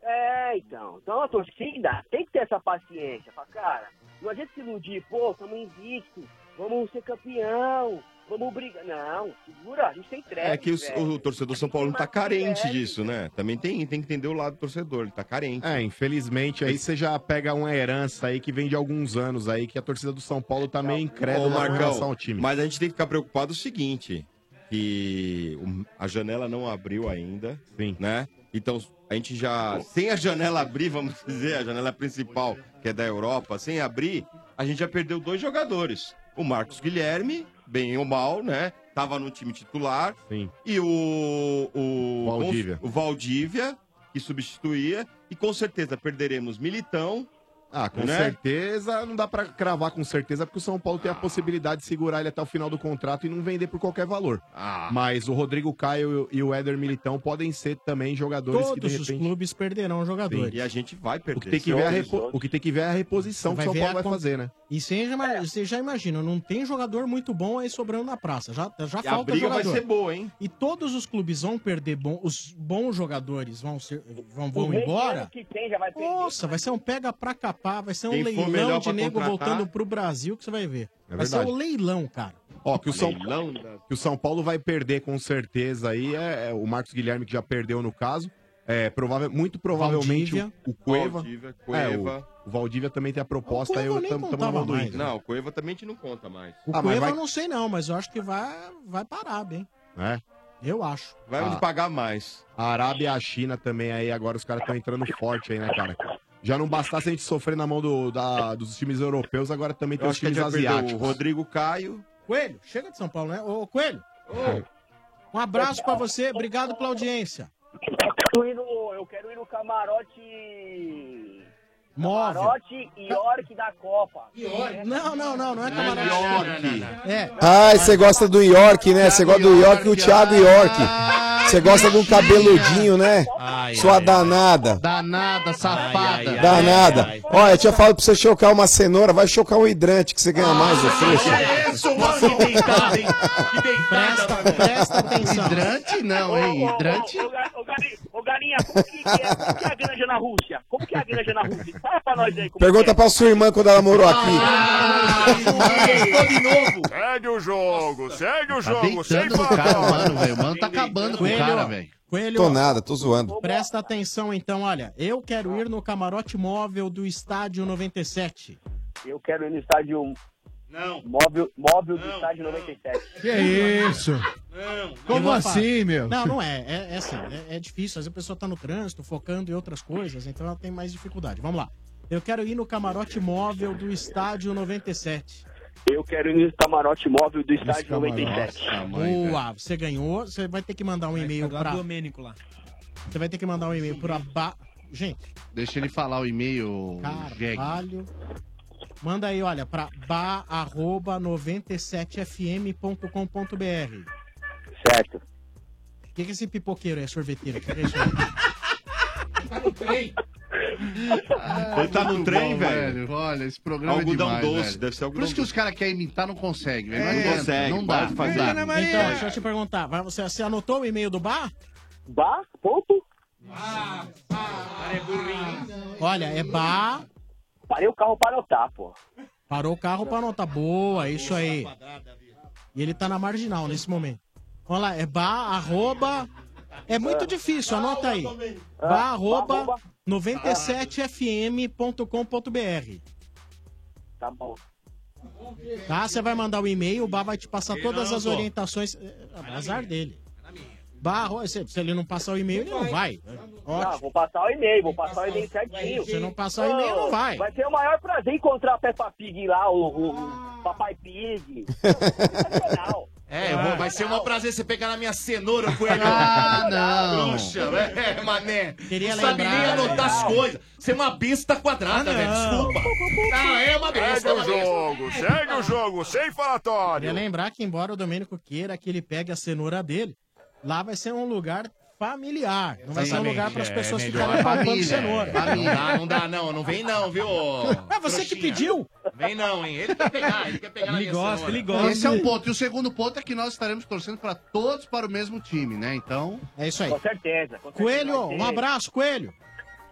[SPEAKER 25] É, então. Então a torcida tem que ter essa paciência. Fala, cara, não adianta se iludir, pô, estamos invictos, vamos ser campeão, vamos brigar. Não, segura, a gente tem treta.
[SPEAKER 8] É que os- o, torcedor São Paulo tá carente disso, né? Também tem, tem que entender o lado do torcedor, ele tá carente.
[SPEAKER 4] É, infelizmente aí você já pega uma herança aí que vem de alguns anos aí que a torcida do São Paulo tá meio
[SPEAKER 8] Ô,
[SPEAKER 4] incrédula em relação
[SPEAKER 8] Marcão,
[SPEAKER 4] ao time.
[SPEAKER 8] mas a gente tem que ficar preocupado o seguinte, que o- a janela não abriu ainda, né? Então, a gente já, sem a janela abrir, vamos dizer, a janela principal, que é da Europa, sem abrir, a gente já perdeu dois jogadores. O Marcos Guilherme, bem ou mal, né? Tava no time titular. E o... o
[SPEAKER 4] Valdívia.
[SPEAKER 8] O Valdívia, que substituía. E com certeza perderemos Militão.
[SPEAKER 4] Ah, com
[SPEAKER 8] né?
[SPEAKER 4] certeza, não dá pra cravar com certeza, porque o São Paulo tem a possibilidade de segurar ele até o final do contrato e não vender por qualquer valor. Mas o Rodrigo Caio e o Éder Militão podem ser também jogadores que
[SPEAKER 5] Todos
[SPEAKER 4] de
[SPEAKER 5] os
[SPEAKER 4] repente.
[SPEAKER 5] clubes perderão jogadores.
[SPEAKER 8] E a gente vai perder.
[SPEAKER 4] O que, tem que ver a repo- o que tem que ver é a reposição que o
[SPEAKER 5] Vai
[SPEAKER 4] São
[SPEAKER 5] ver
[SPEAKER 4] Paulo
[SPEAKER 5] a
[SPEAKER 4] vai
[SPEAKER 5] con-
[SPEAKER 4] fazer, né?
[SPEAKER 5] E você já, ima- você já imagina, não tem jogador muito bom aí sobrando na praça. Já, já
[SPEAKER 4] E a
[SPEAKER 5] falta
[SPEAKER 4] briga vai
[SPEAKER 5] jogador.
[SPEAKER 4] ser boa, hein?
[SPEAKER 5] E todos os clubes vão perder bom, os bons jogadores vão ser vão, vão
[SPEAKER 25] O
[SPEAKER 5] embora.
[SPEAKER 25] que tem já vai perder.
[SPEAKER 5] Nossa, vai ser um pega pra capar, vai ser um
[SPEAKER 4] Quem for
[SPEAKER 5] leilão
[SPEAKER 4] melhor
[SPEAKER 5] de
[SPEAKER 4] pra
[SPEAKER 5] nego
[SPEAKER 4] contratar-
[SPEAKER 5] voltando pro Brasil que você vai ver.
[SPEAKER 4] É
[SPEAKER 5] vai ser
[SPEAKER 4] verdade.
[SPEAKER 5] um leilão, cara.
[SPEAKER 4] Ó, que o, São... que o São Paulo vai perder com certeza aí. É, é o Marcos Guilherme que já perdeu no caso. É, provável, muito provavelmente
[SPEAKER 8] Valdívia.
[SPEAKER 4] o, o Cueva.
[SPEAKER 8] Valdívia,
[SPEAKER 4] É, o,
[SPEAKER 8] Cueva.
[SPEAKER 4] o Valdívia também tem a proposta. aí, Eu
[SPEAKER 8] Então,
[SPEAKER 4] estamos evoluindo.
[SPEAKER 15] né?
[SPEAKER 8] Não, né? o Cueva também a gente não conta mais.
[SPEAKER 5] O Cueva eu não sei não, mas eu acho que vai, vai parar bem.
[SPEAKER 4] É.
[SPEAKER 5] Eu acho.
[SPEAKER 8] Vai onde pagar mais.
[SPEAKER 4] Ah. A Arábia e a China também aí, agora os caras estão entrando forte aí, né, cara? Já não bastasse a gente sofrer na mão do- da- dos times europeus, agora também tem
[SPEAKER 8] Eu
[SPEAKER 4] os
[SPEAKER 8] acho que a
[SPEAKER 4] times
[SPEAKER 8] gente vai perder
[SPEAKER 4] asiáticos.
[SPEAKER 8] o Rodrigo Caio.
[SPEAKER 5] Coelho, chega de São Paulo, né? Ô, Coelho. Um abraço pra você, obrigado pela audiência.
[SPEAKER 25] Eu, ir no- eu quero ir no camarote.
[SPEAKER 5] Móvel.
[SPEAKER 25] Camarote York da Copa.
[SPEAKER 5] Não, não, não, não é camarote. É.
[SPEAKER 9] Ai, você gosta do York, né? Você gosta do York, o Thiago York. Você gosta do cabeludinho, né? Sua danada.
[SPEAKER 10] Danada, safada.
[SPEAKER 9] Danada. Olha, eu tinha falado pra você chocar uma cenoura, vai chocar um hidrante que você ganha mais, ô trouxa.
[SPEAKER 10] Que Ah, é isso, mano, que deitada, hein? Que deitada, mano.
[SPEAKER 5] Presta atenção.
[SPEAKER 10] Hidrante não, hein? Hidrante.
[SPEAKER 25] Ô, Galinha, como que, é, como que é a granja na Rússia? Como que é a granja na Rússia? Fala pra nós aí. Como é.
[SPEAKER 9] Pergunta pra sua irmã quando ela morou aqui.
[SPEAKER 10] Ah, é
[SPEAKER 25] Gostou
[SPEAKER 10] de novo.
[SPEAKER 23] Segue o jogo, segue o
[SPEAKER 10] Tá
[SPEAKER 23] jogo, sem
[SPEAKER 10] deitando no cara,
[SPEAKER 23] parar.
[SPEAKER 10] mano, velho. O mano tá acabando com o cara, velho.
[SPEAKER 5] Coelho.
[SPEAKER 9] Tô nada, tô zoando.
[SPEAKER 5] Presta atenção então, olha. Eu quero ir no camarote móvel do estádio 97.
[SPEAKER 25] Eu quero ir no estádio. Não. Móvel, móvel do estádio 97.
[SPEAKER 12] Que isso? Como
[SPEAKER 5] Eu vou
[SPEAKER 12] assim,
[SPEAKER 5] falar.
[SPEAKER 12] meu?
[SPEAKER 5] Não, não é. É, é assim, é, é difícil. Às vezes a pessoa tá no trânsito, focando em outras coisas, então ela tem mais dificuldade. Vamos lá. Eu quero ir no camarote móvel do estádio 97.
[SPEAKER 25] Eu quero ir no camarote móvel do estádio
[SPEAKER 5] camarote,
[SPEAKER 25] 97.
[SPEAKER 5] Boa, você ganhou. Você vai ter que mandar um e-mail
[SPEAKER 14] do lado
[SPEAKER 5] pra.
[SPEAKER 14] do
[SPEAKER 5] Domênico lá. Você vai ter que mandar um e-mail pra. Ba... Gente,
[SPEAKER 10] Deixa ele falar o e-mail, Jeg.
[SPEAKER 5] Carvalho. Manda aí, olha, pra ba@97fm.com.br.
[SPEAKER 25] Certo.
[SPEAKER 5] O que, que é esse pipoqueiro é sorveteiro? O que que é isso [LAUGHS] aí?
[SPEAKER 10] Ele tá no
[SPEAKER 8] trem, velho.
[SPEAKER 10] Olha, esse programa
[SPEAKER 8] Algodão
[SPEAKER 10] é demais,
[SPEAKER 8] doce,
[SPEAKER 10] velho.
[SPEAKER 8] deve ser
[SPEAKER 10] Por
[SPEAKER 8] algodão
[SPEAKER 10] isso que os caras querem imitar, não conseguem, velho.
[SPEAKER 8] É,
[SPEAKER 10] não,
[SPEAKER 8] não
[SPEAKER 10] adianta,
[SPEAKER 8] consegue,
[SPEAKER 10] não dá.
[SPEAKER 8] pode fazer.
[SPEAKER 10] não dá.
[SPEAKER 8] Ana
[SPEAKER 5] Então, deixa eu te perguntar. vai- Você, você anotou o e-mail do bar?
[SPEAKER 25] Bar? Ponto?
[SPEAKER 5] é Olha, é bar.
[SPEAKER 25] Parei o carro para notar, pô.
[SPEAKER 5] Parou o carro pra anotar. Boa, É isso aí. E ele tá na marginal nesse momento. Olha lá, é bar, arroba. É muito difícil, anota aí. Bar, arroba 97fm.com.br.
[SPEAKER 25] Tá bom.
[SPEAKER 5] Tá? Você vai mandar o e-mail, o bar vai te passar
[SPEAKER 25] Ele
[SPEAKER 5] todas
[SPEAKER 25] não
[SPEAKER 5] as
[SPEAKER 25] anotou.
[SPEAKER 5] orientações. É, azar dele.
[SPEAKER 25] É
[SPEAKER 5] Bar, arroba- se, se ele não passar o e-mail, ele não vai.
[SPEAKER 25] Não, vou passar o e-mail, vou passar o e-mail certinho.
[SPEAKER 5] Se não passar o e-mail, não vai.
[SPEAKER 25] Vai ter o maior prazer encontrar a Peppa Pig lá, o, o- o Papai Pig.
[SPEAKER 15] É, eu vou- vai ser um prazer você pegar na minha cenoura, coelho.
[SPEAKER 10] Ah, não.
[SPEAKER 15] Bruxa, é, mané.
[SPEAKER 10] Queria
[SPEAKER 15] não sabe
[SPEAKER 10] lembrar,
[SPEAKER 15] nem anotar as
[SPEAKER 10] legal.
[SPEAKER 15] coisas. Você é uma besta quadrada, velho. Desculpa. Não, é uma besta.
[SPEAKER 5] Segue o
[SPEAKER 15] é uma besta.
[SPEAKER 5] jogo, segue o jogo,
[SPEAKER 23] sem
[SPEAKER 5] Queria
[SPEAKER 23] falatório.
[SPEAKER 5] lembrar que, embora o Domênico queira que ele pegue a cenoura dele, lá vai ser um lugar familiar. Não vai ser um
[SPEAKER 15] Exatamente,
[SPEAKER 5] lugar para as
[SPEAKER 15] é,
[SPEAKER 5] pessoas
[SPEAKER 15] melhor.
[SPEAKER 5] ficarem babando
[SPEAKER 15] Família,
[SPEAKER 5] cenoura.
[SPEAKER 15] é,
[SPEAKER 5] [LAUGHS]
[SPEAKER 15] Não dá, não dá, não. Não vem não, viu?
[SPEAKER 5] É você que pediu?
[SPEAKER 15] Vem não, hein? Ele quer pegar, ele quer pegar na minha cenoura.
[SPEAKER 10] Esse é um ponto. E o segundo ponto é que nós estaremos torcendo para todos para o mesmo time, né? Então.
[SPEAKER 5] É isso aí.
[SPEAKER 10] Com
[SPEAKER 25] certeza.
[SPEAKER 5] Coelho, um abraço, Coelho.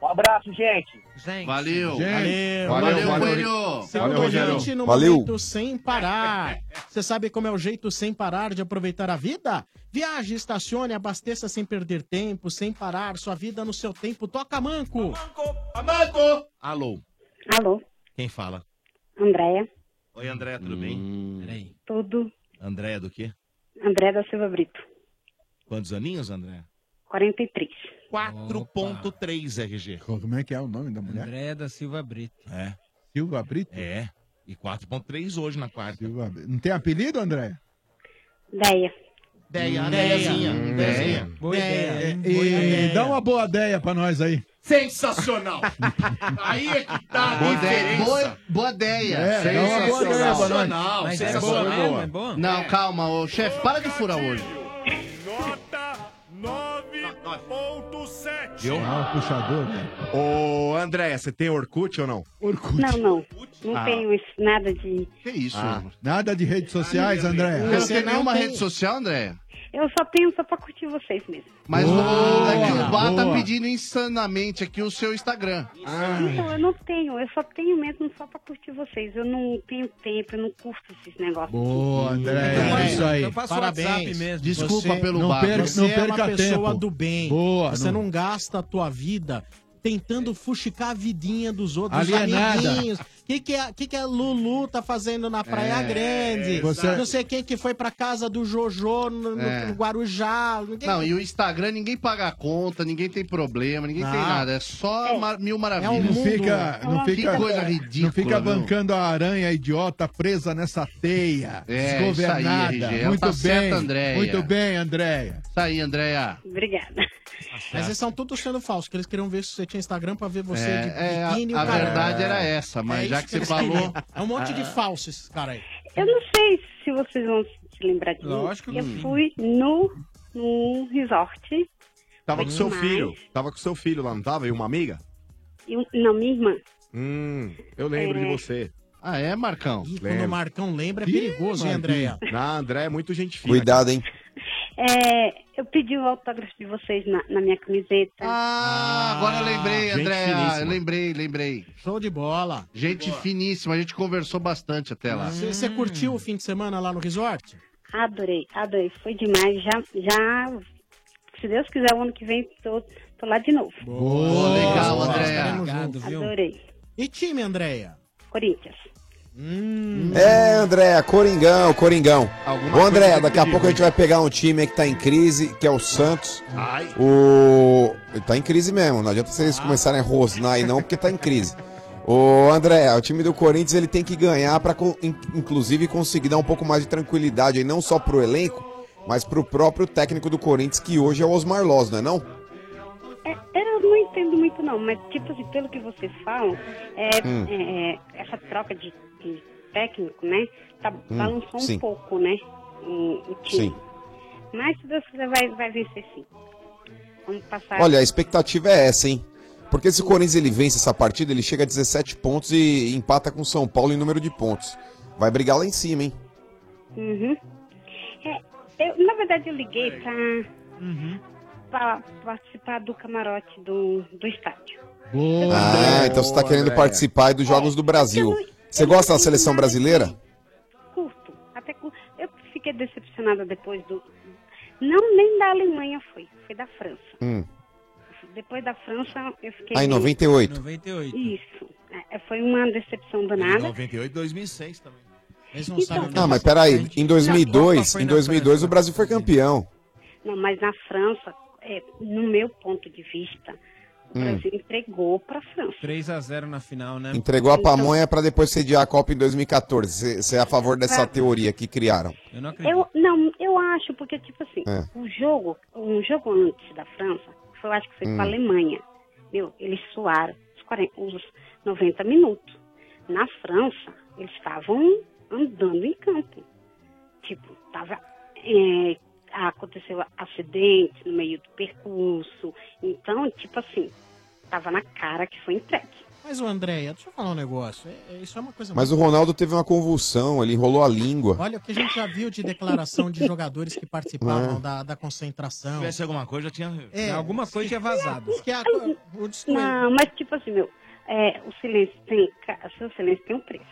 [SPEAKER 25] Um abraço, gente.
[SPEAKER 5] Gente.
[SPEAKER 10] Valeu.
[SPEAKER 5] Valeu.
[SPEAKER 10] Valeu,
[SPEAKER 5] Coelho.
[SPEAKER 10] Coelho.
[SPEAKER 5] Segundo
[SPEAKER 10] Valeu, Rogério.
[SPEAKER 5] ouvinte, no
[SPEAKER 9] Valeu.
[SPEAKER 5] momento sem parar. Você sabe como é o jeito sem parar de aproveitar a vida? Viaje, estacione, abasteça sem perder tempo, sem parar. Sua vida no seu tempo. Toca manco.
[SPEAKER 15] Amanco! Alô,
[SPEAKER 26] Alô,
[SPEAKER 15] quem fala?
[SPEAKER 26] Andréia,
[SPEAKER 15] Oi, André, tudo
[SPEAKER 12] Hum.
[SPEAKER 15] bem? Peraí.
[SPEAKER 26] tudo?
[SPEAKER 15] André do quê?
[SPEAKER 26] Andréia da Silva Brito,
[SPEAKER 15] Quantos aninhos, André?
[SPEAKER 26] 43.
[SPEAKER 15] 4.3 RG.
[SPEAKER 12] Como é que é o nome da mulher?
[SPEAKER 15] André da Silva Brito. É.
[SPEAKER 12] Silva Brito?
[SPEAKER 15] É. E 4.3 hoje na quarta.
[SPEAKER 12] Silva Brito. Não tem apelido, André?
[SPEAKER 26] Deia.
[SPEAKER 15] Deia,
[SPEAKER 12] Deiazinha,
[SPEAKER 15] Deiazinha. Boa ideia.
[SPEAKER 12] É, E, dá uma boa ideia pra nós aí.
[SPEAKER 10] [LAUGHS]
[SPEAKER 15] Sensacional! Aí é que tá a
[SPEAKER 12] Boa
[SPEAKER 15] diferença.
[SPEAKER 12] ideia. Boa-
[SPEAKER 10] Boa ideia.
[SPEAKER 12] É, dá uma boa ideia pra nós.
[SPEAKER 10] Sensacional.
[SPEAKER 12] Mas é
[SPEAKER 10] Sensacional.
[SPEAKER 12] boa, é boa. É boa?
[SPEAKER 10] Não, calma, ô chefe, para de furar o olho.
[SPEAKER 4] Viu?
[SPEAKER 15] um
[SPEAKER 12] Ah, o puxador, cara.
[SPEAKER 4] Ô, André, você tem Orkut ou não?
[SPEAKER 12] Orkut.
[SPEAKER 26] Não, não. Não
[SPEAKER 4] Ah.
[SPEAKER 26] tenho isso, nada de.
[SPEAKER 10] Que isso?
[SPEAKER 4] Ah.
[SPEAKER 12] Nada de redes sociais, André.
[SPEAKER 10] Você tem nenhuma rede social, André?
[SPEAKER 26] Eu só tenho só pra curtir vocês mesmo.
[SPEAKER 10] Mas o aqui o Bar tá
[SPEAKER 26] boa.
[SPEAKER 10] pedindo insanamente aqui o seu Instagram.
[SPEAKER 26] Então, eu não tenho, eu só tenho mesmo só pra curtir vocês. Eu não tenho tempo, eu não curto esses negócios.
[SPEAKER 12] Boa, André.
[SPEAKER 26] Eu
[SPEAKER 12] É
[SPEAKER 26] faço-
[SPEAKER 12] isso aí.
[SPEAKER 26] eu faço Parabéns. WhatsApp mesmo.
[SPEAKER 12] Desculpa
[SPEAKER 5] Você-
[SPEAKER 12] pelo
[SPEAKER 5] não
[SPEAKER 12] barco.
[SPEAKER 5] Perca,
[SPEAKER 12] Você
[SPEAKER 5] não
[SPEAKER 12] é
[SPEAKER 5] perca
[SPEAKER 12] uma
[SPEAKER 5] tempo.
[SPEAKER 12] pessoa
[SPEAKER 5] do bem.
[SPEAKER 12] Boa,
[SPEAKER 5] Você
[SPEAKER 12] não-
[SPEAKER 5] não... gasta a tua vida tentando fuxicar a vidinha dos outros
[SPEAKER 12] Alienada.
[SPEAKER 5] amiguinhos. O que que, a, que que a Lulu tá fazendo na Praia
[SPEAKER 12] É,
[SPEAKER 5] Grande?
[SPEAKER 12] você-
[SPEAKER 5] Não sei quem que foi pra casa do Jojo no, no-
[SPEAKER 10] É.
[SPEAKER 5] no Guarujá. Ninguém-
[SPEAKER 10] Não, e o Instagram ninguém paga a conta, ninguém tem problema, ninguém tem
[SPEAKER 5] Ah.
[SPEAKER 10] nada. É só mar- mil
[SPEAKER 5] É
[SPEAKER 10] maravilhas.
[SPEAKER 5] um
[SPEAKER 12] não fica, não
[SPEAKER 10] Que
[SPEAKER 12] fica,
[SPEAKER 10] coisa ridícula. né?
[SPEAKER 12] não fica
[SPEAKER 10] viu?
[SPEAKER 12] bancando a aranha idiota presa nessa teia
[SPEAKER 10] É,
[SPEAKER 12] desgovernada.
[SPEAKER 10] isso aí, RG.
[SPEAKER 12] muito
[SPEAKER 10] Tá
[SPEAKER 12] bem,
[SPEAKER 10] certa, Andréia.
[SPEAKER 12] muito bem, Andréia. Ah,
[SPEAKER 10] Isso aí, Andréia.
[SPEAKER 26] Obrigada.
[SPEAKER 5] Mas eles são todos sendo falsos, que eles queriam ver se você tinha Instagram pra ver você
[SPEAKER 10] É,
[SPEAKER 5] de
[SPEAKER 10] é, a-
[SPEAKER 5] biquíni. e o
[SPEAKER 10] a
[SPEAKER 5] caralho.
[SPEAKER 10] verdade era essa, mas já
[SPEAKER 5] isso
[SPEAKER 10] que você
[SPEAKER 5] eles
[SPEAKER 10] falou-
[SPEAKER 5] queriam. É um monte de
[SPEAKER 10] Ah.
[SPEAKER 5] falso esses caras aí.
[SPEAKER 26] Eu não sei se vocês vão se lembrar de mim.
[SPEAKER 5] Lógico que
[SPEAKER 26] Eu
[SPEAKER 5] sim.
[SPEAKER 26] fui no, no resort.
[SPEAKER 4] Tava
[SPEAKER 26] Foi
[SPEAKER 4] com seu
[SPEAKER 26] demais.
[SPEAKER 4] filho. Tava com seu filho lá, não tava? E uma amiga?
[SPEAKER 26] E um- não, minha irmã.
[SPEAKER 4] Hum, eu lembro
[SPEAKER 26] É.
[SPEAKER 4] de você.
[SPEAKER 10] Ah, é, Marcão?
[SPEAKER 5] Quando o Marcão lembra, é perigoso, hein, Andréia?
[SPEAKER 4] Ah, André é muito gente fina.
[SPEAKER 9] Cuidado, hein?
[SPEAKER 26] É, eu pedi o autógrafo de vocês na, na minha camiseta.
[SPEAKER 10] Ah, agora eu lembrei,
[SPEAKER 26] gente
[SPEAKER 10] Andréia.
[SPEAKER 26] finíssima.
[SPEAKER 10] Lembrei, lembrei.
[SPEAKER 5] Show de bola.
[SPEAKER 10] Gente finíssima, a gente conversou bastante até lá.
[SPEAKER 5] Você você curtiu o fim de semana lá no resort?
[SPEAKER 26] Adorei, adorei. Foi demais. Já, já, se Deus quiser, o ano que vem tô, tô lá de novo.
[SPEAKER 10] Boa, legal, Andréia.
[SPEAKER 26] Adorei.
[SPEAKER 5] E time, Andréia?
[SPEAKER 26] Corinthians.
[SPEAKER 9] É, André, Coringão, Coringão.
[SPEAKER 26] Alguma
[SPEAKER 9] Ô, André,
[SPEAKER 26] coisa
[SPEAKER 9] daqui a
[SPEAKER 26] que
[SPEAKER 9] pouco
[SPEAKER 26] diga,
[SPEAKER 9] a gente vai pegar um time aí que tá em crise, que é o Santos. O... ele Tá em crise mesmo, não adianta vocês
[SPEAKER 26] Ah.
[SPEAKER 9] começarem a rosnar aí não, porque tá em crise. Ô, André, o time do Corinthians ele tem que ganhar pra, co- in- inclusive, conseguir dar um pouco mais de tranquilidade aí, não só pro elenco, mas pro próprio técnico do Corinthians, que hoje é o Osmar Loz, não é não?
[SPEAKER 26] É, eu não entendo muito não, mas tipo assim, pelo que vocês falam, é,
[SPEAKER 9] Hum.
[SPEAKER 26] é, essa troca de, de técnico, né? Tá,
[SPEAKER 9] Hum,
[SPEAKER 26] balançou
[SPEAKER 9] sim.
[SPEAKER 26] um pouco, né? O, o time.
[SPEAKER 9] Sim.
[SPEAKER 26] Mas se Deus quiser, vai, vai vencer sim. Vamos passar.
[SPEAKER 9] Olha, a expectativa é essa, hein? Porque se o Corinthians ele vence essa partida, ele chega a 17 pontos e empata com o São Paulo em número de pontos. Vai brigar lá em cima, hein?
[SPEAKER 26] Uhum. É, eu, na verdade, eu liguei pra, pra participar do camarote do, do estádio.
[SPEAKER 9] ah, então você tá querendo participar aí dos Jogos do Brasil. Você gosta da seleção brasileira?
[SPEAKER 26] Curto. Até cu- eu fiquei decepcionada depois do. Não, nem da Alemanha foi. Foi da França.
[SPEAKER 9] Hum.
[SPEAKER 26] Depois da França, eu fiquei.
[SPEAKER 9] Ah, em
[SPEAKER 26] meio-
[SPEAKER 9] 98.
[SPEAKER 26] 98. Isso. É, foi uma decepção danada.
[SPEAKER 15] 98, 2006 também.
[SPEAKER 5] Eles
[SPEAKER 26] não Então- sabem
[SPEAKER 9] Ah, mas peraí, em 2002, em 2002 o Brasil foi campeão.
[SPEAKER 26] Não, mas na França, é, no meu ponto de vista, O
[SPEAKER 9] Hum.
[SPEAKER 26] Brasil entregou para a França.
[SPEAKER 14] 3x0 na final, né?
[SPEAKER 9] Entregou a pamonha pra depois sediar a Copa em 2014. Você é a favor dessa
[SPEAKER 26] É.
[SPEAKER 9] teoria que criaram?
[SPEAKER 14] Eu não
[SPEAKER 26] Eu, não, eu acho, porque, tipo assim,
[SPEAKER 9] É.
[SPEAKER 26] o jogo, um jogo antes da França, foi, eu acho que foi
[SPEAKER 9] Hum.
[SPEAKER 26] com a Alemanha. Meu, eles suaram os, 40, os 90 minutos. Na França, eles estavam andando em campo. Tipo, tava, é, aconteceu acidente no meio do percurso. Então, tipo assim, tava na cara que foi entregue.
[SPEAKER 5] Mas, o Andréia, deixa eu falar um negócio. É- é- isso é uma coisa
[SPEAKER 9] Mas o Ronaldo teve uma convulsão, ele enrolou a língua.
[SPEAKER 5] Olha o que a gente já viu de declaração de jogadores que participavam
[SPEAKER 9] É.
[SPEAKER 5] da, da concentração.
[SPEAKER 9] Se
[SPEAKER 15] tivesse alguma coisa, já tinha.
[SPEAKER 14] É,
[SPEAKER 5] alguma coisa tinha vazado.
[SPEAKER 26] Não, mas tipo assim, meu, é, o silêncio tem, ca- o silêncio tem um preço.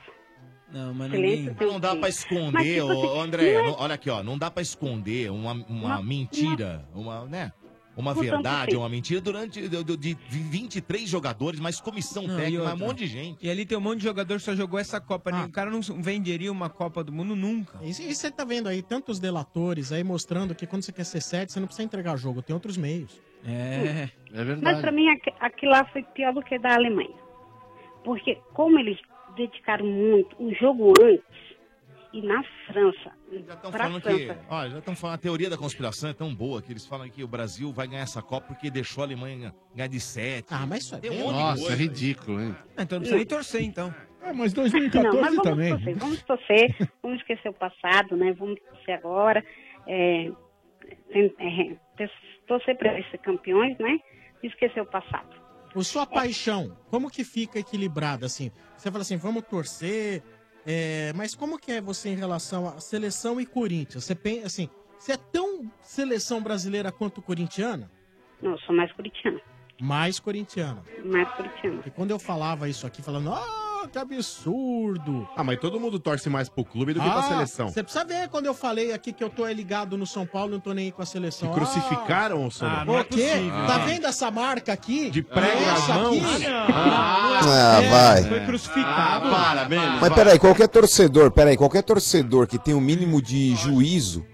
[SPEAKER 14] Não, mas
[SPEAKER 26] Silêncio
[SPEAKER 15] ninguém-
[SPEAKER 26] tem um
[SPEAKER 15] Não dá
[SPEAKER 26] preço.
[SPEAKER 15] pra
[SPEAKER 26] Mas,
[SPEAKER 15] esconder,
[SPEAKER 26] tipo
[SPEAKER 15] ô,
[SPEAKER 26] assim,
[SPEAKER 15] André.
[SPEAKER 26] não é-
[SPEAKER 15] não- olha aqui, ó. Não dá pra esconder uma, uma
[SPEAKER 26] Uma-
[SPEAKER 15] mentira, uma, né? Uma
[SPEAKER 26] Portanto,
[SPEAKER 15] verdade,
[SPEAKER 14] sim.
[SPEAKER 15] uma mentira durante de, de- de 23 jogadores, mais comissão
[SPEAKER 14] [LAUGHS] Não, e
[SPEAKER 15] técnica,
[SPEAKER 14] outra.
[SPEAKER 15] mais um monte de gente.
[SPEAKER 14] E ali tem um monte de jogador que só jogou essa
[SPEAKER 5] Ah.
[SPEAKER 14] Copa. né? O cara não venderia uma Copa do Mundo nunca.
[SPEAKER 5] E c- e você tá vendo aí tantos delatores aí mostrando que quando você quer ser sete, você não precisa entregar jogo, tem outros meios.
[SPEAKER 14] É.
[SPEAKER 5] É
[SPEAKER 26] Mas pra mim aqu- aquilo lá foi pior do que da Alemanha. Porque como eles dedicaram muito um jogo antes, e na França,
[SPEAKER 15] Estão
[SPEAKER 26] pra
[SPEAKER 15] falando
[SPEAKER 26] França,
[SPEAKER 15] que. Olha, já estão falando. A teoria da conspiração é tão boa que eles falam que o Brasil vai ganhar essa Copa porque deixou a Alemanha ganhar de 7.
[SPEAKER 5] Ah, mas isso é
[SPEAKER 15] Tem
[SPEAKER 5] bem-
[SPEAKER 15] um monte de
[SPEAKER 5] Nossa,
[SPEAKER 15] coisa.
[SPEAKER 5] é
[SPEAKER 15] ridículo, hein?
[SPEAKER 14] Então não precisa nem torcer, então.
[SPEAKER 12] É, mas
[SPEAKER 26] não, mas
[SPEAKER 12] 2014
[SPEAKER 26] vamos
[SPEAKER 12] também.
[SPEAKER 26] torcer, vamos torcer, vamos esquecer o passado, né? Vamos torcer agora, é, tem- é, ter- torcer pra eles ser campeões, né? E esquecer o passado.
[SPEAKER 5] O sua paixão, como que fica equilibrada assim? Você fala assim, vamos torcer, é, mas como que é você em relação à seleção e Corinthians? Você pensa assim, você é tão seleção brasileira quanto corintiana?
[SPEAKER 26] Não, eu sou mais corintiana.
[SPEAKER 5] Mais corintiana.
[SPEAKER 26] Mais corintiana.
[SPEAKER 5] E quando eu falava isso aqui, falando, ah, que absurdo.
[SPEAKER 4] Ah, mas todo mundo torce mais pro clube do que é pra
[SPEAKER 5] Ah,
[SPEAKER 4] seleção.
[SPEAKER 5] Você precisa ver quando eu falei aqui que eu tô é ligado no São Paulo, não tô nem aí com a seleção.
[SPEAKER 4] Que crucificaram o São
[SPEAKER 5] Ah,
[SPEAKER 4] Paulo.
[SPEAKER 5] o quê?
[SPEAKER 4] Ah.
[SPEAKER 5] Tá vendo essa marca aqui? É, De
[SPEAKER 4] prego nas mãos?
[SPEAKER 9] Ah, vai.
[SPEAKER 14] Foi crucificado.
[SPEAKER 15] para, menos.
[SPEAKER 9] Mas peraí, qualquer torcedor, peraí, qualquer torcedor que tem o mínimo de juízo,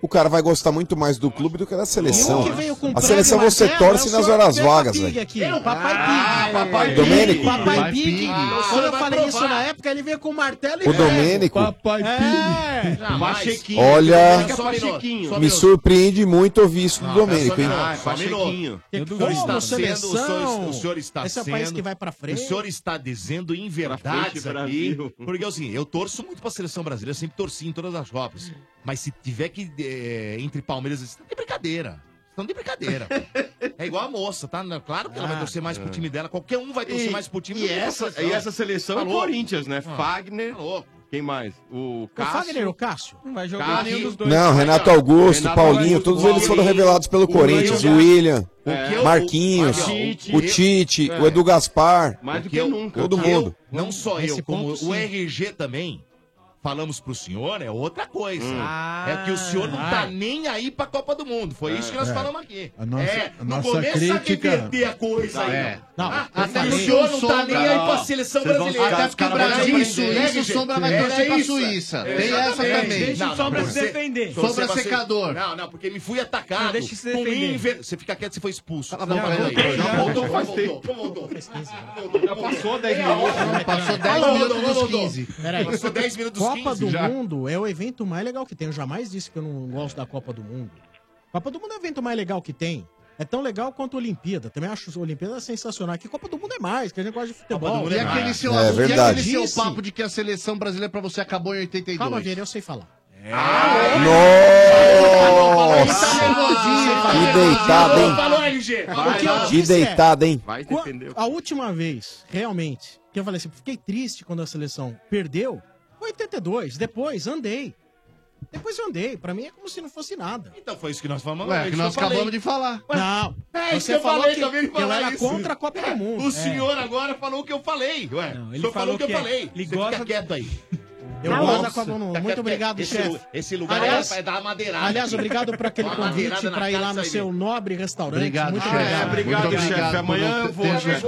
[SPEAKER 9] o cara vai gostar muito mais do clube do que da seleção.
[SPEAKER 5] um que veio com
[SPEAKER 9] A
[SPEAKER 5] prego
[SPEAKER 9] seleção
[SPEAKER 5] e martelo
[SPEAKER 9] você
[SPEAKER 5] é o
[SPEAKER 9] torce
[SPEAKER 5] senhor
[SPEAKER 9] nas
[SPEAKER 5] que
[SPEAKER 9] horas
[SPEAKER 5] fez a
[SPEAKER 9] vagas,
[SPEAKER 5] Pig
[SPEAKER 9] velho.
[SPEAKER 5] aqui. É o Papai Pig.
[SPEAKER 9] Papai Pig. Domênico.
[SPEAKER 5] Papai
[SPEAKER 9] Papai
[SPEAKER 5] Pig.
[SPEAKER 9] Pig.
[SPEAKER 5] Quando eu falei isso na época, ele veio com martelo e
[SPEAKER 9] O
[SPEAKER 5] ferro. É,
[SPEAKER 9] Domênico.
[SPEAKER 5] Papai Pig.
[SPEAKER 15] Pachequinho.
[SPEAKER 9] Olha,
[SPEAKER 15] Só
[SPEAKER 8] é
[SPEAKER 15] um minuto, só um
[SPEAKER 9] me
[SPEAKER 15] minuto.
[SPEAKER 9] surpreende muito ouvir isso do Domênico, hein?
[SPEAKER 15] Ah, Pachequinho.
[SPEAKER 5] Que
[SPEAKER 15] O senhor
[SPEAKER 5] como
[SPEAKER 15] está sendo,
[SPEAKER 5] seleção?
[SPEAKER 15] o senhor, o senhor está
[SPEAKER 5] Esse é o
[SPEAKER 15] sendo,
[SPEAKER 5] país que vai pra frente.
[SPEAKER 15] O senhor está dizendo inverdades
[SPEAKER 5] Pra
[SPEAKER 15] aqui.
[SPEAKER 5] frente, Brasil.
[SPEAKER 15] Porque assim, eu torço muito pra seleção brasileira, eu sempre torci em todas as Copas. Mas se tiver que eh, entre Palmeiras, vocês estão de brincadeira. Vocês Estão de brincadeira. pô. É igual a moça, tá? Não, Claro que ela vai torcer mais pro time dela. Qualquer um vai torcer
[SPEAKER 8] E-
[SPEAKER 15] mais pro time
[SPEAKER 8] E
[SPEAKER 15] do que a
[SPEAKER 8] essa, e essa seleção é
[SPEAKER 15] Tá louco?
[SPEAKER 8] Corinthians, né?
[SPEAKER 15] Ah.
[SPEAKER 8] Fagner. Quem mais? O
[SPEAKER 5] O
[SPEAKER 8] Cássio.
[SPEAKER 5] Fagner, o Cássio.
[SPEAKER 14] Não vai
[SPEAKER 8] jogar nenhum dos dois.
[SPEAKER 9] Não, Renato Augusto,
[SPEAKER 8] Renato
[SPEAKER 9] Paulinho,
[SPEAKER 8] Augusto,
[SPEAKER 9] todos eles foram
[SPEAKER 8] Paulinho,
[SPEAKER 9] revelados pelo
[SPEAKER 8] o É.
[SPEAKER 9] Corinthians. O
[SPEAKER 8] Willian,
[SPEAKER 9] William,
[SPEAKER 8] o que eu-
[SPEAKER 9] Marquinhos,
[SPEAKER 8] o
[SPEAKER 9] o,
[SPEAKER 8] Tite,
[SPEAKER 9] Tite,
[SPEAKER 15] é.
[SPEAKER 9] o Edu Gaspar.
[SPEAKER 15] Mais do
[SPEAKER 9] é eu- Todo mundo.
[SPEAKER 15] não só
[SPEAKER 9] Nesse
[SPEAKER 15] eu, como
[SPEAKER 9] ponto, sim.
[SPEAKER 15] o RG também. Falamos pro senhor, é outra coisa.
[SPEAKER 12] Hum. Ah.
[SPEAKER 15] é que o senhor não tá nem aí pra Copa do Mundo. Foi isso que nós
[SPEAKER 12] É.
[SPEAKER 15] falamos aqui.
[SPEAKER 12] A nossa-
[SPEAKER 15] é,
[SPEAKER 12] a
[SPEAKER 15] não
[SPEAKER 12] nossa
[SPEAKER 15] começa
[SPEAKER 12] crítica-
[SPEAKER 15] a reverter a coisa aí.
[SPEAKER 12] É.
[SPEAKER 15] Não.
[SPEAKER 12] Não,
[SPEAKER 15] Ah,
[SPEAKER 12] eu
[SPEAKER 15] até que o
[SPEAKER 12] falei.
[SPEAKER 15] senhor não tá
[SPEAKER 12] Sombra,
[SPEAKER 15] nem aí
[SPEAKER 12] ó.
[SPEAKER 15] pra seleção
[SPEAKER 12] Vocês vão
[SPEAKER 15] brasileira.
[SPEAKER 12] ficar-
[SPEAKER 15] Até porque o
[SPEAKER 12] os caras vão
[SPEAKER 15] Brasil,
[SPEAKER 12] jogar pra
[SPEAKER 15] né,
[SPEAKER 12] Suíça, o Sombra vai
[SPEAKER 15] É
[SPEAKER 12] torcer pra
[SPEAKER 15] isso.
[SPEAKER 12] Suíça. Tem
[SPEAKER 15] Exatamente.
[SPEAKER 12] essa também.
[SPEAKER 15] Deixa
[SPEAKER 12] Não,
[SPEAKER 15] o Sombra
[SPEAKER 12] não,
[SPEAKER 15] se
[SPEAKER 12] você-
[SPEAKER 15] defender.
[SPEAKER 12] Sombra
[SPEAKER 15] você-
[SPEAKER 12] secador.
[SPEAKER 15] Não, não, porque me fui atacado.
[SPEAKER 12] Não, deixa se
[SPEAKER 15] com
[SPEAKER 12] defender.
[SPEAKER 15] inver- Você fica quieto, você foi expulso. Cala a
[SPEAKER 12] boca, Renan.
[SPEAKER 15] Já voltou, já voltou. Já É passou 10 minutos. Passou 10 minutos dos 15.
[SPEAKER 5] Peraí.
[SPEAKER 15] Passou 10 minutos dos 15.
[SPEAKER 5] Copa do
[SPEAKER 15] já.
[SPEAKER 5] Mundo é o evento mais legal que tem. Eu jamais disse que eu não gosto da Copa do Mundo. Copa do Mundo é o evento mais legal que tem. É tão legal quanto a Olimpíada. Também acho a Olimpíada sensacional. Que Copa do Mundo é mais, que a gente gosta de futebol.
[SPEAKER 10] E aquele seu,
[SPEAKER 5] É
[SPEAKER 10] e
[SPEAKER 5] verdade.
[SPEAKER 10] aquele seu
[SPEAKER 5] Disse.
[SPEAKER 10] papo de que a seleção brasileira pra você acabou em 82.
[SPEAKER 5] Calma, Vieira, eu sei falar.
[SPEAKER 3] É. Então,
[SPEAKER 9] Nossa! Que deitado, hein?
[SPEAKER 15] LG.
[SPEAKER 5] O que eu
[SPEAKER 9] Que
[SPEAKER 5] disse é,
[SPEAKER 9] deitada, hein?
[SPEAKER 5] Qua- A última vez, realmente, que eu falei assim, fiquei triste quando a seleção perdeu, foi 82. Depois andei. Depois eu andei. Pra mim é como se não fosse nada.
[SPEAKER 15] Então foi isso que nós falamos.
[SPEAKER 10] Ué, que nós acabamos de falar.
[SPEAKER 15] Ué,
[SPEAKER 5] não.
[SPEAKER 15] é isso
[SPEAKER 5] você
[SPEAKER 15] que eu
[SPEAKER 5] falou
[SPEAKER 15] falei,
[SPEAKER 5] que,
[SPEAKER 15] acabei de
[SPEAKER 5] que eu
[SPEAKER 15] falar
[SPEAKER 5] era
[SPEAKER 15] isso.
[SPEAKER 5] contra a Copa do Mundo. É.
[SPEAKER 15] O senhor é agora falou o que eu falei. Ué, o
[SPEAKER 14] ele
[SPEAKER 15] senhor falou
[SPEAKER 14] falou
[SPEAKER 15] o que eu
[SPEAKER 14] que é.
[SPEAKER 15] falei.
[SPEAKER 14] Ele
[SPEAKER 15] Você fica quieto aí.
[SPEAKER 5] Eu
[SPEAKER 15] Tá
[SPEAKER 5] gosto
[SPEAKER 15] bom.
[SPEAKER 5] da Copa do Mundo.
[SPEAKER 15] Tá
[SPEAKER 5] Muito
[SPEAKER 15] quieto,
[SPEAKER 5] obrigado,
[SPEAKER 15] esse
[SPEAKER 5] chefe.
[SPEAKER 15] lu- Esse lugar
[SPEAKER 5] Aliás-
[SPEAKER 15] vai dar uma madeirada.
[SPEAKER 5] Aliás, obrigado por aquele
[SPEAKER 15] Uma
[SPEAKER 5] convite
[SPEAKER 15] madeirada na
[SPEAKER 5] pra ir
[SPEAKER 15] cara
[SPEAKER 5] lá no
[SPEAKER 15] disso aí.
[SPEAKER 5] seu nobre restaurante.
[SPEAKER 10] Obrigado,
[SPEAKER 5] Muito
[SPEAKER 10] chefe.
[SPEAKER 5] obrigado.
[SPEAKER 10] É, obrigado,
[SPEAKER 5] Muito
[SPEAKER 10] chefe. Amanhã eu vou, chefe.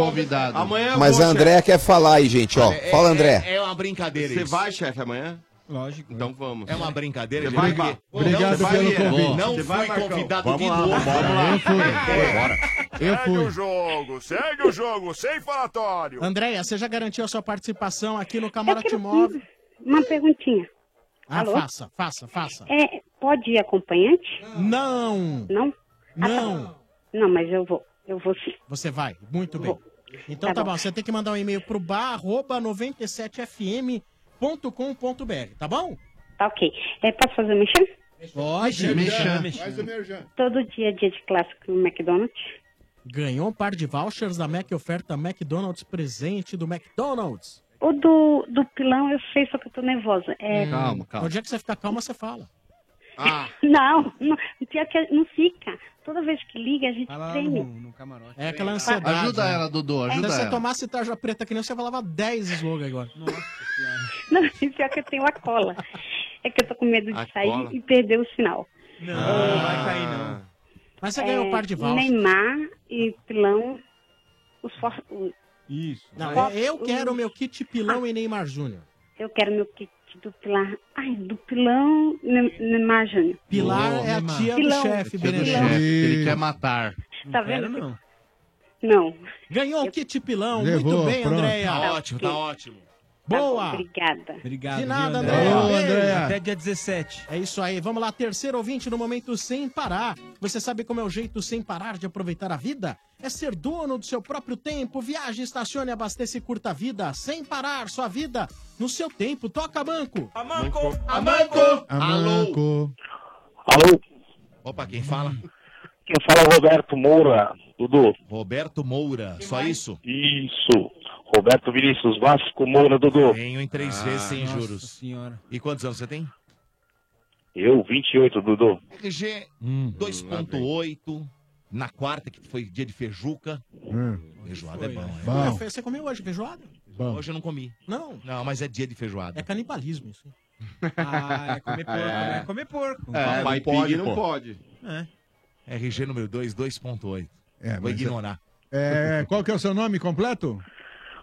[SPEAKER 8] Amanhã eu
[SPEAKER 9] Mas
[SPEAKER 8] vou,
[SPEAKER 9] a Andréa quer falar aí, gente, ó.
[SPEAKER 8] chefe.
[SPEAKER 9] Fala, André.
[SPEAKER 15] É, é uma brincadeira
[SPEAKER 8] Você
[SPEAKER 15] isso.
[SPEAKER 8] vai, chefe, amanhã?
[SPEAKER 14] Lógico.
[SPEAKER 8] Então vamos.
[SPEAKER 15] É uma brincadeira.
[SPEAKER 8] Você
[SPEAKER 15] gente,
[SPEAKER 8] vai,
[SPEAKER 15] porque-
[SPEAKER 8] Obrigado
[SPEAKER 15] Não,
[SPEAKER 8] pelo
[SPEAKER 15] Vieira,
[SPEAKER 8] convite.
[SPEAKER 15] Não
[SPEAKER 8] Você
[SPEAKER 15] fui
[SPEAKER 8] vai, Marcão.
[SPEAKER 15] convidado
[SPEAKER 8] Vamos
[SPEAKER 15] de
[SPEAKER 8] lá,
[SPEAKER 15] novo.
[SPEAKER 8] vamos lá. Eu fui.
[SPEAKER 15] É.
[SPEAKER 8] Bora.
[SPEAKER 5] Eu
[SPEAKER 23] segue
[SPEAKER 5] fui.
[SPEAKER 23] o jogo, segue o jogo, sem falatório.
[SPEAKER 5] Andréia, você já garantiu a sua participação aqui no Camarote Móvel?
[SPEAKER 26] Uma perguntinha.
[SPEAKER 5] Ah,
[SPEAKER 26] Alô?
[SPEAKER 5] faça, faça, faça.
[SPEAKER 26] É, pode ir acompanhante?
[SPEAKER 5] Não.
[SPEAKER 26] Não?
[SPEAKER 5] Não.
[SPEAKER 26] Não, mas eu vou. Eu vou sim.
[SPEAKER 5] Você vai, muito bem. Então
[SPEAKER 26] Tá
[SPEAKER 5] tá
[SPEAKER 26] bom.
[SPEAKER 5] bom, você tem que mandar um e-mail pro bar@97fm.com.br, tá bom?
[SPEAKER 26] Tá ok. É, posso fazer um mexer?
[SPEAKER 5] Pode, mexa.
[SPEAKER 26] Todo dia é dia de clássico no McDonald's.
[SPEAKER 5] Ganhou um par de vouchers da Mac Oferta McDonald's presente do McDonald's.
[SPEAKER 26] O do, do pilão eu sei, só que eu tô nervosa. É...
[SPEAKER 5] Hum.
[SPEAKER 26] Ah.
[SPEAKER 5] Calma, calma. Então, No dia que você ficar calma, você fala.
[SPEAKER 26] Não, não, pior que não fica. Toda vez que liga, a gente treme.
[SPEAKER 5] É aquela ansiedade.
[SPEAKER 26] Ajuda
[SPEAKER 5] né?
[SPEAKER 26] ela, Dodô, ajuda
[SPEAKER 5] Se você
[SPEAKER 26] ela.
[SPEAKER 5] tomasse tarja preta que nem você falava 10 slogan agora.
[SPEAKER 26] Não, e pior que eu tenho a cola. É que eu tô com medo de
[SPEAKER 5] A
[SPEAKER 26] sair
[SPEAKER 5] cola?
[SPEAKER 26] e perder o sinal.
[SPEAKER 5] Não,
[SPEAKER 26] não
[SPEAKER 5] vai cair não. Mas você
[SPEAKER 26] É,
[SPEAKER 5] ganhou um par de vouchers.
[SPEAKER 26] Neymar e pilão, os for... o-
[SPEAKER 5] Isso. Não,
[SPEAKER 26] Mas-
[SPEAKER 5] é- eu quero o meu kit pilão e Neymar Júnior.
[SPEAKER 26] Ah. eu quero meu kit do pilar. Ai, do pilão, Ne- Neymar Júnior.
[SPEAKER 5] Pilar é a tia
[SPEAKER 26] Pilão.
[SPEAKER 5] do chefe,
[SPEAKER 26] Tia do
[SPEAKER 5] Benedito.
[SPEAKER 26] chefe,
[SPEAKER 10] ele quer
[SPEAKER 5] matar.
[SPEAKER 26] Tá vendo?
[SPEAKER 5] não.
[SPEAKER 26] Não.
[SPEAKER 5] Ganhou o kit pilão.
[SPEAKER 10] Levou,
[SPEAKER 5] Muito bem,
[SPEAKER 10] pronto.
[SPEAKER 5] Andréia.
[SPEAKER 10] Tá ótimo, tá
[SPEAKER 5] ótimo. Boa.
[SPEAKER 26] Obrigada.
[SPEAKER 5] De nada,
[SPEAKER 14] viu,
[SPEAKER 5] Andréia.
[SPEAKER 14] Andréia?
[SPEAKER 5] Beijo.
[SPEAKER 14] Andréia. Até
[SPEAKER 5] dia 17. É isso aí. Vamos lá, terceiro ouvinte no momento sem parar. Você sabe como é o jeito sem parar de aproveitar a vida? É ser dono do seu próprio tempo. Viaje, estacione, abasteça e curta a vida. Sem parar sua vida no seu tempo. Toca, banco.
[SPEAKER 18] Amanco,
[SPEAKER 5] Amanco.
[SPEAKER 12] Amanco.
[SPEAKER 27] Alô?
[SPEAKER 15] Opa, quem fala?
[SPEAKER 27] Quem fala é o Roberto Moura, Dudu.
[SPEAKER 15] Roberto Moura, só isso?
[SPEAKER 27] Isso. Roberto Vinícius Vasco Moura, Dudu.
[SPEAKER 15] Tenho em três
[SPEAKER 27] Ah,
[SPEAKER 15] vezes sem
[SPEAKER 27] nossa
[SPEAKER 15] juros. Senhora. E quantos anos você tem?
[SPEAKER 27] Eu, 28, Dudu.
[SPEAKER 15] RG 2.8, na quarta, que foi dia de feijuca. Feijoada é bom, é
[SPEAKER 5] Ué, Fê, Você comeu hoje feijoada?
[SPEAKER 15] Hoje eu não comi.
[SPEAKER 5] Não?
[SPEAKER 15] Não, mas é dia de feijoada.
[SPEAKER 5] É canibalismo isso.
[SPEAKER 15] [LAUGHS] Ah,
[SPEAKER 5] é comer porco,
[SPEAKER 14] né? É comer porco.
[SPEAKER 15] É,
[SPEAKER 14] Papai
[SPEAKER 15] não pode,
[SPEAKER 14] Pig,
[SPEAKER 15] não
[SPEAKER 14] pô.
[SPEAKER 15] pode.
[SPEAKER 14] É.
[SPEAKER 15] RG número 2, 2.8. Vou
[SPEAKER 12] mas é-
[SPEAKER 15] ignorar.
[SPEAKER 12] É, qual que é o seu nome completo?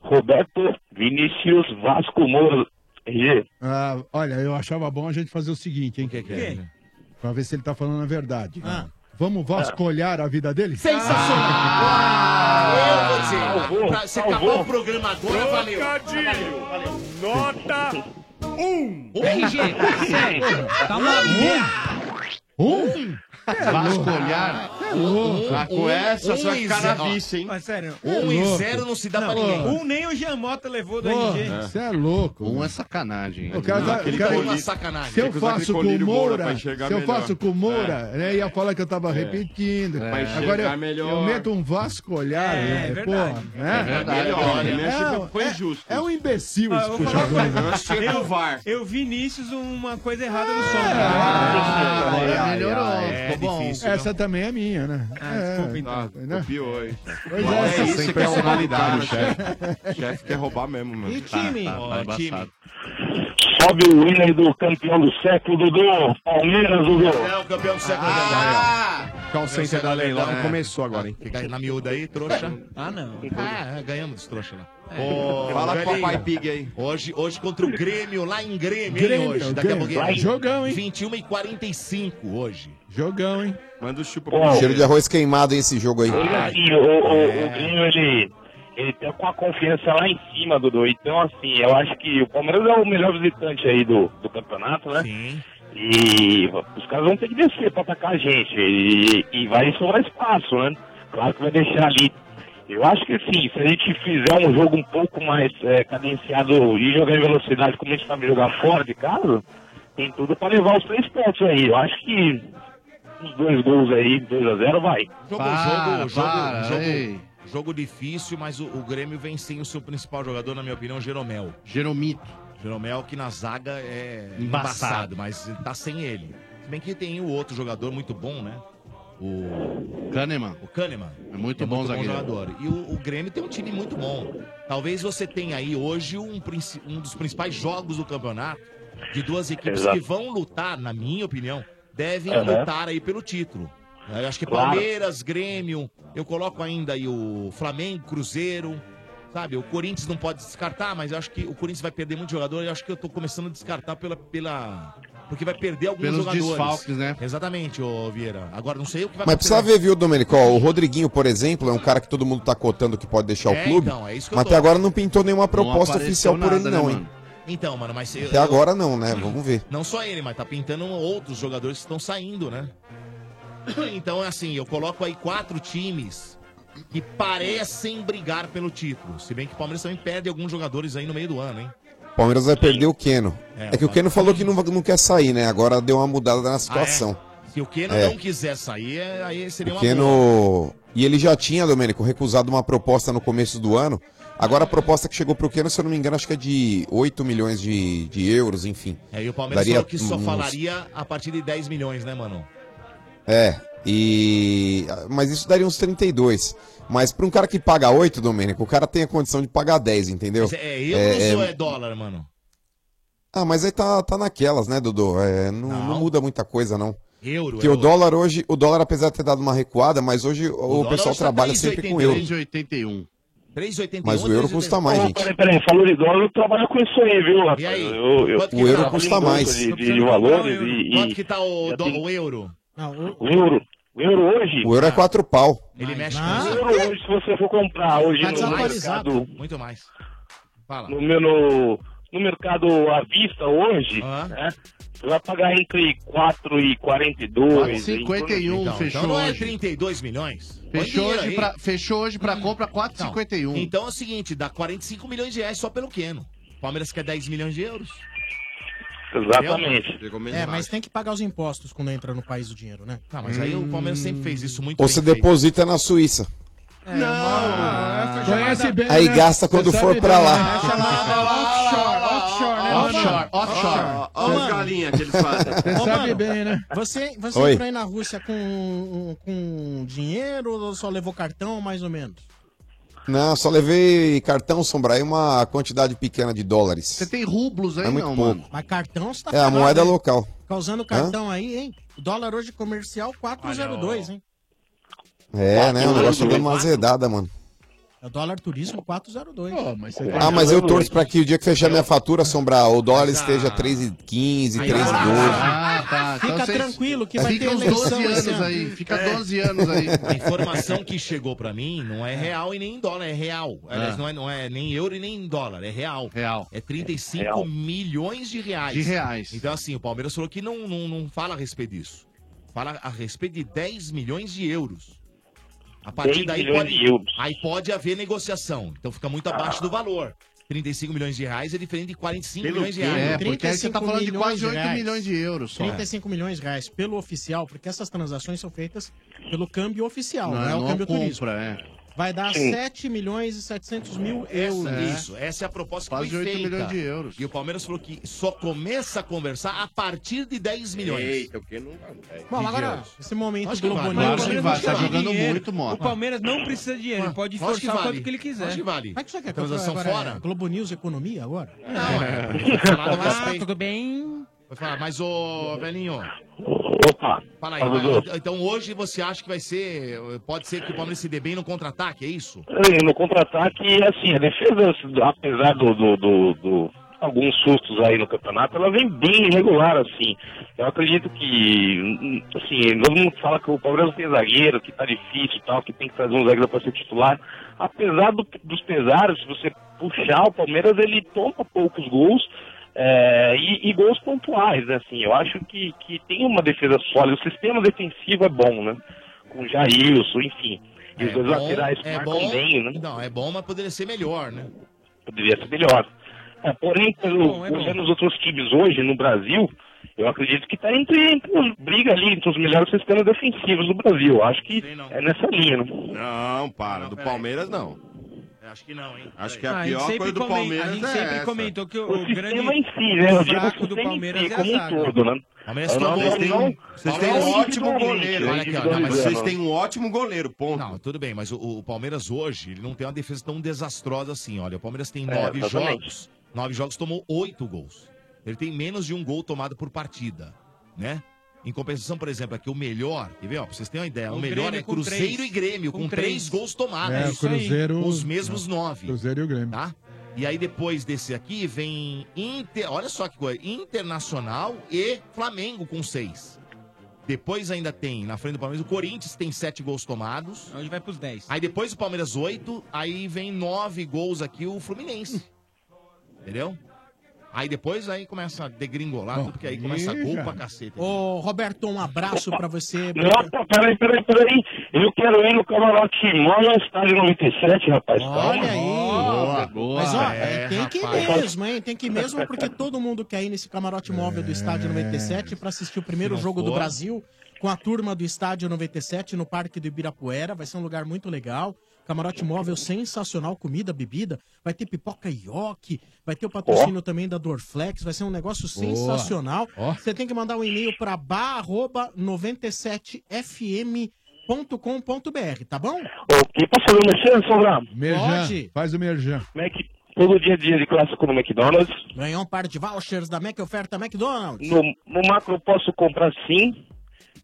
[SPEAKER 27] Roberto Vinícius Vasco Moura. RG.
[SPEAKER 12] Ah, olha, eu achava bom a gente fazer o seguinte, hein? O que,
[SPEAKER 15] que é?
[SPEAKER 12] Pra ver se ele tá falando a verdade. Vamos vasculhar a vida dele?
[SPEAKER 15] Sensacional!
[SPEAKER 18] Ah,
[SPEAKER 15] eu vou dizer,
[SPEAKER 18] salvou,
[SPEAKER 15] pra- você
[SPEAKER 18] salvou.
[SPEAKER 15] acabou o programa agora, valeu.
[SPEAKER 18] Trocadilho.
[SPEAKER 15] Valeu.
[SPEAKER 18] Nota 1.
[SPEAKER 15] Ô,
[SPEAKER 3] [LAUGHS]
[SPEAKER 15] RG,
[SPEAKER 18] sério. Tá maluco?
[SPEAKER 12] Um?
[SPEAKER 14] É,
[SPEAKER 15] Vascolhar.
[SPEAKER 18] É louco.
[SPEAKER 14] Um
[SPEAKER 15] Ah, com essa, você vai ficar na vice,
[SPEAKER 14] Mas sério.
[SPEAKER 15] Um e zero não se dá pra ninguém.
[SPEAKER 14] Um nem o Giamota levou do
[SPEAKER 12] Pô,
[SPEAKER 14] RG.
[SPEAKER 12] Você é louco.
[SPEAKER 3] Um é sacanagem.
[SPEAKER 12] O cara,
[SPEAKER 3] Não,
[SPEAKER 12] tá-
[SPEAKER 3] aquele
[SPEAKER 12] o cara-
[SPEAKER 3] colírio- uma sacanagem.
[SPEAKER 12] Se eu
[SPEAKER 3] Tem que usar
[SPEAKER 12] faço
[SPEAKER 3] aquele
[SPEAKER 12] com o
[SPEAKER 3] colírio Moura
[SPEAKER 12] Moura,
[SPEAKER 3] pra
[SPEAKER 12] se
[SPEAKER 3] enxergar
[SPEAKER 12] eu
[SPEAKER 3] melhor. É.
[SPEAKER 12] falar com o Moura, né, ia falar que eu tava repetindo.
[SPEAKER 3] Pra enxergar
[SPEAKER 12] Agora eu,
[SPEAKER 3] melhor.
[SPEAKER 12] eu meto um vascolhar,
[SPEAKER 3] É,
[SPEAKER 12] né,
[SPEAKER 3] é verdade.
[SPEAKER 12] porra,
[SPEAKER 3] É verdade, olha, né,
[SPEAKER 12] é,
[SPEAKER 3] Chico, foi
[SPEAKER 12] é-
[SPEAKER 3] injusto.
[SPEAKER 12] É um imbecil esse
[SPEAKER 14] Ah, vou falar
[SPEAKER 12] puxador.
[SPEAKER 14] uma coisa.
[SPEAKER 3] é
[SPEAKER 12] Chega
[SPEAKER 14] Eu-
[SPEAKER 12] o VAR.
[SPEAKER 14] Eu vi Vinícius uma coisa errada no
[SPEAKER 12] Ah,
[SPEAKER 14] som.
[SPEAKER 12] ai, ai,
[SPEAKER 14] Melhorou.
[SPEAKER 12] ai,
[SPEAKER 14] ficou
[SPEAKER 12] é
[SPEAKER 14] bom.
[SPEAKER 12] difícil, Essa também é minha, né?
[SPEAKER 8] desculpa,
[SPEAKER 12] então. né?
[SPEAKER 8] Copiou aí.
[SPEAKER 12] Pois
[SPEAKER 8] Olha,
[SPEAKER 12] é,
[SPEAKER 8] isso
[SPEAKER 12] sem
[SPEAKER 8] que é
[SPEAKER 12] personalidade, [LAUGHS]
[SPEAKER 8] roubar, né, chefe. chefe quer roubar mesmo, mano.
[SPEAKER 27] E o time?
[SPEAKER 8] Tá, tá,
[SPEAKER 27] Ó,
[SPEAKER 8] tá
[SPEAKER 27] time.
[SPEAKER 8] embaçado.
[SPEAKER 27] Sobe o hino do campeão do século, Dudu. Palmeiras, Dudu.
[SPEAKER 15] É o campeão do século ah,
[SPEAKER 4] Call center da Leilão começou agora, hein?
[SPEAKER 15] Fica aí é. na miúda aí, trouxa. Ah, não. Ah, ganhamos dos trouxa lá.
[SPEAKER 8] É. Fala com o Papai Pig aí.
[SPEAKER 15] Hoje, hoje contra o Grêmio, lá em Grêmio, hein,
[SPEAKER 8] Grêmio,
[SPEAKER 15] hoje. Daqui
[SPEAKER 8] Grêmio.
[SPEAKER 15] a pouquinho.
[SPEAKER 8] Lá em-
[SPEAKER 12] Jogão, hein?
[SPEAKER 15] 21 e 45 hoje.
[SPEAKER 12] Jogão, hein?
[SPEAKER 8] Manda o chupa
[SPEAKER 9] Cheiro de arroz queimado hein, esse jogo aí.
[SPEAKER 27] E o, o, o Grêmio, ele, ele tá com a confiança lá em cima, Dudu. Então, assim, eu acho que o Palmeiras é o melhor visitante aí do, do campeonato, né?
[SPEAKER 15] Sim.
[SPEAKER 27] E os caras vão ter que descer pra atacar a gente. E, e vai sobrar espaço, né? Claro que vai deixar ali. Eu acho que, assim, se a gente fizer um jogo um pouco mais é, cadenciado e jogar em velocidade como a gente sabe jogar fora de casa, tem tudo pra levar os três pontos aí. Eu acho que os dois gols aí, 2x0, vai.
[SPEAKER 15] Jogo,
[SPEAKER 27] Para,
[SPEAKER 15] jogo, jogo,
[SPEAKER 27] para,
[SPEAKER 15] jogo,
[SPEAKER 27] ei.
[SPEAKER 15] jogo difícil, mas o, o Grêmio vem sem o seu principal jogador, na minha opinião, Jeromel. Jeromito. Jeromel, que na zaga é
[SPEAKER 10] Embaçado.
[SPEAKER 15] embaçado, mas tá sem ele. Se bem que tem o outro jogador muito bom, né? O Kahneman. O Kahneman. É
[SPEAKER 3] muito bom zagueiro.
[SPEAKER 15] jogador. E o, o Grêmio tem um time muito bom. Talvez você tenha aí hoje um, princi- um dos principais jogos do campeonato de duas equipes
[SPEAKER 3] Exato.
[SPEAKER 15] que vão lutar, na minha opinião, devem
[SPEAKER 3] Aham.
[SPEAKER 15] lutar aí pelo título. Eu acho que
[SPEAKER 3] Claro.
[SPEAKER 15] Palmeiras, Grêmio, eu coloco ainda aí o Flamengo, Cruzeiro, sabe? O Corinthians não pode descartar, mas eu acho que o Corinthians vai perder muito jogador. Eu acho que eu tô começando a descartar pela, pela, Porque vai perder alguns
[SPEAKER 10] Pelos
[SPEAKER 15] jogadores.
[SPEAKER 10] desfalques,
[SPEAKER 15] né? Exatamente, ô Vieira. Agora não sei o que vai
[SPEAKER 9] Mas
[SPEAKER 15] acontecer
[SPEAKER 9] precisa ver, viu, Domenico? Ó, O Rodriguinho, por exemplo, é um cara que todo mundo tá cotando que pode deixar
[SPEAKER 15] É,
[SPEAKER 9] o clube.
[SPEAKER 15] então, é isso que eu
[SPEAKER 9] mas
[SPEAKER 15] tô.
[SPEAKER 9] até agora não pintou nenhuma
[SPEAKER 15] Não
[SPEAKER 9] proposta
[SPEAKER 15] apareceu
[SPEAKER 9] oficial por
[SPEAKER 15] nada,
[SPEAKER 9] ele,
[SPEAKER 15] né,
[SPEAKER 9] não,
[SPEAKER 15] mano?
[SPEAKER 9] hein?
[SPEAKER 15] Então, mano, mas eu-
[SPEAKER 9] Até
[SPEAKER 15] eu-
[SPEAKER 9] agora não, né? Vamos ver.
[SPEAKER 15] Não só ele, mas tá pintando outros jogadores que estão saindo, né? Então é assim, eu coloco aí quatro times que parecem brigar pelo título. Se bem que o Palmeiras também perde alguns jogadores aí no meio do ano, hein? Ah,
[SPEAKER 9] Palmeiras vai perder o Keno.
[SPEAKER 15] É,
[SPEAKER 9] É, que o
[SPEAKER 15] o
[SPEAKER 9] Keno falou que não, va- não quer sair, né? Agora deu uma mudada na situação.
[SPEAKER 15] Se o Keno
[SPEAKER 9] É.
[SPEAKER 15] não quiser sair, é- aí seria
[SPEAKER 9] O
[SPEAKER 15] uma
[SPEAKER 9] Keno. E ele já tinha, Domênico, recusado uma proposta no começo do ano. Agora a proposta que chegou pro Keno, se eu não me engano, acho que é de 8 milhões de, de euros, enfim.
[SPEAKER 15] É, e o Palmeiras
[SPEAKER 9] Daria um-
[SPEAKER 15] falou que só
[SPEAKER 9] uns-
[SPEAKER 15] falaria a partir de 10 milhões, né, mano?
[SPEAKER 9] É, e. Mas isso daria uns 32. Mas pra um cara que paga 8, Domênico, o cara tem a condição de pagar 10, entendeu?
[SPEAKER 15] Mas É euro ou é dólar, mano?
[SPEAKER 9] Ah, mas aí tá, tá naquelas, né, Dudu? É, não, não muda muita coisa, não.
[SPEAKER 15] Euro,
[SPEAKER 9] Porque o dólar hoje, o dólar apesar de ter dado uma recuada, mas hoje o,
[SPEAKER 15] dólar
[SPEAKER 9] pessoal
[SPEAKER 15] hoje tá
[SPEAKER 9] trabalha sempre com euro.
[SPEAKER 10] 3,81.
[SPEAKER 15] 3,81.
[SPEAKER 9] Mas o euro custa mais, gente.
[SPEAKER 27] Peraí, peraí, falou de dólar, eu trabalho com isso aí, viu, rapaz?
[SPEAKER 15] E aí?
[SPEAKER 27] Eu, eu,
[SPEAKER 15] Quanto que O euro tá? custa
[SPEAKER 27] eu gosto
[SPEAKER 15] mais.
[SPEAKER 27] De, de- de valores e...
[SPEAKER 15] um Quanto
[SPEAKER 27] e-
[SPEAKER 15] que tá o,
[SPEAKER 27] já
[SPEAKER 15] dó-
[SPEAKER 27] tem-
[SPEAKER 15] o euro?
[SPEAKER 27] O euro, o euro hoje...
[SPEAKER 9] O euro é quatro pau.
[SPEAKER 15] Ele mexe
[SPEAKER 27] O
[SPEAKER 15] com isso.
[SPEAKER 27] euro hoje, se você for comprar hoje
[SPEAKER 15] Tá
[SPEAKER 27] no
[SPEAKER 15] desatualizado.
[SPEAKER 27] mercado...
[SPEAKER 15] Muito mais. Fala.
[SPEAKER 27] No, meu- no, no mercado à vista hoje,
[SPEAKER 15] Ah.
[SPEAKER 27] né? Você vai pagar entre 4 e 42.
[SPEAKER 10] 51
[SPEAKER 27] em torno-
[SPEAKER 15] Então,
[SPEAKER 10] fechou
[SPEAKER 15] então não é
[SPEAKER 10] hoje.
[SPEAKER 15] 32 milhões? Põe
[SPEAKER 10] Fechou
[SPEAKER 15] dinheiro
[SPEAKER 10] hoje,
[SPEAKER 15] aí.
[SPEAKER 10] pra, fechou hoje pra compra 4,51.
[SPEAKER 15] Não. Então é o seguinte, dá 45 milhões de reais só pelo Keno. Palmeiras quer 10 milhões de euros. Entendeu?
[SPEAKER 5] É, mas tem que pagar os impostos quando entra no país o dinheiro, né?
[SPEAKER 15] Tá, mas aí o Palmeiras sempre fez isso muito
[SPEAKER 9] Ou você deposita na Suíça.
[SPEAKER 15] Ah,
[SPEAKER 10] é,
[SPEAKER 5] Não! Conhece bem.
[SPEAKER 9] Aí gasta quando for pra Ah, lá.
[SPEAKER 14] né,
[SPEAKER 10] Offshore, offshore.
[SPEAKER 5] Olha
[SPEAKER 10] as galinhas
[SPEAKER 5] que
[SPEAKER 10] eles fazem.
[SPEAKER 5] Você
[SPEAKER 10] sabe
[SPEAKER 5] bem, né? Você, você
[SPEAKER 9] Oi.
[SPEAKER 5] entrou aí na Rússia com, com dinheiro ou só levou cartão, mais ou menos?
[SPEAKER 9] Não, só levei cartão, sombra, e uma quantidade pequena de dólares. Você
[SPEAKER 10] tem rublos
[SPEAKER 9] É muito pouco.
[SPEAKER 5] Mas cartão você tá
[SPEAKER 9] É a
[SPEAKER 5] ferrado,
[SPEAKER 9] moeda
[SPEAKER 5] hein?
[SPEAKER 9] local.
[SPEAKER 5] Causando cartão aí, hein? O dólar hoje comercial 402, hein?
[SPEAKER 9] É, né? O negócio deu uma azedada, mano.
[SPEAKER 5] É o dólar turismo 402. mas
[SPEAKER 9] Ah, mas eu torço pra que o dia que fechar minha fatura, sombra, o dólar esteja 3,15, 3,12.
[SPEAKER 10] Ah, tá.
[SPEAKER 5] Fica
[SPEAKER 10] Então vocês-
[SPEAKER 5] tranquilo que vai
[SPEAKER 10] Fica
[SPEAKER 5] ter
[SPEAKER 10] uns
[SPEAKER 5] eleição
[SPEAKER 10] 12
[SPEAKER 5] esse
[SPEAKER 10] anos
[SPEAKER 5] ano.
[SPEAKER 10] aí. Fica 12 anos aí.
[SPEAKER 15] A É. [LAUGHS] informação que chegou pra mim não é real e nem em dólar, é real. Aliás,
[SPEAKER 10] Ah.
[SPEAKER 15] não, é, não é nem euro e nem em dólar, é real. Real. É 35
[SPEAKER 10] Real.
[SPEAKER 15] milhões de reais.
[SPEAKER 10] De reais.
[SPEAKER 15] Então, assim, o Palmeiras falou que não, não, não fala a respeito disso. Fala a respeito de 10 milhões de euros. A partir
[SPEAKER 27] 10
[SPEAKER 15] daí
[SPEAKER 27] milhões
[SPEAKER 15] pode,
[SPEAKER 27] de euros.
[SPEAKER 15] aí pode haver negociação. Então fica muito abaixo do valor. 35 milhões de reais é diferente de 45
[SPEAKER 10] Pelo
[SPEAKER 15] milhões de
[SPEAKER 10] quê?
[SPEAKER 15] reais.
[SPEAKER 10] É, porque aí você tá falando de quase 8 milhões de euros só.
[SPEAKER 5] 35 milhões de reais pelo oficial, porque essas transações são feitas pelo câmbio oficial, não, é o
[SPEAKER 10] não
[SPEAKER 5] câmbio
[SPEAKER 10] compra,
[SPEAKER 5] turismo.
[SPEAKER 10] é.
[SPEAKER 5] Vai dar
[SPEAKER 10] Sim.
[SPEAKER 5] 7 milhões e 700 mil euros.
[SPEAKER 15] Essa, Isso, essa é a proposta
[SPEAKER 10] Quase
[SPEAKER 15] que foi
[SPEAKER 10] 8
[SPEAKER 15] feita.
[SPEAKER 10] milhões de euros.
[SPEAKER 15] E o Palmeiras falou que só começa a conversar a partir de 10 milhões.
[SPEAKER 8] Eita, o que não vai.
[SPEAKER 5] Bom, agora, esse momento do
[SPEAKER 15] vale.
[SPEAKER 5] Boninho...
[SPEAKER 15] Acho que vale, tá jogando muito, Mota.
[SPEAKER 14] O Palmeiras não precisa de dinheiro, ele pode
[SPEAKER 15] Acho que
[SPEAKER 14] forçar o
[SPEAKER 15] vale.
[SPEAKER 14] quanto que ele quiser.
[SPEAKER 15] Acho que vale.
[SPEAKER 5] Mas isso aqui é
[SPEAKER 15] Transação
[SPEAKER 5] agora é
[SPEAKER 15] fora?
[SPEAKER 5] Globo News Economia agora?
[SPEAKER 14] é.
[SPEAKER 5] Tá
[SPEAKER 15] Ah,
[SPEAKER 5] tudo bem?
[SPEAKER 15] Vai falar, mas ô, velhinho,
[SPEAKER 27] Opa!
[SPEAKER 15] fala aí.
[SPEAKER 27] Fala,
[SPEAKER 15] vai.
[SPEAKER 27] Dudu.
[SPEAKER 15] Então hoje você acha que vai ser, pode ser que o Palmeiras se dê bem no contra-ataque, é isso?
[SPEAKER 27] É, No contra-ataque, assim, a defesa, apesar do, do, do- do- alguns sustos aí no campeonato, ela vem bem irregular, assim. Eu acredito que, hum, assim, todo mundo fala que o Palmeiras não tem zagueiro, que tá difícil e tal, que tem que trazer um zagueiro para ser titular. Apesar do- dos pesares, se você puxar o Palmeiras, ele toma poucos gols. é, e, e gols pontuais, né? Assim, eu acho que, que tem uma defesa sólida, o sistema defensivo é bom, né? Com o Jailson, enfim. E
[SPEAKER 15] É
[SPEAKER 27] os dois laterais marcam bem, né?
[SPEAKER 15] Não, é bom, mas poderia ser melhor, né?
[SPEAKER 27] poderia ser melhor. É, porém, pelo,
[SPEAKER 15] bom, é bom.
[SPEAKER 27] usando os outros times hoje no Brasil, eu acredito que está entre, entre os- briga ali entre os melhores sistemas defensivos do Brasil. Acho que é nessa linha. Né?
[SPEAKER 8] Não, para. do Palmeiras, não.
[SPEAKER 15] Acho que não, hein?
[SPEAKER 8] Acho que é a
[SPEAKER 14] Ah,
[SPEAKER 8] pior
[SPEAKER 14] sempre
[SPEAKER 8] coisa do
[SPEAKER 14] comen-
[SPEAKER 8] Palmeiras
[SPEAKER 14] A gente
[SPEAKER 8] é
[SPEAKER 14] sempre
[SPEAKER 8] essa.
[SPEAKER 14] comentou que o,
[SPEAKER 8] O
[SPEAKER 14] o
[SPEAKER 8] sistema
[SPEAKER 14] grande
[SPEAKER 8] em si, né? Eu digo
[SPEAKER 14] fraco
[SPEAKER 8] o
[SPEAKER 14] do
[SPEAKER 8] sistema em
[SPEAKER 14] Palmeiras
[SPEAKER 8] si,
[SPEAKER 14] é a
[SPEAKER 8] como um
[SPEAKER 14] zaga.
[SPEAKER 8] todo, né?
[SPEAKER 15] Palmeiras
[SPEAKER 8] Eu não-
[SPEAKER 15] tomou-
[SPEAKER 8] vocês têm-
[SPEAKER 15] não-
[SPEAKER 8] vocês têm
[SPEAKER 15] Palmeiras
[SPEAKER 8] um ótimo
[SPEAKER 15] individualmente,
[SPEAKER 8] goleiro.
[SPEAKER 15] olha aqui, ó, não, mas
[SPEAKER 8] Vocês
[SPEAKER 15] não.
[SPEAKER 8] têm um ótimo goleiro, ponto.
[SPEAKER 15] Não, tudo bem, mas o, o Palmeiras hoje, ele não tem uma defesa tão desastrosa assim. Olha, o Palmeiras tem
[SPEAKER 8] É,
[SPEAKER 15] nove
[SPEAKER 8] exatamente.
[SPEAKER 15] jogos. Nove jogos tomou oito gols. Ele tem menos de um gol tomado por partida, né? Em compensação, por exemplo, aqui o melhor, quer ver? Ó, pra vocês terem uma ideia, o,
[SPEAKER 14] O
[SPEAKER 15] melhor
[SPEAKER 14] Grêmio
[SPEAKER 15] é
[SPEAKER 14] com
[SPEAKER 15] Cruzeiro
[SPEAKER 14] três.
[SPEAKER 15] e Grêmio, com,
[SPEAKER 14] Com
[SPEAKER 15] três.
[SPEAKER 14] três.
[SPEAKER 15] gols tomados.
[SPEAKER 12] É, o
[SPEAKER 15] Isso aí.
[SPEAKER 12] Cruzeiro-
[SPEAKER 15] Os mesmos nove.
[SPEAKER 12] Cruzeiro e o Grêmio.
[SPEAKER 15] Tá? E aí depois desse aqui vem Inter, olha só que coisa, Internacional e Flamengo com seis. Depois ainda tem, na frente do Palmeiras, o Corinthians tem sete gols tomados.
[SPEAKER 14] Hoje vai pros 10.
[SPEAKER 15] Aí depois o Palmeiras oito, aí vem nove gols aqui o Fluminense. Entendeu? Aí depois aí começa a degringolar, tudo que aí começa gol pra cacete.
[SPEAKER 5] Ô, Roberto, um abraço pra você.
[SPEAKER 27] Opa, peraí, peraí, peraí. Eu quero ir no camarote Simão no estádio 97, rapaz.
[SPEAKER 5] Olha aí.
[SPEAKER 27] Boa,
[SPEAKER 5] Mas ó,
[SPEAKER 27] É,
[SPEAKER 5] tem que ir
[SPEAKER 27] rapaz.
[SPEAKER 5] mesmo, hein? Tem que ir mesmo, porque todo mundo quer ir nesse camarote móvel do Estádio 97 pra assistir o primeiro
[SPEAKER 14] Se não
[SPEAKER 5] jogo do
[SPEAKER 14] for.
[SPEAKER 5] Brasil com a turma do Estádio 97 no Parque do Ibirapuera. Vai ser um lugar muito legal. Camarote móvel sensacional, comida, bebida. Vai ter pipoca ioki, vai ter o patrocínio também da Dorflex. Vai ser um negócio
[SPEAKER 18] Boa.
[SPEAKER 5] sensacional. Você tem que mandar um e-mail para bar@97fm.com.br, tá bom?
[SPEAKER 27] E posso fazer um mexer, Sombra?
[SPEAKER 5] Pode.
[SPEAKER 12] Faz o merjan.
[SPEAKER 27] é Todo dia a dia de clássico no McDonald's.
[SPEAKER 5] Ganhou um par de vouchers da Mac Oferta McDonald's.
[SPEAKER 27] No, no macro eu posso comprar sim.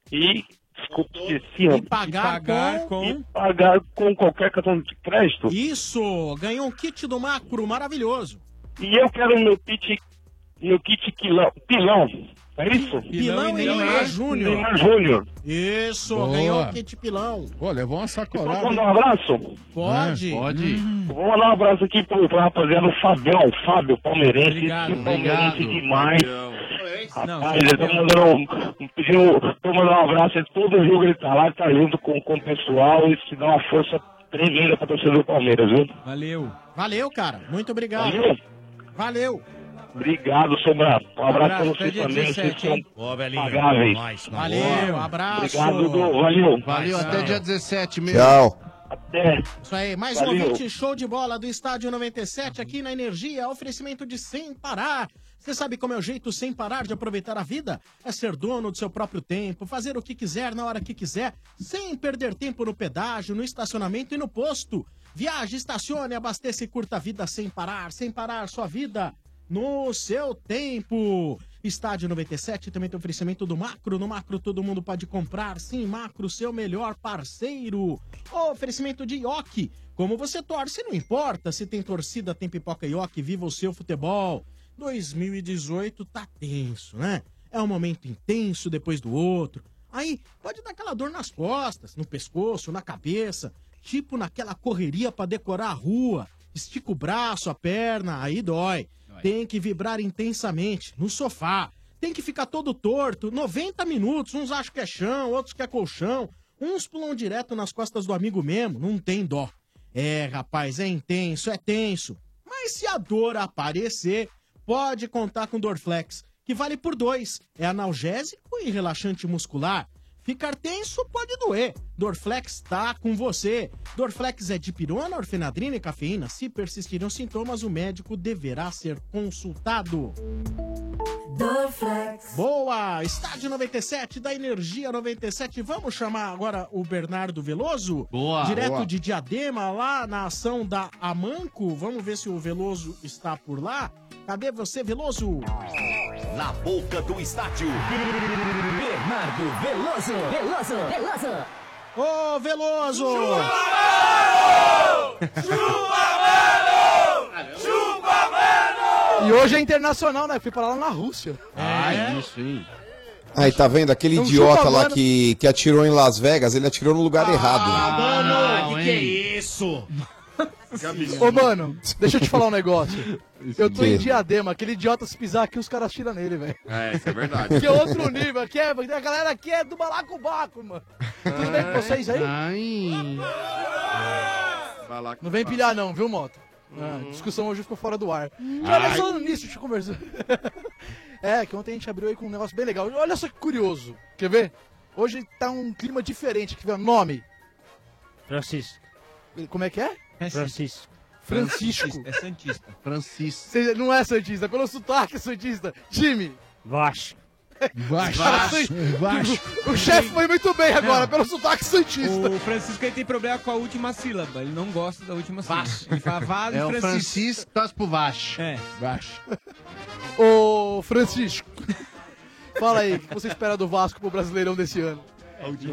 [SPEAKER 27] E. Desculpa, esqueci. ó.
[SPEAKER 5] pagar com-
[SPEAKER 27] E pagar com qualquer cartão de crédito.
[SPEAKER 5] Isso! Ganhou um kit do Macro maravilhoso.
[SPEAKER 27] E eu quero meu kit, meu kit quilão, pilão, é isso?
[SPEAKER 5] Pilão e Neymar Júnior.
[SPEAKER 27] Neymar Júnior.
[SPEAKER 5] Isso,
[SPEAKER 27] Boa.
[SPEAKER 5] ganhou o kit pilão.
[SPEAKER 12] Pô, levou uma sacolada.
[SPEAKER 27] Posso mandar um abraço?
[SPEAKER 5] Pode. Hum. pode.
[SPEAKER 27] Vou mandar um abraço aqui pro, pra rapaziada, o Fabião, Fábio Palmeirense,
[SPEAKER 18] Obrigado,
[SPEAKER 27] que palmeirense
[SPEAKER 18] obrigado.
[SPEAKER 27] demais.
[SPEAKER 18] Não,
[SPEAKER 27] Rapaz, eu tô Ah, mandando um, um, pedindo- tô mandando um abraço a todo jogo ele tá lá, tá junto com, com o pessoal e se dá uma força tremenda pra torcida do Palmeiras, viu?
[SPEAKER 5] Valeu. Valeu, cara. Muito obrigado.
[SPEAKER 27] Valeu.
[SPEAKER 5] Valeu.
[SPEAKER 27] Obrigado, Sombra. Um abraço, pra
[SPEAKER 5] Abraço,
[SPEAKER 27] vocês
[SPEAKER 5] até dia
[SPEAKER 27] também, vocês
[SPEAKER 5] 17,
[SPEAKER 27] são
[SPEAKER 5] hein?
[SPEAKER 15] Ó, velhinho.
[SPEAKER 27] pagáveis.
[SPEAKER 15] Nós, nós.
[SPEAKER 5] Valeu, abraço.
[SPEAKER 27] Obrigado, Dudu. Valeu.
[SPEAKER 10] Valeu, até dia 17 mesmo.
[SPEAKER 9] Tchau.
[SPEAKER 5] Isso aí, mais um
[SPEAKER 10] Valeu.
[SPEAKER 5] ouvinte show de bola do Estádio 97 aqui na Energia, oferecimento de sem parar. Você sabe como é o jeito sem parar de aproveitar a vida? É ser dono do seu próprio tempo, fazer o que quiser na hora que quiser, sem perder tempo no pedágio, no estacionamento e no posto. Viaje, estacione, abasteça e curta a vida sem parar, sem parar sua vida no seu tempo. Estádio 97 também tem oferecimento do Macro. No Macro todo mundo pode comprar. Sim, Macro, seu melhor parceiro. oferecimento de Ioki. Como você torce, não importa. Se tem torcida, tem pipoca Ioki. Viva o seu futebol. 2018 tá tenso, né? É um momento intenso depois do outro. Aí pode dar aquela dor nas costas, no pescoço, na cabeça, tipo naquela correria pra decorar a rua, estica o braço, a perna, aí dói. Tem que vibrar intensamente no sofá. Tem que ficar todo torto, 90 minutos, uns acham que é chão, outros que é colchão, uns pulam direto nas costas do amigo mesmo, não tem dó. É, rapaz, é intenso, é tenso. Mas se a dor aparecer, pode contar com Dorflex, que vale por dois. É analgésico e relaxante muscular. Ficar tenso pode doer. Dorflex tá com você. Dorflex é dipirona, orfenadrina e cafeína. Se persistirem os sintomas, o médico deverá ser consultado. Dorflex. Boa! Estádio 97 da Energia 97. Vamos chamar agora o Bernardo Veloso?
[SPEAKER 18] Boa,
[SPEAKER 5] Direto
[SPEAKER 18] boa.
[SPEAKER 5] de Diadema, lá na ação da Amanco. Vamos ver se o Veloso está por lá. Cadê você, Veloso?
[SPEAKER 19] Na boca do estádio.
[SPEAKER 5] Bernardo
[SPEAKER 19] Veloso, Veloso, Veloso.
[SPEAKER 5] Ô, Veloso!
[SPEAKER 2] Ah, E hoje é internacional, né? Fui pra lá na Rússia.
[SPEAKER 5] É?
[SPEAKER 3] Ah, isso, hein?
[SPEAKER 9] Aí, tá vendo? Aquele
[SPEAKER 2] Não
[SPEAKER 9] idiota
[SPEAKER 2] chupa,
[SPEAKER 9] lá
[SPEAKER 2] mano.
[SPEAKER 9] que, que atirou em Las Vegas, ele atirou no lugar
[SPEAKER 5] Ah,
[SPEAKER 9] errado.
[SPEAKER 2] Mano,
[SPEAKER 15] que que é isso?
[SPEAKER 2] Ô, mano, deixa eu te falar um negócio. Eu tô em
[SPEAKER 9] mesmo.
[SPEAKER 2] diadema, aquele idiota se pisar aqui, os caras tiram nele, velho.
[SPEAKER 8] É, isso é verdade.
[SPEAKER 2] Que é outro nível, aqui é, a galera aqui é do balacobaco, mano. Tudo bem com vocês aí? Não vem pilhar não, viu, Moto? Ah, a discussão hoje ficou fora do ar. Olha
[SPEAKER 18] Ai.
[SPEAKER 2] só nisso, deixa eu conversar. [LAUGHS] é, que ontem a gente abriu aí com um negócio bem legal. Olha só que curioso, quer ver? Hoje tá um clima diferente, quer ver o nome?
[SPEAKER 28] Francisco.
[SPEAKER 2] Como é que é?
[SPEAKER 28] Francisco.
[SPEAKER 2] Francisco.
[SPEAKER 28] É Santista. Francisco.
[SPEAKER 2] Você não é Santista, pelo sotaque é Santista. Jimmy.
[SPEAKER 28] Vasco.
[SPEAKER 2] [LAUGHS] Vasco.
[SPEAKER 14] Vasco.
[SPEAKER 2] O chefe foi muito bem agora,
[SPEAKER 14] Não.
[SPEAKER 2] pelo sotaque Santista.
[SPEAKER 14] O Francisco ele tem problema com a última sílaba. Ele não gosta da última sílaba. Ele fala Vasco
[SPEAKER 10] É o
[SPEAKER 14] e
[SPEAKER 10] Francisco,
[SPEAKER 14] torce pro Vasco. É.
[SPEAKER 2] Vasco. Ô, Francisco. [LAUGHS] Fala aí, o que você espera do Vasco pro Brasileirão desse ano?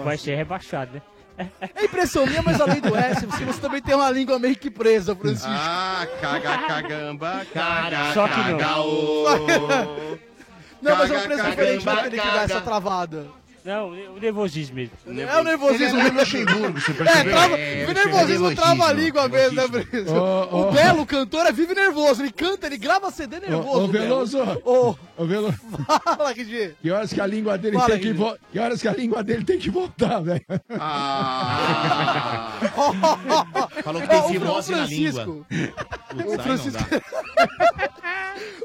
[SPEAKER 28] Vai ser rebaixado, né?
[SPEAKER 2] É impressão minha, mas além do S, você, você também tem uma língua meio que presa, Francisco.
[SPEAKER 8] Ah,
[SPEAKER 2] [LAUGHS]
[SPEAKER 8] caga, cagamba, caga,
[SPEAKER 2] Só que não.
[SPEAKER 8] cagaô.
[SPEAKER 2] [LAUGHS] Não, mas é um
[SPEAKER 18] Caga,
[SPEAKER 2] preço
[SPEAKER 18] caga,
[SPEAKER 2] diferente, vai ter que
[SPEAKER 18] caga.
[SPEAKER 2] dar essa travada.
[SPEAKER 28] Não, o nervosismo mesmo.
[SPEAKER 2] É o nervosismo.
[SPEAKER 28] Ele é do
[SPEAKER 2] Luxemburgo,
[SPEAKER 28] você
[SPEAKER 2] É,
[SPEAKER 28] percebeu?
[SPEAKER 2] trava,
[SPEAKER 28] É,
[SPEAKER 2] o nervosismo
[SPEAKER 28] é
[SPEAKER 2] trava a
[SPEAKER 28] nervosismo,
[SPEAKER 2] língua mesmo, né, Brisa? O Belo, cantor, é vive nervoso. Ele canta, ele grava CD nervoso.
[SPEAKER 12] Ô, ô,
[SPEAKER 2] Belo.
[SPEAKER 12] Veloso!
[SPEAKER 2] Ô,
[SPEAKER 12] ô, Veloso!
[SPEAKER 2] [LAUGHS] Fala, RG.
[SPEAKER 12] Que horas que a língua dele
[SPEAKER 2] Fala,
[SPEAKER 12] tem que
[SPEAKER 2] Guilherme.
[SPEAKER 12] vo... Que horas que a língua dele tem que voltar, velho. Ah.
[SPEAKER 3] [LAUGHS] Ah.
[SPEAKER 15] Falou que
[SPEAKER 2] Ó,
[SPEAKER 15] tem
[SPEAKER 2] o
[SPEAKER 15] fimose na
[SPEAKER 2] Francisco.
[SPEAKER 15] língua.
[SPEAKER 2] O Francisco.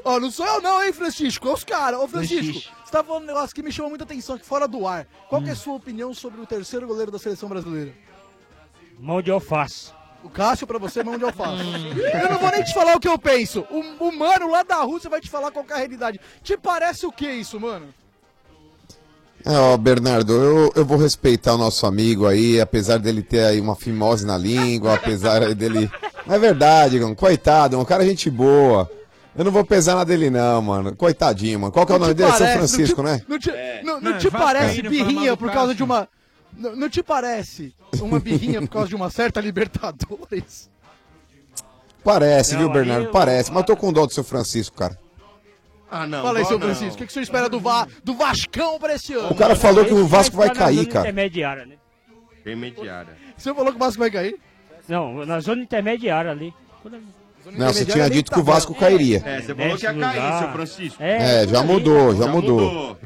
[SPEAKER 2] Ó, não sou eu não, hein, Francisco. É os caras. Ô, Francisco, você tá falando um negócio que me chama muita atenção aqui fora do ar. Qual
[SPEAKER 28] Hum.
[SPEAKER 2] que é a sua opinião sobre o terceiro goleiro da seleção brasileira?
[SPEAKER 28] Mão de alface. Hum.
[SPEAKER 2] O Cássio, pra você, mão de alface. eu não vou nem te falar o que eu penso. O, o mano lá da Rússia vai te falar qual que é a realidade. Te parece o que isso, mano?
[SPEAKER 9] É, ó, Bernardo, eu, eu vou respeitar o nosso amigo aí, apesar dele ter aí uma fimose na língua, apesar aí dele. Não é verdade, mano, coitado, um cara gente boa. Eu não vou pesar na dele, não, mano. Coitadinho, mano. Qual que é o
[SPEAKER 2] Não
[SPEAKER 9] nome
[SPEAKER 2] te
[SPEAKER 9] dele? São
[SPEAKER 2] parece, não te-
[SPEAKER 9] Francisco, né?
[SPEAKER 2] Não te, não, não
[SPEAKER 9] Não,
[SPEAKER 2] te
[SPEAKER 9] vai
[SPEAKER 2] parece
[SPEAKER 9] cair,
[SPEAKER 2] birrinha por causa de uma... Não, não te parece uma birrinha por causa de uma certa [LAUGHS] Libertadores?
[SPEAKER 9] Parece,
[SPEAKER 2] Não,
[SPEAKER 9] viu,
[SPEAKER 2] aí
[SPEAKER 9] Bernardo?
[SPEAKER 2] eu-
[SPEAKER 9] Parece. Mas eu tô com dó do seu Francisco, cara.
[SPEAKER 8] Ah, não.
[SPEAKER 2] Fala aí,
[SPEAKER 8] bom,
[SPEAKER 2] seu
[SPEAKER 8] não.
[SPEAKER 2] Francisco. O que, que o senhor espera do, Va- do Vascão pra esse ano?
[SPEAKER 9] O cara falou que o Vasco vai cair, cara.
[SPEAKER 28] Intermediária, né?
[SPEAKER 8] Intermediária.
[SPEAKER 2] O senhor falou que o Vasco vai cair?
[SPEAKER 28] Não, na zona intermediária ali.
[SPEAKER 9] Não, você tinha dito
[SPEAKER 2] tá
[SPEAKER 9] que o Vasco cairia.
[SPEAKER 8] É, você falou que ia cair, seu Francisco.
[SPEAKER 9] É, já mudou, já mudou.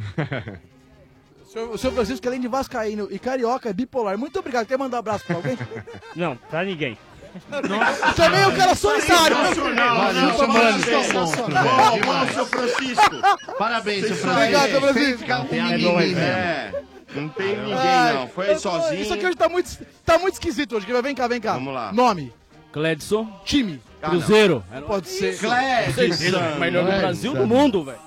[SPEAKER 2] O senhor, o senhor Francisco, que além de vascaíno e carioca, é bipolar. Muito obrigado. Quer mandar um abraço pra alguém? [LAUGHS]
[SPEAKER 28] Não, pra ninguém.
[SPEAKER 2] Também é um cara solitário.
[SPEAKER 28] Sensacional,
[SPEAKER 2] né?
[SPEAKER 28] não,
[SPEAKER 2] Opa,
[SPEAKER 28] mano,
[SPEAKER 2] mano,
[SPEAKER 28] você é um
[SPEAKER 2] sensacional.
[SPEAKER 28] monstro,
[SPEAKER 2] Bom,
[SPEAKER 28] velho,
[SPEAKER 2] bom,
[SPEAKER 28] demais.
[SPEAKER 2] seu
[SPEAKER 8] Francisco.
[SPEAKER 10] Parabéns, seu Francisco.
[SPEAKER 2] Obrigado, seu
[SPEAKER 10] Sem
[SPEAKER 2] Francisco.
[SPEAKER 10] ficar com
[SPEAKER 2] É
[SPEAKER 10] ninguém,
[SPEAKER 2] nóis, né?
[SPEAKER 10] velho.
[SPEAKER 8] É, não tem ninguém,
[SPEAKER 2] Ai,
[SPEAKER 8] não. Foi
[SPEAKER 2] eu-
[SPEAKER 8] sozinho.
[SPEAKER 2] Isso aqui hoje tá muito, tá muito esquisito hoje. Vem cá, vem cá. Vamos
[SPEAKER 8] lá.
[SPEAKER 2] Nome.
[SPEAKER 13] Cledson.
[SPEAKER 2] Time.
[SPEAKER 13] Ah, Cruzeiro.
[SPEAKER 2] não. Pode ser.
[SPEAKER 13] Cledson. Melhor do Brasil do mundo, velho.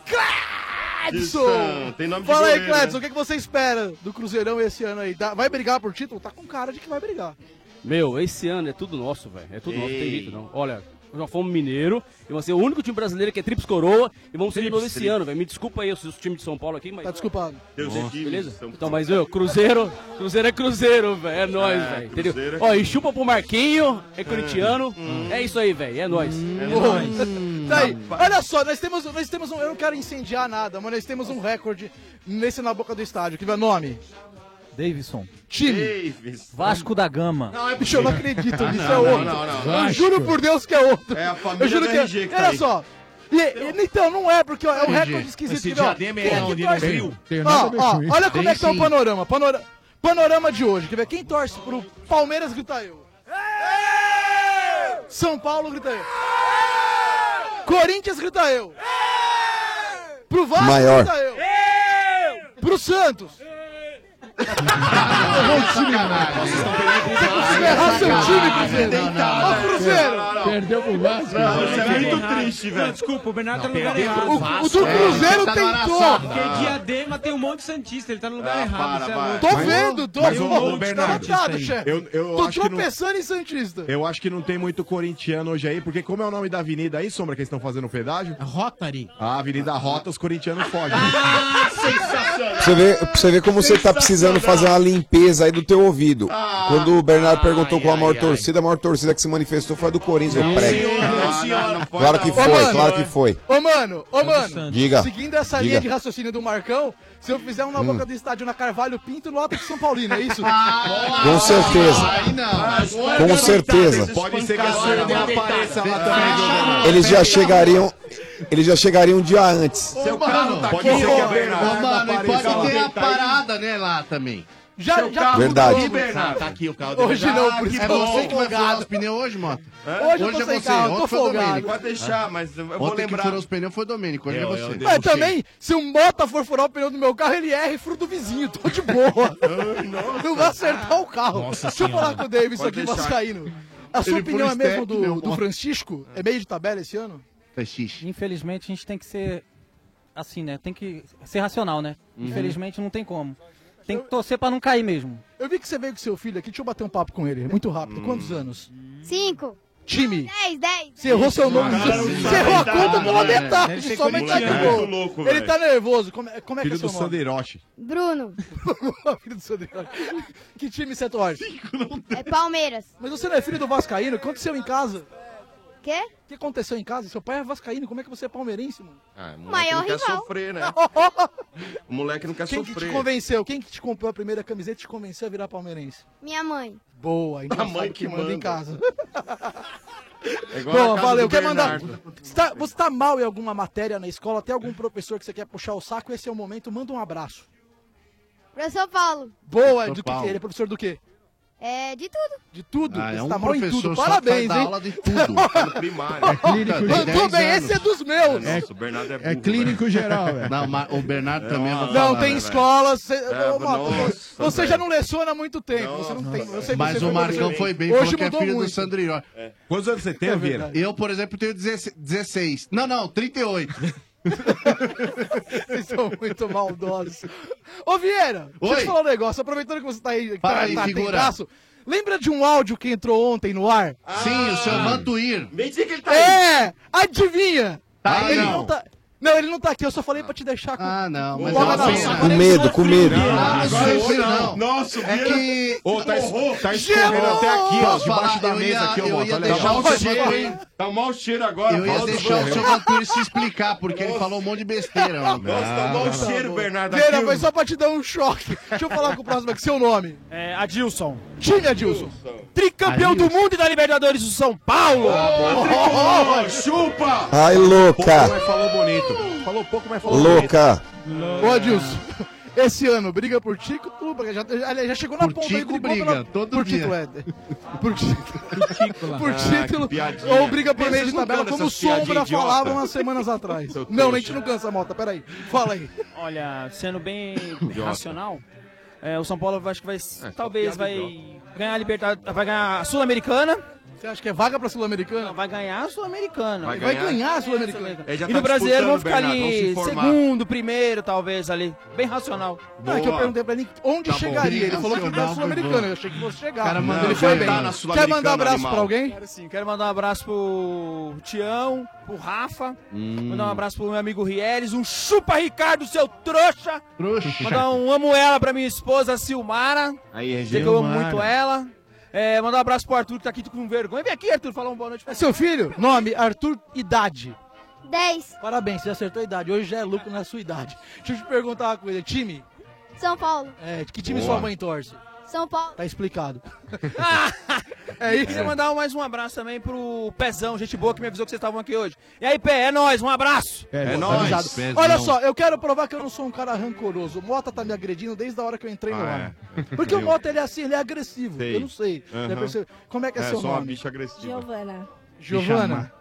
[SPEAKER 2] Cledson.
[SPEAKER 13] Tem nome de
[SPEAKER 2] Fala aí,
[SPEAKER 13] goleiro,
[SPEAKER 2] Cledson.
[SPEAKER 13] né?
[SPEAKER 2] O que, que você espera do Cruzeirão esse ano aí? Tá- Vai brigar por título? Tá com cara de que vai brigar.
[SPEAKER 13] Meu, esse ano é tudo nosso, velho. É tudo nosso, não tem
[SPEAKER 2] Ei.
[SPEAKER 13] jeito não. Olha, nós fomos mineiro e vamos ser o único time brasileiro que é trips coroa e vamos ser de
[SPEAKER 2] Trips,
[SPEAKER 13] novo esse
[SPEAKER 2] trips.
[SPEAKER 13] ano, velho. Me desculpa aí, eu sou o time de São Paulo aqui, mas...
[SPEAKER 2] Tá desculpado.
[SPEAKER 13] Deus é
[SPEAKER 2] time
[SPEAKER 13] Beleza?
[SPEAKER 2] de São
[SPEAKER 13] Então, mas, meu, Cruzeiro, Cruzeiro é Cruzeiro, velho. É nóis,
[SPEAKER 2] É,
[SPEAKER 13] velho. Entendeu?
[SPEAKER 2] Cruzeiro é
[SPEAKER 13] Ó, e
[SPEAKER 2] Cruzeiro. Hum,
[SPEAKER 13] chupa pro Marquinho, é corintiano. É isso aí, velho. É nóis. É
[SPEAKER 2] Boa. Tá aí. Olha só, nós temos, nós temos um. Eu não quero incendiar nada, mas nós temos um recorde nesse na boca do estádio. Que vai nome?
[SPEAKER 16] Davidson.
[SPEAKER 2] Time.
[SPEAKER 16] Vasco da Gama.
[SPEAKER 2] Não, é bicho, eu não acredito
[SPEAKER 16] Ah,
[SPEAKER 2] nisso,
[SPEAKER 16] não,
[SPEAKER 2] é
[SPEAKER 16] não,
[SPEAKER 2] outro.
[SPEAKER 16] não, não,
[SPEAKER 2] Eu
[SPEAKER 16] não.
[SPEAKER 2] juro por Deus que é outro.
[SPEAKER 16] É a família
[SPEAKER 2] eu juro
[SPEAKER 16] do
[SPEAKER 2] que é.
[SPEAKER 16] RG que tá
[SPEAKER 2] Olha
[SPEAKER 16] aí.
[SPEAKER 2] só. E- e- então, não é, porque ó, é um
[SPEAKER 16] RG,
[SPEAKER 2] recorde esquisito.
[SPEAKER 16] esse
[SPEAKER 2] que vem, ó.
[SPEAKER 16] diadema é
[SPEAKER 2] Quem
[SPEAKER 16] onde
[SPEAKER 2] que
[SPEAKER 16] não
[SPEAKER 2] torce-
[SPEAKER 16] viu. Tem nada a
[SPEAKER 2] Ó,
[SPEAKER 16] ver
[SPEAKER 2] ó,
[SPEAKER 16] com isso.
[SPEAKER 2] olha como é que tá o
[SPEAKER 16] Tem sim.
[SPEAKER 2] panorama. Panora- Panorama de hoje. Quer ver? Quem torce pro Palmeiras grita eu. São Paulo grita eu. Corinthians grita eu. Pro Vasco
[SPEAKER 9] Maior.
[SPEAKER 2] grita eu. Pro
[SPEAKER 16] [LAUGHS]
[SPEAKER 2] Santos.
[SPEAKER 18] Vocês estão
[SPEAKER 2] [LAUGHS] Você errar seu time, Cruzeiro. Ô, Cruzeiro.
[SPEAKER 12] Perdeu pro
[SPEAKER 8] né?
[SPEAKER 12] Vasco.
[SPEAKER 14] Não,
[SPEAKER 12] velho.
[SPEAKER 14] isso é muito triste, velho. Desculpa, o Bernardo tá no lugar errado.
[SPEAKER 2] O- o do É, Cruzeiro tá no tentou. Araçá.
[SPEAKER 14] Porque Diadema tem um monte de Santista, ele tá no lugar
[SPEAKER 2] Ah,
[SPEAKER 14] errado.
[SPEAKER 2] para,
[SPEAKER 14] isso é
[SPEAKER 2] vai.
[SPEAKER 14] louco.
[SPEAKER 2] Tô
[SPEAKER 4] Mas-
[SPEAKER 2] vendo, tô
[SPEAKER 4] mas, ô,
[SPEAKER 2] pô,
[SPEAKER 4] ô,
[SPEAKER 2] tá
[SPEAKER 4] Bernardo,
[SPEAKER 2] lotado,
[SPEAKER 4] isso aí.
[SPEAKER 2] chefe.
[SPEAKER 4] Eu- eu
[SPEAKER 2] Tô
[SPEAKER 4] acho que não-
[SPEAKER 2] tropeçando em Santista.
[SPEAKER 4] Eu acho que não tem muito corintiano hoje aí, porque como é o nome da avenida aí, Sombra, que eles estão fazendo o pedágio?
[SPEAKER 5] Rotary.
[SPEAKER 4] A Avenida Rota, os corintianos fogem.
[SPEAKER 9] Pra você ver, pra você ver como você tá precisando fazer uma limpeza aí do teu ouvido.
[SPEAKER 2] Ah,
[SPEAKER 9] Quando o Bernardo perguntou qual a maior torcida, a maior torcida que se manifestou foi a do Corinthians, eu prego. Claro que
[SPEAKER 2] Ô,
[SPEAKER 9] foi,
[SPEAKER 2] mano,
[SPEAKER 9] claro que foi.
[SPEAKER 2] Ô, mano, ô, mano.
[SPEAKER 9] Diga,
[SPEAKER 2] Seguindo essa linha
[SPEAKER 9] diga.
[SPEAKER 2] de raciocínio do Marcão, se eu fizer um na
[SPEAKER 9] Hum.
[SPEAKER 2] boca do estádio na Carvalho Pinto, nota de São Paulino,
[SPEAKER 8] [LAUGHS]
[SPEAKER 2] é isso?
[SPEAKER 8] Ah,
[SPEAKER 9] Com certeza. Com certeza.
[SPEAKER 8] tá
[SPEAKER 4] Pode ser que a Sombra apareça lá também.
[SPEAKER 9] Eles já chegariam, eles já chegariam um dia antes.
[SPEAKER 10] Seu carro tá
[SPEAKER 4] Pode ser que a Bernardo
[SPEAKER 10] Mano, e
[SPEAKER 4] apareça
[SPEAKER 10] pode
[SPEAKER 4] lá.
[SPEAKER 10] ter a parada, né, lá também.
[SPEAKER 2] Já,
[SPEAKER 10] Seu
[SPEAKER 2] já
[SPEAKER 10] carro
[SPEAKER 9] Verdade.
[SPEAKER 10] mudou, Bernardo. Tá aqui o carro
[SPEAKER 2] dele. Hoje
[SPEAKER 8] Ah,
[SPEAKER 2] não, por
[SPEAKER 10] porque
[SPEAKER 2] isso
[SPEAKER 10] é
[SPEAKER 2] que eu tô
[SPEAKER 10] você que vai
[SPEAKER 2] folgado.
[SPEAKER 10] furar os pneus hoje, mano?
[SPEAKER 2] Hoje eu tô sem carro, tô folgado.
[SPEAKER 8] Pode deixar, mas eu vou
[SPEAKER 10] Ontem
[SPEAKER 8] lembrar.
[SPEAKER 10] que furou os pneus foi o Domênico, hoje é
[SPEAKER 8] Eu- eu
[SPEAKER 10] você.
[SPEAKER 2] Mas também, se um mota for furar o pneu do meu carro, ele erra e fura do vizinho. Tô
[SPEAKER 10] [LAUGHS]
[SPEAKER 2] de boa. Não vai acertar o carro.
[SPEAKER 10] Nossa
[SPEAKER 2] Deixa eu
[SPEAKER 10] Senhora.
[SPEAKER 2] falar com o Davis
[SPEAKER 10] Pode
[SPEAKER 2] aqui,
[SPEAKER 10] deixar.
[SPEAKER 2] Vascaíno. A sua
[SPEAKER 10] Ele
[SPEAKER 2] opinião é
[SPEAKER 10] fura
[SPEAKER 2] mesmo
[SPEAKER 10] step, meu
[SPEAKER 2] do, do
[SPEAKER 10] amor.
[SPEAKER 2] Francisco? É meio de tabela esse ano?
[SPEAKER 10] Tá
[SPEAKER 16] Infelizmente a gente tem que ser assim, né? Tem que ser racional, né?
[SPEAKER 2] Uhum.
[SPEAKER 16] Infelizmente não tem como. Tem que torcer pra não cair mesmo.
[SPEAKER 2] é
[SPEAKER 10] Hum.
[SPEAKER 2] Eu vi que você veio com seu filho aqui, deixa eu bater um papo com ele, muito rápido. Quantos anos?
[SPEAKER 1] Cinco.
[SPEAKER 2] time.
[SPEAKER 24] 10, 10.
[SPEAKER 2] Você errou seu nome.
[SPEAKER 18] Cara, não
[SPEAKER 2] Você
[SPEAKER 18] sabe
[SPEAKER 2] errou a
[SPEAKER 18] dar,
[SPEAKER 2] conta do
[SPEAKER 18] né?
[SPEAKER 2] detalhe.
[SPEAKER 18] Deve ser
[SPEAKER 2] Somente aqui,
[SPEAKER 18] corintiano.
[SPEAKER 2] pô.
[SPEAKER 18] Muito louco,
[SPEAKER 2] Ele
[SPEAKER 18] velho.
[SPEAKER 2] tá nervoso. Como é, como é
[SPEAKER 4] Filho
[SPEAKER 2] que é
[SPEAKER 4] do
[SPEAKER 2] seu nome?
[SPEAKER 4] Sanderoche.
[SPEAKER 24] Bruno,
[SPEAKER 2] [LAUGHS] filho do Sanderoche. Que time você torce?
[SPEAKER 24] é Palmeiras.
[SPEAKER 2] Mas você não é filho do Vascaíno? O que aconteceu em casa?
[SPEAKER 24] Quê?
[SPEAKER 2] O que aconteceu em casa? Seu pai é Vascaíno, como é que você é palmeirense, mano?
[SPEAKER 8] Ah, o moleque
[SPEAKER 2] Maior
[SPEAKER 8] não quer
[SPEAKER 2] rival.
[SPEAKER 8] sofrer, né? O moleque não quer
[SPEAKER 2] Quem que
[SPEAKER 8] É sofrer.
[SPEAKER 2] te convenceu? Quem que te comprou a primeira camiseta e te convenceu a virar palmeirense?
[SPEAKER 24] Minha mãe.
[SPEAKER 2] Boa, então
[SPEAKER 8] A mãe
[SPEAKER 2] sabe
[SPEAKER 8] que
[SPEAKER 2] manda em
[SPEAKER 8] manda.
[SPEAKER 2] casa.
[SPEAKER 8] É igual na
[SPEAKER 2] Bom,
[SPEAKER 8] casa
[SPEAKER 2] valeu.
[SPEAKER 8] do
[SPEAKER 2] Quer mandar?
[SPEAKER 8] Bernardo.
[SPEAKER 2] Você tá, você tá mal em alguma matéria na escola? Tem algum professor que você quer puxar o saco? Esse é o momento. Manda um abraço.
[SPEAKER 24] Professor Paulo,
[SPEAKER 2] Boa.
[SPEAKER 24] São
[SPEAKER 2] Do que
[SPEAKER 24] Paulo.
[SPEAKER 2] que ele é professor do quê?
[SPEAKER 24] é de tudo.
[SPEAKER 2] De tudo.
[SPEAKER 24] Ah, é
[SPEAKER 2] você
[SPEAKER 24] um
[SPEAKER 2] tá mal em
[SPEAKER 24] professor
[SPEAKER 2] tudo.
[SPEAKER 24] só que vai
[SPEAKER 2] Parabéns,
[SPEAKER 24] dar
[SPEAKER 2] hein?
[SPEAKER 24] aula de
[SPEAKER 4] tudo.
[SPEAKER 2] [LAUGHS] Tá
[SPEAKER 8] no primário.
[SPEAKER 2] É clínico
[SPEAKER 10] de
[SPEAKER 2] Mandou
[SPEAKER 10] 10
[SPEAKER 2] bem,
[SPEAKER 10] anos.
[SPEAKER 2] esse é dos meus.
[SPEAKER 10] É-
[SPEAKER 8] Nossa, o Bernardo é burro.
[SPEAKER 10] É clínico
[SPEAKER 12] geral, velho.
[SPEAKER 10] Não, mas o Bernardo também é uma
[SPEAKER 2] Não,
[SPEAKER 10] palavra,
[SPEAKER 2] tem
[SPEAKER 10] velho.
[SPEAKER 2] escola. Você,
[SPEAKER 10] É,
[SPEAKER 2] ô, Marco,
[SPEAKER 10] nossa,
[SPEAKER 2] você
[SPEAKER 10] velho.
[SPEAKER 2] já não leciona há muito tempo. você não tem. Eu sei que
[SPEAKER 10] Mas
[SPEAKER 2] você
[SPEAKER 10] o Marcão
[SPEAKER 2] professor.
[SPEAKER 10] foi bem,
[SPEAKER 2] Hoje
[SPEAKER 10] falou que é
[SPEAKER 2] mudou
[SPEAKER 10] filho do
[SPEAKER 2] muito.
[SPEAKER 10] Sandro Iró.
[SPEAKER 4] Quantos anos você
[SPEAKER 2] É Vieira? verdade.
[SPEAKER 10] Eu, por exemplo, tenho 16. 16. Não, não, 38.
[SPEAKER 2] [LAUGHS] Vocês são muito maldosos. Ô, Vieira, deixa eu te
[SPEAKER 10] Oi.
[SPEAKER 2] falar um negócio. Aproveitando que você tá aí, que
[SPEAKER 10] Fala
[SPEAKER 2] tá,
[SPEAKER 10] aí,
[SPEAKER 2] tá
[SPEAKER 10] figura.
[SPEAKER 2] tendaço, lembra de um áudio que entrou ontem no ar?
[SPEAKER 10] Ah.
[SPEAKER 2] Ah.
[SPEAKER 10] Sim, o seu Vantuir.
[SPEAKER 8] Nem dizer que ele
[SPEAKER 2] é, adivinha?
[SPEAKER 10] Tá aí,
[SPEAKER 2] ele
[SPEAKER 10] não.
[SPEAKER 2] tá... Não, ele não tá aqui, eu só falei pra te deixar com... Ah,
[SPEAKER 10] não,
[SPEAKER 2] mas...
[SPEAKER 9] Com medo, com medo.
[SPEAKER 10] Ah, não,
[SPEAKER 4] Agora
[SPEAKER 10] isso
[SPEAKER 4] hoje
[SPEAKER 10] não.
[SPEAKER 4] não.
[SPEAKER 10] Nossa,
[SPEAKER 4] É que-
[SPEAKER 10] Ô,
[SPEAKER 4] tá es- [LAUGHS] tá
[SPEAKER 10] escorrendo
[SPEAKER 4] escorrendo até aqui, ó,
[SPEAKER 10] Posso
[SPEAKER 4] debaixo
[SPEAKER 10] falar?
[SPEAKER 4] da
[SPEAKER 10] Eu
[SPEAKER 4] mesa
[SPEAKER 10] ia-
[SPEAKER 4] aqui, ó,
[SPEAKER 10] Eu
[SPEAKER 4] Walter,
[SPEAKER 10] ia
[SPEAKER 4] olha
[SPEAKER 10] deixar
[SPEAKER 4] lá.
[SPEAKER 10] o
[SPEAKER 4] Tá
[SPEAKER 10] seu
[SPEAKER 4] mau cheiro,
[SPEAKER 10] Vantuir-
[SPEAKER 4] hein?
[SPEAKER 8] Tá um mau cheiro agora.
[SPEAKER 10] Eu ia
[SPEAKER 8] volta,
[SPEAKER 10] deixar o
[SPEAKER 8] [LAUGHS] Bruno.
[SPEAKER 10] seu Vantuir se explicar, porque ele falou um monte de besteira. mano.
[SPEAKER 8] Nossa, tá mau cheiro, Bernardo.
[SPEAKER 2] Vieira,
[SPEAKER 8] aqui,
[SPEAKER 2] foi só pra te dar um choque. Deixa eu falar com o próximo aqui, seu nome.
[SPEAKER 17] É, Adilson.
[SPEAKER 2] Time, Adilson.
[SPEAKER 17] Tricampeão do mundo e da Libertadores do São Paulo.
[SPEAKER 4] tricolor,
[SPEAKER 17] chupa!
[SPEAKER 9] Ai,
[SPEAKER 4] Pouco,
[SPEAKER 9] louca.
[SPEAKER 4] mas falou bonito. Falou pouco, mas falou
[SPEAKER 9] Louca.
[SPEAKER 2] Ô, Adilson, esse ano briga por título, porque já, já, aliás, já chegou na ponta aí,
[SPEAKER 10] Tico
[SPEAKER 2] brigou
[SPEAKER 10] briga,
[SPEAKER 2] pela-
[SPEAKER 10] todo
[SPEAKER 2] por
[SPEAKER 10] dia.
[SPEAKER 2] título, é. Por título, por
[SPEAKER 10] Ah,
[SPEAKER 2] título
[SPEAKER 10] que piadinha.
[SPEAKER 2] ou briga por
[SPEAKER 10] Vocês
[SPEAKER 2] meio de
[SPEAKER 10] não
[SPEAKER 2] tabela,
[SPEAKER 10] cansam
[SPEAKER 2] como o
[SPEAKER 10] dessas piadinhas
[SPEAKER 2] Sombra
[SPEAKER 10] idiota?
[SPEAKER 2] falava umas semanas atrás.
[SPEAKER 17] Seu
[SPEAKER 2] Não,
[SPEAKER 17] trouxa.
[SPEAKER 2] a gente não cansa, Mota, peraí, fala aí.
[SPEAKER 17] Olha, sendo
[SPEAKER 2] [LAUGHS]
[SPEAKER 17] bem racional, é, o São Paulo eu acho que vai.
[SPEAKER 2] É,
[SPEAKER 17] talvez
[SPEAKER 2] piada
[SPEAKER 17] vai ganhar a Libertadores. Vai ganhar a Sul-Americana.
[SPEAKER 2] Você acha que é vaga pra Sul-Americana?
[SPEAKER 17] Vai ganhar a Sul-Americana.
[SPEAKER 2] Vai Vai ganhar. ganhar a Sul-Americana.
[SPEAKER 8] Ele já
[SPEAKER 17] E
[SPEAKER 8] tá
[SPEAKER 17] no brasileiro vão
[SPEAKER 8] disputando,
[SPEAKER 17] ficar ali
[SPEAKER 8] Bernardo, vamos se formar.
[SPEAKER 17] segundo, primeiro, talvez ali. Bem racional.
[SPEAKER 2] Não, é que eu perguntei pra ele onde
[SPEAKER 17] Tá bom.
[SPEAKER 2] chegaria. Ele falou que
[SPEAKER 17] Nacional,
[SPEAKER 2] da Sul-Americana,
[SPEAKER 17] bom.
[SPEAKER 2] eu achei que fosse chegar.
[SPEAKER 17] O cara mandou
[SPEAKER 2] ele
[SPEAKER 17] ele
[SPEAKER 2] foi
[SPEAKER 17] já
[SPEAKER 2] bem.
[SPEAKER 17] tá na
[SPEAKER 2] Quer
[SPEAKER 17] Sul-Americana,
[SPEAKER 2] mandar um abraço
[SPEAKER 17] animal.
[SPEAKER 2] pra alguém?
[SPEAKER 17] Quero sim, quero mandar um abraço pro Tião, pro Rafa, mandar um abraço pro meu amigo Rieles, um chupa Ricardo, seu trouxa!
[SPEAKER 10] Trouxa.
[SPEAKER 17] Mandar um amo ela pra minha esposa Silmara,
[SPEAKER 8] Aí,
[SPEAKER 17] dizer que eu amo muito ela. É, mandar um abraço pro Arthur que tá aqui com vergonha. Vem aqui, Arthur, falar uma boa noite.
[SPEAKER 2] É seu filho? Nome, Arthur, idade.
[SPEAKER 24] 10.
[SPEAKER 2] Parabéns, você acertou a idade. Hoje já é lucro na sua idade. Deixa eu te perguntar uma coisa. Time,
[SPEAKER 24] São Paulo,
[SPEAKER 2] é, que time
[SPEAKER 24] Boa.
[SPEAKER 2] sua mãe torce?
[SPEAKER 24] São Paulo.
[SPEAKER 2] Tá explicado.
[SPEAKER 17] É isso. Queria mandar mais um abraço também pro Pezão, gente boa que me avisou que vocês estavam aqui hoje. E aí, Pé, é nóis, um abraço!
[SPEAKER 2] Pô, Tá avisado. Olha só, eu quero provar que eu não sou um cara rancoroso. O Mota tá me agredindo desde a hora que eu entrei no ar. Porque o Mota, ele é assim, ele é agressivo.
[SPEAKER 8] Sei.
[SPEAKER 2] Eu não sei.
[SPEAKER 8] Aham.
[SPEAKER 2] Já percebeu? Como é que é,
[SPEAKER 8] É,
[SPEAKER 2] seu
[SPEAKER 8] só uma
[SPEAKER 2] nome?
[SPEAKER 8] bicha agressiva.
[SPEAKER 1] Giovana.
[SPEAKER 2] Giovana,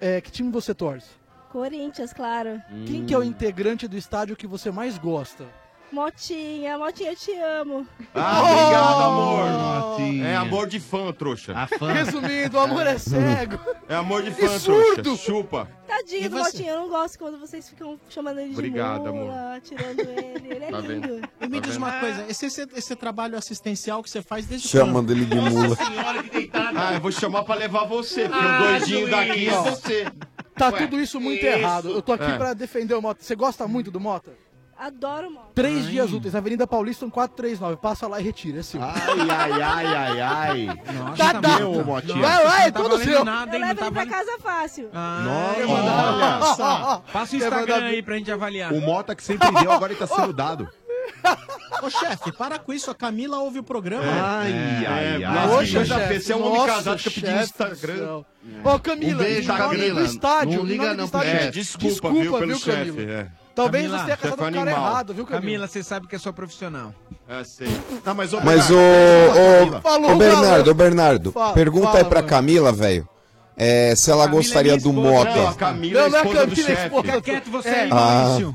[SPEAKER 2] é, que time você torce?
[SPEAKER 1] Corinthians, claro.
[SPEAKER 2] Quem
[SPEAKER 8] Hum.
[SPEAKER 2] que é o integrante do estádio que você mais gosta?
[SPEAKER 1] Motinha, Motinha, eu te amo.
[SPEAKER 8] Ah, obrigado, amor. É amor de fã, trouxa.
[SPEAKER 2] Resumindo, o amor é cego.
[SPEAKER 8] [LAUGHS] É amor de
[SPEAKER 2] Que
[SPEAKER 8] fã,
[SPEAKER 2] surdo.
[SPEAKER 8] trouxa. Chupa.
[SPEAKER 1] Tadinho
[SPEAKER 8] E
[SPEAKER 1] do
[SPEAKER 8] você?
[SPEAKER 1] Motinha, eu não gosto quando vocês ficam chamando ele de
[SPEAKER 8] Obrigado,
[SPEAKER 1] mula, tirando ele. Ele é
[SPEAKER 8] Tá vendo?
[SPEAKER 1] lindo.
[SPEAKER 5] E me
[SPEAKER 8] Tá
[SPEAKER 5] diz
[SPEAKER 8] vendo?
[SPEAKER 5] uma coisa, esse, esse, esse trabalho assistencial que você faz desde
[SPEAKER 9] Chamando ele de mula.
[SPEAKER 8] Ah, eu vou chamar pra levar você, porque
[SPEAKER 14] Ah,
[SPEAKER 8] o doidinho daqui é você.
[SPEAKER 2] Tá
[SPEAKER 8] Ué,
[SPEAKER 2] tudo isso muito
[SPEAKER 8] isso.
[SPEAKER 2] errado. Eu tô aqui
[SPEAKER 8] É.
[SPEAKER 2] pra defender o Mota. Você gosta muito do Mota?
[SPEAKER 1] Adoro o Mota.
[SPEAKER 2] Três dias úteis, Avenida Paulista um 439. Passa lá e retira, é seu.
[SPEAKER 8] Ai, ai, ai, ai, ai.
[SPEAKER 2] Tá,
[SPEAKER 8] Nossa,
[SPEAKER 2] tá.
[SPEAKER 8] meu, Motinha.
[SPEAKER 2] Vai, vai, é
[SPEAKER 8] Não tá
[SPEAKER 2] tudo
[SPEAKER 8] valendo Ah,
[SPEAKER 2] seu.
[SPEAKER 14] nada,
[SPEAKER 1] Eu
[SPEAKER 14] hein?
[SPEAKER 1] levo ele pra casa fácil.
[SPEAKER 4] Nossa.
[SPEAKER 14] Nossa. Passa o
[SPEAKER 4] Quer
[SPEAKER 14] Instagram
[SPEAKER 4] mandar-
[SPEAKER 14] aí pra gente avaliar.
[SPEAKER 4] O Mota que sempre deu, agora ele tá sendo dado.
[SPEAKER 5] Ô chefe, para com isso, a Camila ouve o programa.
[SPEAKER 4] Ai, ai, ai.
[SPEAKER 8] Poxa,
[SPEAKER 4] Poxa,
[SPEAKER 8] já
[SPEAKER 4] chefe.
[SPEAKER 8] pensei, é um homem
[SPEAKER 4] Nossa,
[SPEAKER 8] casado que pediu
[SPEAKER 4] chefe
[SPEAKER 8] Instagram.
[SPEAKER 2] Ô, Camila,
[SPEAKER 8] Um beijo,
[SPEAKER 2] em nome
[SPEAKER 8] Camila.
[SPEAKER 2] do estádio,
[SPEAKER 8] Não
[SPEAKER 2] em
[SPEAKER 8] liga
[SPEAKER 2] nome do
[SPEAKER 8] não pro
[SPEAKER 2] estádio.
[SPEAKER 8] chefe. Desculpa, viu, pelo chefe, é.
[SPEAKER 2] Talvez
[SPEAKER 14] Camila,
[SPEAKER 2] você tenha casado com o cara errado, viu, Camila?
[SPEAKER 14] Camila, você sabe que é sua profissional.
[SPEAKER 8] É, sei.
[SPEAKER 4] Não, mas,
[SPEAKER 9] Mas o. Ô,
[SPEAKER 14] Falou,
[SPEAKER 9] ô, Bernardo,
[SPEAKER 14] Galvão.
[SPEAKER 9] ô, Bernardo.
[SPEAKER 14] Fala,
[SPEAKER 9] Pergunta
[SPEAKER 14] fala,
[SPEAKER 9] aí pra Camila, velho. é, se ela gostaria do Mota.
[SPEAKER 8] Camila,
[SPEAKER 2] não é
[SPEAKER 8] esposa do
[SPEAKER 2] Camila,
[SPEAKER 8] chefe.
[SPEAKER 2] esposa-
[SPEAKER 14] Fica quieto você
[SPEAKER 2] É.
[SPEAKER 14] aí,
[SPEAKER 9] Ah,
[SPEAKER 14] Maurício.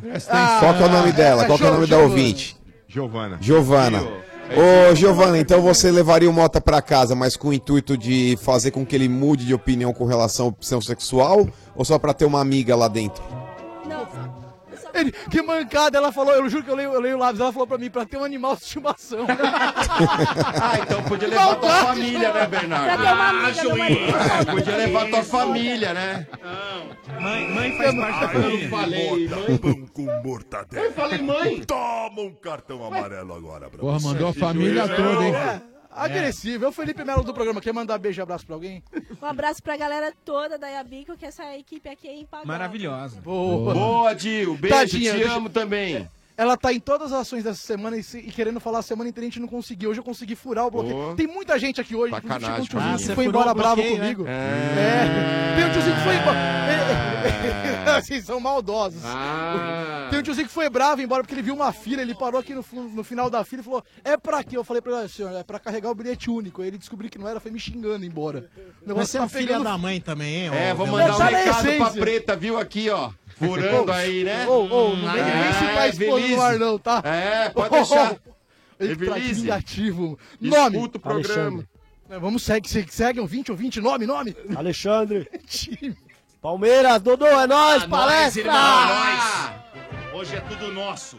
[SPEAKER 9] qual que é o
[SPEAKER 8] Ah,
[SPEAKER 9] nome dela? Qual que é o nome da ouvinte?
[SPEAKER 4] Giovana.
[SPEAKER 9] Giovana. Ô, Giovana, então você levaria o Mota pra casa, mas com o intuito de fazer com que ele mude de opinião com relação à opção sexual? Ou só pra ter uma amiga lá dentro?
[SPEAKER 1] Não, só- só
[SPEAKER 2] Ele, que mancada, ela falou, eu juro que eu leio, eu leio o lápis, ela falou pra mim, pra ter um animal
[SPEAKER 8] [LAUGHS]
[SPEAKER 2] de estimação.
[SPEAKER 8] Ah, então podia levar tua
[SPEAKER 2] Maldade,
[SPEAKER 8] família, né,
[SPEAKER 2] Já
[SPEAKER 8] Bernardo?
[SPEAKER 2] tem uma
[SPEAKER 14] Ah,
[SPEAKER 2] amiga do marido.
[SPEAKER 8] Podia levar tua família, né?
[SPEAKER 18] Mãe, mãe faz parte da família. Eu falei, mãe.
[SPEAKER 22] Com mortadela.
[SPEAKER 18] Eu falei, mãe.
[SPEAKER 22] É. [LAUGHS] Toma um cartão amarelo agora pra
[SPEAKER 12] Porra,
[SPEAKER 22] você.
[SPEAKER 12] mandou a família toda, hein?
[SPEAKER 22] É.
[SPEAKER 2] Agressivo, é o Felipe Melo do programa. Quer mandar beijo e abraço pra alguém?
[SPEAKER 1] Um abraço pra galera toda da Iabico, que essa equipe aqui é impagável.
[SPEAKER 14] Maravilhosa.
[SPEAKER 2] Boa.
[SPEAKER 8] Boa, Dil. Beijo,
[SPEAKER 2] Tadinha,
[SPEAKER 8] te
[SPEAKER 2] deixa-
[SPEAKER 8] amo também.
[SPEAKER 2] Ela tá em todas as ações dessa semana e, se- e querendo falar a semana inteira a gente não conseguiu. Hoje eu consegui furar o bloqueio.
[SPEAKER 8] Boa.
[SPEAKER 2] Tem muita gente aqui hoje. inclusive,
[SPEAKER 8] Sacanagem
[SPEAKER 2] chegou um
[SPEAKER 8] com a
[SPEAKER 2] tiozinho
[SPEAKER 8] minha.
[SPEAKER 2] que foi
[SPEAKER 8] Você furou
[SPEAKER 2] embora
[SPEAKER 8] o
[SPEAKER 2] bravo
[SPEAKER 8] bloqueio, né?
[SPEAKER 2] comigo.
[SPEAKER 8] É.
[SPEAKER 2] É. Tem um tiozinho que foi embora. É. [LAUGHS] Vocês são maldosos.
[SPEAKER 22] Ah.
[SPEAKER 2] Tem um tiozinho que foi bravo embora porque ele viu uma fila. Ele parou aqui no, fu- no final da fila e falou: É pra quê? Eu falei pra ele: "Ah, senhor, é pra carregar o bilhete único. Aí ele descobriu que não era, foi me xingando embora. O negócio
[SPEAKER 5] Você é um
[SPEAKER 2] tá
[SPEAKER 5] filho
[SPEAKER 2] pegando
[SPEAKER 5] da mãe também, hein?
[SPEAKER 8] É, vou
[SPEAKER 5] Ô,
[SPEAKER 8] mandar um
[SPEAKER 5] Deus.
[SPEAKER 8] recado pra preta, viu? Aqui, ó. Furando aí, né?
[SPEAKER 2] Ô, ô, não vem
[SPEAKER 8] É,
[SPEAKER 2] nem citar a esposa
[SPEAKER 8] Evelise.
[SPEAKER 2] no ar, não, tá?
[SPEAKER 8] É, pode deixar.
[SPEAKER 2] Eita, que
[SPEAKER 8] Evelise.
[SPEAKER 2] negativo.
[SPEAKER 8] Escuta
[SPEAKER 2] Nome.
[SPEAKER 8] o programa. Alexandre.
[SPEAKER 2] É, Vamos, segue, segue, segue, ouvinte, ouvinte, nome, nome. [LAUGHS]
[SPEAKER 23] Alexandre. Palmeiras, Dodô, é
[SPEAKER 8] Ah,
[SPEAKER 23] nóis, palestra!
[SPEAKER 19] Hoje é tudo nosso.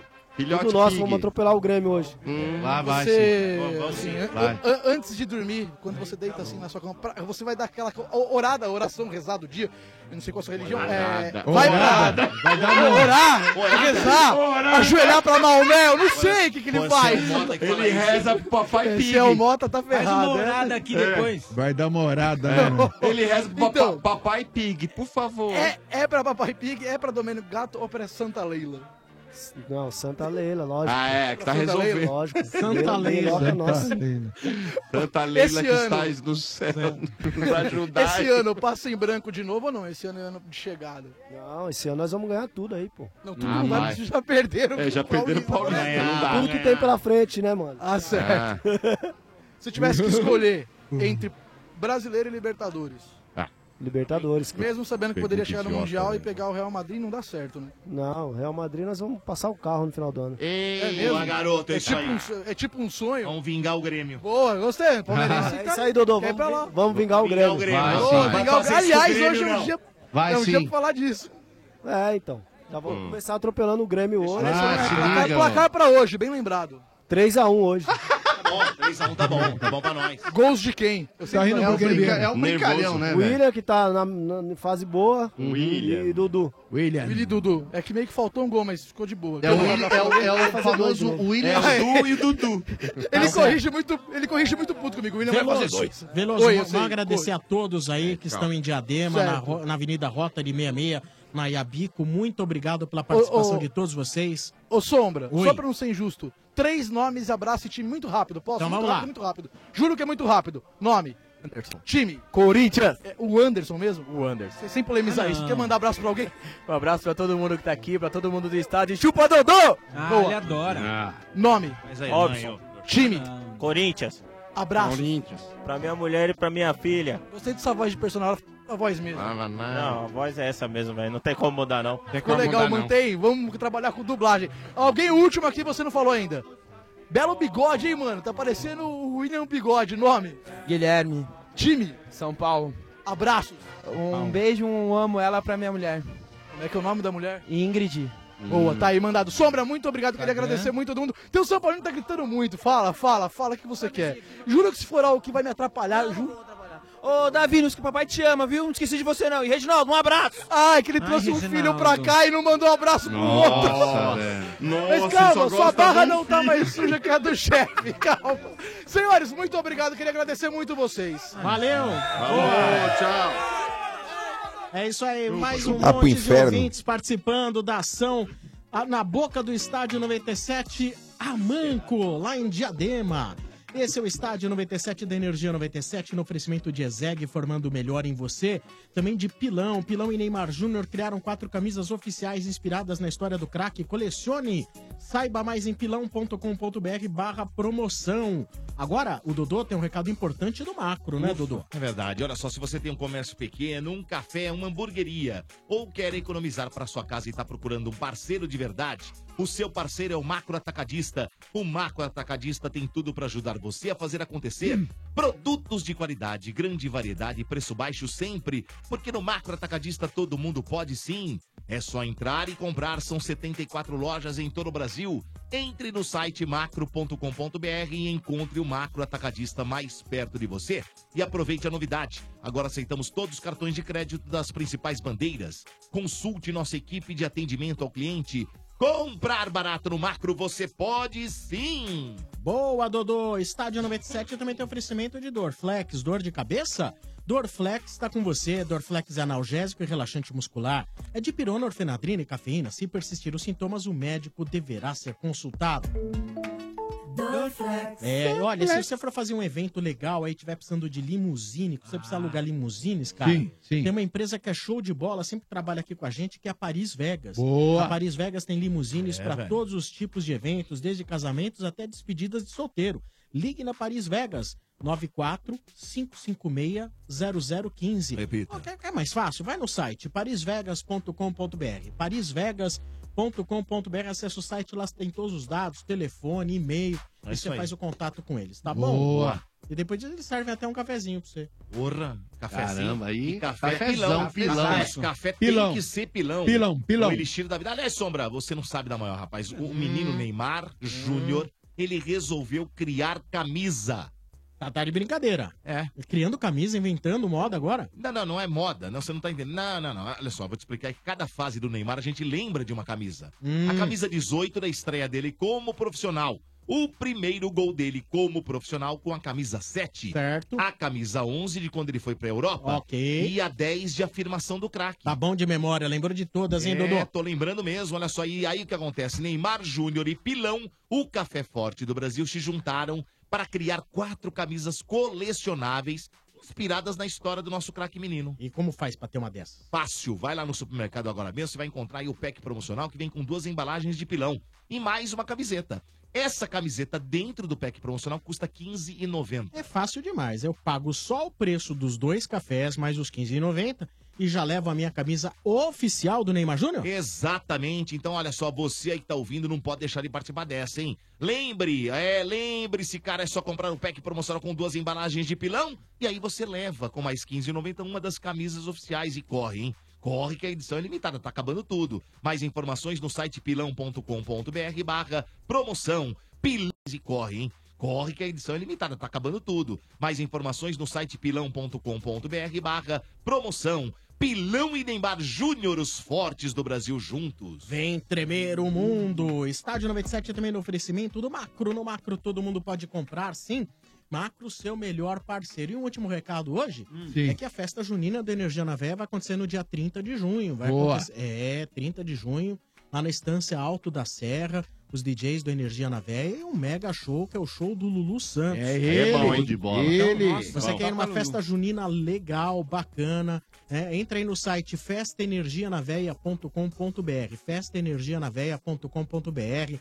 [SPEAKER 23] Tudo nosso, vamos atropelar o Grêmio hoje.
[SPEAKER 19] Lá vai,
[SPEAKER 2] É, Você,
[SPEAKER 19] sim. Vamos, vamos
[SPEAKER 2] assim,
[SPEAKER 19] sim,
[SPEAKER 2] an-
[SPEAKER 23] vai.
[SPEAKER 2] an- antes de dormir, quando você deita assim na sua cama, pra- você vai dar aquela co- o- orada, oração, rezar do dia. Eu não sei qual a sua religião. É,
[SPEAKER 18] Orada.
[SPEAKER 2] vai
[SPEAKER 18] Orada.
[SPEAKER 2] pra-
[SPEAKER 18] Vai dar uma-
[SPEAKER 2] orar,
[SPEAKER 18] Orada.
[SPEAKER 2] rezar,
[SPEAKER 18] Orada.
[SPEAKER 2] ajoelhar pra Maomé. Eu não sei o que, que ele
[SPEAKER 18] Você
[SPEAKER 2] faz.
[SPEAKER 18] é o Mota que fala
[SPEAKER 8] Ele reza pro papai
[SPEAKER 2] Esse
[SPEAKER 8] Pig.
[SPEAKER 2] é o Mota, tá
[SPEAKER 8] Faz
[SPEAKER 2] ferrado.
[SPEAKER 8] uma
[SPEAKER 2] é.
[SPEAKER 8] orada aqui
[SPEAKER 2] É.
[SPEAKER 8] depois.
[SPEAKER 12] Vai dar uma orada,
[SPEAKER 2] [LAUGHS]
[SPEAKER 12] né? mano?
[SPEAKER 8] Ele reza pro papa- papai Pig, por favor.
[SPEAKER 2] Então. É, é pra Papai Pig, é pra Domênio Gato ou pra Santa Leila?
[SPEAKER 23] Não, Santa Leila, lógico.
[SPEAKER 8] Ah, é, que tá
[SPEAKER 23] Santa Leila,
[SPEAKER 8] resolvendo.
[SPEAKER 23] Lógico.
[SPEAKER 8] Santa
[SPEAKER 23] Leila,
[SPEAKER 8] Leila.
[SPEAKER 23] Leila,
[SPEAKER 8] Santa
[SPEAKER 23] nossa.
[SPEAKER 8] Santa Leila
[SPEAKER 23] Esse
[SPEAKER 8] que
[SPEAKER 23] ano-
[SPEAKER 8] estás no céu pra ajudar.
[SPEAKER 2] Esse ano eu passo em branco de novo ou não? Esse ano é ano de chegada.
[SPEAKER 23] Não, esse ano nós vamos ganhar tudo aí, pô.
[SPEAKER 2] Não, tudo não Ah, vai, vocês já perderam.
[SPEAKER 8] É, já perderam o Paulista, não dá.
[SPEAKER 23] Tudo que tem pela frente, né, mano?
[SPEAKER 2] Ah, certo.
[SPEAKER 23] [LAUGHS]
[SPEAKER 2] Se eu tivesse que escolher entre brasileiro e Libertadores,
[SPEAKER 23] Libertadores. cara.
[SPEAKER 2] mesmo sabendo que poderia chegar no Mundial e pegar o Real Madrid, não dá certo, né?
[SPEAKER 23] Não, Real Madrid nós vamos passar o carro no final do ano.
[SPEAKER 2] É mesmo?
[SPEAKER 23] garoto,
[SPEAKER 2] é,
[SPEAKER 23] isso
[SPEAKER 2] tipo
[SPEAKER 23] aí.
[SPEAKER 2] um, so- é tipo um sonho. Vamos
[SPEAKER 19] vingar o Grêmio.
[SPEAKER 2] Boa, gostei. Palmeirense. tá-
[SPEAKER 23] É isso aí, Dodô.
[SPEAKER 2] Quer ir
[SPEAKER 23] Vamos,
[SPEAKER 2] pra lá.
[SPEAKER 23] vi- vamos vingar o Grêmio.
[SPEAKER 2] Vai, Boa, vingar o Grêmio. Aliás, hoje é um dia,
[SPEAKER 23] Vai
[SPEAKER 2] é um dia
[SPEAKER 23] sim.
[SPEAKER 2] pra falar disso.
[SPEAKER 23] É, então. Já vou começar atropelando o Grêmio hoje.
[SPEAKER 2] Ah, é Placar, placar pra hoje, bem lembrado.
[SPEAKER 23] 3x1
[SPEAKER 2] [LAUGHS]
[SPEAKER 23] hoje.
[SPEAKER 19] Tá bom, tá bom pra nós.
[SPEAKER 2] um, Gols de quem? Eu sei
[SPEAKER 19] É
[SPEAKER 2] que é
[SPEAKER 19] um
[SPEAKER 2] não
[SPEAKER 23] Grêmio.
[SPEAKER 19] brincalhão, né, velho?
[SPEAKER 23] William, que tá na, na fase boa.
[SPEAKER 19] William.
[SPEAKER 23] E Dudu.
[SPEAKER 2] William. Willi e Dudu. É que meio que faltou um gol, mas ficou de boa.
[SPEAKER 23] É o Willi- é o- é o
[SPEAKER 2] Vai fazer
[SPEAKER 23] famoso
[SPEAKER 2] dois de
[SPEAKER 25] né?
[SPEAKER 2] novo.
[SPEAKER 23] William
[SPEAKER 2] Ah, é.
[SPEAKER 23] Du e
[SPEAKER 8] Dudu.
[SPEAKER 2] Ele corrige muito, ele corrige muito puto comigo. O William vai fazer dois.
[SPEAKER 5] Veloso,
[SPEAKER 2] Oi, eu
[SPEAKER 5] vamos
[SPEAKER 2] sei. Oi.
[SPEAKER 5] agradecer
[SPEAKER 2] É,
[SPEAKER 5] a todos aí que
[SPEAKER 2] Tchau.
[SPEAKER 5] estão em Diadema, na,
[SPEAKER 2] Certo.
[SPEAKER 5] ro- na Avenida Rota de 66, na Iabico. Muito obrigado pela participação
[SPEAKER 2] ô.
[SPEAKER 5] de todos vocês.
[SPEAKER 2] Ô, Sombra,
[SPEAKER 5] Oi.
[SPEAKER 2] só pra não ser injusto, três nomes, abraço e time muito rápido. Posso?
[SPEAKER 5] Então,
[SPEAKER 2] muito
[SPEAKER 5] vamos
[SPEAKER 2] rápido,
[SPEAKER 5] lá.
[SPEAKER 2] muito rápido. Juro que é muito rápido. Nome. Anderson. Time. Corinthians. o Anderson mesmo? O Anderson. Sem polemizar isso. Quer mandar abraço pra alguém?
[SPEAKER 25] Um abraço pra todo mundo que tá aqui, pra todo mundo do estádio. Chupa, Dodô!
[SPEAKER 2] Ah, Boa. ele adora. Nome.
[SPEAKER 25] Mas aí, Robson. mãe,
[SPEAKER 2] Time.
[SPEAKER 25] Corinthians.
[SPEAKER 2] Abraço.
[SPEAKER 25] Pra minha mulher e pra minha filha.
[SPEAKER 2] Gostei dessa voz de personagem, a voz mesmo.
[SPEAKER 25] Não, a voz é essa mesmo, velho. Não tem como mudar, não.
[SPEAKER 2] Ficou legal, mantém. Vamos trabalhar com dublagem. Alguém último aqui você não falou ainda. Belo bigode, hein, mano? Tá parecendo o William Bigode. Nome.
[SPEAKER 29] Guilherme.
[SPEAKER 2] Time.
[SPEAKER 29] São Paulo.
[SPEAKER 2] Abraços.
[SPEAKER 29] Um beijo, um amo ela pra minha mulher.
[SPEAKER 2] Como é que é o nome da mulher?
[SPEAKER 29] Ingrid.
[SPEAKER 2] Boa, tá aí mandado. Sombra, muito obrigado. Queria
[SPEAKER 29] Instagram.
[SPEAKER 2] agradecer muito a todo mundo. Tem o São Paulino que tá gritando muito. Fala, fala, fala o que você quer. Juro que se for algo que vai me atrapalhar, eu juro.
[SPEAKER 29] Ô, Davi, não que o papai te ama, viu? Não esqueci de você, não. E Reginaldo, um abraço.
[SPEAKER 2] Ai, que ele trouxe um filho pra cá e não mandou um abraço pro
[SPEAKER 18] Nossa,
[SPEAKER 2] outro.
[SPEAKER 18] velho.
[SPEAKER 2] Mas
[SPEAKER 18] Nossa,
[SPEAKER 2] calma,
[SPEAKER 18] só
[SPEAKER 2] sua
[SPEAKER 18] gosta
[SPEAKER 2] barra
[SPEAKER 18] de um
[SPEAKER 2] não tá
[SPEAKER 18] filho.
[SPEAKER 2] mais suja que a do chefe. [LAUGHS] Calma. Senhores, muito obrigado. Queria agradecer muito vocês.
[SPEAKER 5] Valeu.
[SPEAKER 2] Valeu,
[SPEAKER 5] tchau. É isso aí, mais um
[SPEAKER 9] Ah, pro
[SPEAKER 5] monte de
[SPEAKER 9] inferno.
[SPEAKER 5] ouvintes participando da ação ah, na boca do Estádio 97 Amanco, lá em Diadema. Esse é o Estádio 97 da Energia 97, no oferecimento de Ezeg, formando o melhor em você. Também de Pilão. Pilão e Neymar Júnior criaram quatro camisas oficiais inspiradas na história do craque. Colecione! Saiba mais em pilão.com.br barra promoção. Agora, o Dodô tem um recado importante do macro, né, Dodô?
[SPEAKER 15] É verdade. Olha só, se você tem um comércio pequeno, um café, uma hamburgueria ou quer economizar para sua casa e está procurando um parceiro de verdade, o seu parceiro é o Macro Atacadista. O Macro Atacadista tem tudo para ajudar você a fazer acontecer. Produtos de qualidade, grande variedade e preço baixo sempre, porque no Macro Atacadista todo mundo pode sim. É só entrar e comprar, são 74 lojas em todo o Brasil. Entre no site macro.com.br e encontre o macro atacadista mais perto de você. E aproveite a novidade. Agora aceitamos todos os cartões de crédito das principais bandeiras. Consulte nossa equipe de atendimento ao cliente. Comprar barato no macro você pode sim!
[SPEAKER 5] Boa, Dodô! Estádio 97 também tem oferecimento de Dorflex. Dor de cabeça? Dorflex está com você. Dorflex é analgésico e relaxante muscular. É de pirona, orfenadrina e cafeína. Se persistir os sintomas, o médico deverá ser consultado. É, olha, se você for fazer um evento legal aí, tiver precisando de limusine, que você precisa alugar limusines, cara.
[SPEAKER 10] Sim, sim.
[SPEAKER 5] Tem uma empresa que é show de bola, sempre trabalha aqui com a gente, que é a Paris Vegas.
[SPEAKER 10] Boa.
[SPEAKER 5] A Paris Vegas tem limusines
[SPEAKER 10] É,
[SPEAKER 5] pra
[SPEAKER 10] velho.
[SPEAKER 5] todos os tipos de eventos, desde casamentos até despedidas de solteiro. Ligue na Paris Vegas. 94 556 0015. Repita. É mais fácil, vai no site parisvegas.com.br. parisvegas.com.br, acessa o site, lá tem todos os dados, telefone, e-mail,
[SPEAKER 15] É
[SPEAKER 5] e
[SPEAKER 15] isso
[SPEAKER 5] você
[SPEAKER 15] aí.
[SPEAKER 5] faz o contato com eles, tá
[SPEAKER 15] Boa.
[SPEAKER 5] bom? E depois eles servem até um cafezinho pra você.
[SPEAKER 15] Porra, cafezinho.
[SPEAKER 5] Caramba, aí,
[SPEAKER 15] E café é
[SPEAKER 5] cafezão,
[SPEAKER 15] pilão,
[SPEAKER 5] pilão.
[SPEAKER 15] pilão. Café, café
[SPEAKER 5] Pilão.
[SPEAKER 15] tem que ser pilão. É
[SPEAKER 5] Pilão, pilão.
[SPEAKER 15] O elixir da vida. Aliás, Sombra, você não sabe da maior, rapaz. O
[SPEAKER 5] Hum.
[SPEAKER 15] menino Neymar Júnior, ele resolveu criar camisa.
[SPEAKER 5] Tá, tá de brincadeira.
[SPEAKER 15] É.
[SPEAKER 5] Criando camisa, inventando moda agora.
[SPEAKER 15] Não, não, não é moda. Não, você não tá entendendo. Não, não, não. Olha só, vou te explicar que cada fase do Neymar a gente lembra de uma camisa.
[SPEAKER 5] Hum.
[SPEAKER 15] A camisa 18 da estreia dele como profissional. O primeiro gol dele como profissional com a camisa 7.
[SPEAKER 5] Certo.
[SPEAKER 15] A camisa 11 de quando ele foi pra Europa.
[SPEAKER 5] Ok.
[SPEAKER 15] E a 10 de afirmação do craque.
[SPEAKER 5] Tá bom de memória, lembrou de todas, hein,
[SPEAKER 15] É,
[SPEAKER 5] Dodô?
[SPEAKER 15] tô lembrando mesmo, olha só. E aí o que acontece? Neymar Júnior e Pilão, o Café Forte do Brasil, se juntaram para criar quatro camisas colecionáveis inspiradas na história do nosso craque menino.
[SPEAKER 5] E como faz pra ter uma dessas?
[SPEAKER 15] Fácil, vai lá no supermercado agora mesmo, você vai encontrar aí o pack promocional que vem com duas embalagens de pilão e mais uma camiseta. Essa camiseta dentro do pack promocional custa R$15,90.
[SPEAKER 5] É fácil demais. Eu pago só o preço dos dois cafés, mais os 15,90 e já levo a minha camisa oficial do Neymar Júnior.
[SPEAKER 15] Exatamente. Então, olha só, você aí que tá ouvindo não pode deixar de participar dessa, hein? Lembre, é, lembre-se, cara, é só comprar o pack promocional com duas embalagens de pilão e aí você leva com mais 15,90 uma das camisas oficiais e corre, hein? Corre que a edição é limitada, tá acabando tudo. Mais informações no site pilão.com.br barra promoção. Pilões e corre, hein? Corre que a edição é limitada, tá acabando tudo. Mais informações no site pilão.com.br barra promoção. Pilão e Neymar Júnior, os fortes do Brasil juntos.
[SPEAKER 5] Vem tremer o mundo. Estádio 97 é também no oferecimento do Macro. No Macro todo mundo pode comprar, sim. Macro, seu melhor parceiro. E um último recado hoje
[SPEAKER 10] Hum. Sim.
[SPEAKER 5] é que a festa junina do Energia na Véia vai acontecer no dia 30 de junho. Vai
[SPEAKER 10] Boa.
[SPEAKER 5] acontecer- É, 30 de junho, lá na Estância Alto da Serra. Os DJs do Energia na Véia e um mega show, que é o show do Lulu Santos.
[SPEAKER 10] É ele, É bom, hein, de bola. ele. Tá
[SPEAKER 5] Então, você
[SPEAKER 10] Bom.
[SPEAKER 5] quer ir numa
[SPEAKER 10] Toca, Lulu.
[SPEAKER 5] festa festa junina legal, bacana. né? entra aí no site festaenergianaveia.com.br festaenergianaveia.com.br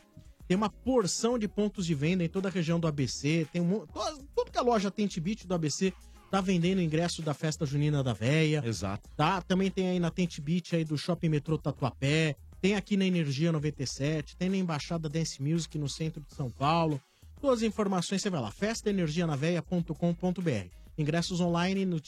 [SPEAKER 5] Tem uma porção de pontos de venda em toda a região do ABC. Tem um, mon- to- tudo que a loja Tente Beat do ABC tá vendendo ingresso da festa junina da Veia.
[SPEAKER 15] Exato.
[SPEAKER 5] Tá? Também tem aí na Tente Beat aí do Shopping Metrô Tatuapé. Tem aqui na Energia 97, tem na Embaixada Dance Music no centro de São Paulo. Todas as informações você vai lá, festaenergianaveia.com.br. Ingressos online no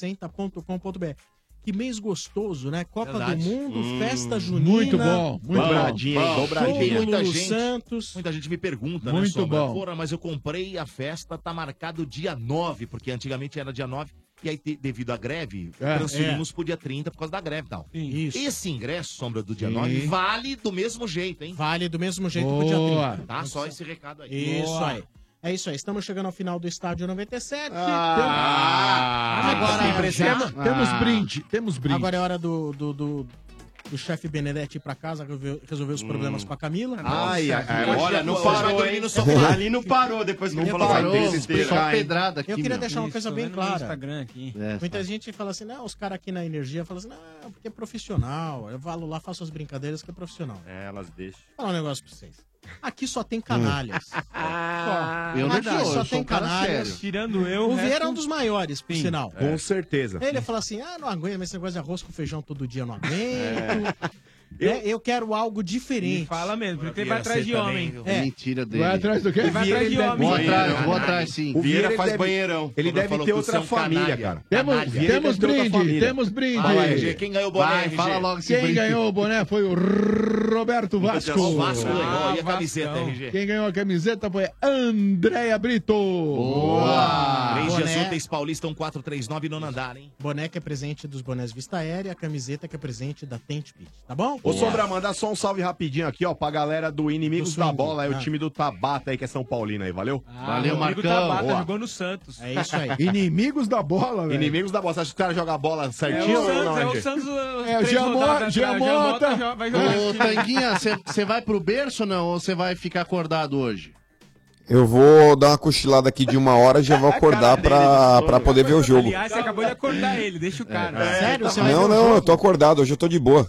[SPEAKER 5] ticket360.com.br. Que mês gostoso, né? Copa
[SPEAKER 15] Verdade.
[SPEAKER 5] do Mundo,
[SPEAKER 15] Hum,
[SPEAKER 5] festa junina.
[SPEAKER 10] muito bom, muito
[SPEAKER 15] Dobradinha, hein? Dobradinha.
[SPEAKER 5] Todo
[SPEAKER 15] Muita
[SPEAKER 5] Lulu
[SPEAKER 15] gente.
[SPEAKER 5] Santos.
[SPEAKER 15] Muita gente me pergunta, né,
[SPEAKER 5] Muito
[SPEAKER 15] Sombra?
[SPEAKER 5] bom.
[SPEAKER 15] Porra, mas eu comprei a festa, tá marcado dia 9, porque antigamente era dia 9. E aí, te- devido à greve,
[SPEAKER 5] É,
[SPEAKER 15] transferimos pro dia 30 por causa da greve e tal.
[SPEAKER 5] Isso.
[SPEAKER 15] Esse ingresso, Sombra, do dia
[SPEAKER 5] Sim.
[SPEAKER 15] 9, vale do mesmo jeito, hein?
[SPEAKER 5] Vale do mesmo jeito
[SPEAKER 15] Boa.
[SPEAKER 5] pro dia 30.
[SPEAKER 15] Tá? Só esse recado aí.
[SPEAKER 5] Isso aí. É isso aí, estamos chegando ao final do estádio 97.
[SPEAKER 10] Ah,
[SPEAKER 5] Temos-
[SPEAKER 10] agora
[SPEAKER 5] agora é
[SPEAKER 10] sim,
[SPEAKER 5] já-
[SPEAKER 10] temos- temos brinde, temos brinde.
[SPEAKER 5] Agora é hora do, do, do, do chefe Benedetti ir pra casa resolver, resolver os problemas com a Camila.
[SPEAKER 8] Ai, ai, ai, olha, não
[SPEAKER 5] Hoje vai
[SPEAKER 8] parou,
[SPEAKER 5] dormir
[SPEAKER 8] hein?
[SPEAKER 5] no sofá.
[SPEAKER 8] Ali não parou depois que
[SPEAKER 5] Não
[SPEAKER 8] ele falou vai
[SPEAKER 5] parou,
[SPEAKER 8] besteira.
[SPEAKER 5] só
[SPEAKER 8] hein?
[SPEAKER 5] pedrada aqui, Eu queria meu. né, deixar uma
[SPEAKER 8] Isso,
[SPEAKER 5] coisa bem
[SPEAKER 8] vendo no
[SPEAKER 5] clara.
[SPEAKER 8] Instagram
[SPEAKER 30] aqui.
[SPEAKER 2] É.
[SPEAKER 5] Muita gente fala assim, não, os caras aqui na energia falam assim, não, porque é profissional, eu valo lá, faço as brincadeiras que é profissional.
[SPEAKER 8] É, elas deixam.
[SPEAKER 5] [LAUGHS] Vou falar um negócio pra vocês. Aqui só tem canalhas. Só. Hum. Eu não
[SPEAKER 14] Aqui
[SPEAKER 5] sou, eu sou um cara sério.
[SPEAKER 14] Tirando eu.
[SPEAKER 5] O Vieira é um dos maiores, por sinal.
[SPEAKER 4] Com certeza.
[SPEAKER 5] Ele fala assim: ah, não aguento, mas esse negócio de arroz com feijão todo dia eu não aguento.
[SPEAKER 4] É.
[SPEAKER 5] Eu, eu quero algo diferente. fala
[SPEAKER 14] mesmo, porque ele vai atrás de homem.
[SPEAKER 5] É.
[SPEAKER 10] Mentira dele.
[SPEAKER 5] Vai atrás do quê?
[SPEAKER 10] Ele
[SPEAKER 5] Vai atrás
[SPEAKER 10] deve-
[SPEAKER 5] de homem.
[SPEAKER 10] Vou
[SPEAKER 5] Banheirão,
[SPEAKER 10] atrás, vou
[SPEAKER 5] canalha.
[SPEAKER 10] atrás sim.
[SPEAKER 4] O Vieira faz banheirão.
[SPEAKER 10] Ele deve ter outra família, cara.
[SPEAKER 12] Temos, temos brinde, temos brinde.
[SPEAKER 10] Fala, RG, quem ganhou o boné,
[SPEAKER 12] Vai,
[SPEAKER 10] RG?
[SPEAKER 12] fala logo esse Quem
[SPEAKER 10] brinde.
[SPEAKER 12] ganhou o boné foi o Roberto Vasco. Ah,
[SPEAKER 10] Ó, o Vasco ganhou, e a camiseta, RG?
[SPEAKER 12] Quem ganhou a camiseta foi Andréia Brito.
[SPEAKER 10] Boa! Três dias
[SPEAKER 5] Boné.
[SPEAKER 10] úteis Paulista 1439 nono andar, hein?
[SPEAKER 5] Boneca é presente dos bonés Vista Aérea, a camiseta que é presente da Tent Pit, tá bom?
[SPEAKER 4] Ô, Sombra, mandar só um salve rapidinho aqui, ó, pra galera do Inimigos da Bola, é o
[SPEAKER 5] Ah.
[SPEAKER 4] time do Tabata aí, que é São Paulino aí, valeu?
[SPEAKER 14] Valeu, Ah, o tá amigo Marcão. Tabata jogou
[SPEAKER 4] no Santos.
[SPEAKER 5] É
[SPEAKER 14] isso aí.
[SPEAKER 12] Inimigos da bola, velho.
[SPEAKER 4] Inimigos da bola. Você acha que o cara joga a bola certinho
[SPEAKER 14] É o
[SPEAKER 4] ou não,
[SPEAKER 14] Santos, é
[SPEAKER 4] RG?
[SPEAKER 14] o Santos.
[SPEAKER 4] É, o Giamota,
[SPEAKER 14] né?
[SPEAKER 4] Giamota.
[SPEAKER 10] Ô, Tanguinha, você vai pro berço ou não? Ou você vai ficar acordado hoje?
[SPEAKER 9] Eu vou dar uma cochilada aqui de uma hora e já vou acordar Ah, pra, pra poder ver o jogo.
[SPEAKER 14] Aliás, você acabou de acordar ele, deixa o cara.
[SPEAKER 10] Sério?
[SPEAKER 9] Não, não, eu tô acordado, hoje eu tô de boa.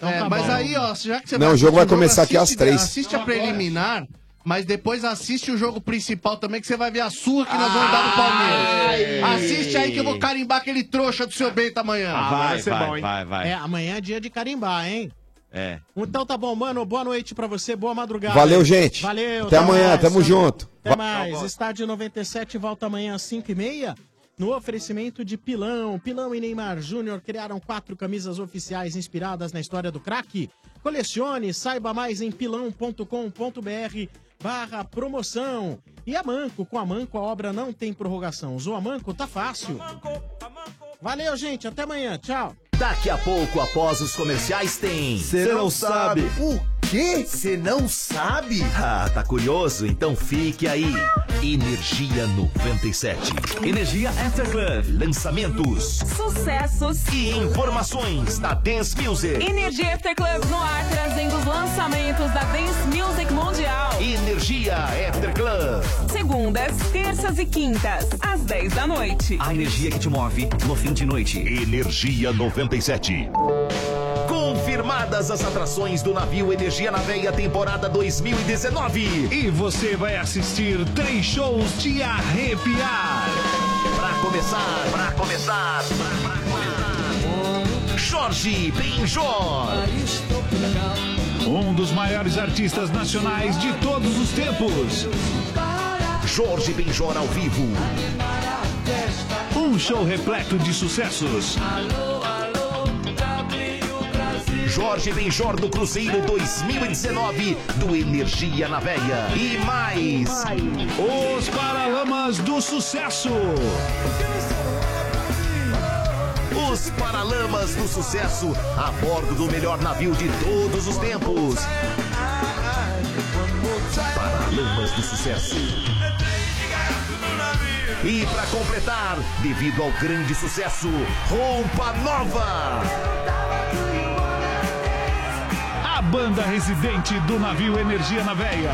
[SPEAKER 9] Hã?
[SPEAKER 10] É, mas aí, ó, já que você
[SPEAKER 9] Não, o jogo vai
[SPEAKER 10] assistir
[SPEAKER 9] começar aqui às
[SPEAKER 10] assiste-
[SPEAKER 9] três.
[SPEAKER 10] Assiste a preliminar, mas depois assiste o jogo principal também, que você vai ver a surra que nós vamos dar no Palmeiras.
[SPEAKER 5] Ai.
[SPEAKER 10] Assiste aí que eu vou carimbar aquele trouxa do seu tá Bento amanhã.
[SPEAKER 5] Ah, vai,
[SPEAKER 10] ser
[SPEAKER 5] vai,
[SPEAKER 10] bom, hein?
[SPEAKER 31] vai, vai.
[SPEAKER 5] É, amanhã é dia de carimbar, hein?
[SPEAKER 31] É.
[SPEAKER 5] Então tá bom, mano. Boa noite pra você, boa madrugada.
[SPEAKER 9] Valeu, gente.
[SPEAKER 5] Valeu.
[SPEAKER 9] Até amanhã,
[SPEAKER 5] mais,
[SPEAKER 9] tamo junto.
[SPEAKER 5] Até mais. Estádio 97 volta amanhã às 5h30 no oferecimento de Pilão. Pilão e Neymar Júnior criaram quatro camisas oficiais inspiradas na história do craque. Colecione, saiba mais em pilão.com.br barra promoção. E a Manco, com a Manco a obra não tem prorrogação. Zoa Manco, tá fácil. Valeu, gente. Até amanhã. Tchau.
[SPEAKER 15] Daqui a pouco, após os comerciais, tem.
[SPEAKER 5] Cê não sabe.
[SPEAKER 15] O quê? Você não sabe? Ah, tá curioso? Então fique aí. Energia 97. Energia Afterclub. Lançamentos.
[SPEAKER 32] Sucessos.
[SPEAKER 15] E informações da Dance Music.
[SPEAKER 32] Energia After Club no ar, trazendo os lançamentos da Dance Music Mundial.
[SPEAKER 15] Energia é After Club.
[SPEAKER 32] Segundas, terças e quintas, às 10 da noite.
[SPEAKER 15] A energia que te move no fim de noite. Energia 97. Confirmadas as atrações do navio Energia na Veia temporada 2019. E você vai assistir três shows de arrepiar. Pra começar, pra começar, pra, pra começar. Jorge Benjor.
[SPEAKER 33] Um dos maiores artistas nacionais de todos os tempos.
[SPEAKER 15] Jorge Benjor ao vivo.
[SPEAKER 33] Um show repleto de sucessos.
[SPEAKER 15] Jorge Benjor do Cruzeiro 2019 do Energia na Veia. E mais.
[SPEAKER 33] Os Paralamas do Sucesso.
[SPEAKER 15] Os Paralamas do Sucesso, a bordo do melhor navio de todos os tempos. Paralamas do Sucesso. E para completar, devido ao grande sucesso, roupa nova.
[SPEAKER 33] A banda residente do navio Energia na Veia.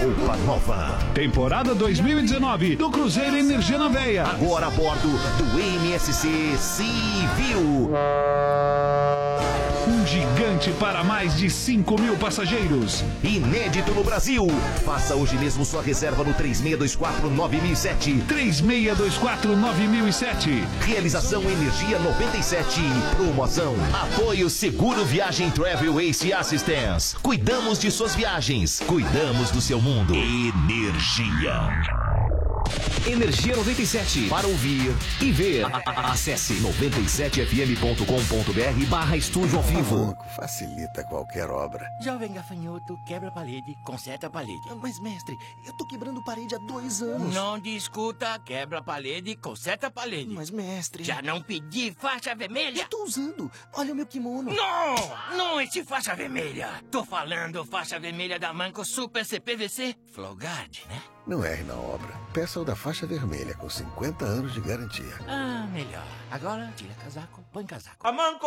[SPEAKER 15] Roupa nova.
[SPEAKER 33] Temporada 2019 do Cruzeiro Energia na Veia.
[SPEAKER 15] Agora a bordo do MSC Civil.
[SPEAKER 33] Um gigante para mais de 5 mil passageiros.
[SPEAKER 15] Inédito no Brasil. Faça hoje mesmo sua reserva no 36249007.
[SPEAKER 33] 36249007.
[SPEAKER 15] Realização Energia 97. Promoção. Apoio Seguro Viagem Travel Ace Assistance. Cuidamos de suas viagens. Cuidamos do seu mundo. Energia. Energia 97. Para ouvir e ver. A- a- Acesse 97fm.com.br barra estúdio ao vivo.
[SPEAKER 34] Tá Facilita qualquer obra.
[SPEAKER 3] Jovem gafanhoto, quebra a parede, conserta a parede. Mas, mestre, eu tô quebrando parede há dois Não discuta, quebra a parede, conserta a parede. Mas, mestre. Já não pedi faixa vermelha? Eu tô usando. Olha o meu kimono. Não! Não esse faixa vermelha. Tô falando faixa vermelha da Manco Super CPVC Flogard.
[SPEAKER 34] Não erre na obra. Peça o da faixa vermelha com 50 anos de garantia.
[SPEAKER 3] Ah, melhor. Agora, tira casaco, põe casaco.
[SPEAKER 35] A manco!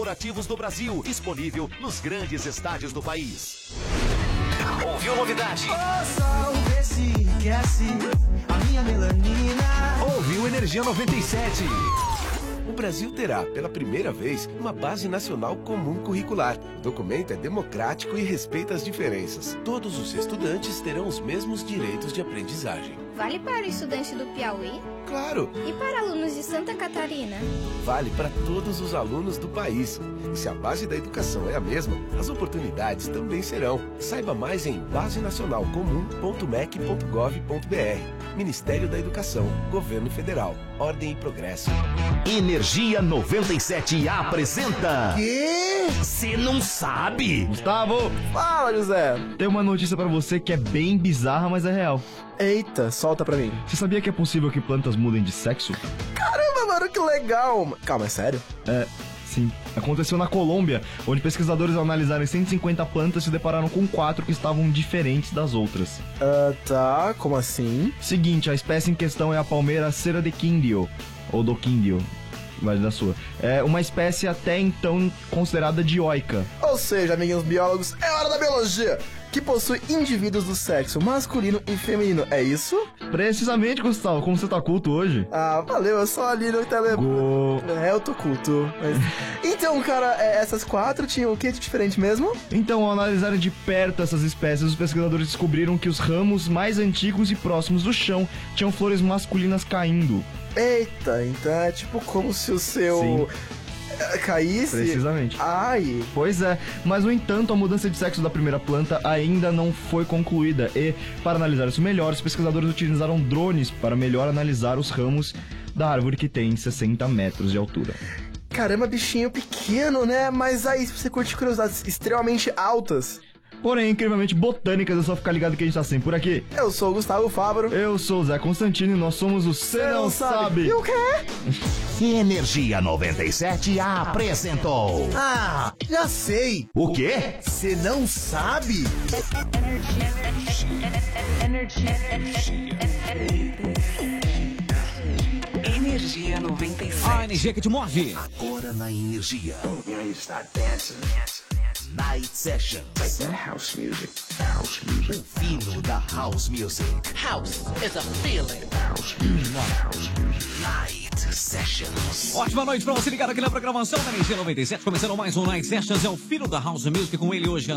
[SPEAKER 15] do Brasil, disponível nos grandes estádios do país. Ouviu novidade?
[SPEAKER 9] a minha melanina. Ouviu Energia 97. O Brasil terá, pela primeira vez, uma base nacional comum curricular. O documento é democrático e respeita as diferenças. Todos os estudantes terão os mesmos direitos de aprendizagem.
[SPEAKER 36] Vale para estudante do Piauí?
[SPEAKER 9] Claro,
[SPEAKER 36] E para alunos de Santa Catarina?
[SPEAKER 9] vale para todos os alunos do país. E se a base da educação é a mesma, as oportunidades também serão. Saiba mais em basenacionalcomum.mec.gov.br. Ministério da Educação, Governo Federal, Ordem e Progresso.
[SPEAKER 15] Energia 97 apresenta.
[SPEAKER 9] Quê?
[SPEAKER 15] Você não sabe?
[SPEAKER 1] Gustavo! Fala, José! Tem uma notícia pra você que é bem bizarra, mas é real. Eita, solta pra mim. Você sabia que é possível que plantas mudem de sexo? Caramba, mano, que legal! mano. Calma, é sério? É, sim. Aconteceu na Colômbia, onde pesquisadores analisaram 150 plantas e se depararam com quatro que estavam diferentes das outras. Ah, tá, como assim? Seguinte, a espécie em questão é a palmeira cera de quindio, ou do quindio, vai da sua. É uma espécie até então considerada dioica. Ou seja, amiguinhos biólogos, é hora da biologia, que possui indivíduos do sexo masculino e feminino, é isso? Precisamente, Gustavo, como você tá culto hoje? Ah, valeu, eu só ali no tele... É, eu tô culto, mas... Então, cara, é, essas quatro tinham o que de diferente mesmo? Então, ao analisar de perto essas espécies, os pesquisadores descobriram que os ramos mais antigos e próximos do chão tinham flores masculinas caindo. Eita, então é tipo como se o seu... eh, Caísse? Precisamente. Ai. Pois é, mas no entanto, a mudança de sexo da primeira planta ainda não foi concluída e, para analisar isso melhor, os pesquisadores utilizaram drones para melhor analisar os ramos da árvore que tem 60 metros de altura. Caramba, bichinho pequeno, né? Mas aí você curte curiosidades extremamente altas. Porém, incrivelmente botânicas, é só ficar ligado que a gente tá sempre por aqui. Eu sou o Gustavo Fábio. Eu sou o Zé Constantino e nós somos o Cê Não Sabe. E o quê?
[SPEAKER 15] Energia 97 apresentou.
[SPEAKER 9] Ah, já sei.
[SPEAKER 15] O quê?
[SPEAKER 9] Você não sabe?
[SPEAKER 3] Energia 97.
[SPEAKER 28] A energia que te move.
[SPEAKER 15] Ah, Agora na energia. Night Sessions. house music. House music. O fino da house music. House is a feeling. House music. House music. Night
[SPEAKER 28] [LAUGHS]
[SPEAKER 15] Sessions.
[SPEAKER 28] Ótima noite pra você ligado aqui na programação da Energia 97. Começando mais um Night Sessions. É o filho da House Music com ele hoje,